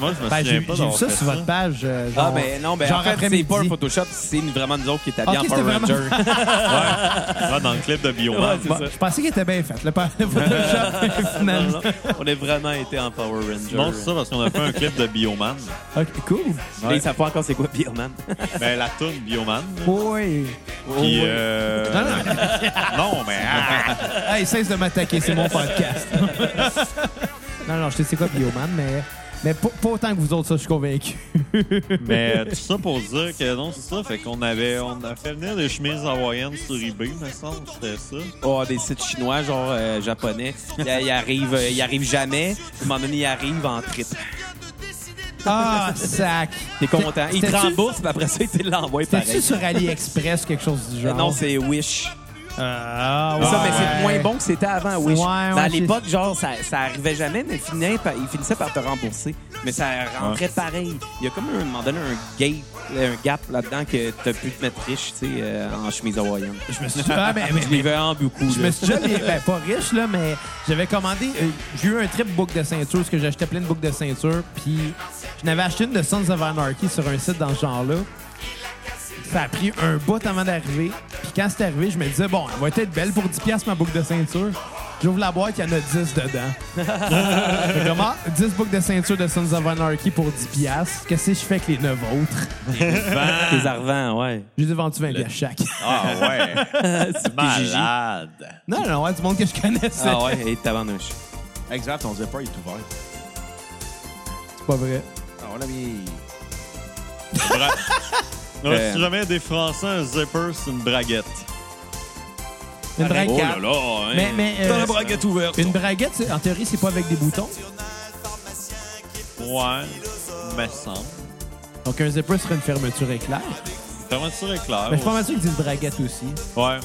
[SPEAKER 2] Moi, je me
[SPEAKER 5] Ben,
[SPEAKER 2] souviens pas
[SPEAKER 5] j'ai j'ai vu
[SPEAKER 2] d'avoir
[SPEAKER 5] ça
[SPEAKER 2] fait
[SPEAKER 5] sur votre page. euh, genre,
[SPEAKER 6] Ah, ben non, ben
[SPEAKER 5] genre
[SPEAKER 6] en fait, c'est
[SPEAKER 5] après-midi.
[SPEAKER 6] pas un Photoshop, c'est vraiment nous autres qui est habillés
[SPEAKER 5] Ok,
[SPEAKER 6] en Power
[SPEAKER 5] c'était
[SPEAKER 6] Ranger.
[SPEAKER 5] vraiment-
[SPEAKER 2] Ouais. Ouais, dans le clip de Bioman.
[SPEAKER 5] Bon, je pensais qu'il était bien fait, le pa- le Photoshop, finalement.
[SPEAKER 6] On a vraiment été en Power Ranger.
[SPEAKER 2] Non, c'est ça, parce qu'on a fait un clip de Bioman.
[SPEAKER 5] Ok, cool.
[SPEAKER 6] Mais ils savent pas encore c'est quoi Beerman.
[SPEAKER 2] Ben, la toune Bioman.
[SPEAKER 5] Oui.
[SPEAKER 2] Puis, euh,
[SPEAKER 5] Non, non.
[SPEAKER 2] Non, mais... ah!
[SPEAKER 5] Hey, cesse de m'attaquer, c'est mon podcast. non, non, je sais c'est quoi Bioman, mais, mais pas, pas autant que vous autres, ça, je suis convaincu.
[SPEAKER 2] Mais tout ça pour dire que non, c'est ça. Fait qu'on avait, on a fait venir des chemises hawaïennes sur eBay, me semble. C'était ça.
[SPEAKER 6] Oh, des sites chinois, genre euh, japonais. Ils ils arrivent, euh, ils arrivent jamais. À un moment donné, ils arrivent en trip.
[SPEAKER 5] Ah, sac.
[SPEAKER 6] T'es content. Ils te
[SPEAKER 5] C'était-tu-
[SPEAKER 6] remboursent, puis après ça, ils te l'envoient
[SPEAKER 5] C'était-tu
[SPEAKER 6] pareil. Euh,
[SPEAKER 5] sur AliExpress, quelque chose du genre?
[SPEAKER 6] Non, c'est Wish.
[SPEAKER 5] Ah,
[SPEAKER 6] Ça, mais
[SPEAKER 5] ouais.
[SPEAKER 6] c'est moins bon que c'était avant, Wish.
[SPEAKER 5] Ouais,
[SPEAKER 6] mais
[SPEAKER 5] ouais,
[SPEAKER 6] à l'époque, genre, ça, ça arrivait jamais, mais finalement, pa- ils finissaient par te rembourser. Mais ça rentrait pareil. Il y a comme un, un moment donné un gap, un gap là-dedans que t'as pu te mettre riche, tu sais, euh, en chemise hawaïenne.
[SPEAKER 5] Je me suis Ah, ben, ben,
[SPEAKER 6] Je vivais en beaucoup.
[SPEAKER 5] Je
[SPEAKER 6] là.
[SPEAKER 5] me suis déjà, les- ben, pas riche, là, mais j'avais commandé. euh, j'ai eu un trip boucle de ceinture, parce que j'achetais plein de boucles de ceinture, puis je n'avais acheté une de Sons of Anarchy sur un site dans ce genre-là. Ça a pris un bout avant d'arriver. Puis quand c'est arrivé, je me disais, bon, elle va être belle pour 10$ ma boucle de ceinture. J'ouvre la boîte, il y en a 10 dedans. Vraiment, 10 boucles de ceinture de Sons of Anarchy pour 10$. Qu'est-ce que je fais avec les 9 autres?
[SPEAKER 6] Tes arvents, ouais.
[SPEAKER 5] J'ai vendu 20$ chaque.
[SPEAKER 2] Ah ouais. Malade.
[SPEAKER 5] Non, non, ouais, du monde que je connaissais.
[SPEAKER 6] Ah ouais, et tabarnouche.
[SPEAKER 4] Exact, on disait pas, il est ouvert.
[SPEAKER 5] C'est pas vrai.
[SPEAKER 4] Ah, on l'a mis.
[SPEAKER 2] Bra- Ouais,
[SPEAKER 6] Euh.
[SPEAKER 2] Si jamais des Français, un zipper, c'est une braguette.
[SPEAKER 5] Une vraie
[SPEAKER 2] Oh là
[SPEAKER 5] carte.
[SPEAKER 2] là, hein.
[SPEAKER 5] Mais, mais, euh,
[SPEAKER 2] braguette ouverte.
[SPEAKER 5] Une braguette, c'est- en théorie, c'est pas avec des boutons.
[SPEAKER 2] Ouais, me semble.
[SPEAKER 5] Donc un zipper serait une fermeture éclair.
[SPEAKER 6] Ah
[SPEAKER 2] Fermeture éclair.
[SPEAKER 5] Mais je suis pas mal sûr qu'ils disent braguette aussi.
[SPEAKER 2] Ouais.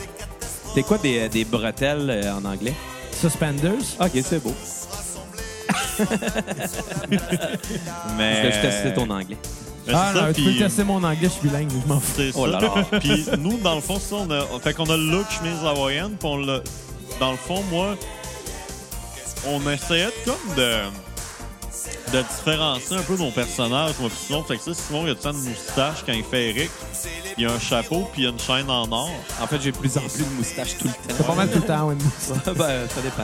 [SPEAKER 6] C'est quoi des, des bretelles euh, en anglais?
[SPEAKER 5] Suspenders.
[SPEAKER 6] Ok, c'est beau.
[SPEAKER 2] Mais.
[SPEAKER 6] Parce que je testais ton anglais.
[SPEAKER 2] Mais c'est
[SPEAKER 5] Ah
[SPEAKER 2] ça,
[SPEAKER 5] non, tu peux
[SPEAKER 6] euh,
[SPEAKER 2] puis-
[SPEAKER 5] tester mon anglais, je suis bilingue, je m'en fous.
[SPEAKER 2] C'est
[SPEAKER 6] Oh
[SPEAKER 2] ça.
[SPEAKER 6] là là.
[SPEAKER 2] puis nous, dans le fond, ça, on a, fait qu'on a le look chemise hawaïenne. Puis on l'a- dans le fond, moi, on essayait de, comme de, de différencier un peu nos personnages. Moi, puis Simon, fait que ça, Simon, il a tout le temps une moustache quand il fait Eric. Il a un chapeau, puis il a une chaîne en or.
[SPEAKER 6] En fait, j'ai de plus en plus de moustaches tout le
[SPEAKER 5] C'est pas
[SPEAKER 6] temps.
[SPEAKER 5] mal tout le temps, ouais.
[SPEAKER 6] ben, ça dépend.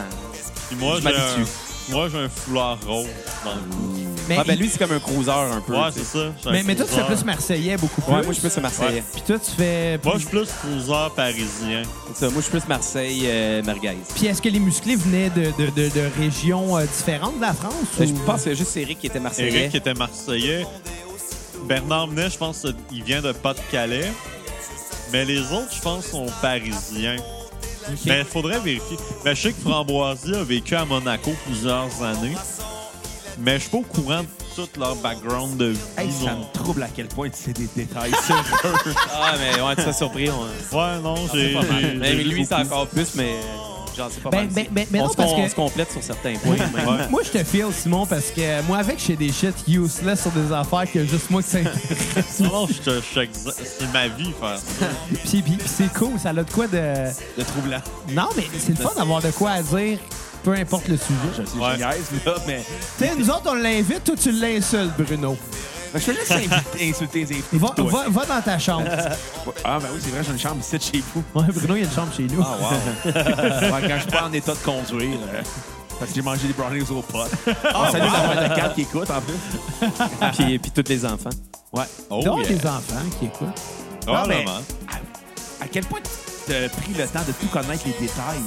[SPEAKER 2] Puis moi, j'ai
[SPEAKER 6] Je m'habitue.
[SPEAKER 2] un, moi, j'ai un foulard rose dans le cou.
[SPEAKER 5] Mais,
[SPEAKER 6] Ah ben lui, c'est comme un cruiser un peu.
[SPEAKER 2] Ouais,
[SPEAKER 6] tu
[SPEAKER 2] c'est
[SPEAKER 6] sais.
[SPEAKER 2] ça. j'ai un
[SPEAKER 5] mais, mais toi, tu fais
[SPEAKER 2] cruiser.
[SPEAKER 5] plus marseillais beaucoup plus.
[SPEAKER 6] Ouais, moi, je suis plus Marseillais.
[SPEAKER 5] Puis toi, tu fais...
[SPEAKER 2] Moi, je suis plus cruiser parisien.
[SPEAKER 6] C'est ça, Moi, je suis plus Marseille, euh, merguez.
[SPEAKER 5] Puis est-ce que les musclés venaient de, de, de, de régions euh, différentes de la France?
[SPEAKER 6] Ben, Je
[SPEAKER 5] ou-
[SPEAKER 6] pense que c'est juste Eric qui était Marseillais.
[SPEAKER 2] Eric était Marseillais. Bernard Menet, je pense, il vient de Pas-de-Calais. Mais les autres, je pense, sont parisiens. Mais il faudrait vérifier. Mais je sais que Framboisier a vécu à Monaco plusieurs années. Mais je suis pas au courant de tout leur background de vie.
[SPEAKER 4] Hey, ça
[SPEAKER 2] non.
[SPEAKER 4] me trouble à quel point tu sais des détails sur eux.
[SPEAKER 6] Ah, mais ouais, tu seras surpris. on-
[SPEAKER 2] Ouais, non, j'ai. j'ai-
[SPEAKER 6] Mais
[SPEAKER 2] j'ai vu
[SPEAKER 6] lui, c'est
[SPEAKER 2] beaucoup.
[SPEAKER 6] encore plus, mais euh, j'en sais pas
[SPEAKER 5] Ben,
[SPEAKER 6] mal.
[SPEAKER 5] ben, ben, ben
[SPEAKER 6] on,
[SPEAKER 5] non,
[SPEAKER 6] se
[SPEAKER 5] parce
[SPEAKER 6] con-
[SPEAKER 5] que-
[SPEAKER 6] on se complète sur certains points. mais-
[SPEAKER 5] Moi, je te file, Simon, parce que euh, moi, avec, je fais des shit useless sur des affaires que juste moi qui s'intéresse.
[SPEAKER 2] Non, je te- je t'exa- C'est ma vie, faire ça.
[SPEAKER 5] puis puis- puis c'est cool, ça a de quoi de...
[SPEAKER 4] Le troublant.
[SPEAKER 5] Non, mais c'est le fun d'avoir de quoi à dire, peu importe le sujet.
[SPEAKER 4] C'est
[SPEAKER 2] Ouais.
[SPEAKER 4] génial, là, mais.
[SPEAKER 5] Tu sais, nous autres, on l'invite, toi, tu l'insultes, Bruno.
[SPEAKER 4] Mais Ben, je te laisse inviter- insulter les invités.
[SPEAKER 5] Va,
[SPEAKER 4] toi.
[SPEAKER 5] va, va dans ta chambre.
[SPEAKER 4] Ah, ben oui, c'est vrai, j'ai une chambre ici de chez vous.
[SPEAKER 5] Ouais, Bruno, il y a une chambre chez nous.
[SPEAKER 4] Ah, wow. Ouais, quand je suis pas en état de conduire, euh, parce que j'ai mangé des brownies au pot. Ah, salut, la la carte qui écoute, en plus.
[SPEAKER 6] puis, puis tous les enfants.
[SPEAKER 4] Ouais.
[SPEAKER 2] Oh,
[SPEAKER 5] Donc,
[SPEAKER 2] yeah.
[SPEAKER 5] les enfants qui écoutent.
[SPEAKER 4] Non, mais-
[SPEAKER 2] Probablement.
[SPEAKER 4] À quel point tu as pris le temps de tout connaître les détails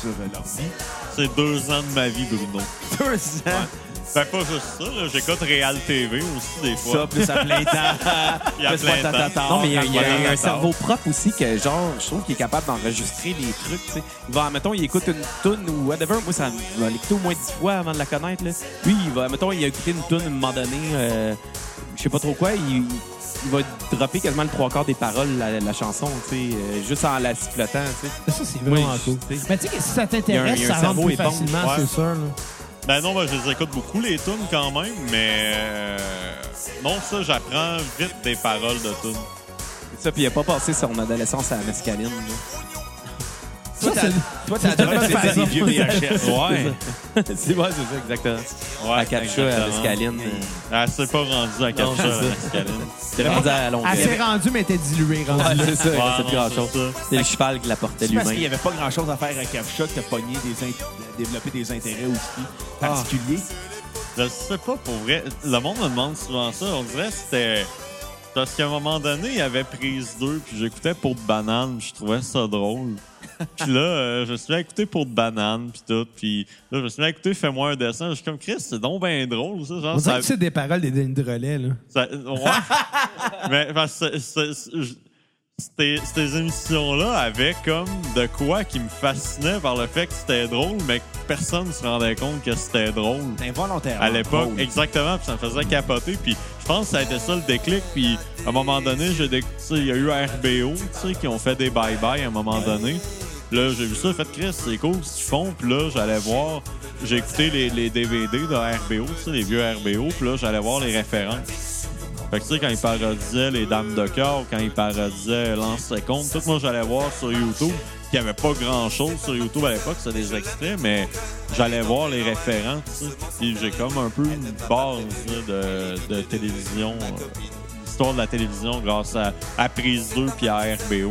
[SPEAKER 4] sur euh, leur vie?
[SPEAKER 2] C'est c'est deux ans de ma vie, Bruno.
[SPEAKER 4] Deux ans.
[SPEAKER 2] Ben, pas juste ça, là. J'écoute Real TV aussi, des
[SPEAKER 4] Ça,
[SPEAKER 2] fois.
[SPEAKER 4] plus à plein temps.
[SPEAKER 2] Il y a
[SPEAKER 4] plus
[SPEAKER 2] plein de temps.
[SPEAKER 4] patatata.
[SPEAKER 1] Non, mais il y a, il y a
[SPEAKER 2] Voilà,
[SPEAKER 1] un
[SPEAKER 2] d'accord.
[SPEAKER 1] cerveau propre aussi que, genre, je trouve qu'il est capable d'enregistrer les trucs, tu sais. Il va, mettons, il écoute une toune ou whatever. Moi, ça va l'écouter au moins dix fois avant de la connaître, là. Lui, il va, mettons, il a écouté une toune à un moment donné, euh, je sais pas trop quoi, il, il va dropper quasiment le trois quarts des paroles, la, la chanson, tu sais, euh, juste en la sifflotant, tu sais.
[SPEAKER 5] Ça, c'est vraiment
[SPEAKER 1] Oui, je-
[SPEAKER 5] cool.
[SPEAKER 1] tu sais.
[SPEAKER 5] Mais tu sais, que si
[SPEAKER 1] Il y a
[SPEAKER 5] ça
[SPEAKER 1] un-
[SPEAKER 5] t'intéresse,
[SPEAKER 1] il y a un
[SPEAKER 5] ça rentre
[SPEAKER 1] cerveau
[SPEAKER 5] plus
[SPEAKER 1] éponge.
[SPEAKER 5] facilement,
[SPEAKER 2] Ouais.
[SPEAKER 5] c'est sûr. là.
[SPEAKER 2] Ben non, ben, je les écoute beaucoup, les tunes, quand même, mais... euh, Non, ça, j'apprends vite des paroles de tunes.
[SPEAKER 1] Ça, puis il a pas passé son adolescence à la mescaline, là.
[SPEAKER 5] Ça,
[SPEAKER 1] t'as-
[SPEAKER 5] c'est-
[SPEAKER 1] Toi, t'as
[SPEAKER 5] c'est-
[SPEAKER 1] adoré,
[SPEAKER 5] c'est-
[SPEAKER 1] c'est
[SPEAKER 4] Des vieux VHS.
[SPEAKER 2] Ouais.
[SPEAKER 1] C'est ouais, c'est ça, exactement.
[SPEAKER 2] ouais
[SPEAKER 1] À Capcha, à
[SPEAKER 2] exactement.
[SPEAKER 1] mescaline. euh,
[SPEAKER 2] Ah, c'est pas rendu à
[SPEAKER 1] Non,
[SPEAKER 2] Capcha,
[SPEAKER 1] c'est ça.
[SPEAKER 2] à Mescaline.
[SPEAKER 1] T'es rendu à
[SPEAKER 5] Elle
[SPEAKER 1] Longueuil.
[SPEAKER 5] s'est rendue, mais était diluée. rendu
[SPEAKER 1] Ouais,
[SPEAKER 5] là.
[SPEAKER 1] c'est ça, il
[SPEAKER 2] Ouais,
[SPEAKER 1] restait plus
[SPEAKER 2] non,
[SPEAKER 1] grand-chose.
[SPEAKER 2] c'est ça.
[SPEAKER 1] C'est le cheval qui la portait
[SPEAKER 4] C'est parce qu'il n'y
[SPEAKER 1] lui-même.
[SPEAKER 4] avait pas grand-chose à faire à Capcha que t'as pogné des int- développé des intérêts aussi
[SPEAKER 2] Ah.
[SPEAKER 4] particuliers.
[SPEAKER 2] Je sais pas, pour vrai. Le monde me demande souvent ça. On dirait que c'était... Parce qu'à un moment donné, il y avait prise 2, puis j'écoutais Pour de banane, puis je trouvais ça drôle. puis là, euh, je me suis mis à écouter Pour de banane, puis tout. Puis là, je me suis mis à écouter Fais-moi un dessin. Je suis comme, Chris, c'est donc bien drôle, ça. Genre,
[SPEAKER 5] On dirait
[SPEAKER 2] ça-
[SPEAKER 5] que c'est des paroles des Denis Drolet, là.
[SPEAKER 2] Ça- ouais. Mais parce que c'est- c'est- je- c'était- ces émissions-là avaient comme de quoi qui me fascinait par le fait que c'était drôle, mais que personne ne se rendait compte que c'était drôle
[SPEAKER 4] C'est involontaire.
[SPEAKER 2] à l'époque. Exactement, puis ça me faisait capoter. Puis je pense que ça a été ça le déclic. Puis à un moment donné, j'ai déc- tu sais, il y a eu RBO tu sais, qui ont fait des bye-bye à un moment donné. Puis Là, j'ai vu ça, fait Chris, c'est cool ce qu'ils font. Puis là, j'allais voir, j'ai écouté les, les DVD de RBO, tu sais, les vieux RBO. Puis là, j'allais voir les références. Fait que tu sais, quand ils parodisaient les Dames de cœur, quand ils parodisaient Lance Seconde, tout moi j'allais voir sur YouTube, qu'il n'y avait pas grand chose sur YouTube à l'époque, c'est des extraits, mais j'allais voir les référents, tu sais. Puis j'ai comme un peu une base là, de, de télévision, euh, l'histoire de la télévision grâce à, à Prise 2 puis à RBO.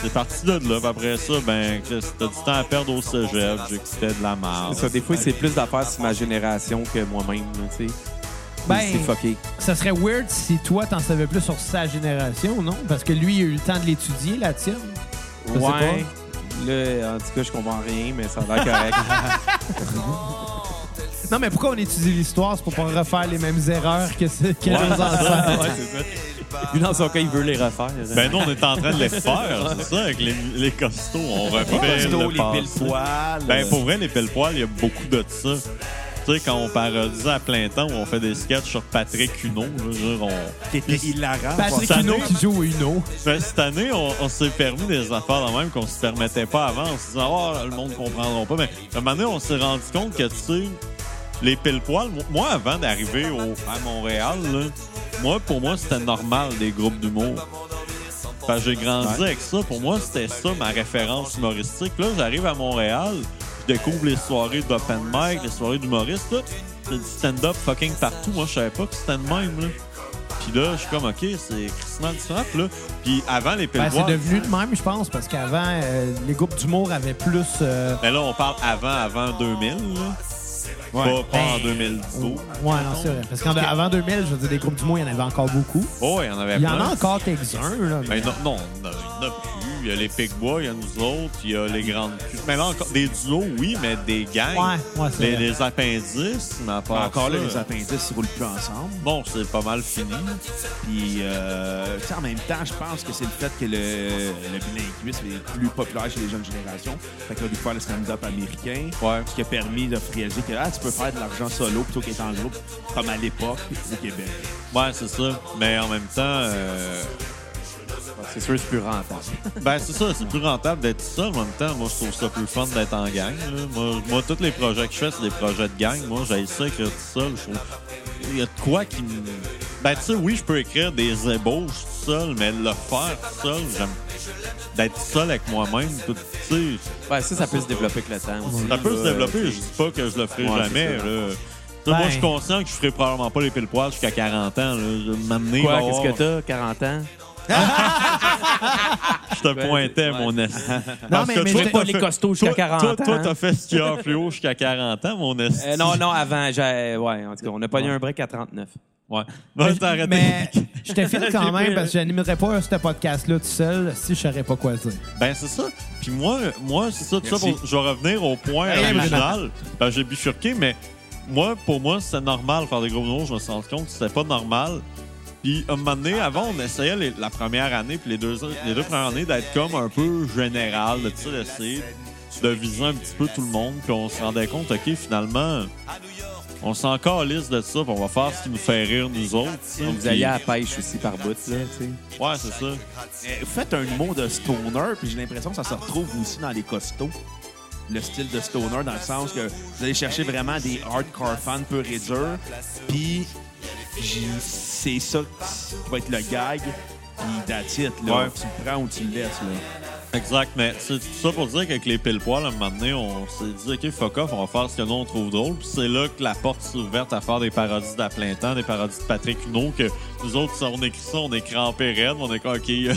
[SPEAKER 2] C'est parti de là, puis après ça, ben, Chris, t'as du temps à perdre au cégep, j'écoutais de la marde.
[SPEAKER 1] Ça, des fois, c'est plus d'affaires sur ma génération que moi-même, là, tu sais.
[SPEAKER 5] Ben,
[SPEAKER 1] c'est fucké.
[SPEAKER 5] Ça serait weird si toi, t'en savais plus sur sa génération, non? Parce que lui, il a eu le temps de l'étudier, la tienne. je sais
[SPEAKER 1] Ouais. Là, en tout cas, je comprends rien, mais ça a l'air correct.
[SPEAKER 5] Non, mais pourquoi on étudie l'histoire? C'est pour pas refaire les mêmes erreurs que, ce- que nos ancêtres.
[SPEAKER 1] Ouais, c'est ça. Lui, dans son cas, il veut les refaire.
[SPEAKER 6] hein.
[SPEAKER 2] Ben nous, on est en train de les faire, c'est ça, avec les, les costauds. On refait
[SPEAKER 4] Costaud,
[SPEAKER 2] Ben, le
[SPEAKER 4] les
[SPEAKER 2] passé.
[SPEAKER 4] pile poils. euh,
[SPEAKER 2] Ben pour vrai, les pile poils, il y a beaucoup de ça. Tu sais, quand on parodie à plein temps, on fait des sketchs sur Patrick Huneau, je veux dire, on...
[SPEAKER 4] T'étais hilarant.
[SPEAKER 5] Patrick
[SPEAKER 2] Ça
[SPEAKER 5] Huneau
[SPEAKER 2] fait-
[SPEAKER 5] qui joue au Uno.
[SPEAKER 2] Ben, cette année, on, on s'est permis des affaires de même qu'on se permettait pas avant. On se disait, oh, le monde comprendra pas. Mais à un moment donné, on s'est rendu compte que, tu sais, les pile poils, moi, avant d'arriver au- à Montréal, là, moi, pour moi, c'était normal, les groupes d'humour. Parce que j'ai grandi avec ça. Pour moi, c'était ça, ma référence humoristique. Là, j'arrive à Montréal, je découvre les soirées d'open mic, les soirées d'humoristes, tout. C'est du stand-up fucking partout. Moi, je savais pas que c'était de même, là. Puis là, je suis comme, OK, c'est Christian différent, là. Puis avant, les
[SPEAKER 5] Ben,
[SPEAKER 2] Pélebois...
[SPEAKER 5] c'est devenu de même, je pense, parce qu'avant, euh, les groupes d'humour avaient plus. euh,
[SPEAKER 2] Mais ben là, on parle avant, avant 2000, là. Pas, pas
[SPEAKER 5] Ben,
[SPEAKER 2] en 2012.
[SPEAKER 5] Ouais, non, c'est vrai. Parce qu'avant 2000, je veux dire, des groupes d'humour, il y en avait encore beaucoup.
[SPEAKER 2] Oh, il y en avait
[SPEAKER 5] Il y
[SPEAKER 2] plein.
[SPEAKER 5] en a encore quelques-uns, là.
[SPEAKER 2] Ben non, non, il n'y en a plus. Il y a les Picbois, il y a nous autres, il y a les grandes culs. Mais là, encore, des duos, oui, mais des gangs.
[SPEAKER 5] Ouais, ouais, c'est
[SPEAKER 2] les,
[SPEAKER 5] vrai.
[SPEAKER 2] les appendices, mais à part
[SPEAKER 4] Encore
[SPEAKER 2] ça,
[SPEAKER 4] là, les appendices, ils roulent plus ensemble.
[SPEAKER 2] Bon, c'est pas mal fini.
[SPEAKER 4] Puis, euh, tu sais, en même temps, je pense que c'est le fait que le, le bilinguisme est plus populaire chez les jeunes générations. Fait que là, de faire le stand-up américain,
[SPEAKER 2] Ouais.
[SPEAKER 4] ce qui a permis de friser que ah, tu peux faire de l'argent solo plutôt qu'être en groupe, comme à l'époque au Québec.
[SPEAKER 2] Ouais, c'est ça. Mais en même temps, euh,
[SPEAKER 1] c'est sûr, c'est plus rentable.
[SPEAKER 2] ben c'est ça, c'est plus rentable d'être seul. En même temps, moi, je trouve ça plus fun d'être en gang. là. Moi, moi, tous les projets que je fais, c'est des projets de gang. Moi, j'ai ça écrire tout seul. Je trouve- Il y a de quoi qui me. Ben, tu sais, oui, je peux écrire des ébauches tout seul, mais le faire tout seul, j'aime. D'être seul avec moi-même, tout- tu sais,
[SPEAKER 1] Ouais, ça, ça peut se développer avec le temps aussi.
[SPEAKER 2] Ça peut se
[SPEAKER 1] là.
[SPEAKER 2] développer, je dis pas que je le ferai
[SPEAKER 1] Ouais,
[SPEAKER 2] jamais.
[SPEAKER 1] c'est ça. Ben.
[SPEAKER 2] là. Tu sais, Moi, je suis conscient que je ferai probablement pas les pile poils jusqu'à 40 ans. Là. Je- M'amener,
[SPEAKER 1] Quoi,
[SPEAKER 2] il va
[SPEAKER 1] qu'est-ce
[SPEAKER 2] avoir-
[SPEAKER 1] que t'as, 40 ans?
[SPEAKER 2] je te pointais,
[SPEAKER 1] Ouais.
[SPEAKER 2] mon esti.
[SPEAKER 5] Non,
[SPEAKER 2] Parce
[SPEAKER 5] mais,
[SPEAKER 2] que
[SPEAKER 5] mais
[SPEAKER 2] toi,
[SPEAKER 5] j'étais-
[SPEAKER 2] t'as
[SPEAKER 1] pas les
[SPEAKER 2] fait-
[SPEAKER 1] costauds jusqu'à
[SPEAKER 2] toi-
[SPEAKER 1] 40
[SPEAKER 2] toi- Toi,
[SPEAKER 1] ans. hein.
[SPEAKER 2] t'as fait
[SPEAKER 5] Euh,
[SPEAKER 2] skieur fluo jusqu'à 40 ans, mon esti.
[SPEAKER 1] Euh, non, non, avant, j'ai... Ouais, en tout cas, on a pas eu un break à 39.
[SPEAKER 2] Ouais. Non, t'as arrêté.
[SPEAKER 5] Mais je te filme quand
[SPEAKER 2] J'ai
[SPEAKER 5] même
[SPEAKER 2] pu-
[SPEAKER 5] parce que je n'animerais pas ce podcast-là tout seul si je saurais pas quoi dire.
[SPEAKER 2] Ben, c'est ça. Puis moi, moi c'est ça. tout ça
[SPEAKER 4] Merci.
[SPEAKER 2] pour- je vais revenir au point
[SPEAKER 5] Hey,
[SPEAKER 2] original. Ben, j'ai bifurqué, mais moi, pour moi, c'était normal de faire des gros mots. Je me suis rendu compte que c'était pas normal. Puis, à un moment donné, avant, on essayait les- la première année, puis les deux, les deux premières années, d'être comme un peu général, de, tu sais, d'essayer de viser un petit peu tout le monde. Puis, on se rendait compte, OK, finalement, on s'en calisse de ça, puis on va faire ce qui nous fait rire, nous autres. tu sais.
[SPEAKER 6] Vous
[SPEAKER 2] Puis-
[SPEAKER 6] allez à la pêche aussi par bout, là, tu sais.
[SPEAKER 2] Ouais, c'est ça.
[SPEAKER 4] Euh, Faites un humour de stoner, puis j'ai l'impression que ça se retrouve aussi dans les costauds. Le style de stoner, dans le sens que vous allez chercher vraiment des hardcore fans peu et dur, puis j'ai- c'est ça qui va être le gag, puis that's it, là.
[SPEAKER 2] Ouais.
[SPEAKER 4] Tu le prends ou tu le laisses, là.
[SPEAKER 2] Exact, mais c'est tout ça pour dire qu'avec les pile poils, à un moment donné, on s'est dit, OK, fuck off, on va faire ce que nous on trouve drôle. Puis c'est là que la porte s'est ouverte à faire des parodies d'à plein temps, des parodies de Patrick Huneau, que nous autres, si on écrit ça, on est crampé raide, on est comme, OK, euh,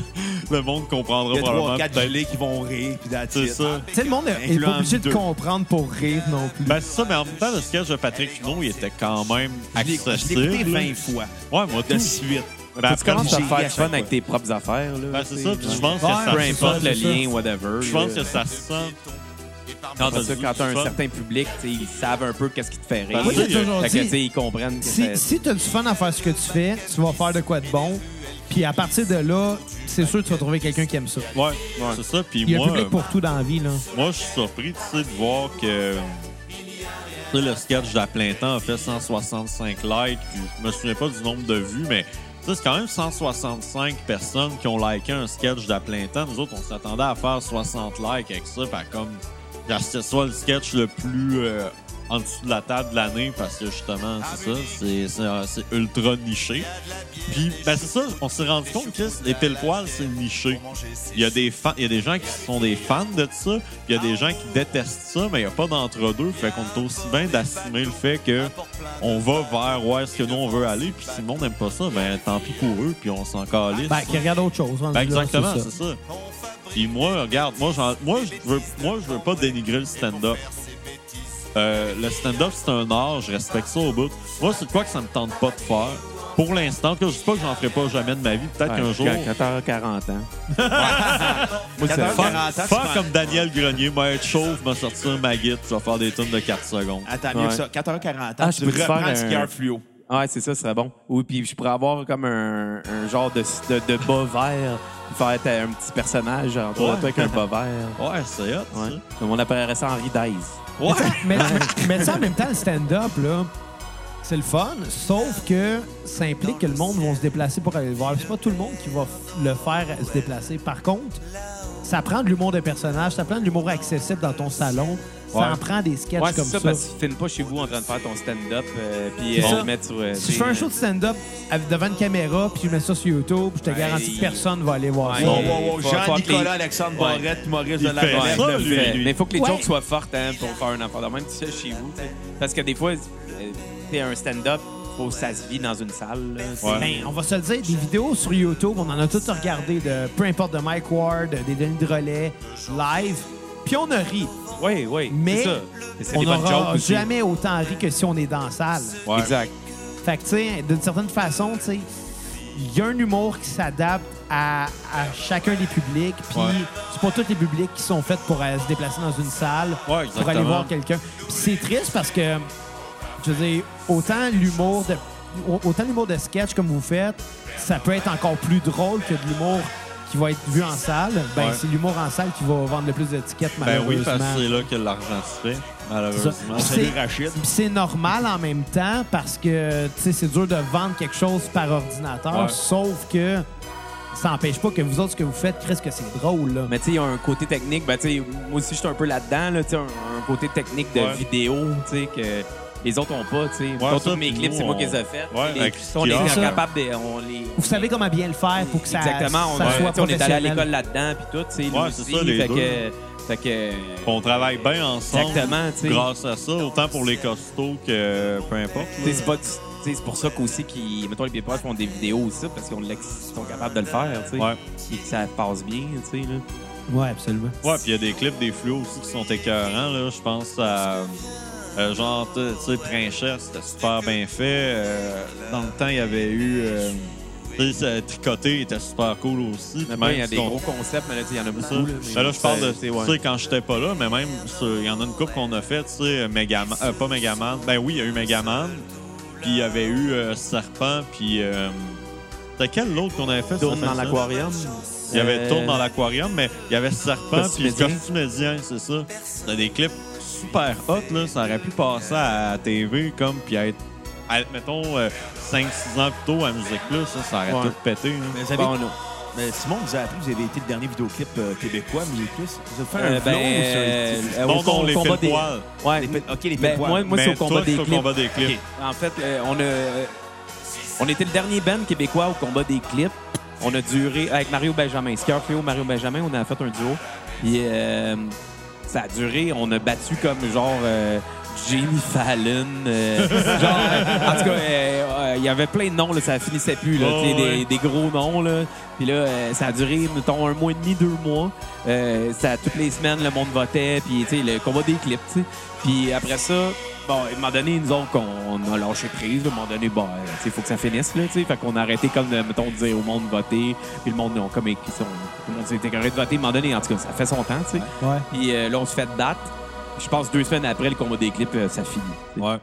[SPEAKER 2] le monde comprendra
[SPEAKER 4] Il y a trois,
[SPEAKER 2] probablement.
[SPEAKER 4] quatre
[SPEAKER 2] peut-être.
[SPEAKER 4] gelés qui vont rire, puis that's
[SPEAKER 2] C'est
[SPEAKER 4] it.
[SPEAKER 2] ça.
[SPEAKER 5] Tu sais, le monde est
[SPEAKER 4] Incluant
[SPEAKER 5] pas obligé de
[SPEAKER 4] deux.
[SPEAKER 5] comprendre pour rire non plus.
[SPEAKER 2] Ben, c'est ça, mais en même temps, le sketch de Patrick Huneau, il était quand même
[SPEAKER 4] Je l'ai-
[SPEAKER 2] accessible.
[SPEAKER 4] je l'ai écouté 20 fois,
[SPEAKER 2] Ouais, moi,
[SPEAKER 4] de
[SPEAKER 2] tout.
[SPEAKER 4] suite.
[SPEAKER 2] Ben,
[SPEAKER 6] Tu
[SPEAKER 2] après,
[SPEAKER 6] commences à
[SPEAKER 4] j'ai
[SPEAKER 6] faire
[SPEAKER 4] ri à
[SPEAKER 6] du fun
[SPEAKER 4] chaque
[SPEAKER 6] avec
[SPEAKER 4] fois.
[SPEAKER 6] tes propres affaires, là.
[SPEAKER 2] ben, c'est
[SPEAKER 6] tu
[SPEAKER 2] ça,
[SPEAKER 6] sais.
[SPEAKER 2] puis je pense que ça
[SPEAKER 6] Peu
[SPEAKER 2] se
[SPEAKER 6] importe
[SPEAKER 2] sent.
[SPEAKER 6] le
[SPEAKER 5] c'est ça.
[SPEAKER 6] lien, whatever.
[SPEAKER 2] Je pense
[SPEAKER 6] là.
[SPEAKER 2] que ça se sent.
[SPEAKER 6] C'est pour ça que quand t'as
[SPEAKER 2] du
[SPEAKER 6] un
[SPEAKER 2] fun.
[SPEAKER 6] certain public, tu sais, ils savent un peu qu'est-ce qui te fait rire.
[SPEAKER 2] Ben,
[SPEAKER 5] Moi, j'ai
[SPEAKER 2] tu sais,
[SPEAKER 5] toujours
[SPEAKER 6] Fait que, tu sais,
[SPEAKER 5] dit,
[SPEAKER 6] ils comprennent que
[SPEAKER 5] si,
[SPEAKER 6] ça-
[SPEAKER 5] si t'as du fun à faire ce que tu fais, tu vas faire de quoi de bon. Puis à partir de là, c'est sûr que tu vas trouver quelqu'un qui aime ça.
[SPEAKER 2] Ouais, c'est ça. Puis
[SPEAKER 5] Il y a
[SPEAKER 2] moi,
[SPEAKER 5] un public pour tout dans la vie, là.
[SPEAKER 2] Moi, je suis surpris, tu sais, de voir que tu sais, le sketch d'à plein temps a fait 165 likes. Puis je me souviens pas du nombre de vues, mais tu sais, c'est quand même 165 personnes qui ont liké un sketch d'à plein temps. Nous autres, on s'attendait à faire 60 likes avec ça. Fait comme, genre, c'était soit le sketch le plus euh, en dessous de la table de l'année, parce que justement, c'est ça, c'est- c'est euh, c'est ultra niché. Puis, ben c'est ça, on s'est rendu compte que les pile poils, c'est niché. Il y, a des fans, il y a des gens qui sont des fans de ça, puis il y a des gens qui détestent ça, mais il n'y a pas d'entre-deux. Fait qu'on est aussi bien d'assumer le fait que on va vers où est-ce que nous on veut aller, puis si le monde n'aime pas ça, ben tant pis pour eux, puis on s'en calisse.
[SPEAKER 5] Ben, qui regarde autre chose. rendu
[SPEAKER 2] Ben,
[SPEAKER 5] là,
[SPEAKER 2] exactement,
[SPEAKER 5] c'est ça.
[SPEAKER 2] c'est ça. Puis moi, regarde, moi, j'en- moi, je veux, moi, je veux pas dénigrer le stand-up. Euh, le stand-up, c'est un art, je respecte ça au bout. Moi, c'est de quoi que ça me tente pas de faire. Pour l'instant, que je dis pas que j'en ferai pas jamais de ma vie. Peut-être qu'un
[SPEAKER 6] Ouais,
[SPEAKER 2] jour.
[SPEAKER 6] quand- Quand t'as 40 ans. Moi, c'est-
[SPEAKER 2] Faire,
[SPEAKER 4] 14, 40 ans, tu
[SPEAKER 2] faire
[SPEAKER 4] m'en-
[SPEAKER 2] comme Daniel Grenier, moi être chauve, me sortir ma guide, je vais faire des tonnes de 4 secondes.
[SPEAKER 4] Attends, mieux
[SPEAKER 6] Ouais.
[SPEAKER 4] que ça. 14h40,
[SPEAKER 6] Ah,
[SPEAKER 4] tu
[SPEAKER 6] je peux te
[SPEAKER 4] reprends
[SPEAKER 6] faire
[SPEAKER 4] le
[SPEAKER 6] un-
[SPEAKER 4] skieur fluo.
[SPEAKER 6] Ouais, c'est ça, ce serait bon. Ou puis je pourrais avoir comme un, un genre de, de, de bas vert. puis Faire t'as un petit personnage entre toi avec un bas vert.
[SPEAKER 2] Ouais, c'est hot,
[SPEAKER 6] Ouais. Comme on appellerait ça Henry Dice.
[SPEAKER 5] Mais tu sais, Mais, mais tu sais, en même temps, le stand-up, là, c'est le fun, sauf que ça implique que le monde va se déplacer pour aller le voir. C'est pas tout le monde qui va f- le faire se déplacer. Par contre, ça prend de l'humour de personnage, ça prend de l'humour accessible dans ton salon, ça
[SPEAKER 2] Ouais.
[SPEAKER 5] en prend des sketchs
[SPEAKER 6] Ouais, c'est
[SPEAKER 5] comme
[SPEAKER 6] ça,
[SPEAKER 5] ça.
[SPEAKER 6] parce que tu filmes pas chez vous en train de faire ton stand-up. euh, puis
[SPEAKER 5] C'est
[SPEAKER 6] euh,
[SPEAKER 5] ça.
[SPEAKER 6] le mettre sur. euh,
[SPEAKER 5] Si je fais un show de stand-up avec- devant une caméra, puis je mets ça sur YouTube, je te
[SPEAKER 6] Ouais,
[SPEAKER 5] garantis
[SPEAKER 6] il-
[SPEAKER 5] que personne va aller voir
[SPEAKER 6] Ouais,
[SPEAKER 5] ça.
[SPEAKER 4] Wow,
[SPEAKER 6] il-
[SPEAKER 4] wow, wow.
[SPEAKER 6] faut- faut que les-
[SPEAKER 4] Jean-Nicolas, Alexandre
[SPEAKER 6] Ouais.
[SPEAKER 4] Barrette, Maurice
[SPEAKER 2] Il
[SPEAKER 4] de
[SPEAKER 2] fait
[SPEAKER 4] la
[SPEAKER 2] ça, lui.
[SPEAKER 6] euh, Mais il faut que les
[SPEAKER 5] Ouais.
[SPEAKER 6] jokes soient fortes hein, pour faire un enfant de même, tu sais, chez vous. tu sais. Parce que des fois, euh, t'es un stand-up, faut que ça se vit dans une salle. là. C'est-
[SPEAKER 2] Ouais.
[SPEAKER 5] Ben, on va se le dire, des vidéos sur YouTube, on en a toutes regardé, de, peu importe de Mike Ward, des Denis de relais, live, puis on a ri.
[SPEAKER 6] Oui, oui.
[SPEAKER 5] Mais
[SPEAKER 6] c'est ça. Mais c'est
[SPEAKER 5] on
[SPEAKER 6] des bonnes jokes
[SPEAKER 5] n'aura
[SPEAKER 6] aussi.
[SPEAKER 5] jamais autant ri que si on est dans la salle.
[SPEAKER 2] Ouais.
[SPEAKER 6] Exact.
[SPEAKER 5] Fait que, tu sais, d'une certaine façon, tu sais, il y a un humour qui s'adapte à, à chacun des publics. Puis,
[SPEAKER 2] Ouais.
[SPEAKER 5] c'est pas tous les publics qui sont faits pour euh, se déplacer dans une salle,
[SPEAKER 2] Ouais,
[SPEAKER 5] pour aller
[SPEAKER 2] exactement.
[SPEAKER 5] voir quelqu'un. Puis c'est triste parce que, je veux dire, autant l'humour de, au- autant l'humour de sketch comme vous faites, ça peut être encore plus drôle que de l'humour qui va être vu en salle. Ben,
[SPEAKER 2] Ouais.
[SPEAKER 5] c'est l'humour en salle qui va vendre le plus d'étiquettes,
[SPEAKER 2] Ben
[SPEAKER 5] malheureusement.
[SPEAKER 2] oui, parce que c'est là que l'argent se fait, malheureusement.
[SPEAKER 5] C'est ça.
[SPEAKER 4] Salut Rachid.
[SPEAKER 5] Puis c'est normal en même temps parce que tu sais, c'est dur de vendre quelque chose par ordinateur,
[SPEAKER 2] Ouais.
[SPEAKER 5] sauf que ça n'empêche pas que vous autres, ce que vous faites, Chris, que c'est drôle. Là.
[SPEAKER 6] Mais tu sais, il y a un côté technique. Ben, tu sais, moi aussi, je suis un peu là-dedans. Là, tu sais, un, un côté technique de
[SPEAKER 2] Ouais.
[SPEAKER 6] vidéo tu sais, que les autres n'ont pas. tu sais. Dans
[SPEAKER 2] ça,
[SPEAKER 6] tous mes
[SPEAKER 2] puis
[SPEAKER 6] clips,
[SPEAKER 2] nous,
[SPEAKER 6] c'est moi
[SPEAKER 2] on-
[SPEAKER 6] qui les ai faits.
[SPEAKER 2] Ouais,
[SPEAKER 6] Les-
[SPEAKER 2] avec
[SPEAKER 6] on
[SPEAKER 2] Skier.
[SPEAKER 6] est
[SPEAKER 5] C'est ça.
[SPEAKER 6] capable de. On les...
[SPEAKER 5] vous savez comment bien le faire pour que ça,
[SPEAKER 6] Exactement. On,
[SPEAKER 5] ça
[SPEAKER 6] ouais.
[SPEAKER 5] soit
[SPEAKER 6] Tu sais, on est allé à
[SPEAKER 5] professionnel.
[SPEAKER 6] l'école là-dedans, puis tout. tu sais, nous
[SPEAKER 2] Ouais, c'est
[SPEAKER 6] aussi,
[SPEAKER 2] ça, les
[SPEAKER 6] fait
[SPEAKER 2] deux.
[SPEAKER 6] Que, fait que.
[SPEAKER 2] On travaille bien ensemble
[SPEAKER 6] Exactement, tu sais.
[SPEAKER 2] grâce à ça, autant pour les costauds que peu importe.
[SPEAKER 6] Tu sais, c'est pas du- tu sais, c'est pour ça qu'aussi, qu'ils- mettons, les Pieds-Poils font des vidéos aussi, parce qu'ils ont de l'ex- ils sont capables de le faire, tu sais.
[SPEAKER 2] Ouais.
[SPEAKER 6] Et que ça passe bien, tu sais, là.
[SPEAKER 5] Ouais, absolument.
[SPEAKER 2] Ouais, puis il y a des clips, des fluos aussi qui sont écœurants. Là. Je pense à Euh, genre, tu tu sais, Princesse, c'était super bien fait. Euh, dans le temps, il y avait eu. euh, tu sais, ça, tricoter était super cool aussi.
[SPEAKER 6] Maintenant,
[SPEAKER 2] Même
[SPEAKER 6] il y a des
[SPEAKER 2] son-
[SPEAKER 6] gros concepts, mais là, tu sais, il y en a
[SPEAKER 2] ça.
[SPEAKER 6] beaucoup. là, mais
[SPEAKER 2] Ben là, je parle de.
[SPEAKER 6] c'est-
[SPEAKER 2] Tu
[SPEAKER 6] ouais.
[SPEAKER 2] sais, quand j'étais pas là, mais même, sur- il y en a une coupe qu'on a faite, tu sais, Megaman. euh, pas Megaman. Ben oui, il y a eu Megaman. Puis il y avait eu euh, Serpent, puis. euh, C'était quel l'autre qu'on avait fait ça
[SPEAKER 6] Tourne
[SPEAKER 2] fait
[SPEAKER 6] dans
[SPEAKER 2] ça?
[SPEAKER 6] l'aquarium.
[SPEAKER 2] Il y avait
[SPEAKER 6] Euh,
[SPEAKER 2] Tourne dans l'aquarium, mais il y avait Serpent puis
[SPEAKER 6] Cosmédien.
[SPEAKER 2] Costumédien, c'est ça. C'était des clips super hot, là. Ça aurait pu passer à la TV, comme, puis être, à- mettons, 5-6 ans plus tôt à Musique Plus, ça, ça aurait
[SPEAKER 6] Ouais.
[SPEAKER 2] tout pété. hein. là.
[SPEAKER 4] Mais vous avez-
[SPEAKER 6] Bon, non.
[SPEAKER 4] Mais Simon nous a appris, vous avez été le dernier vidéoclip euh, québécois, mais plus. Vous avez fait
[SPEAKER 6] Euh,
[SPEAKER 4] un
[SPEAKER 6] ben,
[SPEAKER 4] flow
[SPEAKER 6] euh,
[SPEAKER 4] sur
[SPEAKER 6] euh,
[SPEAKER 2] Dont
[SPEAKER 6] au com-
[SPEAKER 2] on les
[SPEAKER 6] combat
[SPEAKER 2] fait
[SPEAKER 6] des-
[SPEAKER 2] poil.
[SPEAKER 6] Ouais,
[SPEAKER 4] les pe- OK, les
[SPEAKER 6] ben,
[SPEAKER 4] Pépois.
[SPEAKER 6] moi, moi, c'est
[SPEAKER 2] Mais
[SPEAKER 6] au combat
[SPEAKER 2] toi,
[SPEAKER 6] des
[SPEAKER 2] c'est au
[SPEAKER 6] clips.
[SPEAKER 2] combat des clips.
[SPEAKER 6] OK. En fait, euh, on a, on était le dernier band québécois au combat des clips. On a duré avec Mario Benjamin, Scarfio, Mario Benjamin, on a fait un duo. Puis euh, ça a duré, on a battu comme genre euh, Jimmy Fallon. euh, genre, euh, en tout cas, euh, euh, il y avait plein de noms, là, ça finissait plus, là,
[SPEAKER 2] Oh,
[SPEAKER 6] tu sais, des-
[SPEAKER 2] ouais.
[SPEAKER 6] des, gros noms. Là. Puis là, euh, ça a duré, mettons, un mois et demi, deux mois. Euh, ça, toutes les semaines, le monde votait, puis tu sais, le combat des clips. tu sais. Puis après ça, bon, à un moment donné, nous autres, on, on a lâché prise. là. À un moment donné, bon, il faut que ça finisse. Là, tu sais. fait qu'on a arrêté comme, de, mettons, de dire au monde de voter. Puis le monde, on, comme, ils sont- tout le monde s'est écœuré de voter. À un moment donné, en tout cas, ça fait son temps. tu sais.
[SPEAKER 5] Ouais.
[SPEAKER 6] Puis euh, là, on se fait date. Je pense deux semaines après le combat des clips, euh, ça finit.
[SPEAKER 2] Ouais.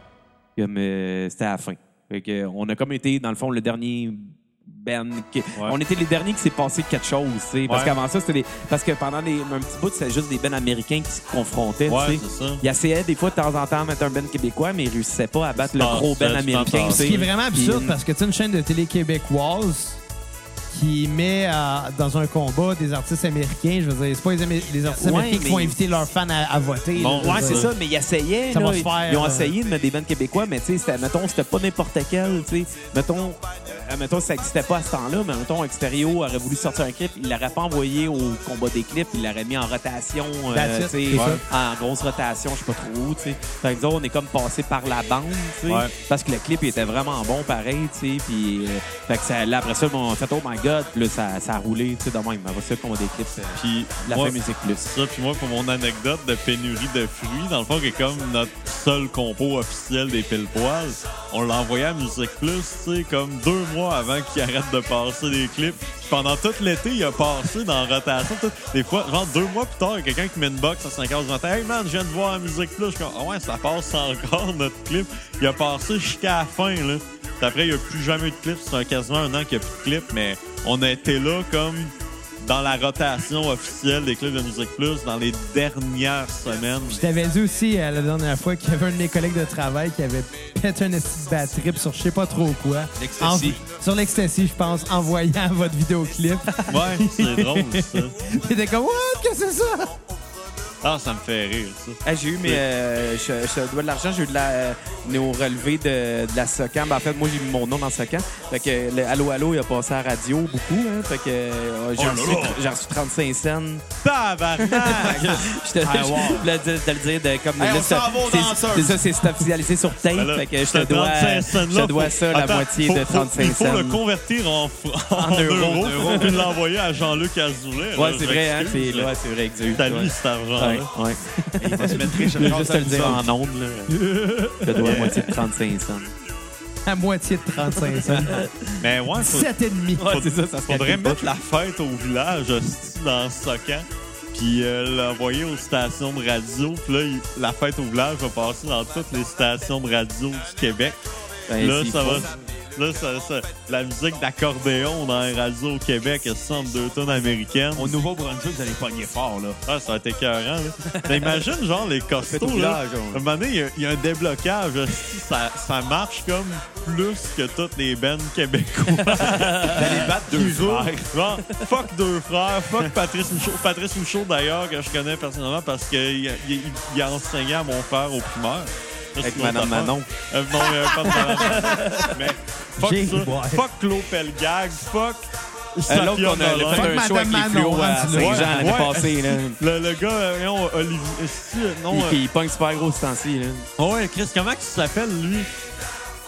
[SPEAKER 6] Comme, euh, c'était à la fin. Fait que, euh, on a comme été, dans le fond, le dernier band. qui- On était les derniers qui s'est passé quelque chose, tu sais. Parce
[SPEAKER 2] Ouais.
[SPEAKER 6] qu'avant ça, c'était des... Parce que pendant les- un petit bout, c'était juste des bands américains qui se confrontaient, tu
[SPEAKER 2] Ouais,
[SPEAKER 6] sais.
[SPEAKER 2] c'est ça.
[SPEAKER 6] Ils essayaient des fois de temps en temps à mettre un band québécois, mais ils réussissaient pas à battre le
[SPEAKER 2] Ah,
[SPEAKER 6] gros
[SPEAKER 2] ça,
[SPEAKER 6] band
[SPEAKER 2] tu
[SPEAKER 6] américain.
[SPEAKER 2] t'entends.
[SPEAKER 6] tu sais.
[SPEAKER 2] Ce
[SPEAKER 5] Ce qui est vraiment
[SPEAKER 6] Puis euh,
[SPEAKER 5] absurde
[SPEAKER 6] une-
[SPEAKER 5] parce que tu sais, une chaîne de télé québécoise qui met euh, dans un combat des artistes américains, je veux dire, c'est pas les, Amé- les artistes
[SPEAKER 6] Ouais,
[SPEAKER 5] américains qui vont
[SPEAKER 6] mais-
[SPEAKER 5] inviter leurs fans à, à voter.
[SPEAKER 2] Non,
[SPEAKER 5] là,
[SPEAKER 6] Ouais,
[SPEAKER 5] je veux
[SPEAKER 6] c'est
[SPEAKER 5] dire.
[SPEAKER 6] ça, mais ils essayaient.
[SPEAKER 5] Ça
[SPEAKER 6] là.
[SPEAKER 5] va se faire, euh,
[SPEAKER 6] Ils ont
[SPEAKER 5] là.
[SPEAKER 6] essayé de mettre des bandes québécois, mais tu sais, c'était- mettons, c'était pas n'importe quel. tu sais. Mettons, euh, mettons, ça n'existait pas à ce temps-là, mais mettons, Extérieur aurait voulu sortir un clip, il l'aurait pas envoyé au combat des clips, il l'aurait mis en rotation, euh,
[SPEAKER 5] That's it,
[SPEAKER 6] tu sais,
[SPEAKER 5] c'est ça.
[SPEAKER 6] en grosse rotation, je sais pas trop où. tu sais. Fait que nous autres, on est comme passé par la bande, tu sais,
[SPEAKER 2] Ouais.
[SPEAKER 6] parce que le clip il était vraiment bon pareil. tu sais, Puis, euh, fait que ça- là, après ça, on a fait Oh my god, puis là, ça, ça a roulé tu sais, de même. Après ça, le combat des clips, euh,
[SPEAKER 2] Puis
[SPEAKER 6] la
[SPEAKER 2] moi,
[SPEAKER 6] fin musique plus.
[SPEAKER 2] ça, puis moi, pour mon anecdote de pénurie de fruits, dans le fond, qui est comme notre seul compo officiel des pile poils, on l'a envoyé à Musique Plus, tu sais, comme deux mois avant qu'il arrête de passer des clips. Puis pendant tout l'été, il a passé dans rotation. tout- Des fois, genre deux mois plus tard, il y a quelqu'un qui met une box à 5 h du matin. Hey man, je viens de voir à Musique Plus. Je suis comme, ah ouais, ça passe encore notre clip. Il a passé jusqu'à la fin, là. Puis après, il n'y a plus jamais eu de clip. C'est quasiment un an qu'il n'y a plus de clip, mais on a été là comme dans la rotation officielle des clubs de musique plus dans les dernières semaines.
[SPEAKER 5] Je t'avais dit aussi euh, la dernière fois qu'il y avait un de mes collègues de travail qui avait pété un esti de bad trip sur je sais pas trop quoi.
[SPEAKER 4] L'ecstasy.
[SPEAKER 5] En- Sur l'ecstasy, je pense, en voyant votre vidéoclip.
[SPEAKER 2] Ouais, c'est drôle ça.
[SPEAKER 5] Il était comme, what? Qu'est-ce que c'est ça?
[SPEAKER 2] Ah, ça me fait rire ça.
[SPEAKER 6] Ah, j'ai eu, mais euh, je, je dois de l'argent. J'ai eu de la euh, néo relevé de, de la Socan. Ben, en fait, moi, j'ai mis mon nom dans Socan. Fait que le Allo Allo, il a passé à la radio beaucoup. Hein. Fait que euh, j'ai,
[SPEAKER 2] Oh là
[SPEAKER 6] reçu,
[SPEAKER 2] là!
[SPEAKER 6] j'ai reçu 35 cents.
[SPEAKER 2] Tabarnak!
[SPEAKER 6] Je te
[SPEAKER 2] Ah, wow.
[SPEAKER 6] je voulais te- te le dire de, comme.
[SPEAKER 4] Hey,
[SPEAKER 6] là,
[SPEAKER 4] on
[SPEAKER 6] c'est-
[SPEAKER 4] s'en va aux
[SPEAKER 6] c'est-
[SPEAKER 4] danseuses.
[SPEAKER 6] C'est ça, c'est c'est officialisé sur tape.
[SPEAKER 2] Ben là,
[SPEAKER 6] fait que je
[SPEAKER 2] ce
[SPEAKER 6] te dois,
[SPEAKER 2] 35
[SPEAKER 6] je
[SPEAKER 2] cents-là,
[SPEAKER 6] te dois
[SPEAKER 2] faut-
[SPEAKER 6] ça, la
[SPEAKER 2] Attends,
[SPEAKER 6] moitié
[SPEAKER 2] faut-
[SPEAKER 6] de
[SPEAKER 2] faut-
[SPEAKER 6] 35
[SPEAKER 2] Il faut
[SPEAKER 6] cents.
[SPEAKER 2] le convertir en, fr- en,
[SPEAKER 6] En euros.
[SPEAKER 2] euros, puis l'envoyer à Jean-Luc Azoulay.
[SPEAKER 6] Ouais,
[SPEAKER 2] là,
[SPEAKER 6] c'est
[SPEAKER 2] je
[SPEAKER 6] vrai, hein. C'est,
[SPEAKER 2] m'excuse, là.
[SPEAKER 6] ouais, c'est vrai, exact.
[SPEAKER 2] T'as
[SPEAKER 6] Ouais.
[SPEAKER 2] mis cet argent-là.
[SPEAKER 6] Ouais, ouais.
[SPEAKER 4] Il va se mettre riche,
[SPEAKER 6] hein? Je voulais juste te le dire
[SPEAKER 4] ça.
[SPEAKER 6] en ondes, là. Je te dois la moitié de 35 cents.
[SPEAKER 5] À moitié de 35 cents.
[SPEAKER 2] Mais Ben ouais, faut,
[SPEAKER 5] 7 et demi.
[SPEAKER 6] Ouais, c'est ça, ça se
[SPEAKER 2] faudrait
[SPEAKER 6] calcule pas.
[SPEAKER 2] mettre la fête au village hostie, dans ce camp, puis euh, l'envoyer aux stations de radio. Puis là, il- la fête au village va passer dans toutes les stations de radio du Québec.
[SPEAKER 6] Ben,
[SPEAKER 2] là,
[SPEAKER 6] s'il
[SPEAKER 2] ça
[SPEAKER 6] faut.
[SPEAKER 2] va. Là, ça, ça- la musique d'accordéon dans les radios au Québec, elle se entre deux tonnes américaines.
[SPEAKER 4] Au Nouveau-Brunswick, vous allez pogner fort, là.
[SPEAKER 2] Ah, ça a été écœurant, là. Mais imagine, genre, les
[SPEAKER 4] Fête au
[SPEAKER 2] costauds, là.
[SPEAKER 4] village, on-
[SPEAKER 2] À un moment donné, il y a- il y, a un déblocage. hostie, Ça, ça marche comme plus que toutes les bands québécois.
[SPEAKER 4] Vous allez battre deux
[SPEAKER 2] Toujours.
[SPEAKER 4] frères.
[SPEAKER 2] Genre, fuck deux frères, fuck Patrice Michaud. Patrice Michaud, d'ailleurs, que je connais personnellement parce qu'il il, il, il a enseigné à mon frère au primaire. Ça,
[SPEAKER 6] Avec
[SPEAKER 2] c'est une autre
[SPEAKER 6] Madame
[SPEAKER 2] affaire.
[SPEAKER 6] Manon.
[SPEAKER 2] Euh, non, mais, euh, pas de Madame Manon. Mais fuck
[SPEAKER 5] J'ai-
[SPEAKER 2] ça.
[SPEAKER 5] ouais.
[SPEAKER 2] Fuck Claude Pelgag, fuck
[SPEAKER 6] Euh,
[SPEAKER 2] Sophia
[SPEAKER 6] L'autre, on a- on a
[SPEAKER 2] Nolin.
[SPEAKER 6] fait un show avec les
[SPEAKER 5] Madame
[SPEAKER 6] fluos
[SPEAKER 5] Manon,
[SPEAKER 6] à
[SPEAKER 5] rendu
[SPEAKER 2] là.
[SPEAKER 6] Saint-Jean l'année
[SPEAKER 2] Ouais.
[SPEAKER 6] passée. Là.
[SPEAKER 2] Le, le gars, euh, non, Olivier. euh, oh si, euh, non,
[SPEAKER 6] Il, il pogne super gros ce temps-ci. là.
[SPEAKER 2] euh, ouais, Chris, comment il s'appelle, lui?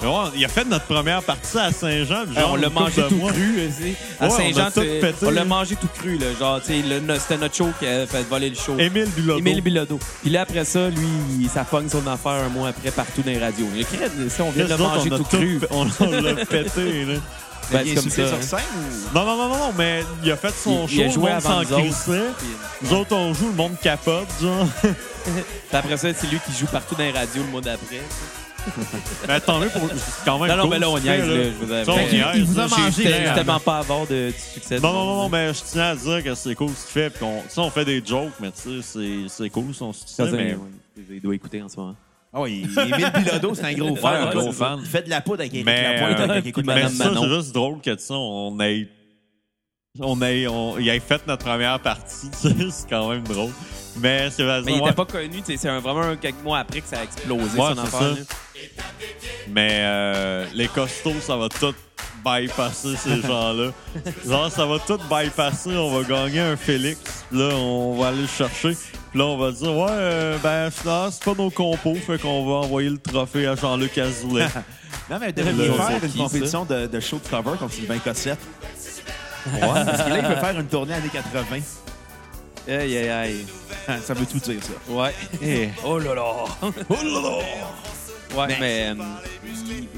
[SPEAKER 2] Ouais, il a fait notre première partie à Saint-Jean. puis
[SPEAKER 6] Euh,
[SPEAKER 2] genre
[SPEAKER 6] on l'a
[SPEAKER 2] une couple
[SPEAKER 6] mangé
[SPEAKER 2] de
[SPEAKER 6] tout
[SPEAKER 2] mois.
[SPEAKER 6] cru, euh, tu sais. À
[SPEAKER 2] Ouais, on a
[SPEAKER 6] Saint-Jean,
[SPEAKER 2] tout
[SPEAKER 6] c'est-
[SPEAKER 2] pété.
[SPEAKER 6] on l'a mangé tout cru, là. Genre, tu sais, le- no- c'était notre show qui a fait voler le show.
[SPEAKER 2] Émile Bilodeau.
[SPEAKER 6] Émile Bilodeau. Puis là, après ça, lui, il- ça pogne son affaire un mois après partout dans les radios. Le crête, si on vient de
[SPEAKER 2] Qu'est-ce
[SPEAKER 6] le
[SPEAKER 2] d'autre,
[SPEAKER 6] manger
[SPEAKER 2] on a
[SPEAKER 6] tout cru.
[SPEAKER 2] fait- On, on l'a pété, là.
[SPEAKER 6] Ben,
[SPEAKER 4] Il
[SPEAKER 6] c'est
[SPEAKER 4] est
[SPEAKER 6] comme ça.
[SPEAKER 4] insulté
[SPEAKER 6] hein.
[SPEAKER 4] sur scène ou-
[SPEAKER 2] Non, non, non, non, non, mais il a fait son
[SPEAKER 6] Il-
[SPEAKER 2] show,
[SPEAKER 6] il a joué
[SPEAKER 2] le monde
[SPEAKER 6] avant
[SPEAKER 2] s'en
[SPEAKER 6] nous autres.
[SPEAKER 2] crissait. Nous autres, on joue, le monde capote, genre.
[SPEAKER 6] Puis Après ça, c'est lui qui joue partout dans les radios le mois d'après.
[SPEAKER 2] mais attendez, pour... c'est quand même
[SPEAKER 6] Non, non,
[SPEAKER 2] cool,
[SPEAKER 6] mais là, on
[SPEAKER 2] c'est
[SPEAKER 6] niaise,
[SPEAKER 2] fait,
[SPEAKER 6] là, je vous avais-
[SPEAKER 2] Ça, on
[SPEAKER 6] Fait qu'il-
[SPEAKER 2] niaise,
[SPEAKER 5] il vous a
[SPEAKER 2] là.
[SPEAKER 5] mangé,
[SPEAKER 2] J'ai-
[SPEAKER 5] là.
[SPEAKER 6] J'étais tellement pas avoir de, du succès.
[SPEAKER 2] Non, non, non, non, mais je tiens à dire que c'est cool ce qu'il fait. Puis on, tu sais, on fait des jokes, mais tu sais, c'est- c'est cool son succès. Mais...
[SPEAKER 6] Il doit écouter en ce moment.
[SPEAKER 4] Ah oui, Émile Bilodeau, c'est un gros fan.
[SPEAKER 6] ouais,
[SPEAKER 4] gros
[SPEAKER 6] c'est
[SPEAKER 4] fan. Il fait de la poudre avec Eric
[SPEAKER 2] Mais,
[SPEAKER 4] Lapointe,
[SPEAKER 2] euh,
[SPEAKER 4] avec écoute
[SPEAKER 2] Mais
[SPEAKER 4] Madame
[SPEAKER 2] ça,
[SPEAKER 4] Manon.
[SPEAKER 2] c'est juste drôle que, tu sais, on ait. On ait. On... Il ait fait notre première partie, tu sais, c'est quand même drôle. Mais c'est
[SPEAKER 6] Mais il était pas connu, tu sais, c'est un- vraiment un- quelques mois après que ça a explosé
[SPEAKER 2] Ouais,
[SPEAKER 6] son
[SPEAKER 2] c'est
[SPEAKER 6] affaire.
[SPEAKER 2] ça.
[SPEAKER 6] là.
[SPEAKER 2] Mais euh, les costauds, ça va tout bypasser ces gens-là. Genre, ça va tout bypasser. On va gagner un Félix. Puis Là, on va aller le chercher. Puis là, on va dire, ouais, euh, ben, finalement, c'est pas nos compos. Fait qu'on va envoyer le trophée à Jean-Luc Azoulay.
[SPEAKER 4] Non, mais devrait
[SPEAKER 2] Le-
[SPEAKER 4] faire
[SPEAKER 2] qui,
[SPEAKER 4] une
[SPEAKER 2] ça?
[SPEAKER 4] compétition de, de show de cover contre Sylvain Cossette. Ouais. Parce que là, il peut faire une tournée années 80.
[SPEAKER 6] Aïe, aïe, aïe.
[SPEAKER 4] Hein, Ça veut tout dire, ça.
[SPEAKER 6] Ouais. Oh là là.
[SPEAKER 4] Oh là là!
[SPEAKER 6] Ouais, mais, euh,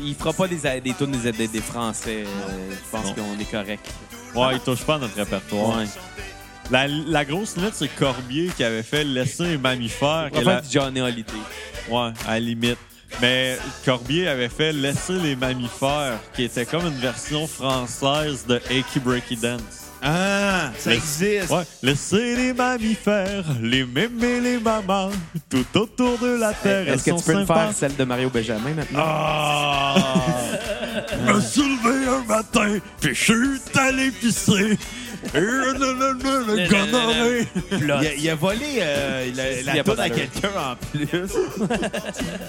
[SPEAKER 6] il, il fera pas des, des tunes des, des, des Français. euh, je pense
[SPEAKER 2] Non.
[SPEAKER 6] qu'on est correct.
[SPEAKER 2] Ouais, il touche pas à notre répertoire.
[SPEAKER 6] Ouais.
[SPEAKER 2] La, la grosse limite, c'est Corbier qui avait fait laisser les mammifères.
[SPEAKER 6] On va
[SPEAKER 2] qu'elle a-
[SPEAKER 6] faire du Johnny Hallyday.
[SPEAKER 2] Ouais, à la limite. Mais Corbier avait fait Laisser les mammifères, qui était comme une version française de Achy Breaky Dance.
[SPEAKER 4] Ah, ça
[SPEAKER 2] Mais-
[SPEAKER 4] existe!
[SPEAKER 2] Ouais, laissez les mammifères, les mémés, les mamans, tout autour de la terre.
[SPEAKER 6] Est-ce que
[SPEAKER 2] elles
[SPEAKER 6] tu
[SPEAKER 2] sont
[SPEAKER 6] peux me
[SPEAKER 2] sympas.
[SPEAKER 6] faire celle de Mario Benjamin maintenant?
[SPEAKER 2] Ah! me soulever un matin, puis je suis allé pisser. Et le- le- le- le- le gonorrhée.
[SPEAKER 4] Il a, il a volé euh, la,
[SPEAKER 6] y
[SPEAKER 4] la
[SPEAKER 6] a pas
[SPEAKER 4] toune à
[SPEAKER 6] d'allure.
[SPEAKER 4] quelqu'un en plus.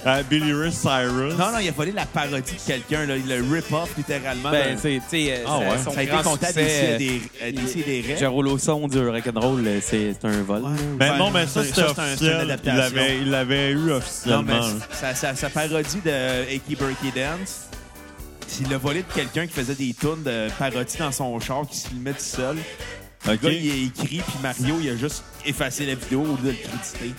[SPEAKER 2] Ah, Billy Ray Cyrus.
[SPEAKER 4] Non, non, il a volé la parodie de quelqu'un, là. Il le rip-off littéralement.
[SPEAKER 6] Ben,
[SPEAKER 4] Là.
[SPEAKER 6] c'est- tu sais, euh,
[SPEAKER 2] Ah
[SPEAKER 6] ça-
[SPEAKER 2] ouais.
[SPEAKER 6] son
[SPEAKER 4] ça a été
[SPEAKER 6] grand
[SPEAKER 4] comptable ici
[SPEAKER 6] succès.
[SPEAKER 4] à des, à des, à des
[SPEAKER 6] euh,
[SPEAKER 4] raies.
[SPEAKER 6] Jarol au son du rock'n'roll, euh, c'est c'est un vol. là.
[SPEAKER 2] Mais
[SPEAKER 4] Ouais,
[SPEAKER 2] non, mais ça,
[SPEAKER 4] ça,
[SPEAKER 2] c'était
[SPEAKER 4] ça, c'est un- c'est une
[SPEAKER 2] officiel. Il
[SPEAKER 4] adaptation.
[SPEAKER 2] l'avait il l'avait eu
[SPEAKER 4] Non,
[SPEAKER 2] officiellement.
[SPEAKER 4] mais sa, sa, sa parodie de Achy Berkey Dance, il l'a volé de quelqu'un qui faisait des tunes de parodie dans son char, qui se filmait tout seul.
[SPEAKER 2] OK.
[SPEAKER 4] Le gars, il a écrit, puis Mario, il a juste effacé la vidéo au lieu de le critiquer.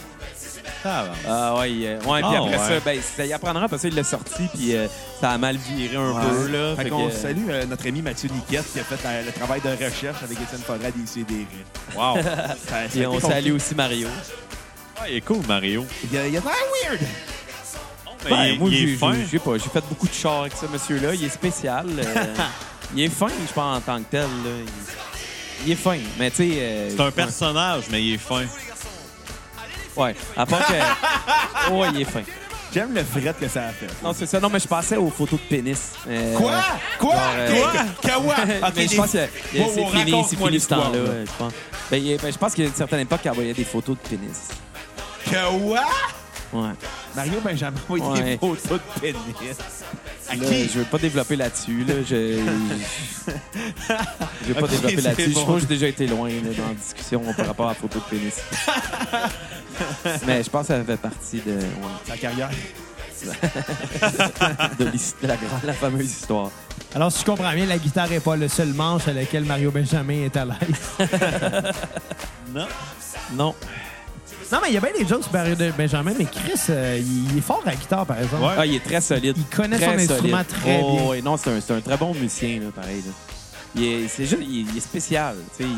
[SPEAKER 6] Ah ouais, il, euh, ouais puis
[SPEAKER 2] Ah,
[SPEAKER 6] après
[SPEAKER 2] ouais.
[SPEAKER 6] ça, ben, ça, il apprendra parce qu'il l'a sorti, puis euh, ça a mal viré un peu. Là,
[SPEAKER 4] Fait
[SPEAKER 6] Fait
[SPEAKER 4] qu'on
[SPEAKER 6] que, euh,
[SPEAKER 4] salue euh, notre ami Mathieu Niquette qui a fait la- le travail de recherche avec Étienne Forêt des CDR.
[SPEAKER 2] Wow.
[SPEAKER 6] Puis on salue aussi Mario.
[SPEAKER 2] Ouais, il est cool, Mario.
[SPEAKER 4] Il y a, il y a de l'air weird.
[SPEAKER 2] Mais
[SPEAKER 6] Ben,
[SPEAKER 2] il,
[SPEAKER 6] moi,
[SPEAKER 2] il
[SPEAKER 6] j'ai-
[SPEAKER 2] est fin.
[SPEAKER 6] j'ai- j'ai pas. J'ai fait beaucoup de chars avec ce monsieur-là. Il est spécial. euh, il est fin, je pense, en tant que tel. là. Il, il est fin. Mais tu sais. euh,
[SPEAKER 2] C'est un
[SPEAKER 6] ouais.
[SPEAKER 2] personnage, mais il est fin.
[SPEAKER 6] Ouais. À part que. ouais, il est fin.
[SPEAKER 4] J'aime le fret que ça a fait.
[SPEAKER 6] Non, c'est ça. Non, mais je pensais aux photos de pénis. Euh,
[SPEAKER 4] Quoi? Quoi?
[SPEAKER 6] euh,
[SPEAKER 4] Quoi? Kawa? Ok,
[SPEAKER 6] mais je
[SPEAKER 4] des-
[SPEAKER 6] pense que euh,
[SPEAKER 4] Wow,
[SPEAKER 6] c'est
[SPEAKER 4] wow,
[SPEAKER 6] fini, c'est
[SPEAKER 4] raconte-moi
[SPEAKER 6] fini ce
[SPEAKER 4] l'histoire,
[SPEAKER 6] temps-là,
[SPEAKER 4] là.
[SPEAKER 6] euh, je pense. Ben, il- ben, je pense qu'à une certaine époque, il envoyait des photos de pénis.
[SPEAKER 4] Kawa?
[SPEAKER 6] Ouais.
[SPEAKER 4] Mario Benjamin, il y a
[SPEAKER 6] Ouais.
[SPEAKER 4] des photos de pénis. À
[SPEAKER 6] Là,
[SPEAKER 4] qui?
[SPEAKER 6] je veux pas développer là-dessus. Là. Je je vais pas
[SPEAKER 4] Ok,
[SPEAKER 6] développer
[SPEAKER 4] c'est
[SPEAKER 6] là-dessus.
[SPEAKER 4] bon.
[SPEAKER 6] Je pense que j'ai déjà été loin là, dans la discussion par rapport à la photo de pénis. Mais je pense que ça fait partie de, ouais,
[SPEAKER 4] Sa carrière.
[SPEAKER 6] de, l'his- de la, grande- la fameuse histoire.
[SPEAKER 5] Alors, si je comprends bien, la guitare n'est pas le seul manche à laquelle Mario Benjamin est à l'aise.
[SPEAKER 2] Non?
[SPEAKER 6] Non.
[SPEAKER 5] Non, mais il y a bien des jokes sur Mario de- Benjamin, mais Chris, euh, il il est fort à la guitare, par exemple.
[SPEAKER 2] Ouais.
[SPEAKER 6] Ah, il est très solide.
[SPEAKER 5] Il connaît
[SPEAKER 6] Très
[SPEAKER 5] son instrument
[SPEAKER 6] solide.
[SPEAKER 5] très
[SPEAKER 6] Oh,
[SPEAKER 5] bien.
[SPEAKER 6] ouais, non, c'est un, c'est un très bon musicien, là, pareil. là. Il est, c'est juste, il, il est spécial. tu sais,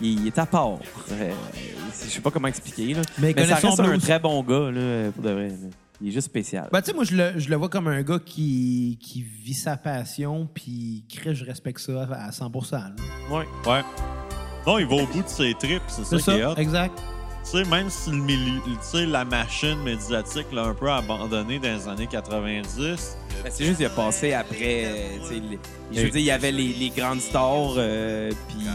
[SPEAKER 6] Il, il est à part. Euh, je sais pas comment expliquer. Là.
[SPEAKER 5] Mais il connaît
[SPEAKER 6] ça
[SPEAKER 5] son
[SPEAKER 6] reste un
[SPEAKER 5] blues.
[SPEAKER 6] très bon gars, là, pour de vrai. là. Il est juste spécial.
[SPEAKER 5] Ben, tu sais, moi, je le, je le vois comme un gars qui, qui vit sa passion, puis Chris, je respecte ça à 100 là.
[SPEAKER 2] Ouais. Non, il va au bout de ses tripes, c'est ça,
[SPEAKER 5] C'est
[SPEAKER 2] qui est hot.
[SPEAKER 5] ça, exact.
[SPEAKER 2] Tu sais, même si le milieu- tu sais, la machine médiatique l'a un peu abandonné dans les années 90,
[SPEAKER 6] Ben, c'est juste qu'il a passé après. euh, tu sais, les- je veux
[SPEAKER 2] Et-
[SPEAKER 6] dire, il y avait les, les grandes stars, euh, puis.
[SPEAKER 2] tu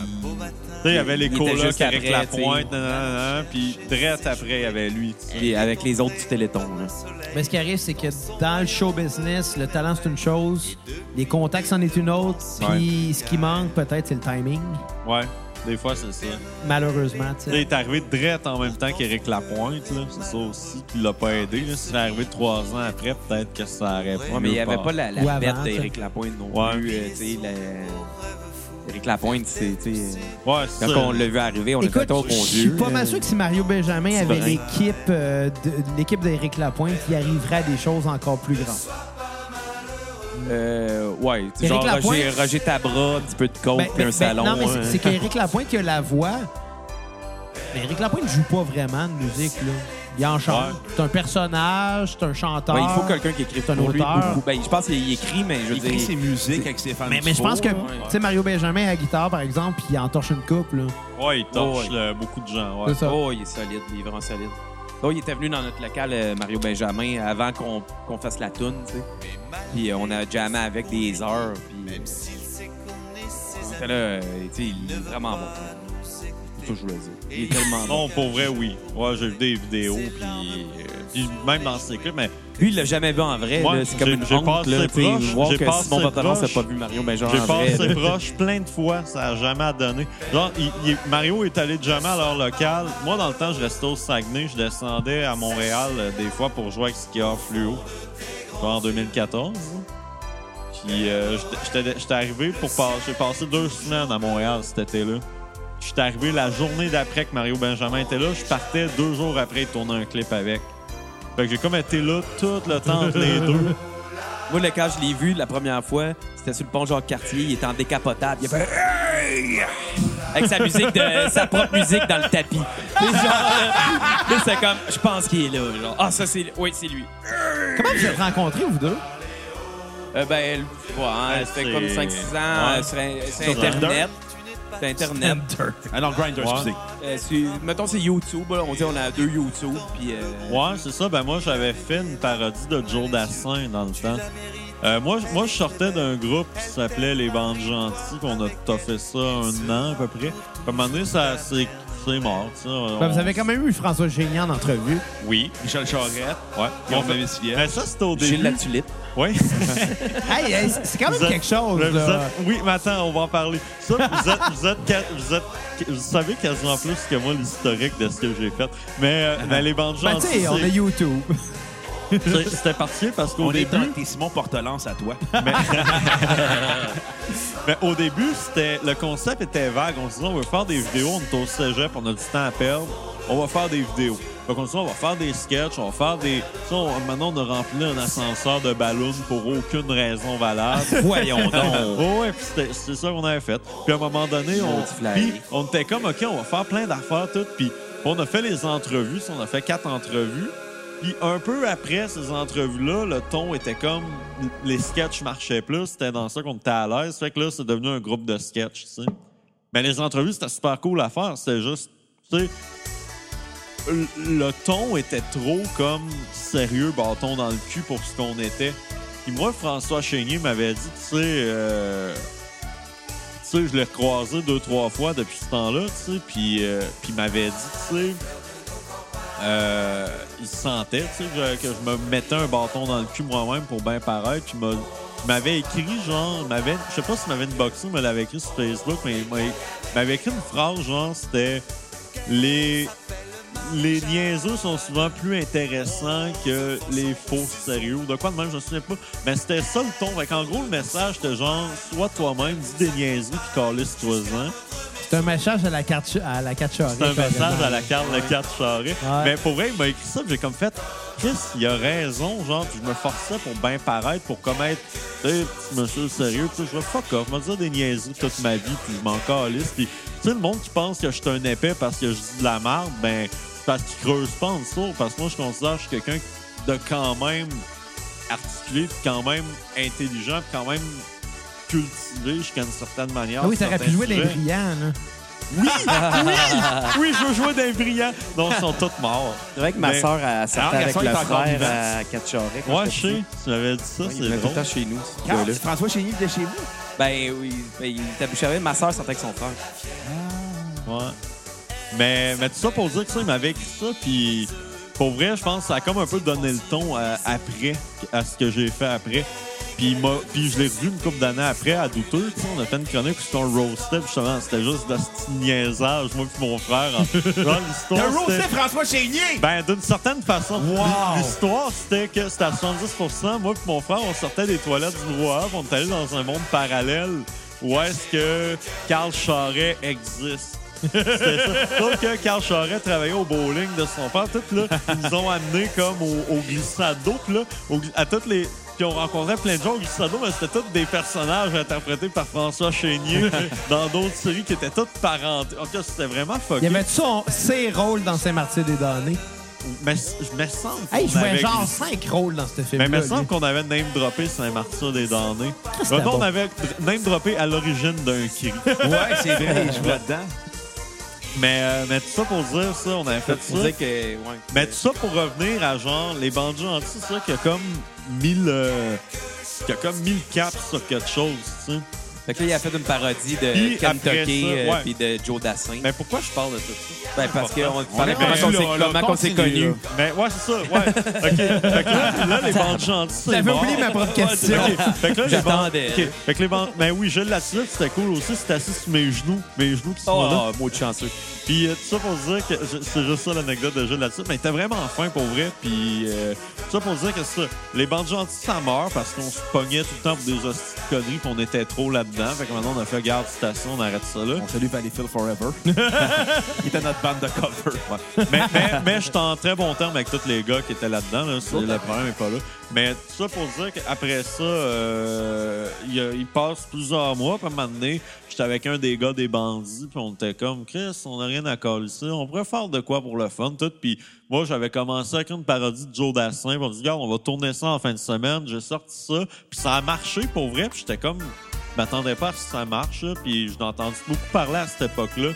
[SPEAKER 2] sais, il y avait les
[SPEAKER 6] Il était
[SPEAKER 2] colocs
[SPEAKER 6] juste
[SPEAKER 2] avec
[SPEAKER 6] après,
[SPEAKER 2] la
[SPEAKER 6] tu sais. Ah,
[SPEAKER 2] pointe, nan, nan, nan, puis direct après, il y avait lui.
[SPEAKER 6] puis avec les autres du Téléthon. là.
[SPEAKER 5] Mais ce qui arrive, c'est que dans le show business, le talent, c'est une chose, les contacts, c'en est une autre, puis ce qui manque, peut-être, c'est le timing.
[SPEAKER 2] Ouais. Des fois, c'est ça.
[SPEAKER 5] malheureusement. tu
[SPEAKER 2] Là, il
[SPEAKER 5] sais.
[SPEAKER 2] est arrivé drette en même temps qu'Éric Lapointe. là. C'est ça aussi qui l'a pas aidé. Là. Si c'est arrivé trois ans après, peut-être que ça aurait
[SPEAKER 6] Ouais, mais il n'y avait pas la,
[SPEAKER 5] Ou
[SPEAKER 6] la
[SPEAKER 5] avant,
[SPEAKER 6] bête
[SPEAKER 5] t'sais.
[SPEAKER 6] d'Éric Lapointe non
[SPEAKER 2] Ouais.
[SPEAKER 6] plus. euh, t'sais, la- Éric Lapointe, c'est. t'sais, euh,
[SPEAKER 2] Ouais, c'est
[SPEAKER 6] Quand
[SPEAKER 2] ça.
[SPEAKER 6] on l'a vu arriver, on a fait
[SPEAKER 5] Écoute,
[SPEAKER 6] ton
[SPEAKER 5] je suis
[SPEAKER 6] conduit.
[SPEAKER 5] pas mal sûr que si Mario Benjamin avait
[SPEAKER 6] vrai.
[SPEAKER 5] l'équipe euh, de- l'équipe d'Éric Lapointe, il arriverait à des choses encore plus grandes.
[SPEAKER 6] Euh, ouais,
[SPEAKER 5] Éric
[SPEAKER 6] genre Roger,
[SPEAKER 5] Lapointe-
[SPEAKER 6] Roger Tabra, un petit peu de coke,
[SPEAKER 5] Ben,
[SPEAKER 6] puis
[SPEAKER 5] ben,
[SPEAKER 6] un
[SPEAKER 5] ben,
[SPEAKER 6] salon.
[SPEAKER 5] non, mais
[SPEAKER 6] hein.
[SPEAKER 5] c'est- c'est qu'Éric Lapointe, il a la voix. Mais Éric Lapointe joue pas vraiment de musique, là. Il en chante.
[SPEAKER 2] Ouais.
[SPEAKER 5] C'est un personnage, c'est un chanteur.
[SPEAKER 6] Ouais, Ben, il faut quelqu'un qui écrive
[SPEAKER 5] C'est un
[SPEAKER 6] pour lui
[SPEAKER 5] auteur.
[SPEAKER 6] beaucoup. Ben, je pense qu'il écrit, mais je veux
[SPEAKER 4] Il écrit
[SPEAKER 6] dire.
[SPEAKER 4] ses musiques avec ses fans.
[SPEAKER 5] Mais, mais je pense que, tu sais, Mario Benjamin à la guitare, par exemple, puis il entorche une coupe, là.
[SPEAKER 2] Ouais, il torche
[SPEAKER 6] Ouais,
[SPEAKER 2] là, beaucoup de gens. Ouais.
[SPEAKER 5] C'est ça.
[SPEAKER 6] Oh, il est solide, il est vraiment solide. Oh, il était venu dans notre local, euh, Mario Benjamin, avant qu'on qu'on fasse la toune, tu sais. Puis euh, on a jammé avec des heures, puis... euh, C'était là, euh, tu sais, il est vraiment bon. C'est ça que je voulais dire. Il est tellement bon.
[SPEAKER 2] Non, pour vrai, oui. Ouais, j'ai vu des vidéos, puis, euh, puis même dans ses clips, mais
[SPEAKER 6] Lui, il l'a jamais vu en vrai,
[SPEAKER 2] Moi,
[SPEAKER 6] là, c'est comme
[SPEAKER 2] j'ai-
[SPEAKER 6] une
[SPEAKER 2] j'ai
[SPEAKER 6] honte,
[SPEAKER 2] passé
[SPEAKER 6] là, tu sais,
[SPEAKER 2] proche,
[SPEAKER 6] voir
[SPEAKER 2] j'ai
[SPEAKER 6] que
[SPEAKER 2] passé
[SPEAKER 6] Simon Bertrand n'a
[SPEAKER 2] proche.
[SPEAKER 6] pas vu Mario Benjamin
[SPEAKER 2] j'ai
[SPEAKER 6] en vrai.
[SPEAKER 2] passé
[SPEAKER 6] là.
[SPEAKER 2] proche plein de fois, ça a jamais donné. Genre, il- il- Mario est allé jamais à leur local. Moi, dans le temps, je restais au Saguenay, je descendais à Montréal euh, des fois pour jouer avec Skieur Fluo. Genre en 2014. là. Puis euh, j'étais- j'étais j'étais arrivé pour passer. J'ai passé deux semaines à Montréal cet été-là. J'étais arrivé la journée d'après que Mario Benjamin était là. Je partais deux jours après tourner un clip avec. Fait que j'ai comme été là tout le temps entre les deux.
[SPEAKER 6] Moi, le quand je l'ai vu la première fois, c'était sur le pont Jacques-Cartier, il était en décapotable. Il avait Hey! avec sa musique de sa propre musique dans le tapis. C'est genre, euh, là, c'est comme je pense qu'il est là genre ah ça c'est oui, c'est lui.
[SPEAKER 5] Comment vous êtes rencontrés, vous deux?
[SPEAKER 6] Euh, ben ouais, hein,
[SPEAKER 2] Ouais,
[SPEAKER 6] c'était
[SPEAKER 2] c'est-
[SPEAKER 6] comme 5 6 ans
[SPEAKER 2] Ouais.
[SPEAKER 6] euh, sur, in- sur
[SPEAKER 2] Sur
[SPEAKER 6] internet. C'est internet.
[SPEAKER 4] Alors, Grindr, excusez.
[SPEAKER 6] Euh, sur- mettons c'est YouTube là, on dit on a deux YouTube puis euh,
[SPEAKER 2] Ouais, c'est ça. Ben moi, j'avais fait une parodie de Joe Dassin dans le temps. Euh, moi, je- moi, je sortais d'un groupe qui s'appelait Les Bandes Gentilles, qu'on a toffé ça un an à peu près. À un moment donné, ça, c'est, c'est mort. tu sais.
[SPEAKER 5] Ben, vous
[SPEAKER 2] On-
[SPEAKER 5] avez quand même eu François Génian en entrevue.
[SPEAKER 2] Oui.
[SPEAKER 4] Michel Charette,
[SPEAKER 2] Ouais. On
[SPEAKER 4] Guillaume
[SPEAKER 2] fait-
[SPEAKER 4] Lavessière.
[SPEAKER 2] Mais ça, c'était au
[SPEAKER 6] Gilles la
[SPEAKER 2] début.
[SPEAKER 6] tulipe.
[SPEAKER 2] Oui.
[SPEAKER 5] Hey, hey, c'est c'est quand même
[SPEAKER 2] Vous êtes-
[SPEAKER 5] quelque chose,
[SPEAKER 2] Mais vous
[SPEAKER 5] là.
[SPEAKER 2] êtes- oui, mais attends, on va en parler. Ça, vous êtes, vous êtes, ca- vous êtes- vous savez quasiment plus que moi l'historique de ce que j'ai fait. Mais, euh,
[SPEAKER 4] Ah
[SPEAKER 2] mais les bandes
[SPEAKER 5] Ben, tu
[SPEAKER 2] gentilles,
[SPEAKER 5] sais, on a YouTube.
[SPEAKER 2] c'est- c'est- c'était parti parce qu'au
[SPEAKER 4] on est
[SPEAKER 2] début,
[SPEAKER 4] un t'es Simon Portelance à toi.
[SPEAKER 2] Mais au début, c'était le concept était vague. On se disait, on veut faire des vidéos, on est au cégep, on a du temps à perdre, on va faire des vidéos. Fait qu'on se dit, on va faire des sketchs, on va faire des. Tu sais, on- maintenant, on a rempli un ascenseur de ballons pour aucune raison valable.
[SPEAKER 6] Voyons donc.
[SPEAKER 2] Ouais, ouais, puis c'était- c'est ça qu'on avait fait. Puis à un moment donné, on,
[SPEAKER 6] Maudit flag.
[SPEAKER 2] puis on était comme, OK, on va faire plein d'affaires, tout. Puis on a fait les entrevues, ça, on a fait quatre entrevues. Puis un peu après ces entrevues-là, le ton était comme, les sketchs marchaient plus, c'était dans ça qu'on était à l'aise. Fait que là, c'est devenu un groupe de sketchs, tu sais. Mais les entrevues, c'était super cool à faire. C'était juste, tu sais, le- le ton était trop comme sérieux bâton dans le cul pour ce qu'on était. Puis moi, François Chénier m'avait dit, tu sais, euh, tu sais, je l'ai recroisé deux, trois fois depuis ce temps-là, tu sais, puis, euh, puis il m'avait dit, tu sais, euh, il sentait, tu sais, que, que je me mettais un bâton dans le cul moi-même pour bien paraître, puis il m'a- il m'avait écrit, genre, il m'avait, je sais pas s'il m'avait inboxé, il me l'avait écrit sur Facebook, mais il m'a- il m'avait écrit une phrase, genre, c'était les les niaiseux sont souvent plus intéressants que les faux sérieux. De quoi de même, je me souviens pas. Mais c'était ça le ton. Fait qu'en gros, le message, c'était genre, sois toi-même, dis des niaiseries, puis calisse-toi-en.
[SPEAKER 5] C'est un message à la carte à la carte Charest,
[SPEAKER 2] C'est un message
[SPEAKER 5] carrément.
[SPEAKER 2] à la carte, le 4 charré. Mais pour vrai, il m'a écrit ça, puis j'ai comme fait, Chris, il a raison, genre, puis je me forçais pour bien paraître, pour commettre, tu sais, petit monsieur sérieux, tu sais, je vais fuck off, je vais dire des niaiseries toute ma vie, puis je m'en calisse, puis tu sais, le monde qui pense que je suis un épais parce que je dis de la merde, ben, c'est parce qu'il creuse pas en dessous, parce que moi, je considère que je suis quelqu'un de quand même articulé, puis quand même intelligent, puis quand même cultivé jusqu'à une certaine manière.
[SPEAKER 5] Ah oui,
[SPEAKER 2] sur
[SPEAKER 5] ça aurait pu
[SPEAKER 2] certains
[SPEAKER 5] jouer les
[SPEAKER 2] sujets.
[SPEAKER 5] brillants, là.
[SPEAKER 2] Oui, oui, oui, je veux jouer d'un brillant. Non, ils sont tous morts.
[SPEAKER 6] C'est vrai que ma
[SPEAKER 2] Mais-
[SPEAKER 6] soeur, elle sortait
[SPEAKER 4] Alors,
[SPEAKER 6] avec
[SPEAKER 4] la
[SPEAKER 6] le
[SPEAKER 4] sœur est encore vivante.
[SPEAKER 6] frère à Katcharek.
[SPEAKER 2] Ouais, je sais, tu m'avais dit ça,
[SPEAKER 6] Il venait
[SPEAKER 2] c'est
[SPEAKER 6] tout le temps
[SPEAKER 2] drôle.
[SPEAKER 6] chez nous. ce
[SPEAKER 4] Quand
[SPEAKER 6] gars-là.
[SPEAKER 4] François Chénier de chez vous.
[SPEAKER 6] Ben oui, ben, il était à Boucherville. Ma soeur sortait avec son frère.
[SPEAKER 2] Ouais. Mais, mais tout ça pour dire que ça, il m'avait écrit ça, puis pour vrai, je pense que ça a comme un peu donné le ton à- après, à ce que j'ai fait après. Puis Puis, il m'a- puis je l'ai revu une couple d'années après, à douteux. tu sais, on a fait une chronique où c'était un roasted, justement. C'était juste de ce petit niaisage, moi puis mon frère. Genre, l'histoire.
[SPEAKER 4] Le roast
[SPEAKER 2] c'était-
[SPEAKER 4] de François Chénier!
[SPEAKER 2] Ben, d'une certaine façon. L'histoire, c'était que c'était à 70 Moi et mon frère, on sortait des toilettes du roi on est allé dans un monde parallèle où est-ce que Carl Charret existe. C'était ça. Sauf que Carl Charret travaillait au bowling de son père. Tout là, ils nous ont amenés comme au, au glissade d'eau. Puis là, au gl- à toutes les... Puis on rencontrait plein de gens au glissade d'eau, mais c'était tous des personnages interprétés par François Chénier dans d'autres séries qui étaient toutes parentés. En tout cas, c'était vraiment
[SPEAKER 5] Il y
[SPEAKER 2] fucké.
[SPEAKER 5] avait son, ses rôles dans Saint-Martin-des-Données.
[SPEAKER 2] Mais je me semble
[SPEAKER 5] Hey, il
[SPEAKER 2] qu'on
[SPEAKER 5] jouait
[SPEAKER 2] avait
[SPEAKER 5] genre 5 rôles dans ce film-là.
[SPEAKER 2] Mais il me semble
[SPEAKER 5] lui.
[SPEAKER 2] qu'on avait name droppé Saint-Martin des damnés.
[SPEAKER 5] c'était
[SPEAKER 2] Maintenant,
[SPEAKER 5] bon.
[SPEAKER 2] on avait name droppé à l'origine d'un cri.
[SPEAKER 4] Ouais, c'est vrai, il joue là-dedans.
[SPEAKER 2] mais, euh, mais tout ça pour dire ça, on avait fait ça.
[SPEAKER 6] Pour dire que, ouais.
[SPEAKER 2] Mais tout ça pour revenir à genre les bandes gentilles, c'est ça qui a comme mille euh, qui a comme mille caps sur quelque chose, tu sais.
[SPEAKER 6] Fait que là, il a fait une parodie de
[SPEAKER 2] Puis après
[SPEAKER 6] Kentucky
[SPEAKER 2] ça,
[SPEAKER 6] euh,
[SPEAKER 2] ouais.
[SPEAKER 6] puis de Joe Dassin.
[SPEAKER 2] Mais pourquoi je parle de tout ça?
[SPEAKER 6] Ben, parce qu'on
[SPEAKER 4] On
[SPEAKER 6] parlait
[SPEAKER 4] est
[SPEAKER 6] comment
[SPEAKER 4] rendu
[SPEAKER 6] on
[SPEAKER 4] là,
[SPEAKER 6] s'est-
[SPEAKER 4] là,
[SPEAKER 6] comment on s'est
[SPEAKER 4] continue,
[SPEAKER 6] connus.
[SPEAKER 4] là.
[SPEAKER 2] Mais ouais, c'est ça, ouais. OK. Fait que là, là, les bandes gentilles, c'est
[SPEAKER 5] J'avais
[SPEAKER 2] mort.
[SPEAKER 5] oublié ma propre
[SPEAKER 2] Ouais, c'est-
[SPEAKER 5] question.
[SPEAKER 2] ok. Fait que là, les bandes...
[SPEAKER 6] J'attendais.
[SPEAKER 2] ok. Fait que les bandes... Mais oui, je l'assure, c'était cool aussi. C'était assis sur mes genoux. Mes genoux qui sont là.
[SPEAKER 6] Oh, mot de chanceux.
[SPEAKER 2] Puis euh, tout ça pour dire que je- c'est juste ça l'anecdote de jeu là-dessus, mais il était vraiment fin pour vrai. Puis euh, tout ça pour dire que c'est ça, les bandes gentilles ça meurt parce qu'on se pognait tout le temps pour des hosties de conneries, puis on était trop là-dedans. Fait que maintenant on a fait garde station, on arrête ça là.
[SPEAKER 4] On salue Valleyfield Forever. il était notre bande de cover.
[SPEAKER 2] mais mais, mais je suis en très bon terme avec tous les gars qui étaient là-dedans. Là, C'est- le problème n'est pas là. Mais tout ça pour dire qu'après ça, euh, il y a- il passe plusieurs mois. Puis à un moment donné, j'étais avec un des gars des bandits. Puis on était comme, Chris, on n'a rien à coller ici. On pourrait faire de quoi pour le fun, tout. Puis moi, j'avais commencé avec une parodie de Joe Dassin. Puis on dit, regarde, on va tourner ça en fin de semaine. J'ai sorti ça. Puis ça a marché pour vrai. Puis j'étais comme, je m'attendais pas à ce que ça marche. là. Puis je l'ai entendu beaucoup parler à cette époque-là.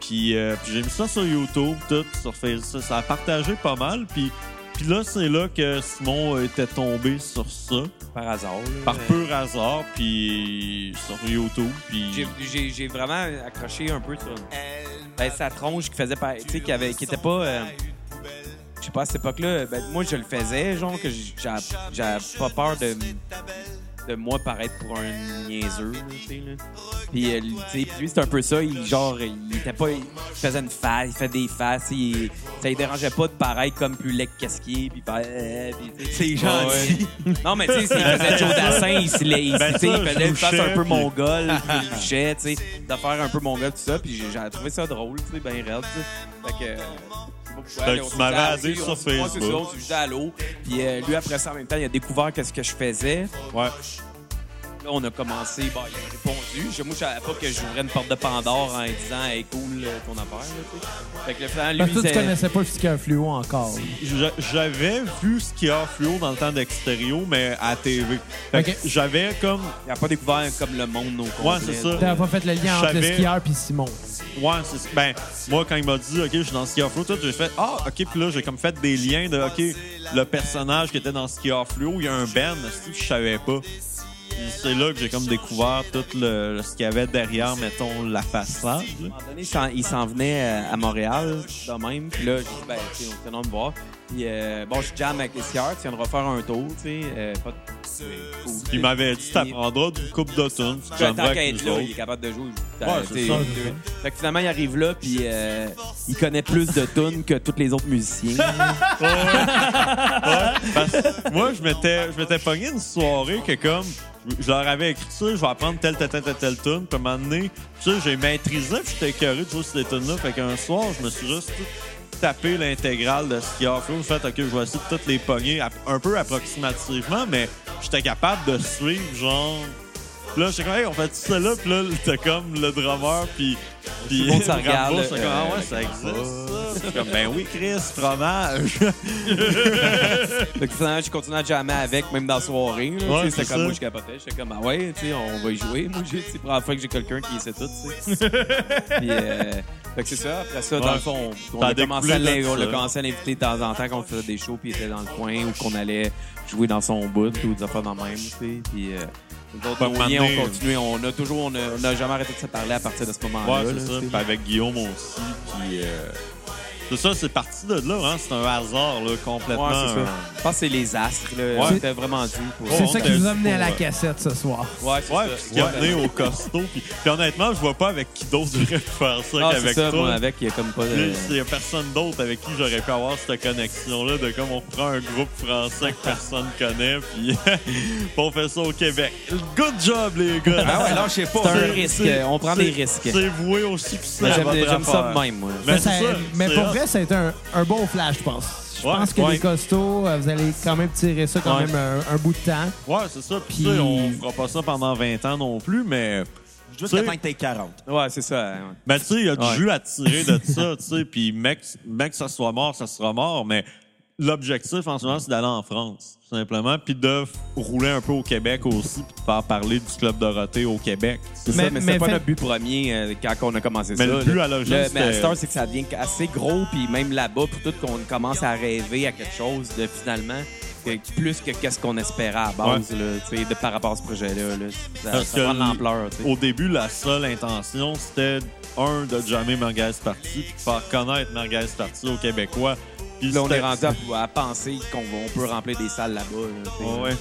[SPEAKER 2] Puis, euh, puis j'ai mis ça sur YouTube, tout, sur Facebook. Ça, ça a partagé pas mal. Puis, puis là, c'est là que Simon était tombé sur ça,
[SPEAKER 6] Par hasard. là.
[SPEAKER 2] par
[SPEAKER 6] Euh,
[SPEAKER 2] pur hasard, puis sur YouTube. Puis...
[SPEAKER 6] J'ai- J'ai j'ai vraiment accroché un peu sur ben, sa tronche qui faisait par- tu sais, qui, avait, qui était pas. euh, je sais pas, à cette époque-là, ben, moi, je le faisais, genre, que j'- j'a- j'avais pas peur de, m- de moi paraître pour un niaiseux, là, tu sais, là. Puis, euh, tu sais, puis lui, c'était un peu ça, il, genre, il était pas. Il faisait une face, il fait des faces, il, ça lui dérangeait pas de paraître comme plus lec qu'est-ce qu'il est, puis ben, euh, puis, tu sais,
[SPEAKER 4] C'est
[SPEAKER 6] gentil. Non, mais tu sais, il faisait Joe Dassin, il, se la- il,
[SPEAKER 2] Ben
[SPEAKER 6] tu sais, il
[SPEAKER 2] ça, je
[SPEAKER 6] faisait une face
[SPEAKER 2] louchais,
[SPEAKER 6] un peu
[SPEAKER 2] puis-
[SPEAKER 6] mongole, puis il louchait, tu sais, d'affaires un peu mongole, tout ça, puis j'ai- j'ai trouvé ça drôle, tu sais, ben raide, tu sais. Fait que. euh, je sais
[SPEAKER 2] Donc,
[SPEAKER 6] pas pourquoi, mais on
[SPEAKER 2] Ben, tu
[SPEAKER 6] s'est
[SPEAKER 2] m'avais
[SPEAKER 6] jasé,
[SPEAKER 2] aidé sur
[SPEAKER 6] on s'est- moi, c'est
[SPEAKER 2] Facebook.
[SPEAKER 6] ça, on s'est jeté à l'eau. Puis euh, lui, après ça, en même temps, il a découvert qu'est-ce que je faisais.
[SPEAKER 2] Ouais.
[SPEAKER 6] Là, on a commencé, bah, il a répondu. Je- Moi, je savais pas que j'ouvrais une porte de Pandore en disant, hey, cool euh, ton affaire, là, tu sais. Fait que le plan,
[SPEAKER 5] Parce que
[SPEAKER 6] lui,
[SPEAKER 5] Ben, toi, tu
[SPEAKER 6] c'est-
[SPEAKER 5] connaissais pas Fiscal Fluo encore. là.
[SPEAKER 2] J'a- J'avais vu ce qu'il y a fluo dans le temps d'extérieur, mais à TV. Fait que
[SPEAKER 5] Ok.
[SPEAKER 2] J'avais comme.
[SPEAKER 6] il a pas découvert comme le monde, nos
[SPEAKER 2] Ouais, c'est ça.
[SPEAKER 5] T'avais pas fait le lien entre le
[SPEAKER 2] J'avais-
[SPEAKER 5] skieur puis Simon.
[SPEAKER 2] Ouais, c'est ben moi quand il m'a dit OK, je suis dans Ski Fluo, tout, j'ai fait ah OK, puis là j'ai comme fait des liens de OK, le personnage qui était dans Ski Fluo, il y a un band, c'est que je savais pas. Puis C'est là que j'ai comme découvert tout le, ce qu'il y avait derrière, mettons, la façade. là.
[SPEAKER 6] À un moment donné, il s'en- il s'en venait euh, à Montréal, de même. Puis là, j'ai dit, ben, tu sais, on tenait de me voir. Puis euh, bon, je jam avec les skieurs, tu viendras faire un tour, tu sais. euh, pas de- c'est cool, tu sais.
[SPEAKER 2] Il m'avait dit t'apprendras d'une coupe d'automne, tu
[SPEAKER 6] Tant
[SPEAKER 2] t'aimeras
[SPEAKER 6] qu'à
[SPEAKER 2] avec
[SPEAKER 6] être
[SPEAKER 2] nous
[SPEAKER 6] là, il est
[SPEAKER 2] autres.
[SPEAKER 6] capable de jouer. Euh,
[SPEAKER 2] Ouais, c'est
[SPEAKER 6] T'sais,
[SPEAKER 2] ça.
[SPEAKER 6] deux. Fait que finalement, il arrive là, puis euh, il connaît plus de tunes que tous les autres musiciens.
[SPEAKER 2] Parce que moi, je m'étais, je m'étais pogné une soirée que comme, je leur avais écrit ça, je vais apprendre telle, telle, telle, telle, telle tune. Puis à un moment donné, ça, j'ai maîtrisé, puis j'étais curieux de jouer sur des tunes-là. Fait qu'un soir, je me suis juste tout tapé l'intégrale de ce qu'il y a fait. Fait OK, je vais essayer de toutes les pogner ap- un peu approximativement, mais j'étais capable de suivre, genre... Puis Là, j'étais comme, hey, on fait ça là, puis là, t'as comme le drummer, puis. Puis
[SPEAKER 6] le monde se
[SPEAKER 2] Rambo,
[SPEAKER 6] regarde,
[SPEAKER 2] j'étais comme, ah
[SPEAKER 6] euh,
[SPEAKER 2] ouais, ça existe, ça. Puis comme, ben oui, Chris, fromage.
[SPEAKER 6] fait que finalement, j'ai continué à jammer avec, même dans la soirée. là,
[SPEAKER 2] Ouais,
[SPEAKER 6] t'sais, C'était
[SPEAKER 2] c'est
[SPEAKER 6] comme
[SPEAKER 2] ça.
[SPEAKER 6] moi, je capotais. J'étais comme, ah ouais, tu sais, on va y jouer. Moi, j'ai- c'est la première fois que j'ai quelqu'un qui essaie tout, tu sais. Puis, euh, fait que c'est ça. Après ça, dans
[SPEAKER 2] Ouais.
[SPEAKER 6] le fond, on, on
[SPEAKER 2] T'as
[SPEAKER 6] a commencé à
[SPEAKER 2] découlé
[SPEAKER 6] l'in-
[SPEAKER 2] de
[SPEAKER 6] on
[SPEAKER 2] ça.
[SPEAKER 6] a commencé à l'inviter de temps en temps quand on faisait des shows, puis il était dans le coin, ou qu'on allait jouer dans son bout, ou des affaires dans le même, tu sais. Puis, euh, nous autres,
[SPEAKER 2] Ben,
[SPEAKER 6] nos
[SPEAKER 2] un moment
[SPEAKER 6] liens
[SPEAKER 2] donné,
[SPEAKER 6] ont continué. On a toujours, on a- on n'a jamais arrêté de se parler à partir de ce moment-là.
[SPEAKER 2] Ouais,
[SPEAKER 6] là,
[SPEAKER 2] c'est ça.
[SPEAKER 6] tu sais.
[SPEAKER 2] Puis avec Guillaume aussi. Puis, euh, C'est ça, c'est parti de là, hein? C'est un hasard, là, complètement.
[SPEAKER 6] Ouais, c'est
[SPEAKER 2] euh,
[SPEAKER 6] ça. Je pense que c'est les astres, là.
[SPEAKER 2] Ouais.
[SPEAKER 6] C'était vraiment dû pour.
[SPEAKER 2] Ouais,
[SPEAKER 5] C'est
[SPEAKER 2] on
[SPEAKER 5] ça qui
[SPEAKER 2] t'a-
[SPEAKER 5] nous a amené à la
[SPEAKER 2] pour, euh,
[SPEAKER 5] cassette ce soir.
[SPEAKER 6] Ouais, c'est
[SPEAKER 2] Ouais,
[SPEAKER 6] ça.
[SPEAKER 2] puis qui a amené au costaud. Puis, puis honnêtement, je vois pas avec qui d'autre j'aurais pu faire ça
[SPEAKER 6] Ah, c'est
[SPEAKER 2] qu'avec
[SPEAKER 6] ça, moi,
[SPEAKER 2] toi.
[SPEAKER 6] avec, euh, il y a comme pas de.
[SPEAKER 2] Il y a personne d'autre avec qui j'aurais pu avoir cette connexion-là de comme on prend un groupe français que personne connaît, puis puis on fait ça au Québec. Good job, les gars!
[SPEAKER 4] Ah ouais, là, je sais pas.
[SPEAKER 6] C'est un
[SPEAKER 2] C'est-
[SPEAKER 6] risque,
[SPEAKER 2] c'est-
[SPEAKER 6] on prend des
[SPEAKER 2] c'est-
[SPEAKER 6] risques.
[SPEAKER 2] C'est voué au succès.
[SPEAKER 6] Mais
[SPEAKER 2] à
[SPEAKER 6] j'aime-
[SPEAKER 2] votre
[SPEAKER 6] J'aime ça
[SPEAKER 2] affaire.
[SPEAKER 6] de même, moi.
[SPEAKER 2] Ben,
[SPEAKER 5] Ça,
[SPEAKER 2] c'est
[SPEAKER 5] ça-
[SPEAKER 2] ça,
[SPEAKER 5] mais
[SPEAKER 2] c'est
[SPEAKER 5] pour
[SPEAKER 2] hot.
[SPEAKER 5] vrai, ça a été un, un bon flash, je pense. Je
[SPEAKER 2] Ouais,
[SPEAKER 5] pense que
[SPEAKER 2] ouais.
[SPEAKER 5] les costauds, euh, vous allez quand même tirer ça quand
[SPEAKER 6] Ouais.
[SPEAKER 5] même euh, un, un bout de temps.
[SPEAKER 2] Ouais, c'est ça. Puis,
[SPEAKER 5] Puis-
[SPEAKER 2] tu sais, on fera pas ça pendant 20 ans non plus, mais.
[SPEAKER 4] Juste
[SPEAKER 2] Tu sais-
[SPEAKER 4] attends que t'aies 40.
[SPEAKER 6] Ouais, c'est ça. ouais.
[SPEAKER 2] Ben, tu sais, il y a du
[SPEAKER 6] Ouais.
[SPEAKER 2] jus à tirer de ça, tu sais. Puis, mec, mec, ça soit mort, ça sera mort. Mais l'objectif en ce moment, c'est d'aller en France, tout simplement. Puis de f- rouler un peu au Québec aussi, puis de faire parler du Club Dorothée au Québec.
[SPEAKER 6] C'est
[SPEAKER 5] Mais-
[SPEAKER 6] ça, mais, c'était
[SPEAKER 5] mais
[SPEAKER 6] pas
[SPEAKER 5] fait-
[SPEAKER 6] notre but premier euh, quand on a commencé
[SPEAKER 2] Mais
[SPEAKER 6] ça.
[SPEAKER 2] le
[SPEAKER 6] là.
[SPEAKER 2] but à l'origine,
[SPEAKER 6] Le- Mais à
[SPEAKER 2] c'était-
[SPEAKER 6] cette heure, c'est que ça devient assez gros, puis même là-bas, pour tout qu'on commence à rêver à quelque chose de finalement que- plus que qu'est-ce qu'on espérait à la base, là, tu sais, de par rapport à ce projet-là. là. Ça,
[SPEAKER 2] Parce
[SPEAKER 6] ça prend
[SPEAKER 2] que
[SPEAKER 6] de l'ampleur. tu sais.
[SPEAKER 2] Au début, la seule intention, c'était, un, de jammer Marguerite Party, puis de faire connaître Marguerite Party aux Québécois. Puis
[SPEAKER 6] Là, on
[SPEAKER 2] c'était-
[SPEAKER 6] est rendu à, à penser qu'on on peut remplir des salles là-bas. là, tu sais.
[SPEAKER 2] Ouais,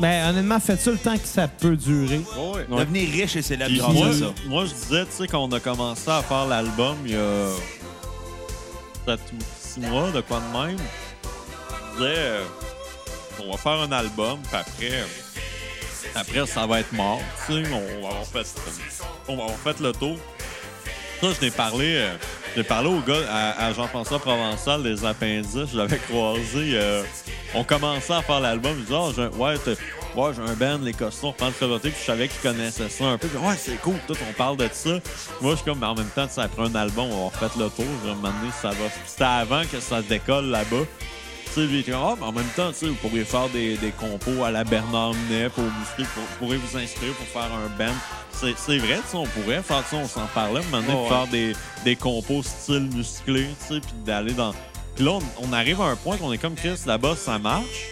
[SPEAKER 5] Mais honnêtement, faites ça le temps que ça peut durer.
[SPEAKER 2] ouais.
[SPEAKER 4] Devenir riche et célèbre
[SPEAKER 2] Puis
[SPEAKER 4] grâce
[SPEAKER 2] moi,
[SPEAKER 4] à ça.
[SPEAKER 2] moi, je disais, tu sais, qu'on a commencé à faire l'album il y a 7 ou 6 mois, de quoi de même. Je disais, euh, on va faire un album, puis après, après ça va être mort. Tu sais, on, va avoir fait, on va avoir fait le tour. Ça, je l'ai parlé, euh, j'ai parlé au gars, à, à Jean-François Provençal des Appendices, je l'avais croisé. euh, on commençait à faire l'album, je disais, Ah, j'ai un- ouais, t'as- ouais, j'ai un band, les costumes, on prend le Coloté, puis je savais qu'ils connaissaient ça un peu. Puis, ouais, c'est cool, tout, on parle de ça. Moi, je suis comme, mais en même temps, ça prend un album, on va faire le tour, je vais me demander si ça va. Puis C'était avant que ça décolle là-bas. Tu sais, lui, il était comme, Ah, mais en même temps, tu sais, vous pourriez faire des, des compos à la Bernard Minet pour Mousquet, pour- vous pourriez vous inspirer pour faire un band. C'est c'est vrai, tu sais, on pourrait faire ça, on s'en parlait, mais maintenant,
[SPEAKER 6] Ouais,
[SPEAKER 2] de faire des, des compos style musclé, tu sais, puis d'aller dans. Puis là, on, on arrive à un point qu'on est comme Chris, là-bas, ça marche.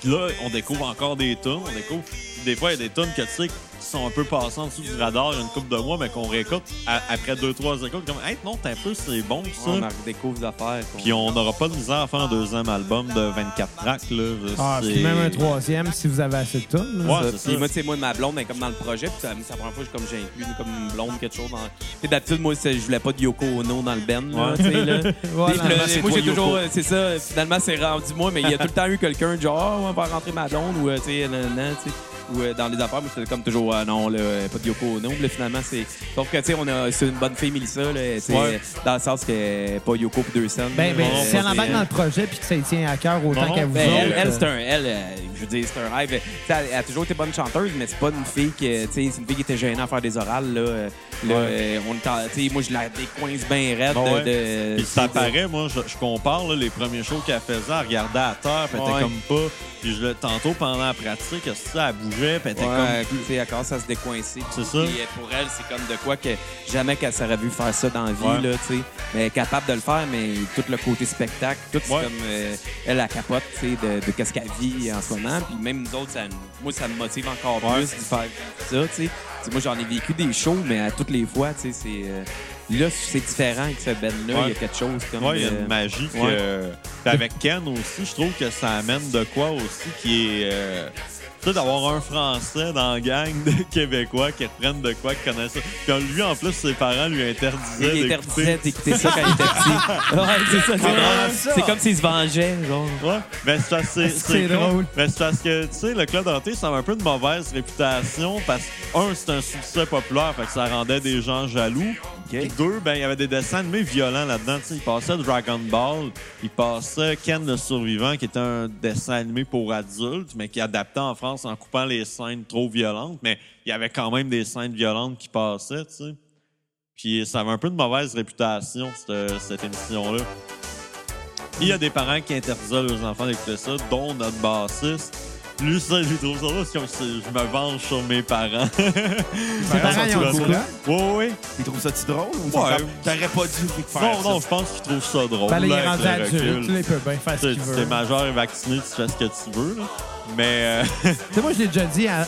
[SPEAKER 2] Puis là, on découvre encore des tunes, on découvre. Puis des fois, il y a des tunes que tu sais qui sont un peu passées en dessous du radar il y a une couple de mois, mais qu'on réécoute à- après deux, trois écoutes, comme, hey, non, t'es un peu, c'est bon, ça.
[SPEAKER 6] On redécouvre des affaires. qu'on-
[SPEAKER 2] Puis on n'aura pas de misère à faire un deuxième album de 24 tracks. Là.
[SPEAKER 5] Ah,
[SPEAKER 2] C'est-
[SPEAKER 5] puis même un troisième si vous avez assez de tonnes.
[SPEAKER 2] Ouais,
[SPEAKER 6] Ça,
[SPEAKER 2] c'est
[SPEAKER 6] Puis
[SPEAKER 2] ça.
[SPEAKER 6] moi, tu sais, moi, ma blonde, elle est comme dans le projet, puis ça, ça prend pas, j'ai comme j'ai inclus une, comme une blonde, quelque chose. Dans... Tu sais, d'habitude, moi, c'est- je voulais pas de Yoko Ono dans le band, là,
[SPEAKER 2] Ouais.
[SPEAKER 6] tu sais, là.
[SPEAKER 5] Voilà.
[SPEAKER 6] Puis le-
[SPEAKER 4] finalement, c'est
[SPEAKER 6] moi,
[SPEAKER 4] toi,
[SPEAKER 6] j'ai
[SPEAKER 4] Yoko.
[SPEAKER 6] toujours, euh, c'est ça, finalement, c'est rendu moi, mais il y a tout le temps eu quelqu'un, genre, Ah, on va rentrer ma blonde, ou, euh, tu sais, nan, nan, tu sais. Ou euh, dans les affaires, moi, j'étais comme toujours, Ah, non, là, euh, pas de Yoko Ono. Puis là, finalement, c'est. Sauf que, tu sais, on a- c'est une bonne fille, Mélissa, là, tu sais,
[SPEAKER 2] Ouais.
[SPEAKER 6] dans le sens que euh, pas Yoko pour deux cents.
[SPEAKER 5] Ben, ben,
[SPEAKER 2] Bon,
[SPEAKER 5] si elle
[SPEAKER 2] c'est-
[SPEAKER 5] embarque dans le projet puis que ça y tient à cœur autant
[SPEAKER 2] Bon,
[SPEAKER 5] qu'à vous
[SPEAKER 6] ben,
[SPEAKER 5] autres,
[SPEAKER 6] elle, elle,
[SPEAKER 5] euh,
[SPEAKER 6] c'est un, elle, euh, je veux dire, c'est un rêve. Tu sais, Elle, elle a toujours été bonne chanteuse, mais c'est pas une fille qui, euh, tu sais, c'est une fille qui était gênée à faire des orales, là. Euh, là, euh, on est en- tu sais, moi, je la décoince bien raide.
[SPEAKER 2] Bon, ouais.
[SPEAKER 6] de,
[SPEAKER 2] Puis ça paraît, moi, je, je compare là, les premiers shows qu'elle faisait, elle regardait à terre, puis elle était
[SPEAKER 6] Ouais.
[SPEAKER 2] comme pas. Puis je, le- tantôt, pendant la pratique, elle, se- elle bougeait, puis elle était
[SPEAKER 6] Ouais,
[SPEAKER 2] comme.
[SPEAKER 6] tu sais, elle commence à se décoincer.
[SPEAKER 2] C'est ça.
[SPEAKER 6] Puis euh, pour elle, c'est comme de quoi que jamais qu'elle s'aurait vu faire ça dans la vie,
[SPEAKER 2] Ouais.
[SPEAKER 6] là, tu sais. Mais elle est capable de le faire, mais tout le côté spectacle, tout, c'est
[SPEAKER 2] Ouais.
[SPEAKER 6] comme... euh, elle, la capote, tu sais, de, de qu'est-ce qu'elle vit en ce moment. Puis même nous autres, ça, nous- moi, ça me motive encore plus de faire ça, tu sais. Tu sais. Moi, j'en ai vécu des shows, mais à toutes les fois, tu sais, c'est... euh, Là, c'est différent avec ce Ben-là.
[SPEAKER 2] Ouais.
[SPEAKER 6] Il y a quelque chose comme...
[SPEAKER 2] Ouais, il y a
[SPEAKER 6] euh,
[SPEAKER 2] une magie. que-
[SPEAKER 6] ouais.
[SPEAKER 2] Puis avec Ken aussi, je trouve que ça amène de quoi aussi qui est. euh, Tu sais, d'avoir un Français dans la gang de Québécois qui reprennent de quoi, qui connaissent ça. Puis lui, en plus, ses parents lui interdisaient.
[SPEAKER 6] Il
[SPEAKER 2] d'écouter.
[SPEAKER 6] interdisait d'écouter ça quand il était petit. Ouais, c'est ça. c'est- C'est comme s'il se vengeait, genre.
[SPEAKER 2] Ouais, mais c'est parce que c'est-
[SPEAKER 5] C'est
[SPEAKER 2] c'est con.
[SPEAKER 5] drôle.
[SPEAKER 2] Mais c'est parce que, tu sais, le Club Dorothée, ça avait un peu de mauvaise réputation parce que, un, c'est un succès populaire, fait que ça rendait des gens jaloux. Puis deux, ben, il y avait des dessins animés violents là-dedans. Tu sais, il passait Dragon Ball, il passait Ken le Survivant, qui était un dessin animé pour adultes, mais qui adaptait en France en coupant les scènes trop violentes. Mais il y avait quand même des scènes violentes qui passaient, tu sais. Puis ça avait un peu de mauvaise réputation, cette, cette émission-là. Il y a des parents qui interdisaient à leurs enfants d'écouter ça, dont notre bassiste. Lui, ça, j'ai trouvé ça drôle, c'est comme si je me venge sur mes parents.
[SPEAKER 5] Ses parents, ils ont dit quoi?
[SPEAKER 2] Oui, oui.
[SPEAKER 4] Ils trouvent ça-tu drôle? ou
[SPEAKER 2] Ouais.
[SPEAKER 4] T'aurais pas dû faire
[SPEAKER 2] Non,
[SPEAKER 4] ça.
[SPEAKER 2] non, je pense qu'ils trouvent ça drôle.
[SPEAKER 5] Ben, là, il est
[SPEAKER 2] là,
[SPEAKER 5] rendu
[SPEAKER 2] avec le
[SPEAKER 5] adulte.
[SPEAKER 2] recul.
[SPEAKER 5] là, Il peut bien faire ce
[SPEAKER 2] Tu
[SPEAKER 5] qu'il
[SPEAKER 2] sais,
[SPEAKER 5] veut.
[SPEAKER 2] t'es majeur et vacciné, tu fais ce que tu veux. là. Mais euh,
[SPEAKER 5] Tu sais, moi, je l'ai déjà dit à-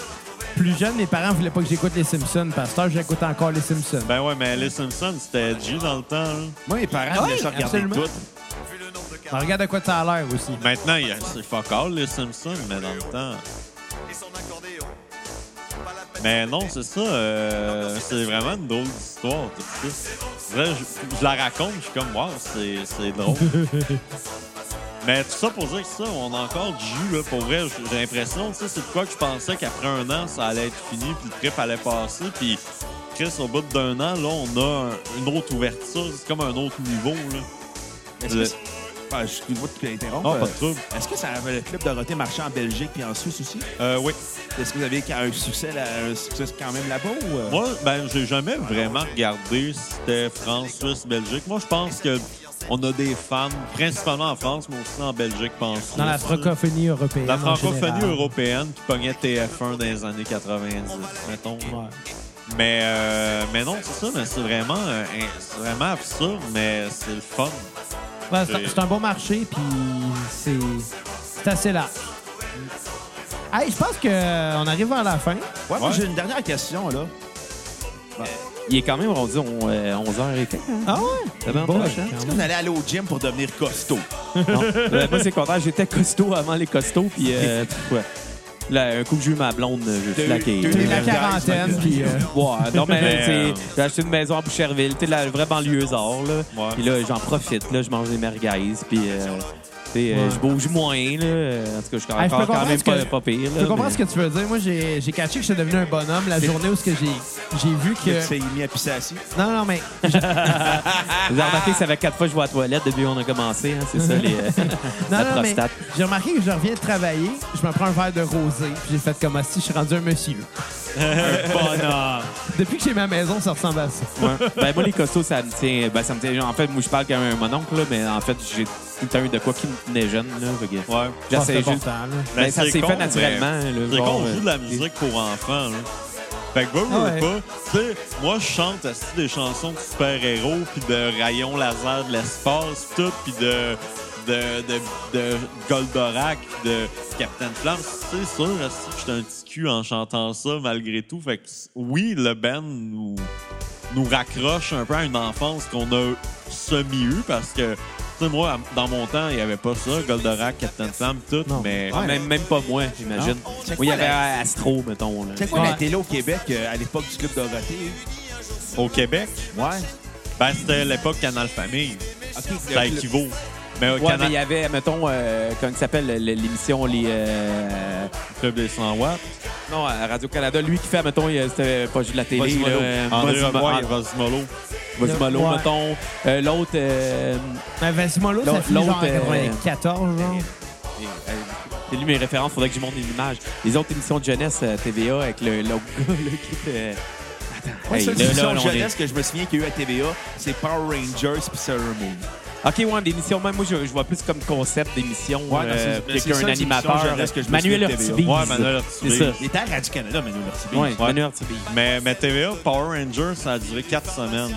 [SPEAKER 5] plus jeune, mes parents voulaient pas que j'écoute les Simpsons. Pasteur, j'écoute encore les Simpsons.
[SPEAKER 2] Ben ouais, mais les Simpsons, c'était G dans le temps. hein. là.
[SPEAKER 4] Moi, mes parents,
[SPEAKER 5] Oui,
[SPEAKER 4] voulaient ça regarder
[SPEAKER 5] absolument.
[SPEAKER 4] tout.
[SPEAKER 5] On regarde à quoi ça a l'air aussi.
[SPEAKER 2] Maintenant, il y a- c'est fuck all, les Simpsons, mais dans le temps. Mais non, c'est ça. euh, c'est vraiment une drôle d'histoire, tout ça. Là, je, je la raconte, je suis comme, wow, c'est c'est drôle. Mais tout ça pour dire que ça, on a encore du jus, là. Pour vrai, j- j'ai l'impression, tu sais, c'est de quoi que je pensais qu'après un an, ça allait être fini, puis le trip allait passer, puis Chris, au bout d'un an, là, on a un- une autre ouverture, c'est comme un autre niveau, là.
[SPEAKER 4] Est-ce que c'est- Ah, Excuse-moi de t'interrompre.
[SPEAKER 2] Non, pas de trouble.
[SPEAKER 4] Est-ce que ça avait le club Dorothée marchand en Belgique puis en Suisse aussi?
[SPEAKER 2] Euh, oui.
[SPEAKER 4] Est-ce que vous avez un succès, là- un succès quand même là-bas ou... euh?
[SPEAKER 2] Moi, ben, j'ai jamais vraiment regardé si c'était France, Suisse, Belgique. Moi, je pense que on a des fans, principalement en France, mais aussi en Belgique, pense.
[SPEAKER 5] Dans la francophonie européenne.
[SPEAKER 2] La
[SPEAKER 5] en
[SPEAKER 2] francophonie
[SPEAKER 5] général.
[SPEAKER 2] européenne qui pognait TF1 dans les années 90, mettons.
[SPEAKER 5] Ouais.
[SPEAKER 2] Mais, euh, mais non, c'est ça, mais c'est vraiment, euh, hein, c'est vraiment absurde, mais c'est le fun.
[SPEAKER 5] Ouais, c'est un-
[SPEAKER 2] Et-
[SPEAKER 5] c'est un bon marché, puis c'est c'est assez large. Hey, je pense qu'on arrive à la fin.
[SPEAKER 4] Ouais, moi,
[SPEAKER 2] Ouais.
[SPEAKER 4] j'ai une dernière question, là.
[SPEAKER 6] Il est quand même rendu on- euh, 11 h et quelques. hein?
[SPEAKER 5] Ah ouais?
[SPEAKER 6] Bon,
[SPEAKER 5] Bon,
[SPEAKER 6] hein?
[SPEAKER 4] Est-ce qu'on allait aller au gym pour devenir costaud?
[SPEAKER 6] Non. Euh, moi, c'est le contraire. J'étais costaud avant les costauds, puis euh, pff, ouais. Là, un coup que j'ai eu ma blonde, euh, j'ai flaqué.
[SPEAKER 4] t'as eu
[SPEAKER 5] T'es
[SPEAKER 6] Ouais,
[SPEAKER 5] la quarantaine, puis... euh,
[SPEAKER 6] non, mais
[SPEAKER 2] Mais, euh,
[SPEAKER 6] tu sais, j'ai acheté une maison à Boucherville, tu sais, la vraie banlieusard, là.
[SPEAKER 2] Ouais.
[SPEAKER 6] Puis là, j'en profite, là, je mange des merguez, puis euh, tu sais, euh,
[SPEAKER 5] Ouais.
[SPEAKER 6] je bouge moins, là. Euh, En tout cas, je suis
[SPEAKER 5] Hey, je peux
[SPEAKER 6] encore quand
[SPEAKER 5] comprendre
[SPEAKER 6] même
[SPEAKER 5] ce que-
[SPEAKER 6] pas, pas pire,
[SPEAKER 5] Je
[SPEAKER 6] là,
[SPEAKER 5] comprends
[SPEAKER 6] mais-
[SPEAKER 5] ce que tu veux dire. Moi, j'ai j'ai catché que j'étais devenu un bonhomme la journée où ce que j'ai j'ai vu
[SPEAKER 4] Tu
[SPEAKER 5] que...
[SPEAKER 4] t'es mis à pisser assis.
[SPEAKER 5] Non, non, mais
[SPEAKER 6] Vous avez remarqué que ça fait quatre fois que je vais à la toilette depuis qu'on a commencé, hein, c'est ça, les,
[SPEAKER 5] Non,
[SPEAKER 6] la
[SPEAKER 5] non, mais
[SPEAKER 6] prostate.
[SPEAKER 5] j'ai remarqué que je reviens de travailler, je me prends un verre de rosé, puis j'ai fait comme Ah, si je suis rendu un monsieur.
[SPEAKER 2] Bonheur!
[SPEAKER 5] Depuis que j'ai ma maison, ça ressemble à ça.
[SPEAKER 6] Ouais. Ben, moi, les costauds, ça me tient. Ben, ça me tient. En fait, moi, je parle comme un mononcle, là, mais en fait, j'ai tout le temps eu de quoi qui me tenait jeune. Là, fait que-
[SPEAKER 2] Ouais.
[SPEAKER 5] Je pense que
[SPEAKER 6] J'essaie
[SPEAKER 5] c'est
[SPEAKER 6] juste.
[SPEAKER 5] important, là.
[SPEAKER 6] Ben, ça
[SPEAKER 2] c'est
[SPEAKER 6] s'est
[SPEAKER 2] con,
[SPEAKER 6] fait naturellement.
[SPEAKER 2] mais-
[SPEAKER 6] là,
[SPEAKER 2] C'est
[SPEAKER 6] genre,
[SPEAKER 2] qu'on joue de
[SPEAKER 6] euh,
[SPEAKER 2] la musique pour enfants. Là. Fait que, veux, veux
[SPEAKER 5] Ah ouais.
[SPEAKER 2] pas, tu sais, moi, je chante aussi des chansons de super-héros, puis de rayons laser de l'espace, puis tout, puis de, de, de, de Goldorak, puis de Captain Flamme. C'est sûr, asti, que j'étais un petit cul en chantant ça, malgré tout. Fait que, oui, le band nous, nous raccroche un peu à une enfance qu'on a semi-eue, parce que, tu sais, moi, à- dans mon temps, il n'y avait pas ça, Goldorak, Captain Flamme, tout,
[SPEAKER 5] Non.
[SPEAKER 2] mais...
[SPEAKER 6] ah, même, même pas moi, j'imagine.
[SPEAKER 4] Check
[SPEAKER 6] Oui, il y
[SPEAKER 4] pas
[SPEAKER 6] avait
[SPEAKER 4] la-
[SPEAKER 6] Astro, mettons. là.
[SPEAKER 4] C'est quoi la
[SPEAKER 5] Ouais.
[SPEAKER 4] télé au Québec euh, à l'époque du club Dorothée?
[SPEAKER 2] Au Québec,
[SPEAKER 4] Ouais.
[SPEAKER 2] ben, c'était l'époque Canal Famille.
[SPEAKER 4] OK.
[SPEAKER 2] Ça équivaut. Mais au
[SPEAKER 6] Ouais, mais il
[SPEAKER 2] Canal
[SPEAKER 6] y avait, mettons, euh, comment il s'appelle le- l'émission, les. euh,
[SPEAKER 2] Club des 100 watts,
[SPEAKER 6] non, à Radio-Canada, lui qui fait, mettons, il, euh, c'était pas juste de la télé.
[SPEAKER 4] Vas-y,
[SPEAKER 6] là,
[SPEAKER 4] Molo.
[SPEAKER 6] euh,
[SPEAKER 2] André
[SPEAKER 6] Vas-y,
[SPEAKER 2] Revoir et
[SPEAKER 6] Molo,
[SPEAKER 2] Rosimolo.
[SPEAKER 6] Vas-y, Molo,
[SPEAKER 5] Ouais.
[SPEAKER 6] mettons. Euh, L'autre. euh,
[SPEAKER 5] Mais Vasimolo, Ben, ça
[SPEAKER 6] L'autre-
[SPEAKER 5] finit genre en
[SPEAKER 6] l'autre, euh,
[SPEAKER 5] 94, genre.
[SPEAKER 6] Et, euh, C'est lui mes références, faudrait que je monte une image. Les autres émissions de jeunesse euh, TVA avec le logo là, qui euh, était. Attends,
[SPEAKER 4] Moi,
[SPEAKER 6] hey,
[SPEAKER 4] seule
[SPEAKER 6] là, là,
[SPEAKER 4] émission
[SPEAKER 6] on
[SPEAKER 4] jeunesse que je me souviens qu'il y a eu à TVA, c'est Power Rangers puis Sailor Moon.
[SPEAKER 6] est- Ok, ouais, d'émission, même moi, je, je vois plus comme concept d'émission.
[SPEAKER 4] Ouais, non, c'est- mais c'est
[SPEAKER 6] quelqu'un,
[SPEAKER 4] ça,
[SPEAKER 6] un
[SPEAKER 4] les émissions
[SPEAKER 6] animateur.
[SPEAKER 4] jeunesse que je me
[SPEAKER 6] Manuel
[SPEAKER 4] souviens de TVA.
[SPEAKER 6] Ortibiz.
[SPEAKER 2] Ouais, Manuel Ortibiz.
[SPEAKER 6] C'est ça.
[SPEAKER 4] Il était à Radio-Canada, mais nous, merci.
[SPEAKER 6] Ouais, Manuel Ortibiz.
[SPEAKER 2] Mais, mais TVA, Power Rangers, ça a duré 4 semaines.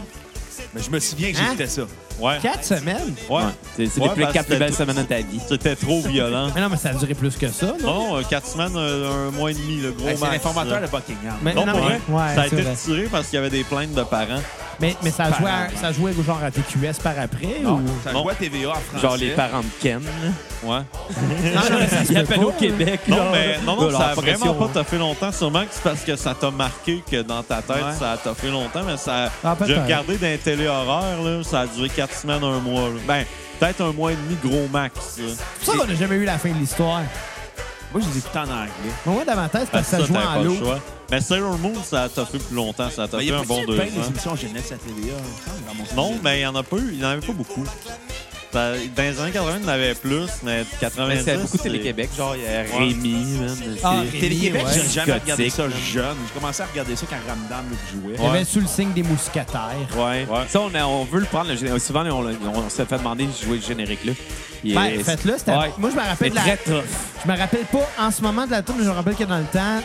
[SPEAKER 4] Mais je me souviens que
[SPEAKER 5] Hein?
[SPEAKER 4] j'écoutais ça.
[SPEAKER 2] Ouais.
[SPEAKER 5] Quatre semaines?
[SPEAKER 2] Ouais.
[SPEAKER 6] Ouais. C'est c'est
[SPEAKER 2] Ouais,
[SPEAKER 6] les plus
[SPEAKER 2] parce
[SPEAKER 6] quatre
[SPEAKER 2] que
[SPEAKER 6] plus belles
[SPEAKER 2] tout-
[SPEAKER 6] semaines de ta vie.
[SPEAKER 2] C'était trop violent.
[SPEAKER 5] Mais non, mais ça a duré plus que ça, là.
[SPEAKER 2] Non, 4 semaines, euh, un mois et demi, le gros
[SPEAKER 4] Hey, c'est
[SPEAKER 2] max,
[SPEAKER 4] l'informateur
[SPEAKER 2] là.
[SPEAKER 4] de Buckingham.
[SPEAKER 5] Mais,
[SPEAKER 2] Non,
[SPEAKER 5] non,
[SPEAKER 2] pour
[SPEAKER 5] mais,
[SPEAKER 2] vrai,
[SPEAKER 5] hein? ouais,
[SPEAKER 2] ça a
[SPEAKER 5] c'est
[SPEAKER 2] été
[SPEAKER 5] vrai.
[SPEAKER 2] retiré parce qu'il y avait des plaintes de parents.
[SPEAKER 5] Mais, mais ça, jouait à- ça jouait genre à TQS par après?
[SPEAKER 4] Non,
[SPEAKER 5] ou...
[SPEAKER 4] ça
[SPEAKER 2] Non.
[SPEAKER 4] joue à TVA en français.
[SPEAKER 6] Genre les parents de Ken.
[SPEAKER 2] Ouais.
[SPEAKER 5] Non, non, mais ça se
[SPEAKER 6] Il
[SPEAKER 5] peut
[SPEAKER 6] appelle au
[SPEAKER 5] pas.
[SPEAKER 6] Québec.
[SPEAKER 2] Non,
[SPEAKER 6] là.
[SPEAKER 2] mais non, non,
[SPEAKER 6] De
[SPEAKER 2] ça a
[SPEAKER 6] leur
[SPEAKER 2] vraiment
[SPEAKER 6] pression.
[SPEAKER 5] hein.
[SPEAKER 2] pas toffé longtemps. Sûrement que c'est parce que ça t'a marqué que dans ta tête,
[SPEAKER 4] Ouais.
[SPEAKER 2] ça a toffé longtemps. Mais ça,
[SPEAKER 5] Ah, peut-être.
[SPEAKER 2] j'ai regardé dans les télé-horreurs, là, ça a duré 4 semaines, un mois. là. Ben, peut-être un mois et demi, gros max. là.
[SPEAKER 5] Ça, on n'a jamais eu la fin de l'histoire.
[SPEAKER 4] Moi, je les écoutais en anglais.
[SPEAKER 5] Mais moi, davantage, c'est parce que ça jouait
[SPEAKER 2] t'avais
[SPEAKER 5] en
[SPEAKER 2] pas le
[SPEAKER 5] l'eau.
[SPEAKER 2] choix. Mais Sailor Moon, ça a toffé plus longtemps. Ça a
[SPEAKER 4] Mais
[SPEAKER 2] toffé
[SPEAKER 4] il y a
[SPEAKER 2] un bon
[SPEAKER 4] pas
[SPEAKER 2] deux
[SPEAKER 4] plein des
[SPEAKER 2] ans.
[SPEAKER 4] émissions jeunesse à TVA. il me semble, dans mon
[SPEAKER 2] Non,
[SPEAKER 4] souvenir.
[SPEAKER 2] mais il n'y en a pas eu. Il n'y en avait pas beaucoup. Ça- Dans les années 80, il y en avait plus, mais
[SPEAKER 6] Mais
[SPEAKER 2] 90...
[SPEAKER 6] c'est beaucoup
[SPEAKER 2] c'est-
[SPEAKER 6] Télé-Québec. Genre, il y a Rémi, man.
[SPEAKER 5] Ah,
[SPEAKER 6] c'est-
[SPEAKER 4] Télé-Québec,
[SPEAKER 5] Ouais.
[SPEAKER 4] j'ai jamais regardé
[SPEAKER 6] Gothique,
[SPEAKER 4] ça
[SPEAKER 6] là.
[SPEAKER 4] jeune. J'ai commencé à regarder ça quand Ramdam le jouait.
[SPEAKER 5] Il y avait sous le signe des mousquetaires.
[SPEAKER 6] Ouais.
[SPEAKER 2] Ouais.
[SPEAKER 6] Ça, on, a- on veut le prendre. le gé- souvent, on, l'a- on s'est fait demander de jouer le générique-là. Il est-
[SPEAKER 5] Ben, faites-le. c'était-
[SPEAKER 6] Ouais.
[SPEAKER 5] Moi, je me rappelle
[SPEAKER 6] C'est
[SPEAKER 5] de la...
[SPEAKER 6] très tough.
[SPEAKER 5] Je me rappelle pas en ce moment de la tour, mais je me rappelle que dans le temps,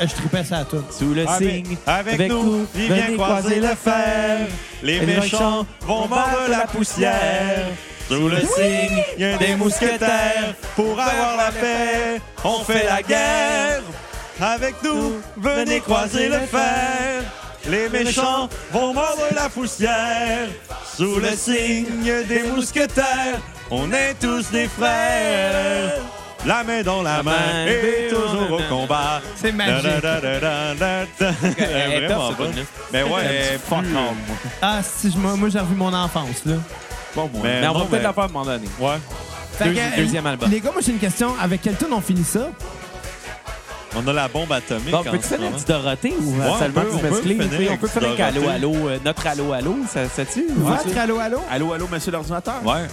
[SPEAKER 5] euh, je tripais ça à tout.
[SPEAKER 6] Sous le
[SPEAKER 2] Avec,
[SPEAKER 6] signe,
[SPEAKER 2] Ah, avec nous, il vient croiser le fer. Les
[SPEAKER 6] Les
[SPEAKER 2] méchants
[SPEAKER 6] méchants
[SPEAKER 2] vont vendre la poussière. Sous le signe, il y a des mousquetaires. Pour avoir la paix, on fait la guerre. Avec nous, venez croiser le fer. Les méchants vont mordre la poussière. Sous le signe des mousquetaires, on est tous des frères. La main dans la main et toujours au combat.
[SPEAKER 5] C'est magique.
[SPEAKER 2] Da, da, da, da, da, da.
[SPEAKER 6] elle est
[SPEAKER 2] Vraiment
[SPEAKER 6] tough, cette
[SPEAKER 2] bonne.
[SPEAKER 6] tune-là.
[SPEAKER 2] Mais ouais, elle est
[SPEAKER 4] Fuck
[SPEAKER 2] plus-
[SPEAKER 4] home.
[SPEAKER 5] Ah, si, je m'en- moi, j'ai revu mon enfance, là.
[SPEAKER 2] Mais
[SPEAKER 6] Mais on va
[SPEAKER 2] non,
[SPEAKER 6] peut-être
[SPEAKER 2] mais-
[SPEAKER 6] la faire à un moment donné.
[SPEAKER 2] Ouais.
[SPEAKER 5] Fait
[SPEAKER 6] Deuxi-
[SPEAKER 5] euh,
[SPEAKER 6] deuxième album.
[SPEAKER 5] Les gars, moi, j'ai une question. Avec quel tune on finit ça?
[SPEAKER 2] On a la bombe atomique.
[SPEAKER 6] Bon,
[SPEAKER 2] en
[SPEAKER 6] peux-tu
[SPEAKER 2] ce
[SPEAKER 6] faire la
[SPEAKER 2] moment.
[SPEAKER 6] petite Dorothée ou euh,
[SPEAKER 2] Ouais, on
[SPEAKER 6] seulement
[SPEAKER 2] peut-
[SPEAKER 6] du
[SPEAKER 2] on peut
[SPEAKER 6] mesclé?
[SPEAKER 2] finir
[SPEAKER 6] Tu sais, On
[SPEAKER 2] avec
[SPEAKER 6] peut
[SPEAKER 2] du
[SPEAKER 6] faire un allô,
[SPEAKER 2] Dorothée.
[SPEAKER 6] allô, euh, notre allô, allô, ça ça tue?
[SPEAKER 5] Votre allô, allô?
[SPEAKER 4] Allô, allô, monsieur l'ordinateur? Ah,
[SPEAKER 2] Ouais.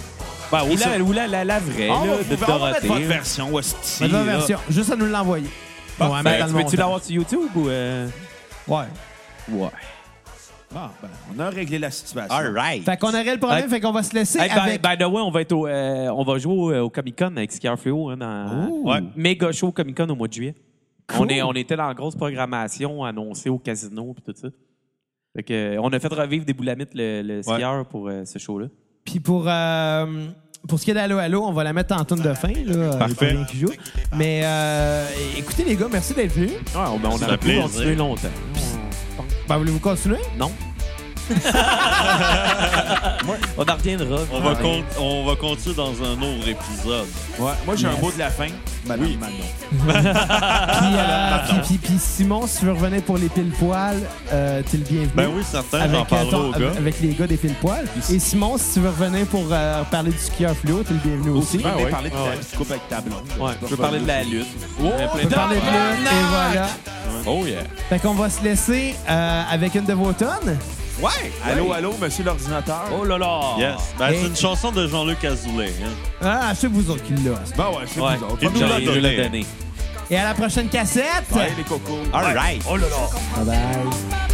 [SPEAKER 6] Bah, ou la, ou la, la, la vraie,
[SPEAKER 4] On va
[SPEAKER 6] là,
[SPEAKER 4] vous-
[SPEAKER 6] de
[SPEAKER 4] on va mettre votre
[SPEAKER 6] Dorothée.
[SPEAKER 4] version, hostie.
[SPEAKER 5] Votre
[SPEAKER 4] là.
[SPEAKER 5] version. Juste à nous l'envoyer.
[SPEAKER 2] Parfait.
[SPEAKER 5] Ouais,
[SPEAKER 6] Ben,
[SPEAKER 5] mettre
[SPEAKER 6] tu
[SPEAKER 5] dans le
[SPEAKER 6] peux-tu
[SPEAKER 5] montage.
[SPEAKER 6] l'avoir sur YouTube ou... euh,
[SPEAKER 5] Ouais.
[SPEAKER 4] Ouais. Bon, ben, on a réglé la situation.
[SPEAKER 2] All right.
[SPEAKER 5] Fait qu'on aurait le problème,
[SPEAKER 6] Hey.
[SPEAKER 5] fait qu'on va se laisser
[SPEAKER 6] Hey, by-
[SPEAKER 5] avec...
[SPEAKER 6] by, the way, on va, être au, euh, on va jouer au, Comic Con avec Skier Fluo hein, dans
[SPEAKER 2] Ouais.
[SPEAKER 6] méga show Comic Con au mois de juillet. On,
[SPEAKER 5] Cool.
[SPEAKER 6] est, on était dans la grosse programmation annoncée au casino et tout ça. Fait que, euh, on a fait revivre des boulamites le, le skieur pour euh, ce show-là.
[SPEAKER 5] Puis pour, euh, pour ce qui est d'Allo Allo, on va la mettre en tune de fin. Là,
[SPEAKER 2] Parfait.
[SPEAKER 5] euh, qui joue. Mais euh, écoutez, les gars, merci d'être venus.
[SPEAKER 6] Ouais, ben, on
[SPEAKER 2] Ça
[SPEAKER 6] a
[SPEAKER 2] fait
[SPEAKER 6] pu
[SPEAKER 2] plaisir.
[SPEAKER 6] continuer longtemps.
[SPEAKER 5] Ben, voulez-vous continuer?
[SPEAKER 6] Non? on en reviendra.
[SPEAKER 2] On va, con- on va continuer dans un autre épisode.
[SPEAKER 4] Ouais, Moi, j'ai un mot de la fin. Madame oui.
[SPEAKER 5] Puis, euh, puis, puis, puis Simon, si tu veux revenir pour les pile-poils, euh, t'es le bienvenu.
[SPEAKER 2] Ben oui, certain,
[SPEAKER 5] Avec,
[SPEAKER 2] j'en parlerai
[SPEAKER 5] euh,
[SPEAKER 2] aux
[SPEAKER 5] ton-
[SPEAKER 2] gars.
[SPEAKER 5] avec- avec les gars des pile-poils. Et Simon, si tu veux revenir pour euh, parler du skieur fluo, t'es le bienvenu aussi.
[SPEAKER 4] Tu veux
[SPEAKER 6] ouais.
[SPEAKER 4] parler de
[SPEAKER 6] Ah ouais.
[SPEAKER 4] ta petite coupe avec ta blonde.
[SPEAKER 6] Ouais, je veux parler de la
[SPEAKER 4] Oh,
[SPEAKER 6] lutte. Euh, plein
[SPEAKER 5] On peut
[SPEAKER 6] de-
[SPEAKER 5] parler de lui, et voilà.
[SPEAKER 2] Oh yeah.
[SPEAKER 5] Fait qu'on va se laisser euh, avec une de vos tonnes.
[SPEAKER 4] Ouais! Allô, allô, monsieur l'ordinateur?
[SPEAKER 6] Oh là là!
[SPEAKER 2] Yes. Ben,
[SPEAKER 5] Et-
[SPEAKER 2] c'est une chanson de Jean-Luc Azoulay. hein.
[SPEAKER 5] Ah, je sais que vous autres qui l'a.
[SPEAKER 4] Ben ouais, c'est
[SPEAKER 6] Ouais,
[SPEAKER 4] vous autres.
[SPEAKER 6] il
[SPEAKER 2] nous l'a
[SPEAKER 6] nous l'a
[SPEAKER 2] donné.
[SPEAKER 6] donné.
[SPEAKER 5] Et à la prochaine cassette!
[SPEAKER 1] Oh,
[SPEAKER 4] Allez, les cocos.
[SPEAKER 2] All right.
[SPEAKER 5] Bye bye!
[SPEAKER 7] Bye.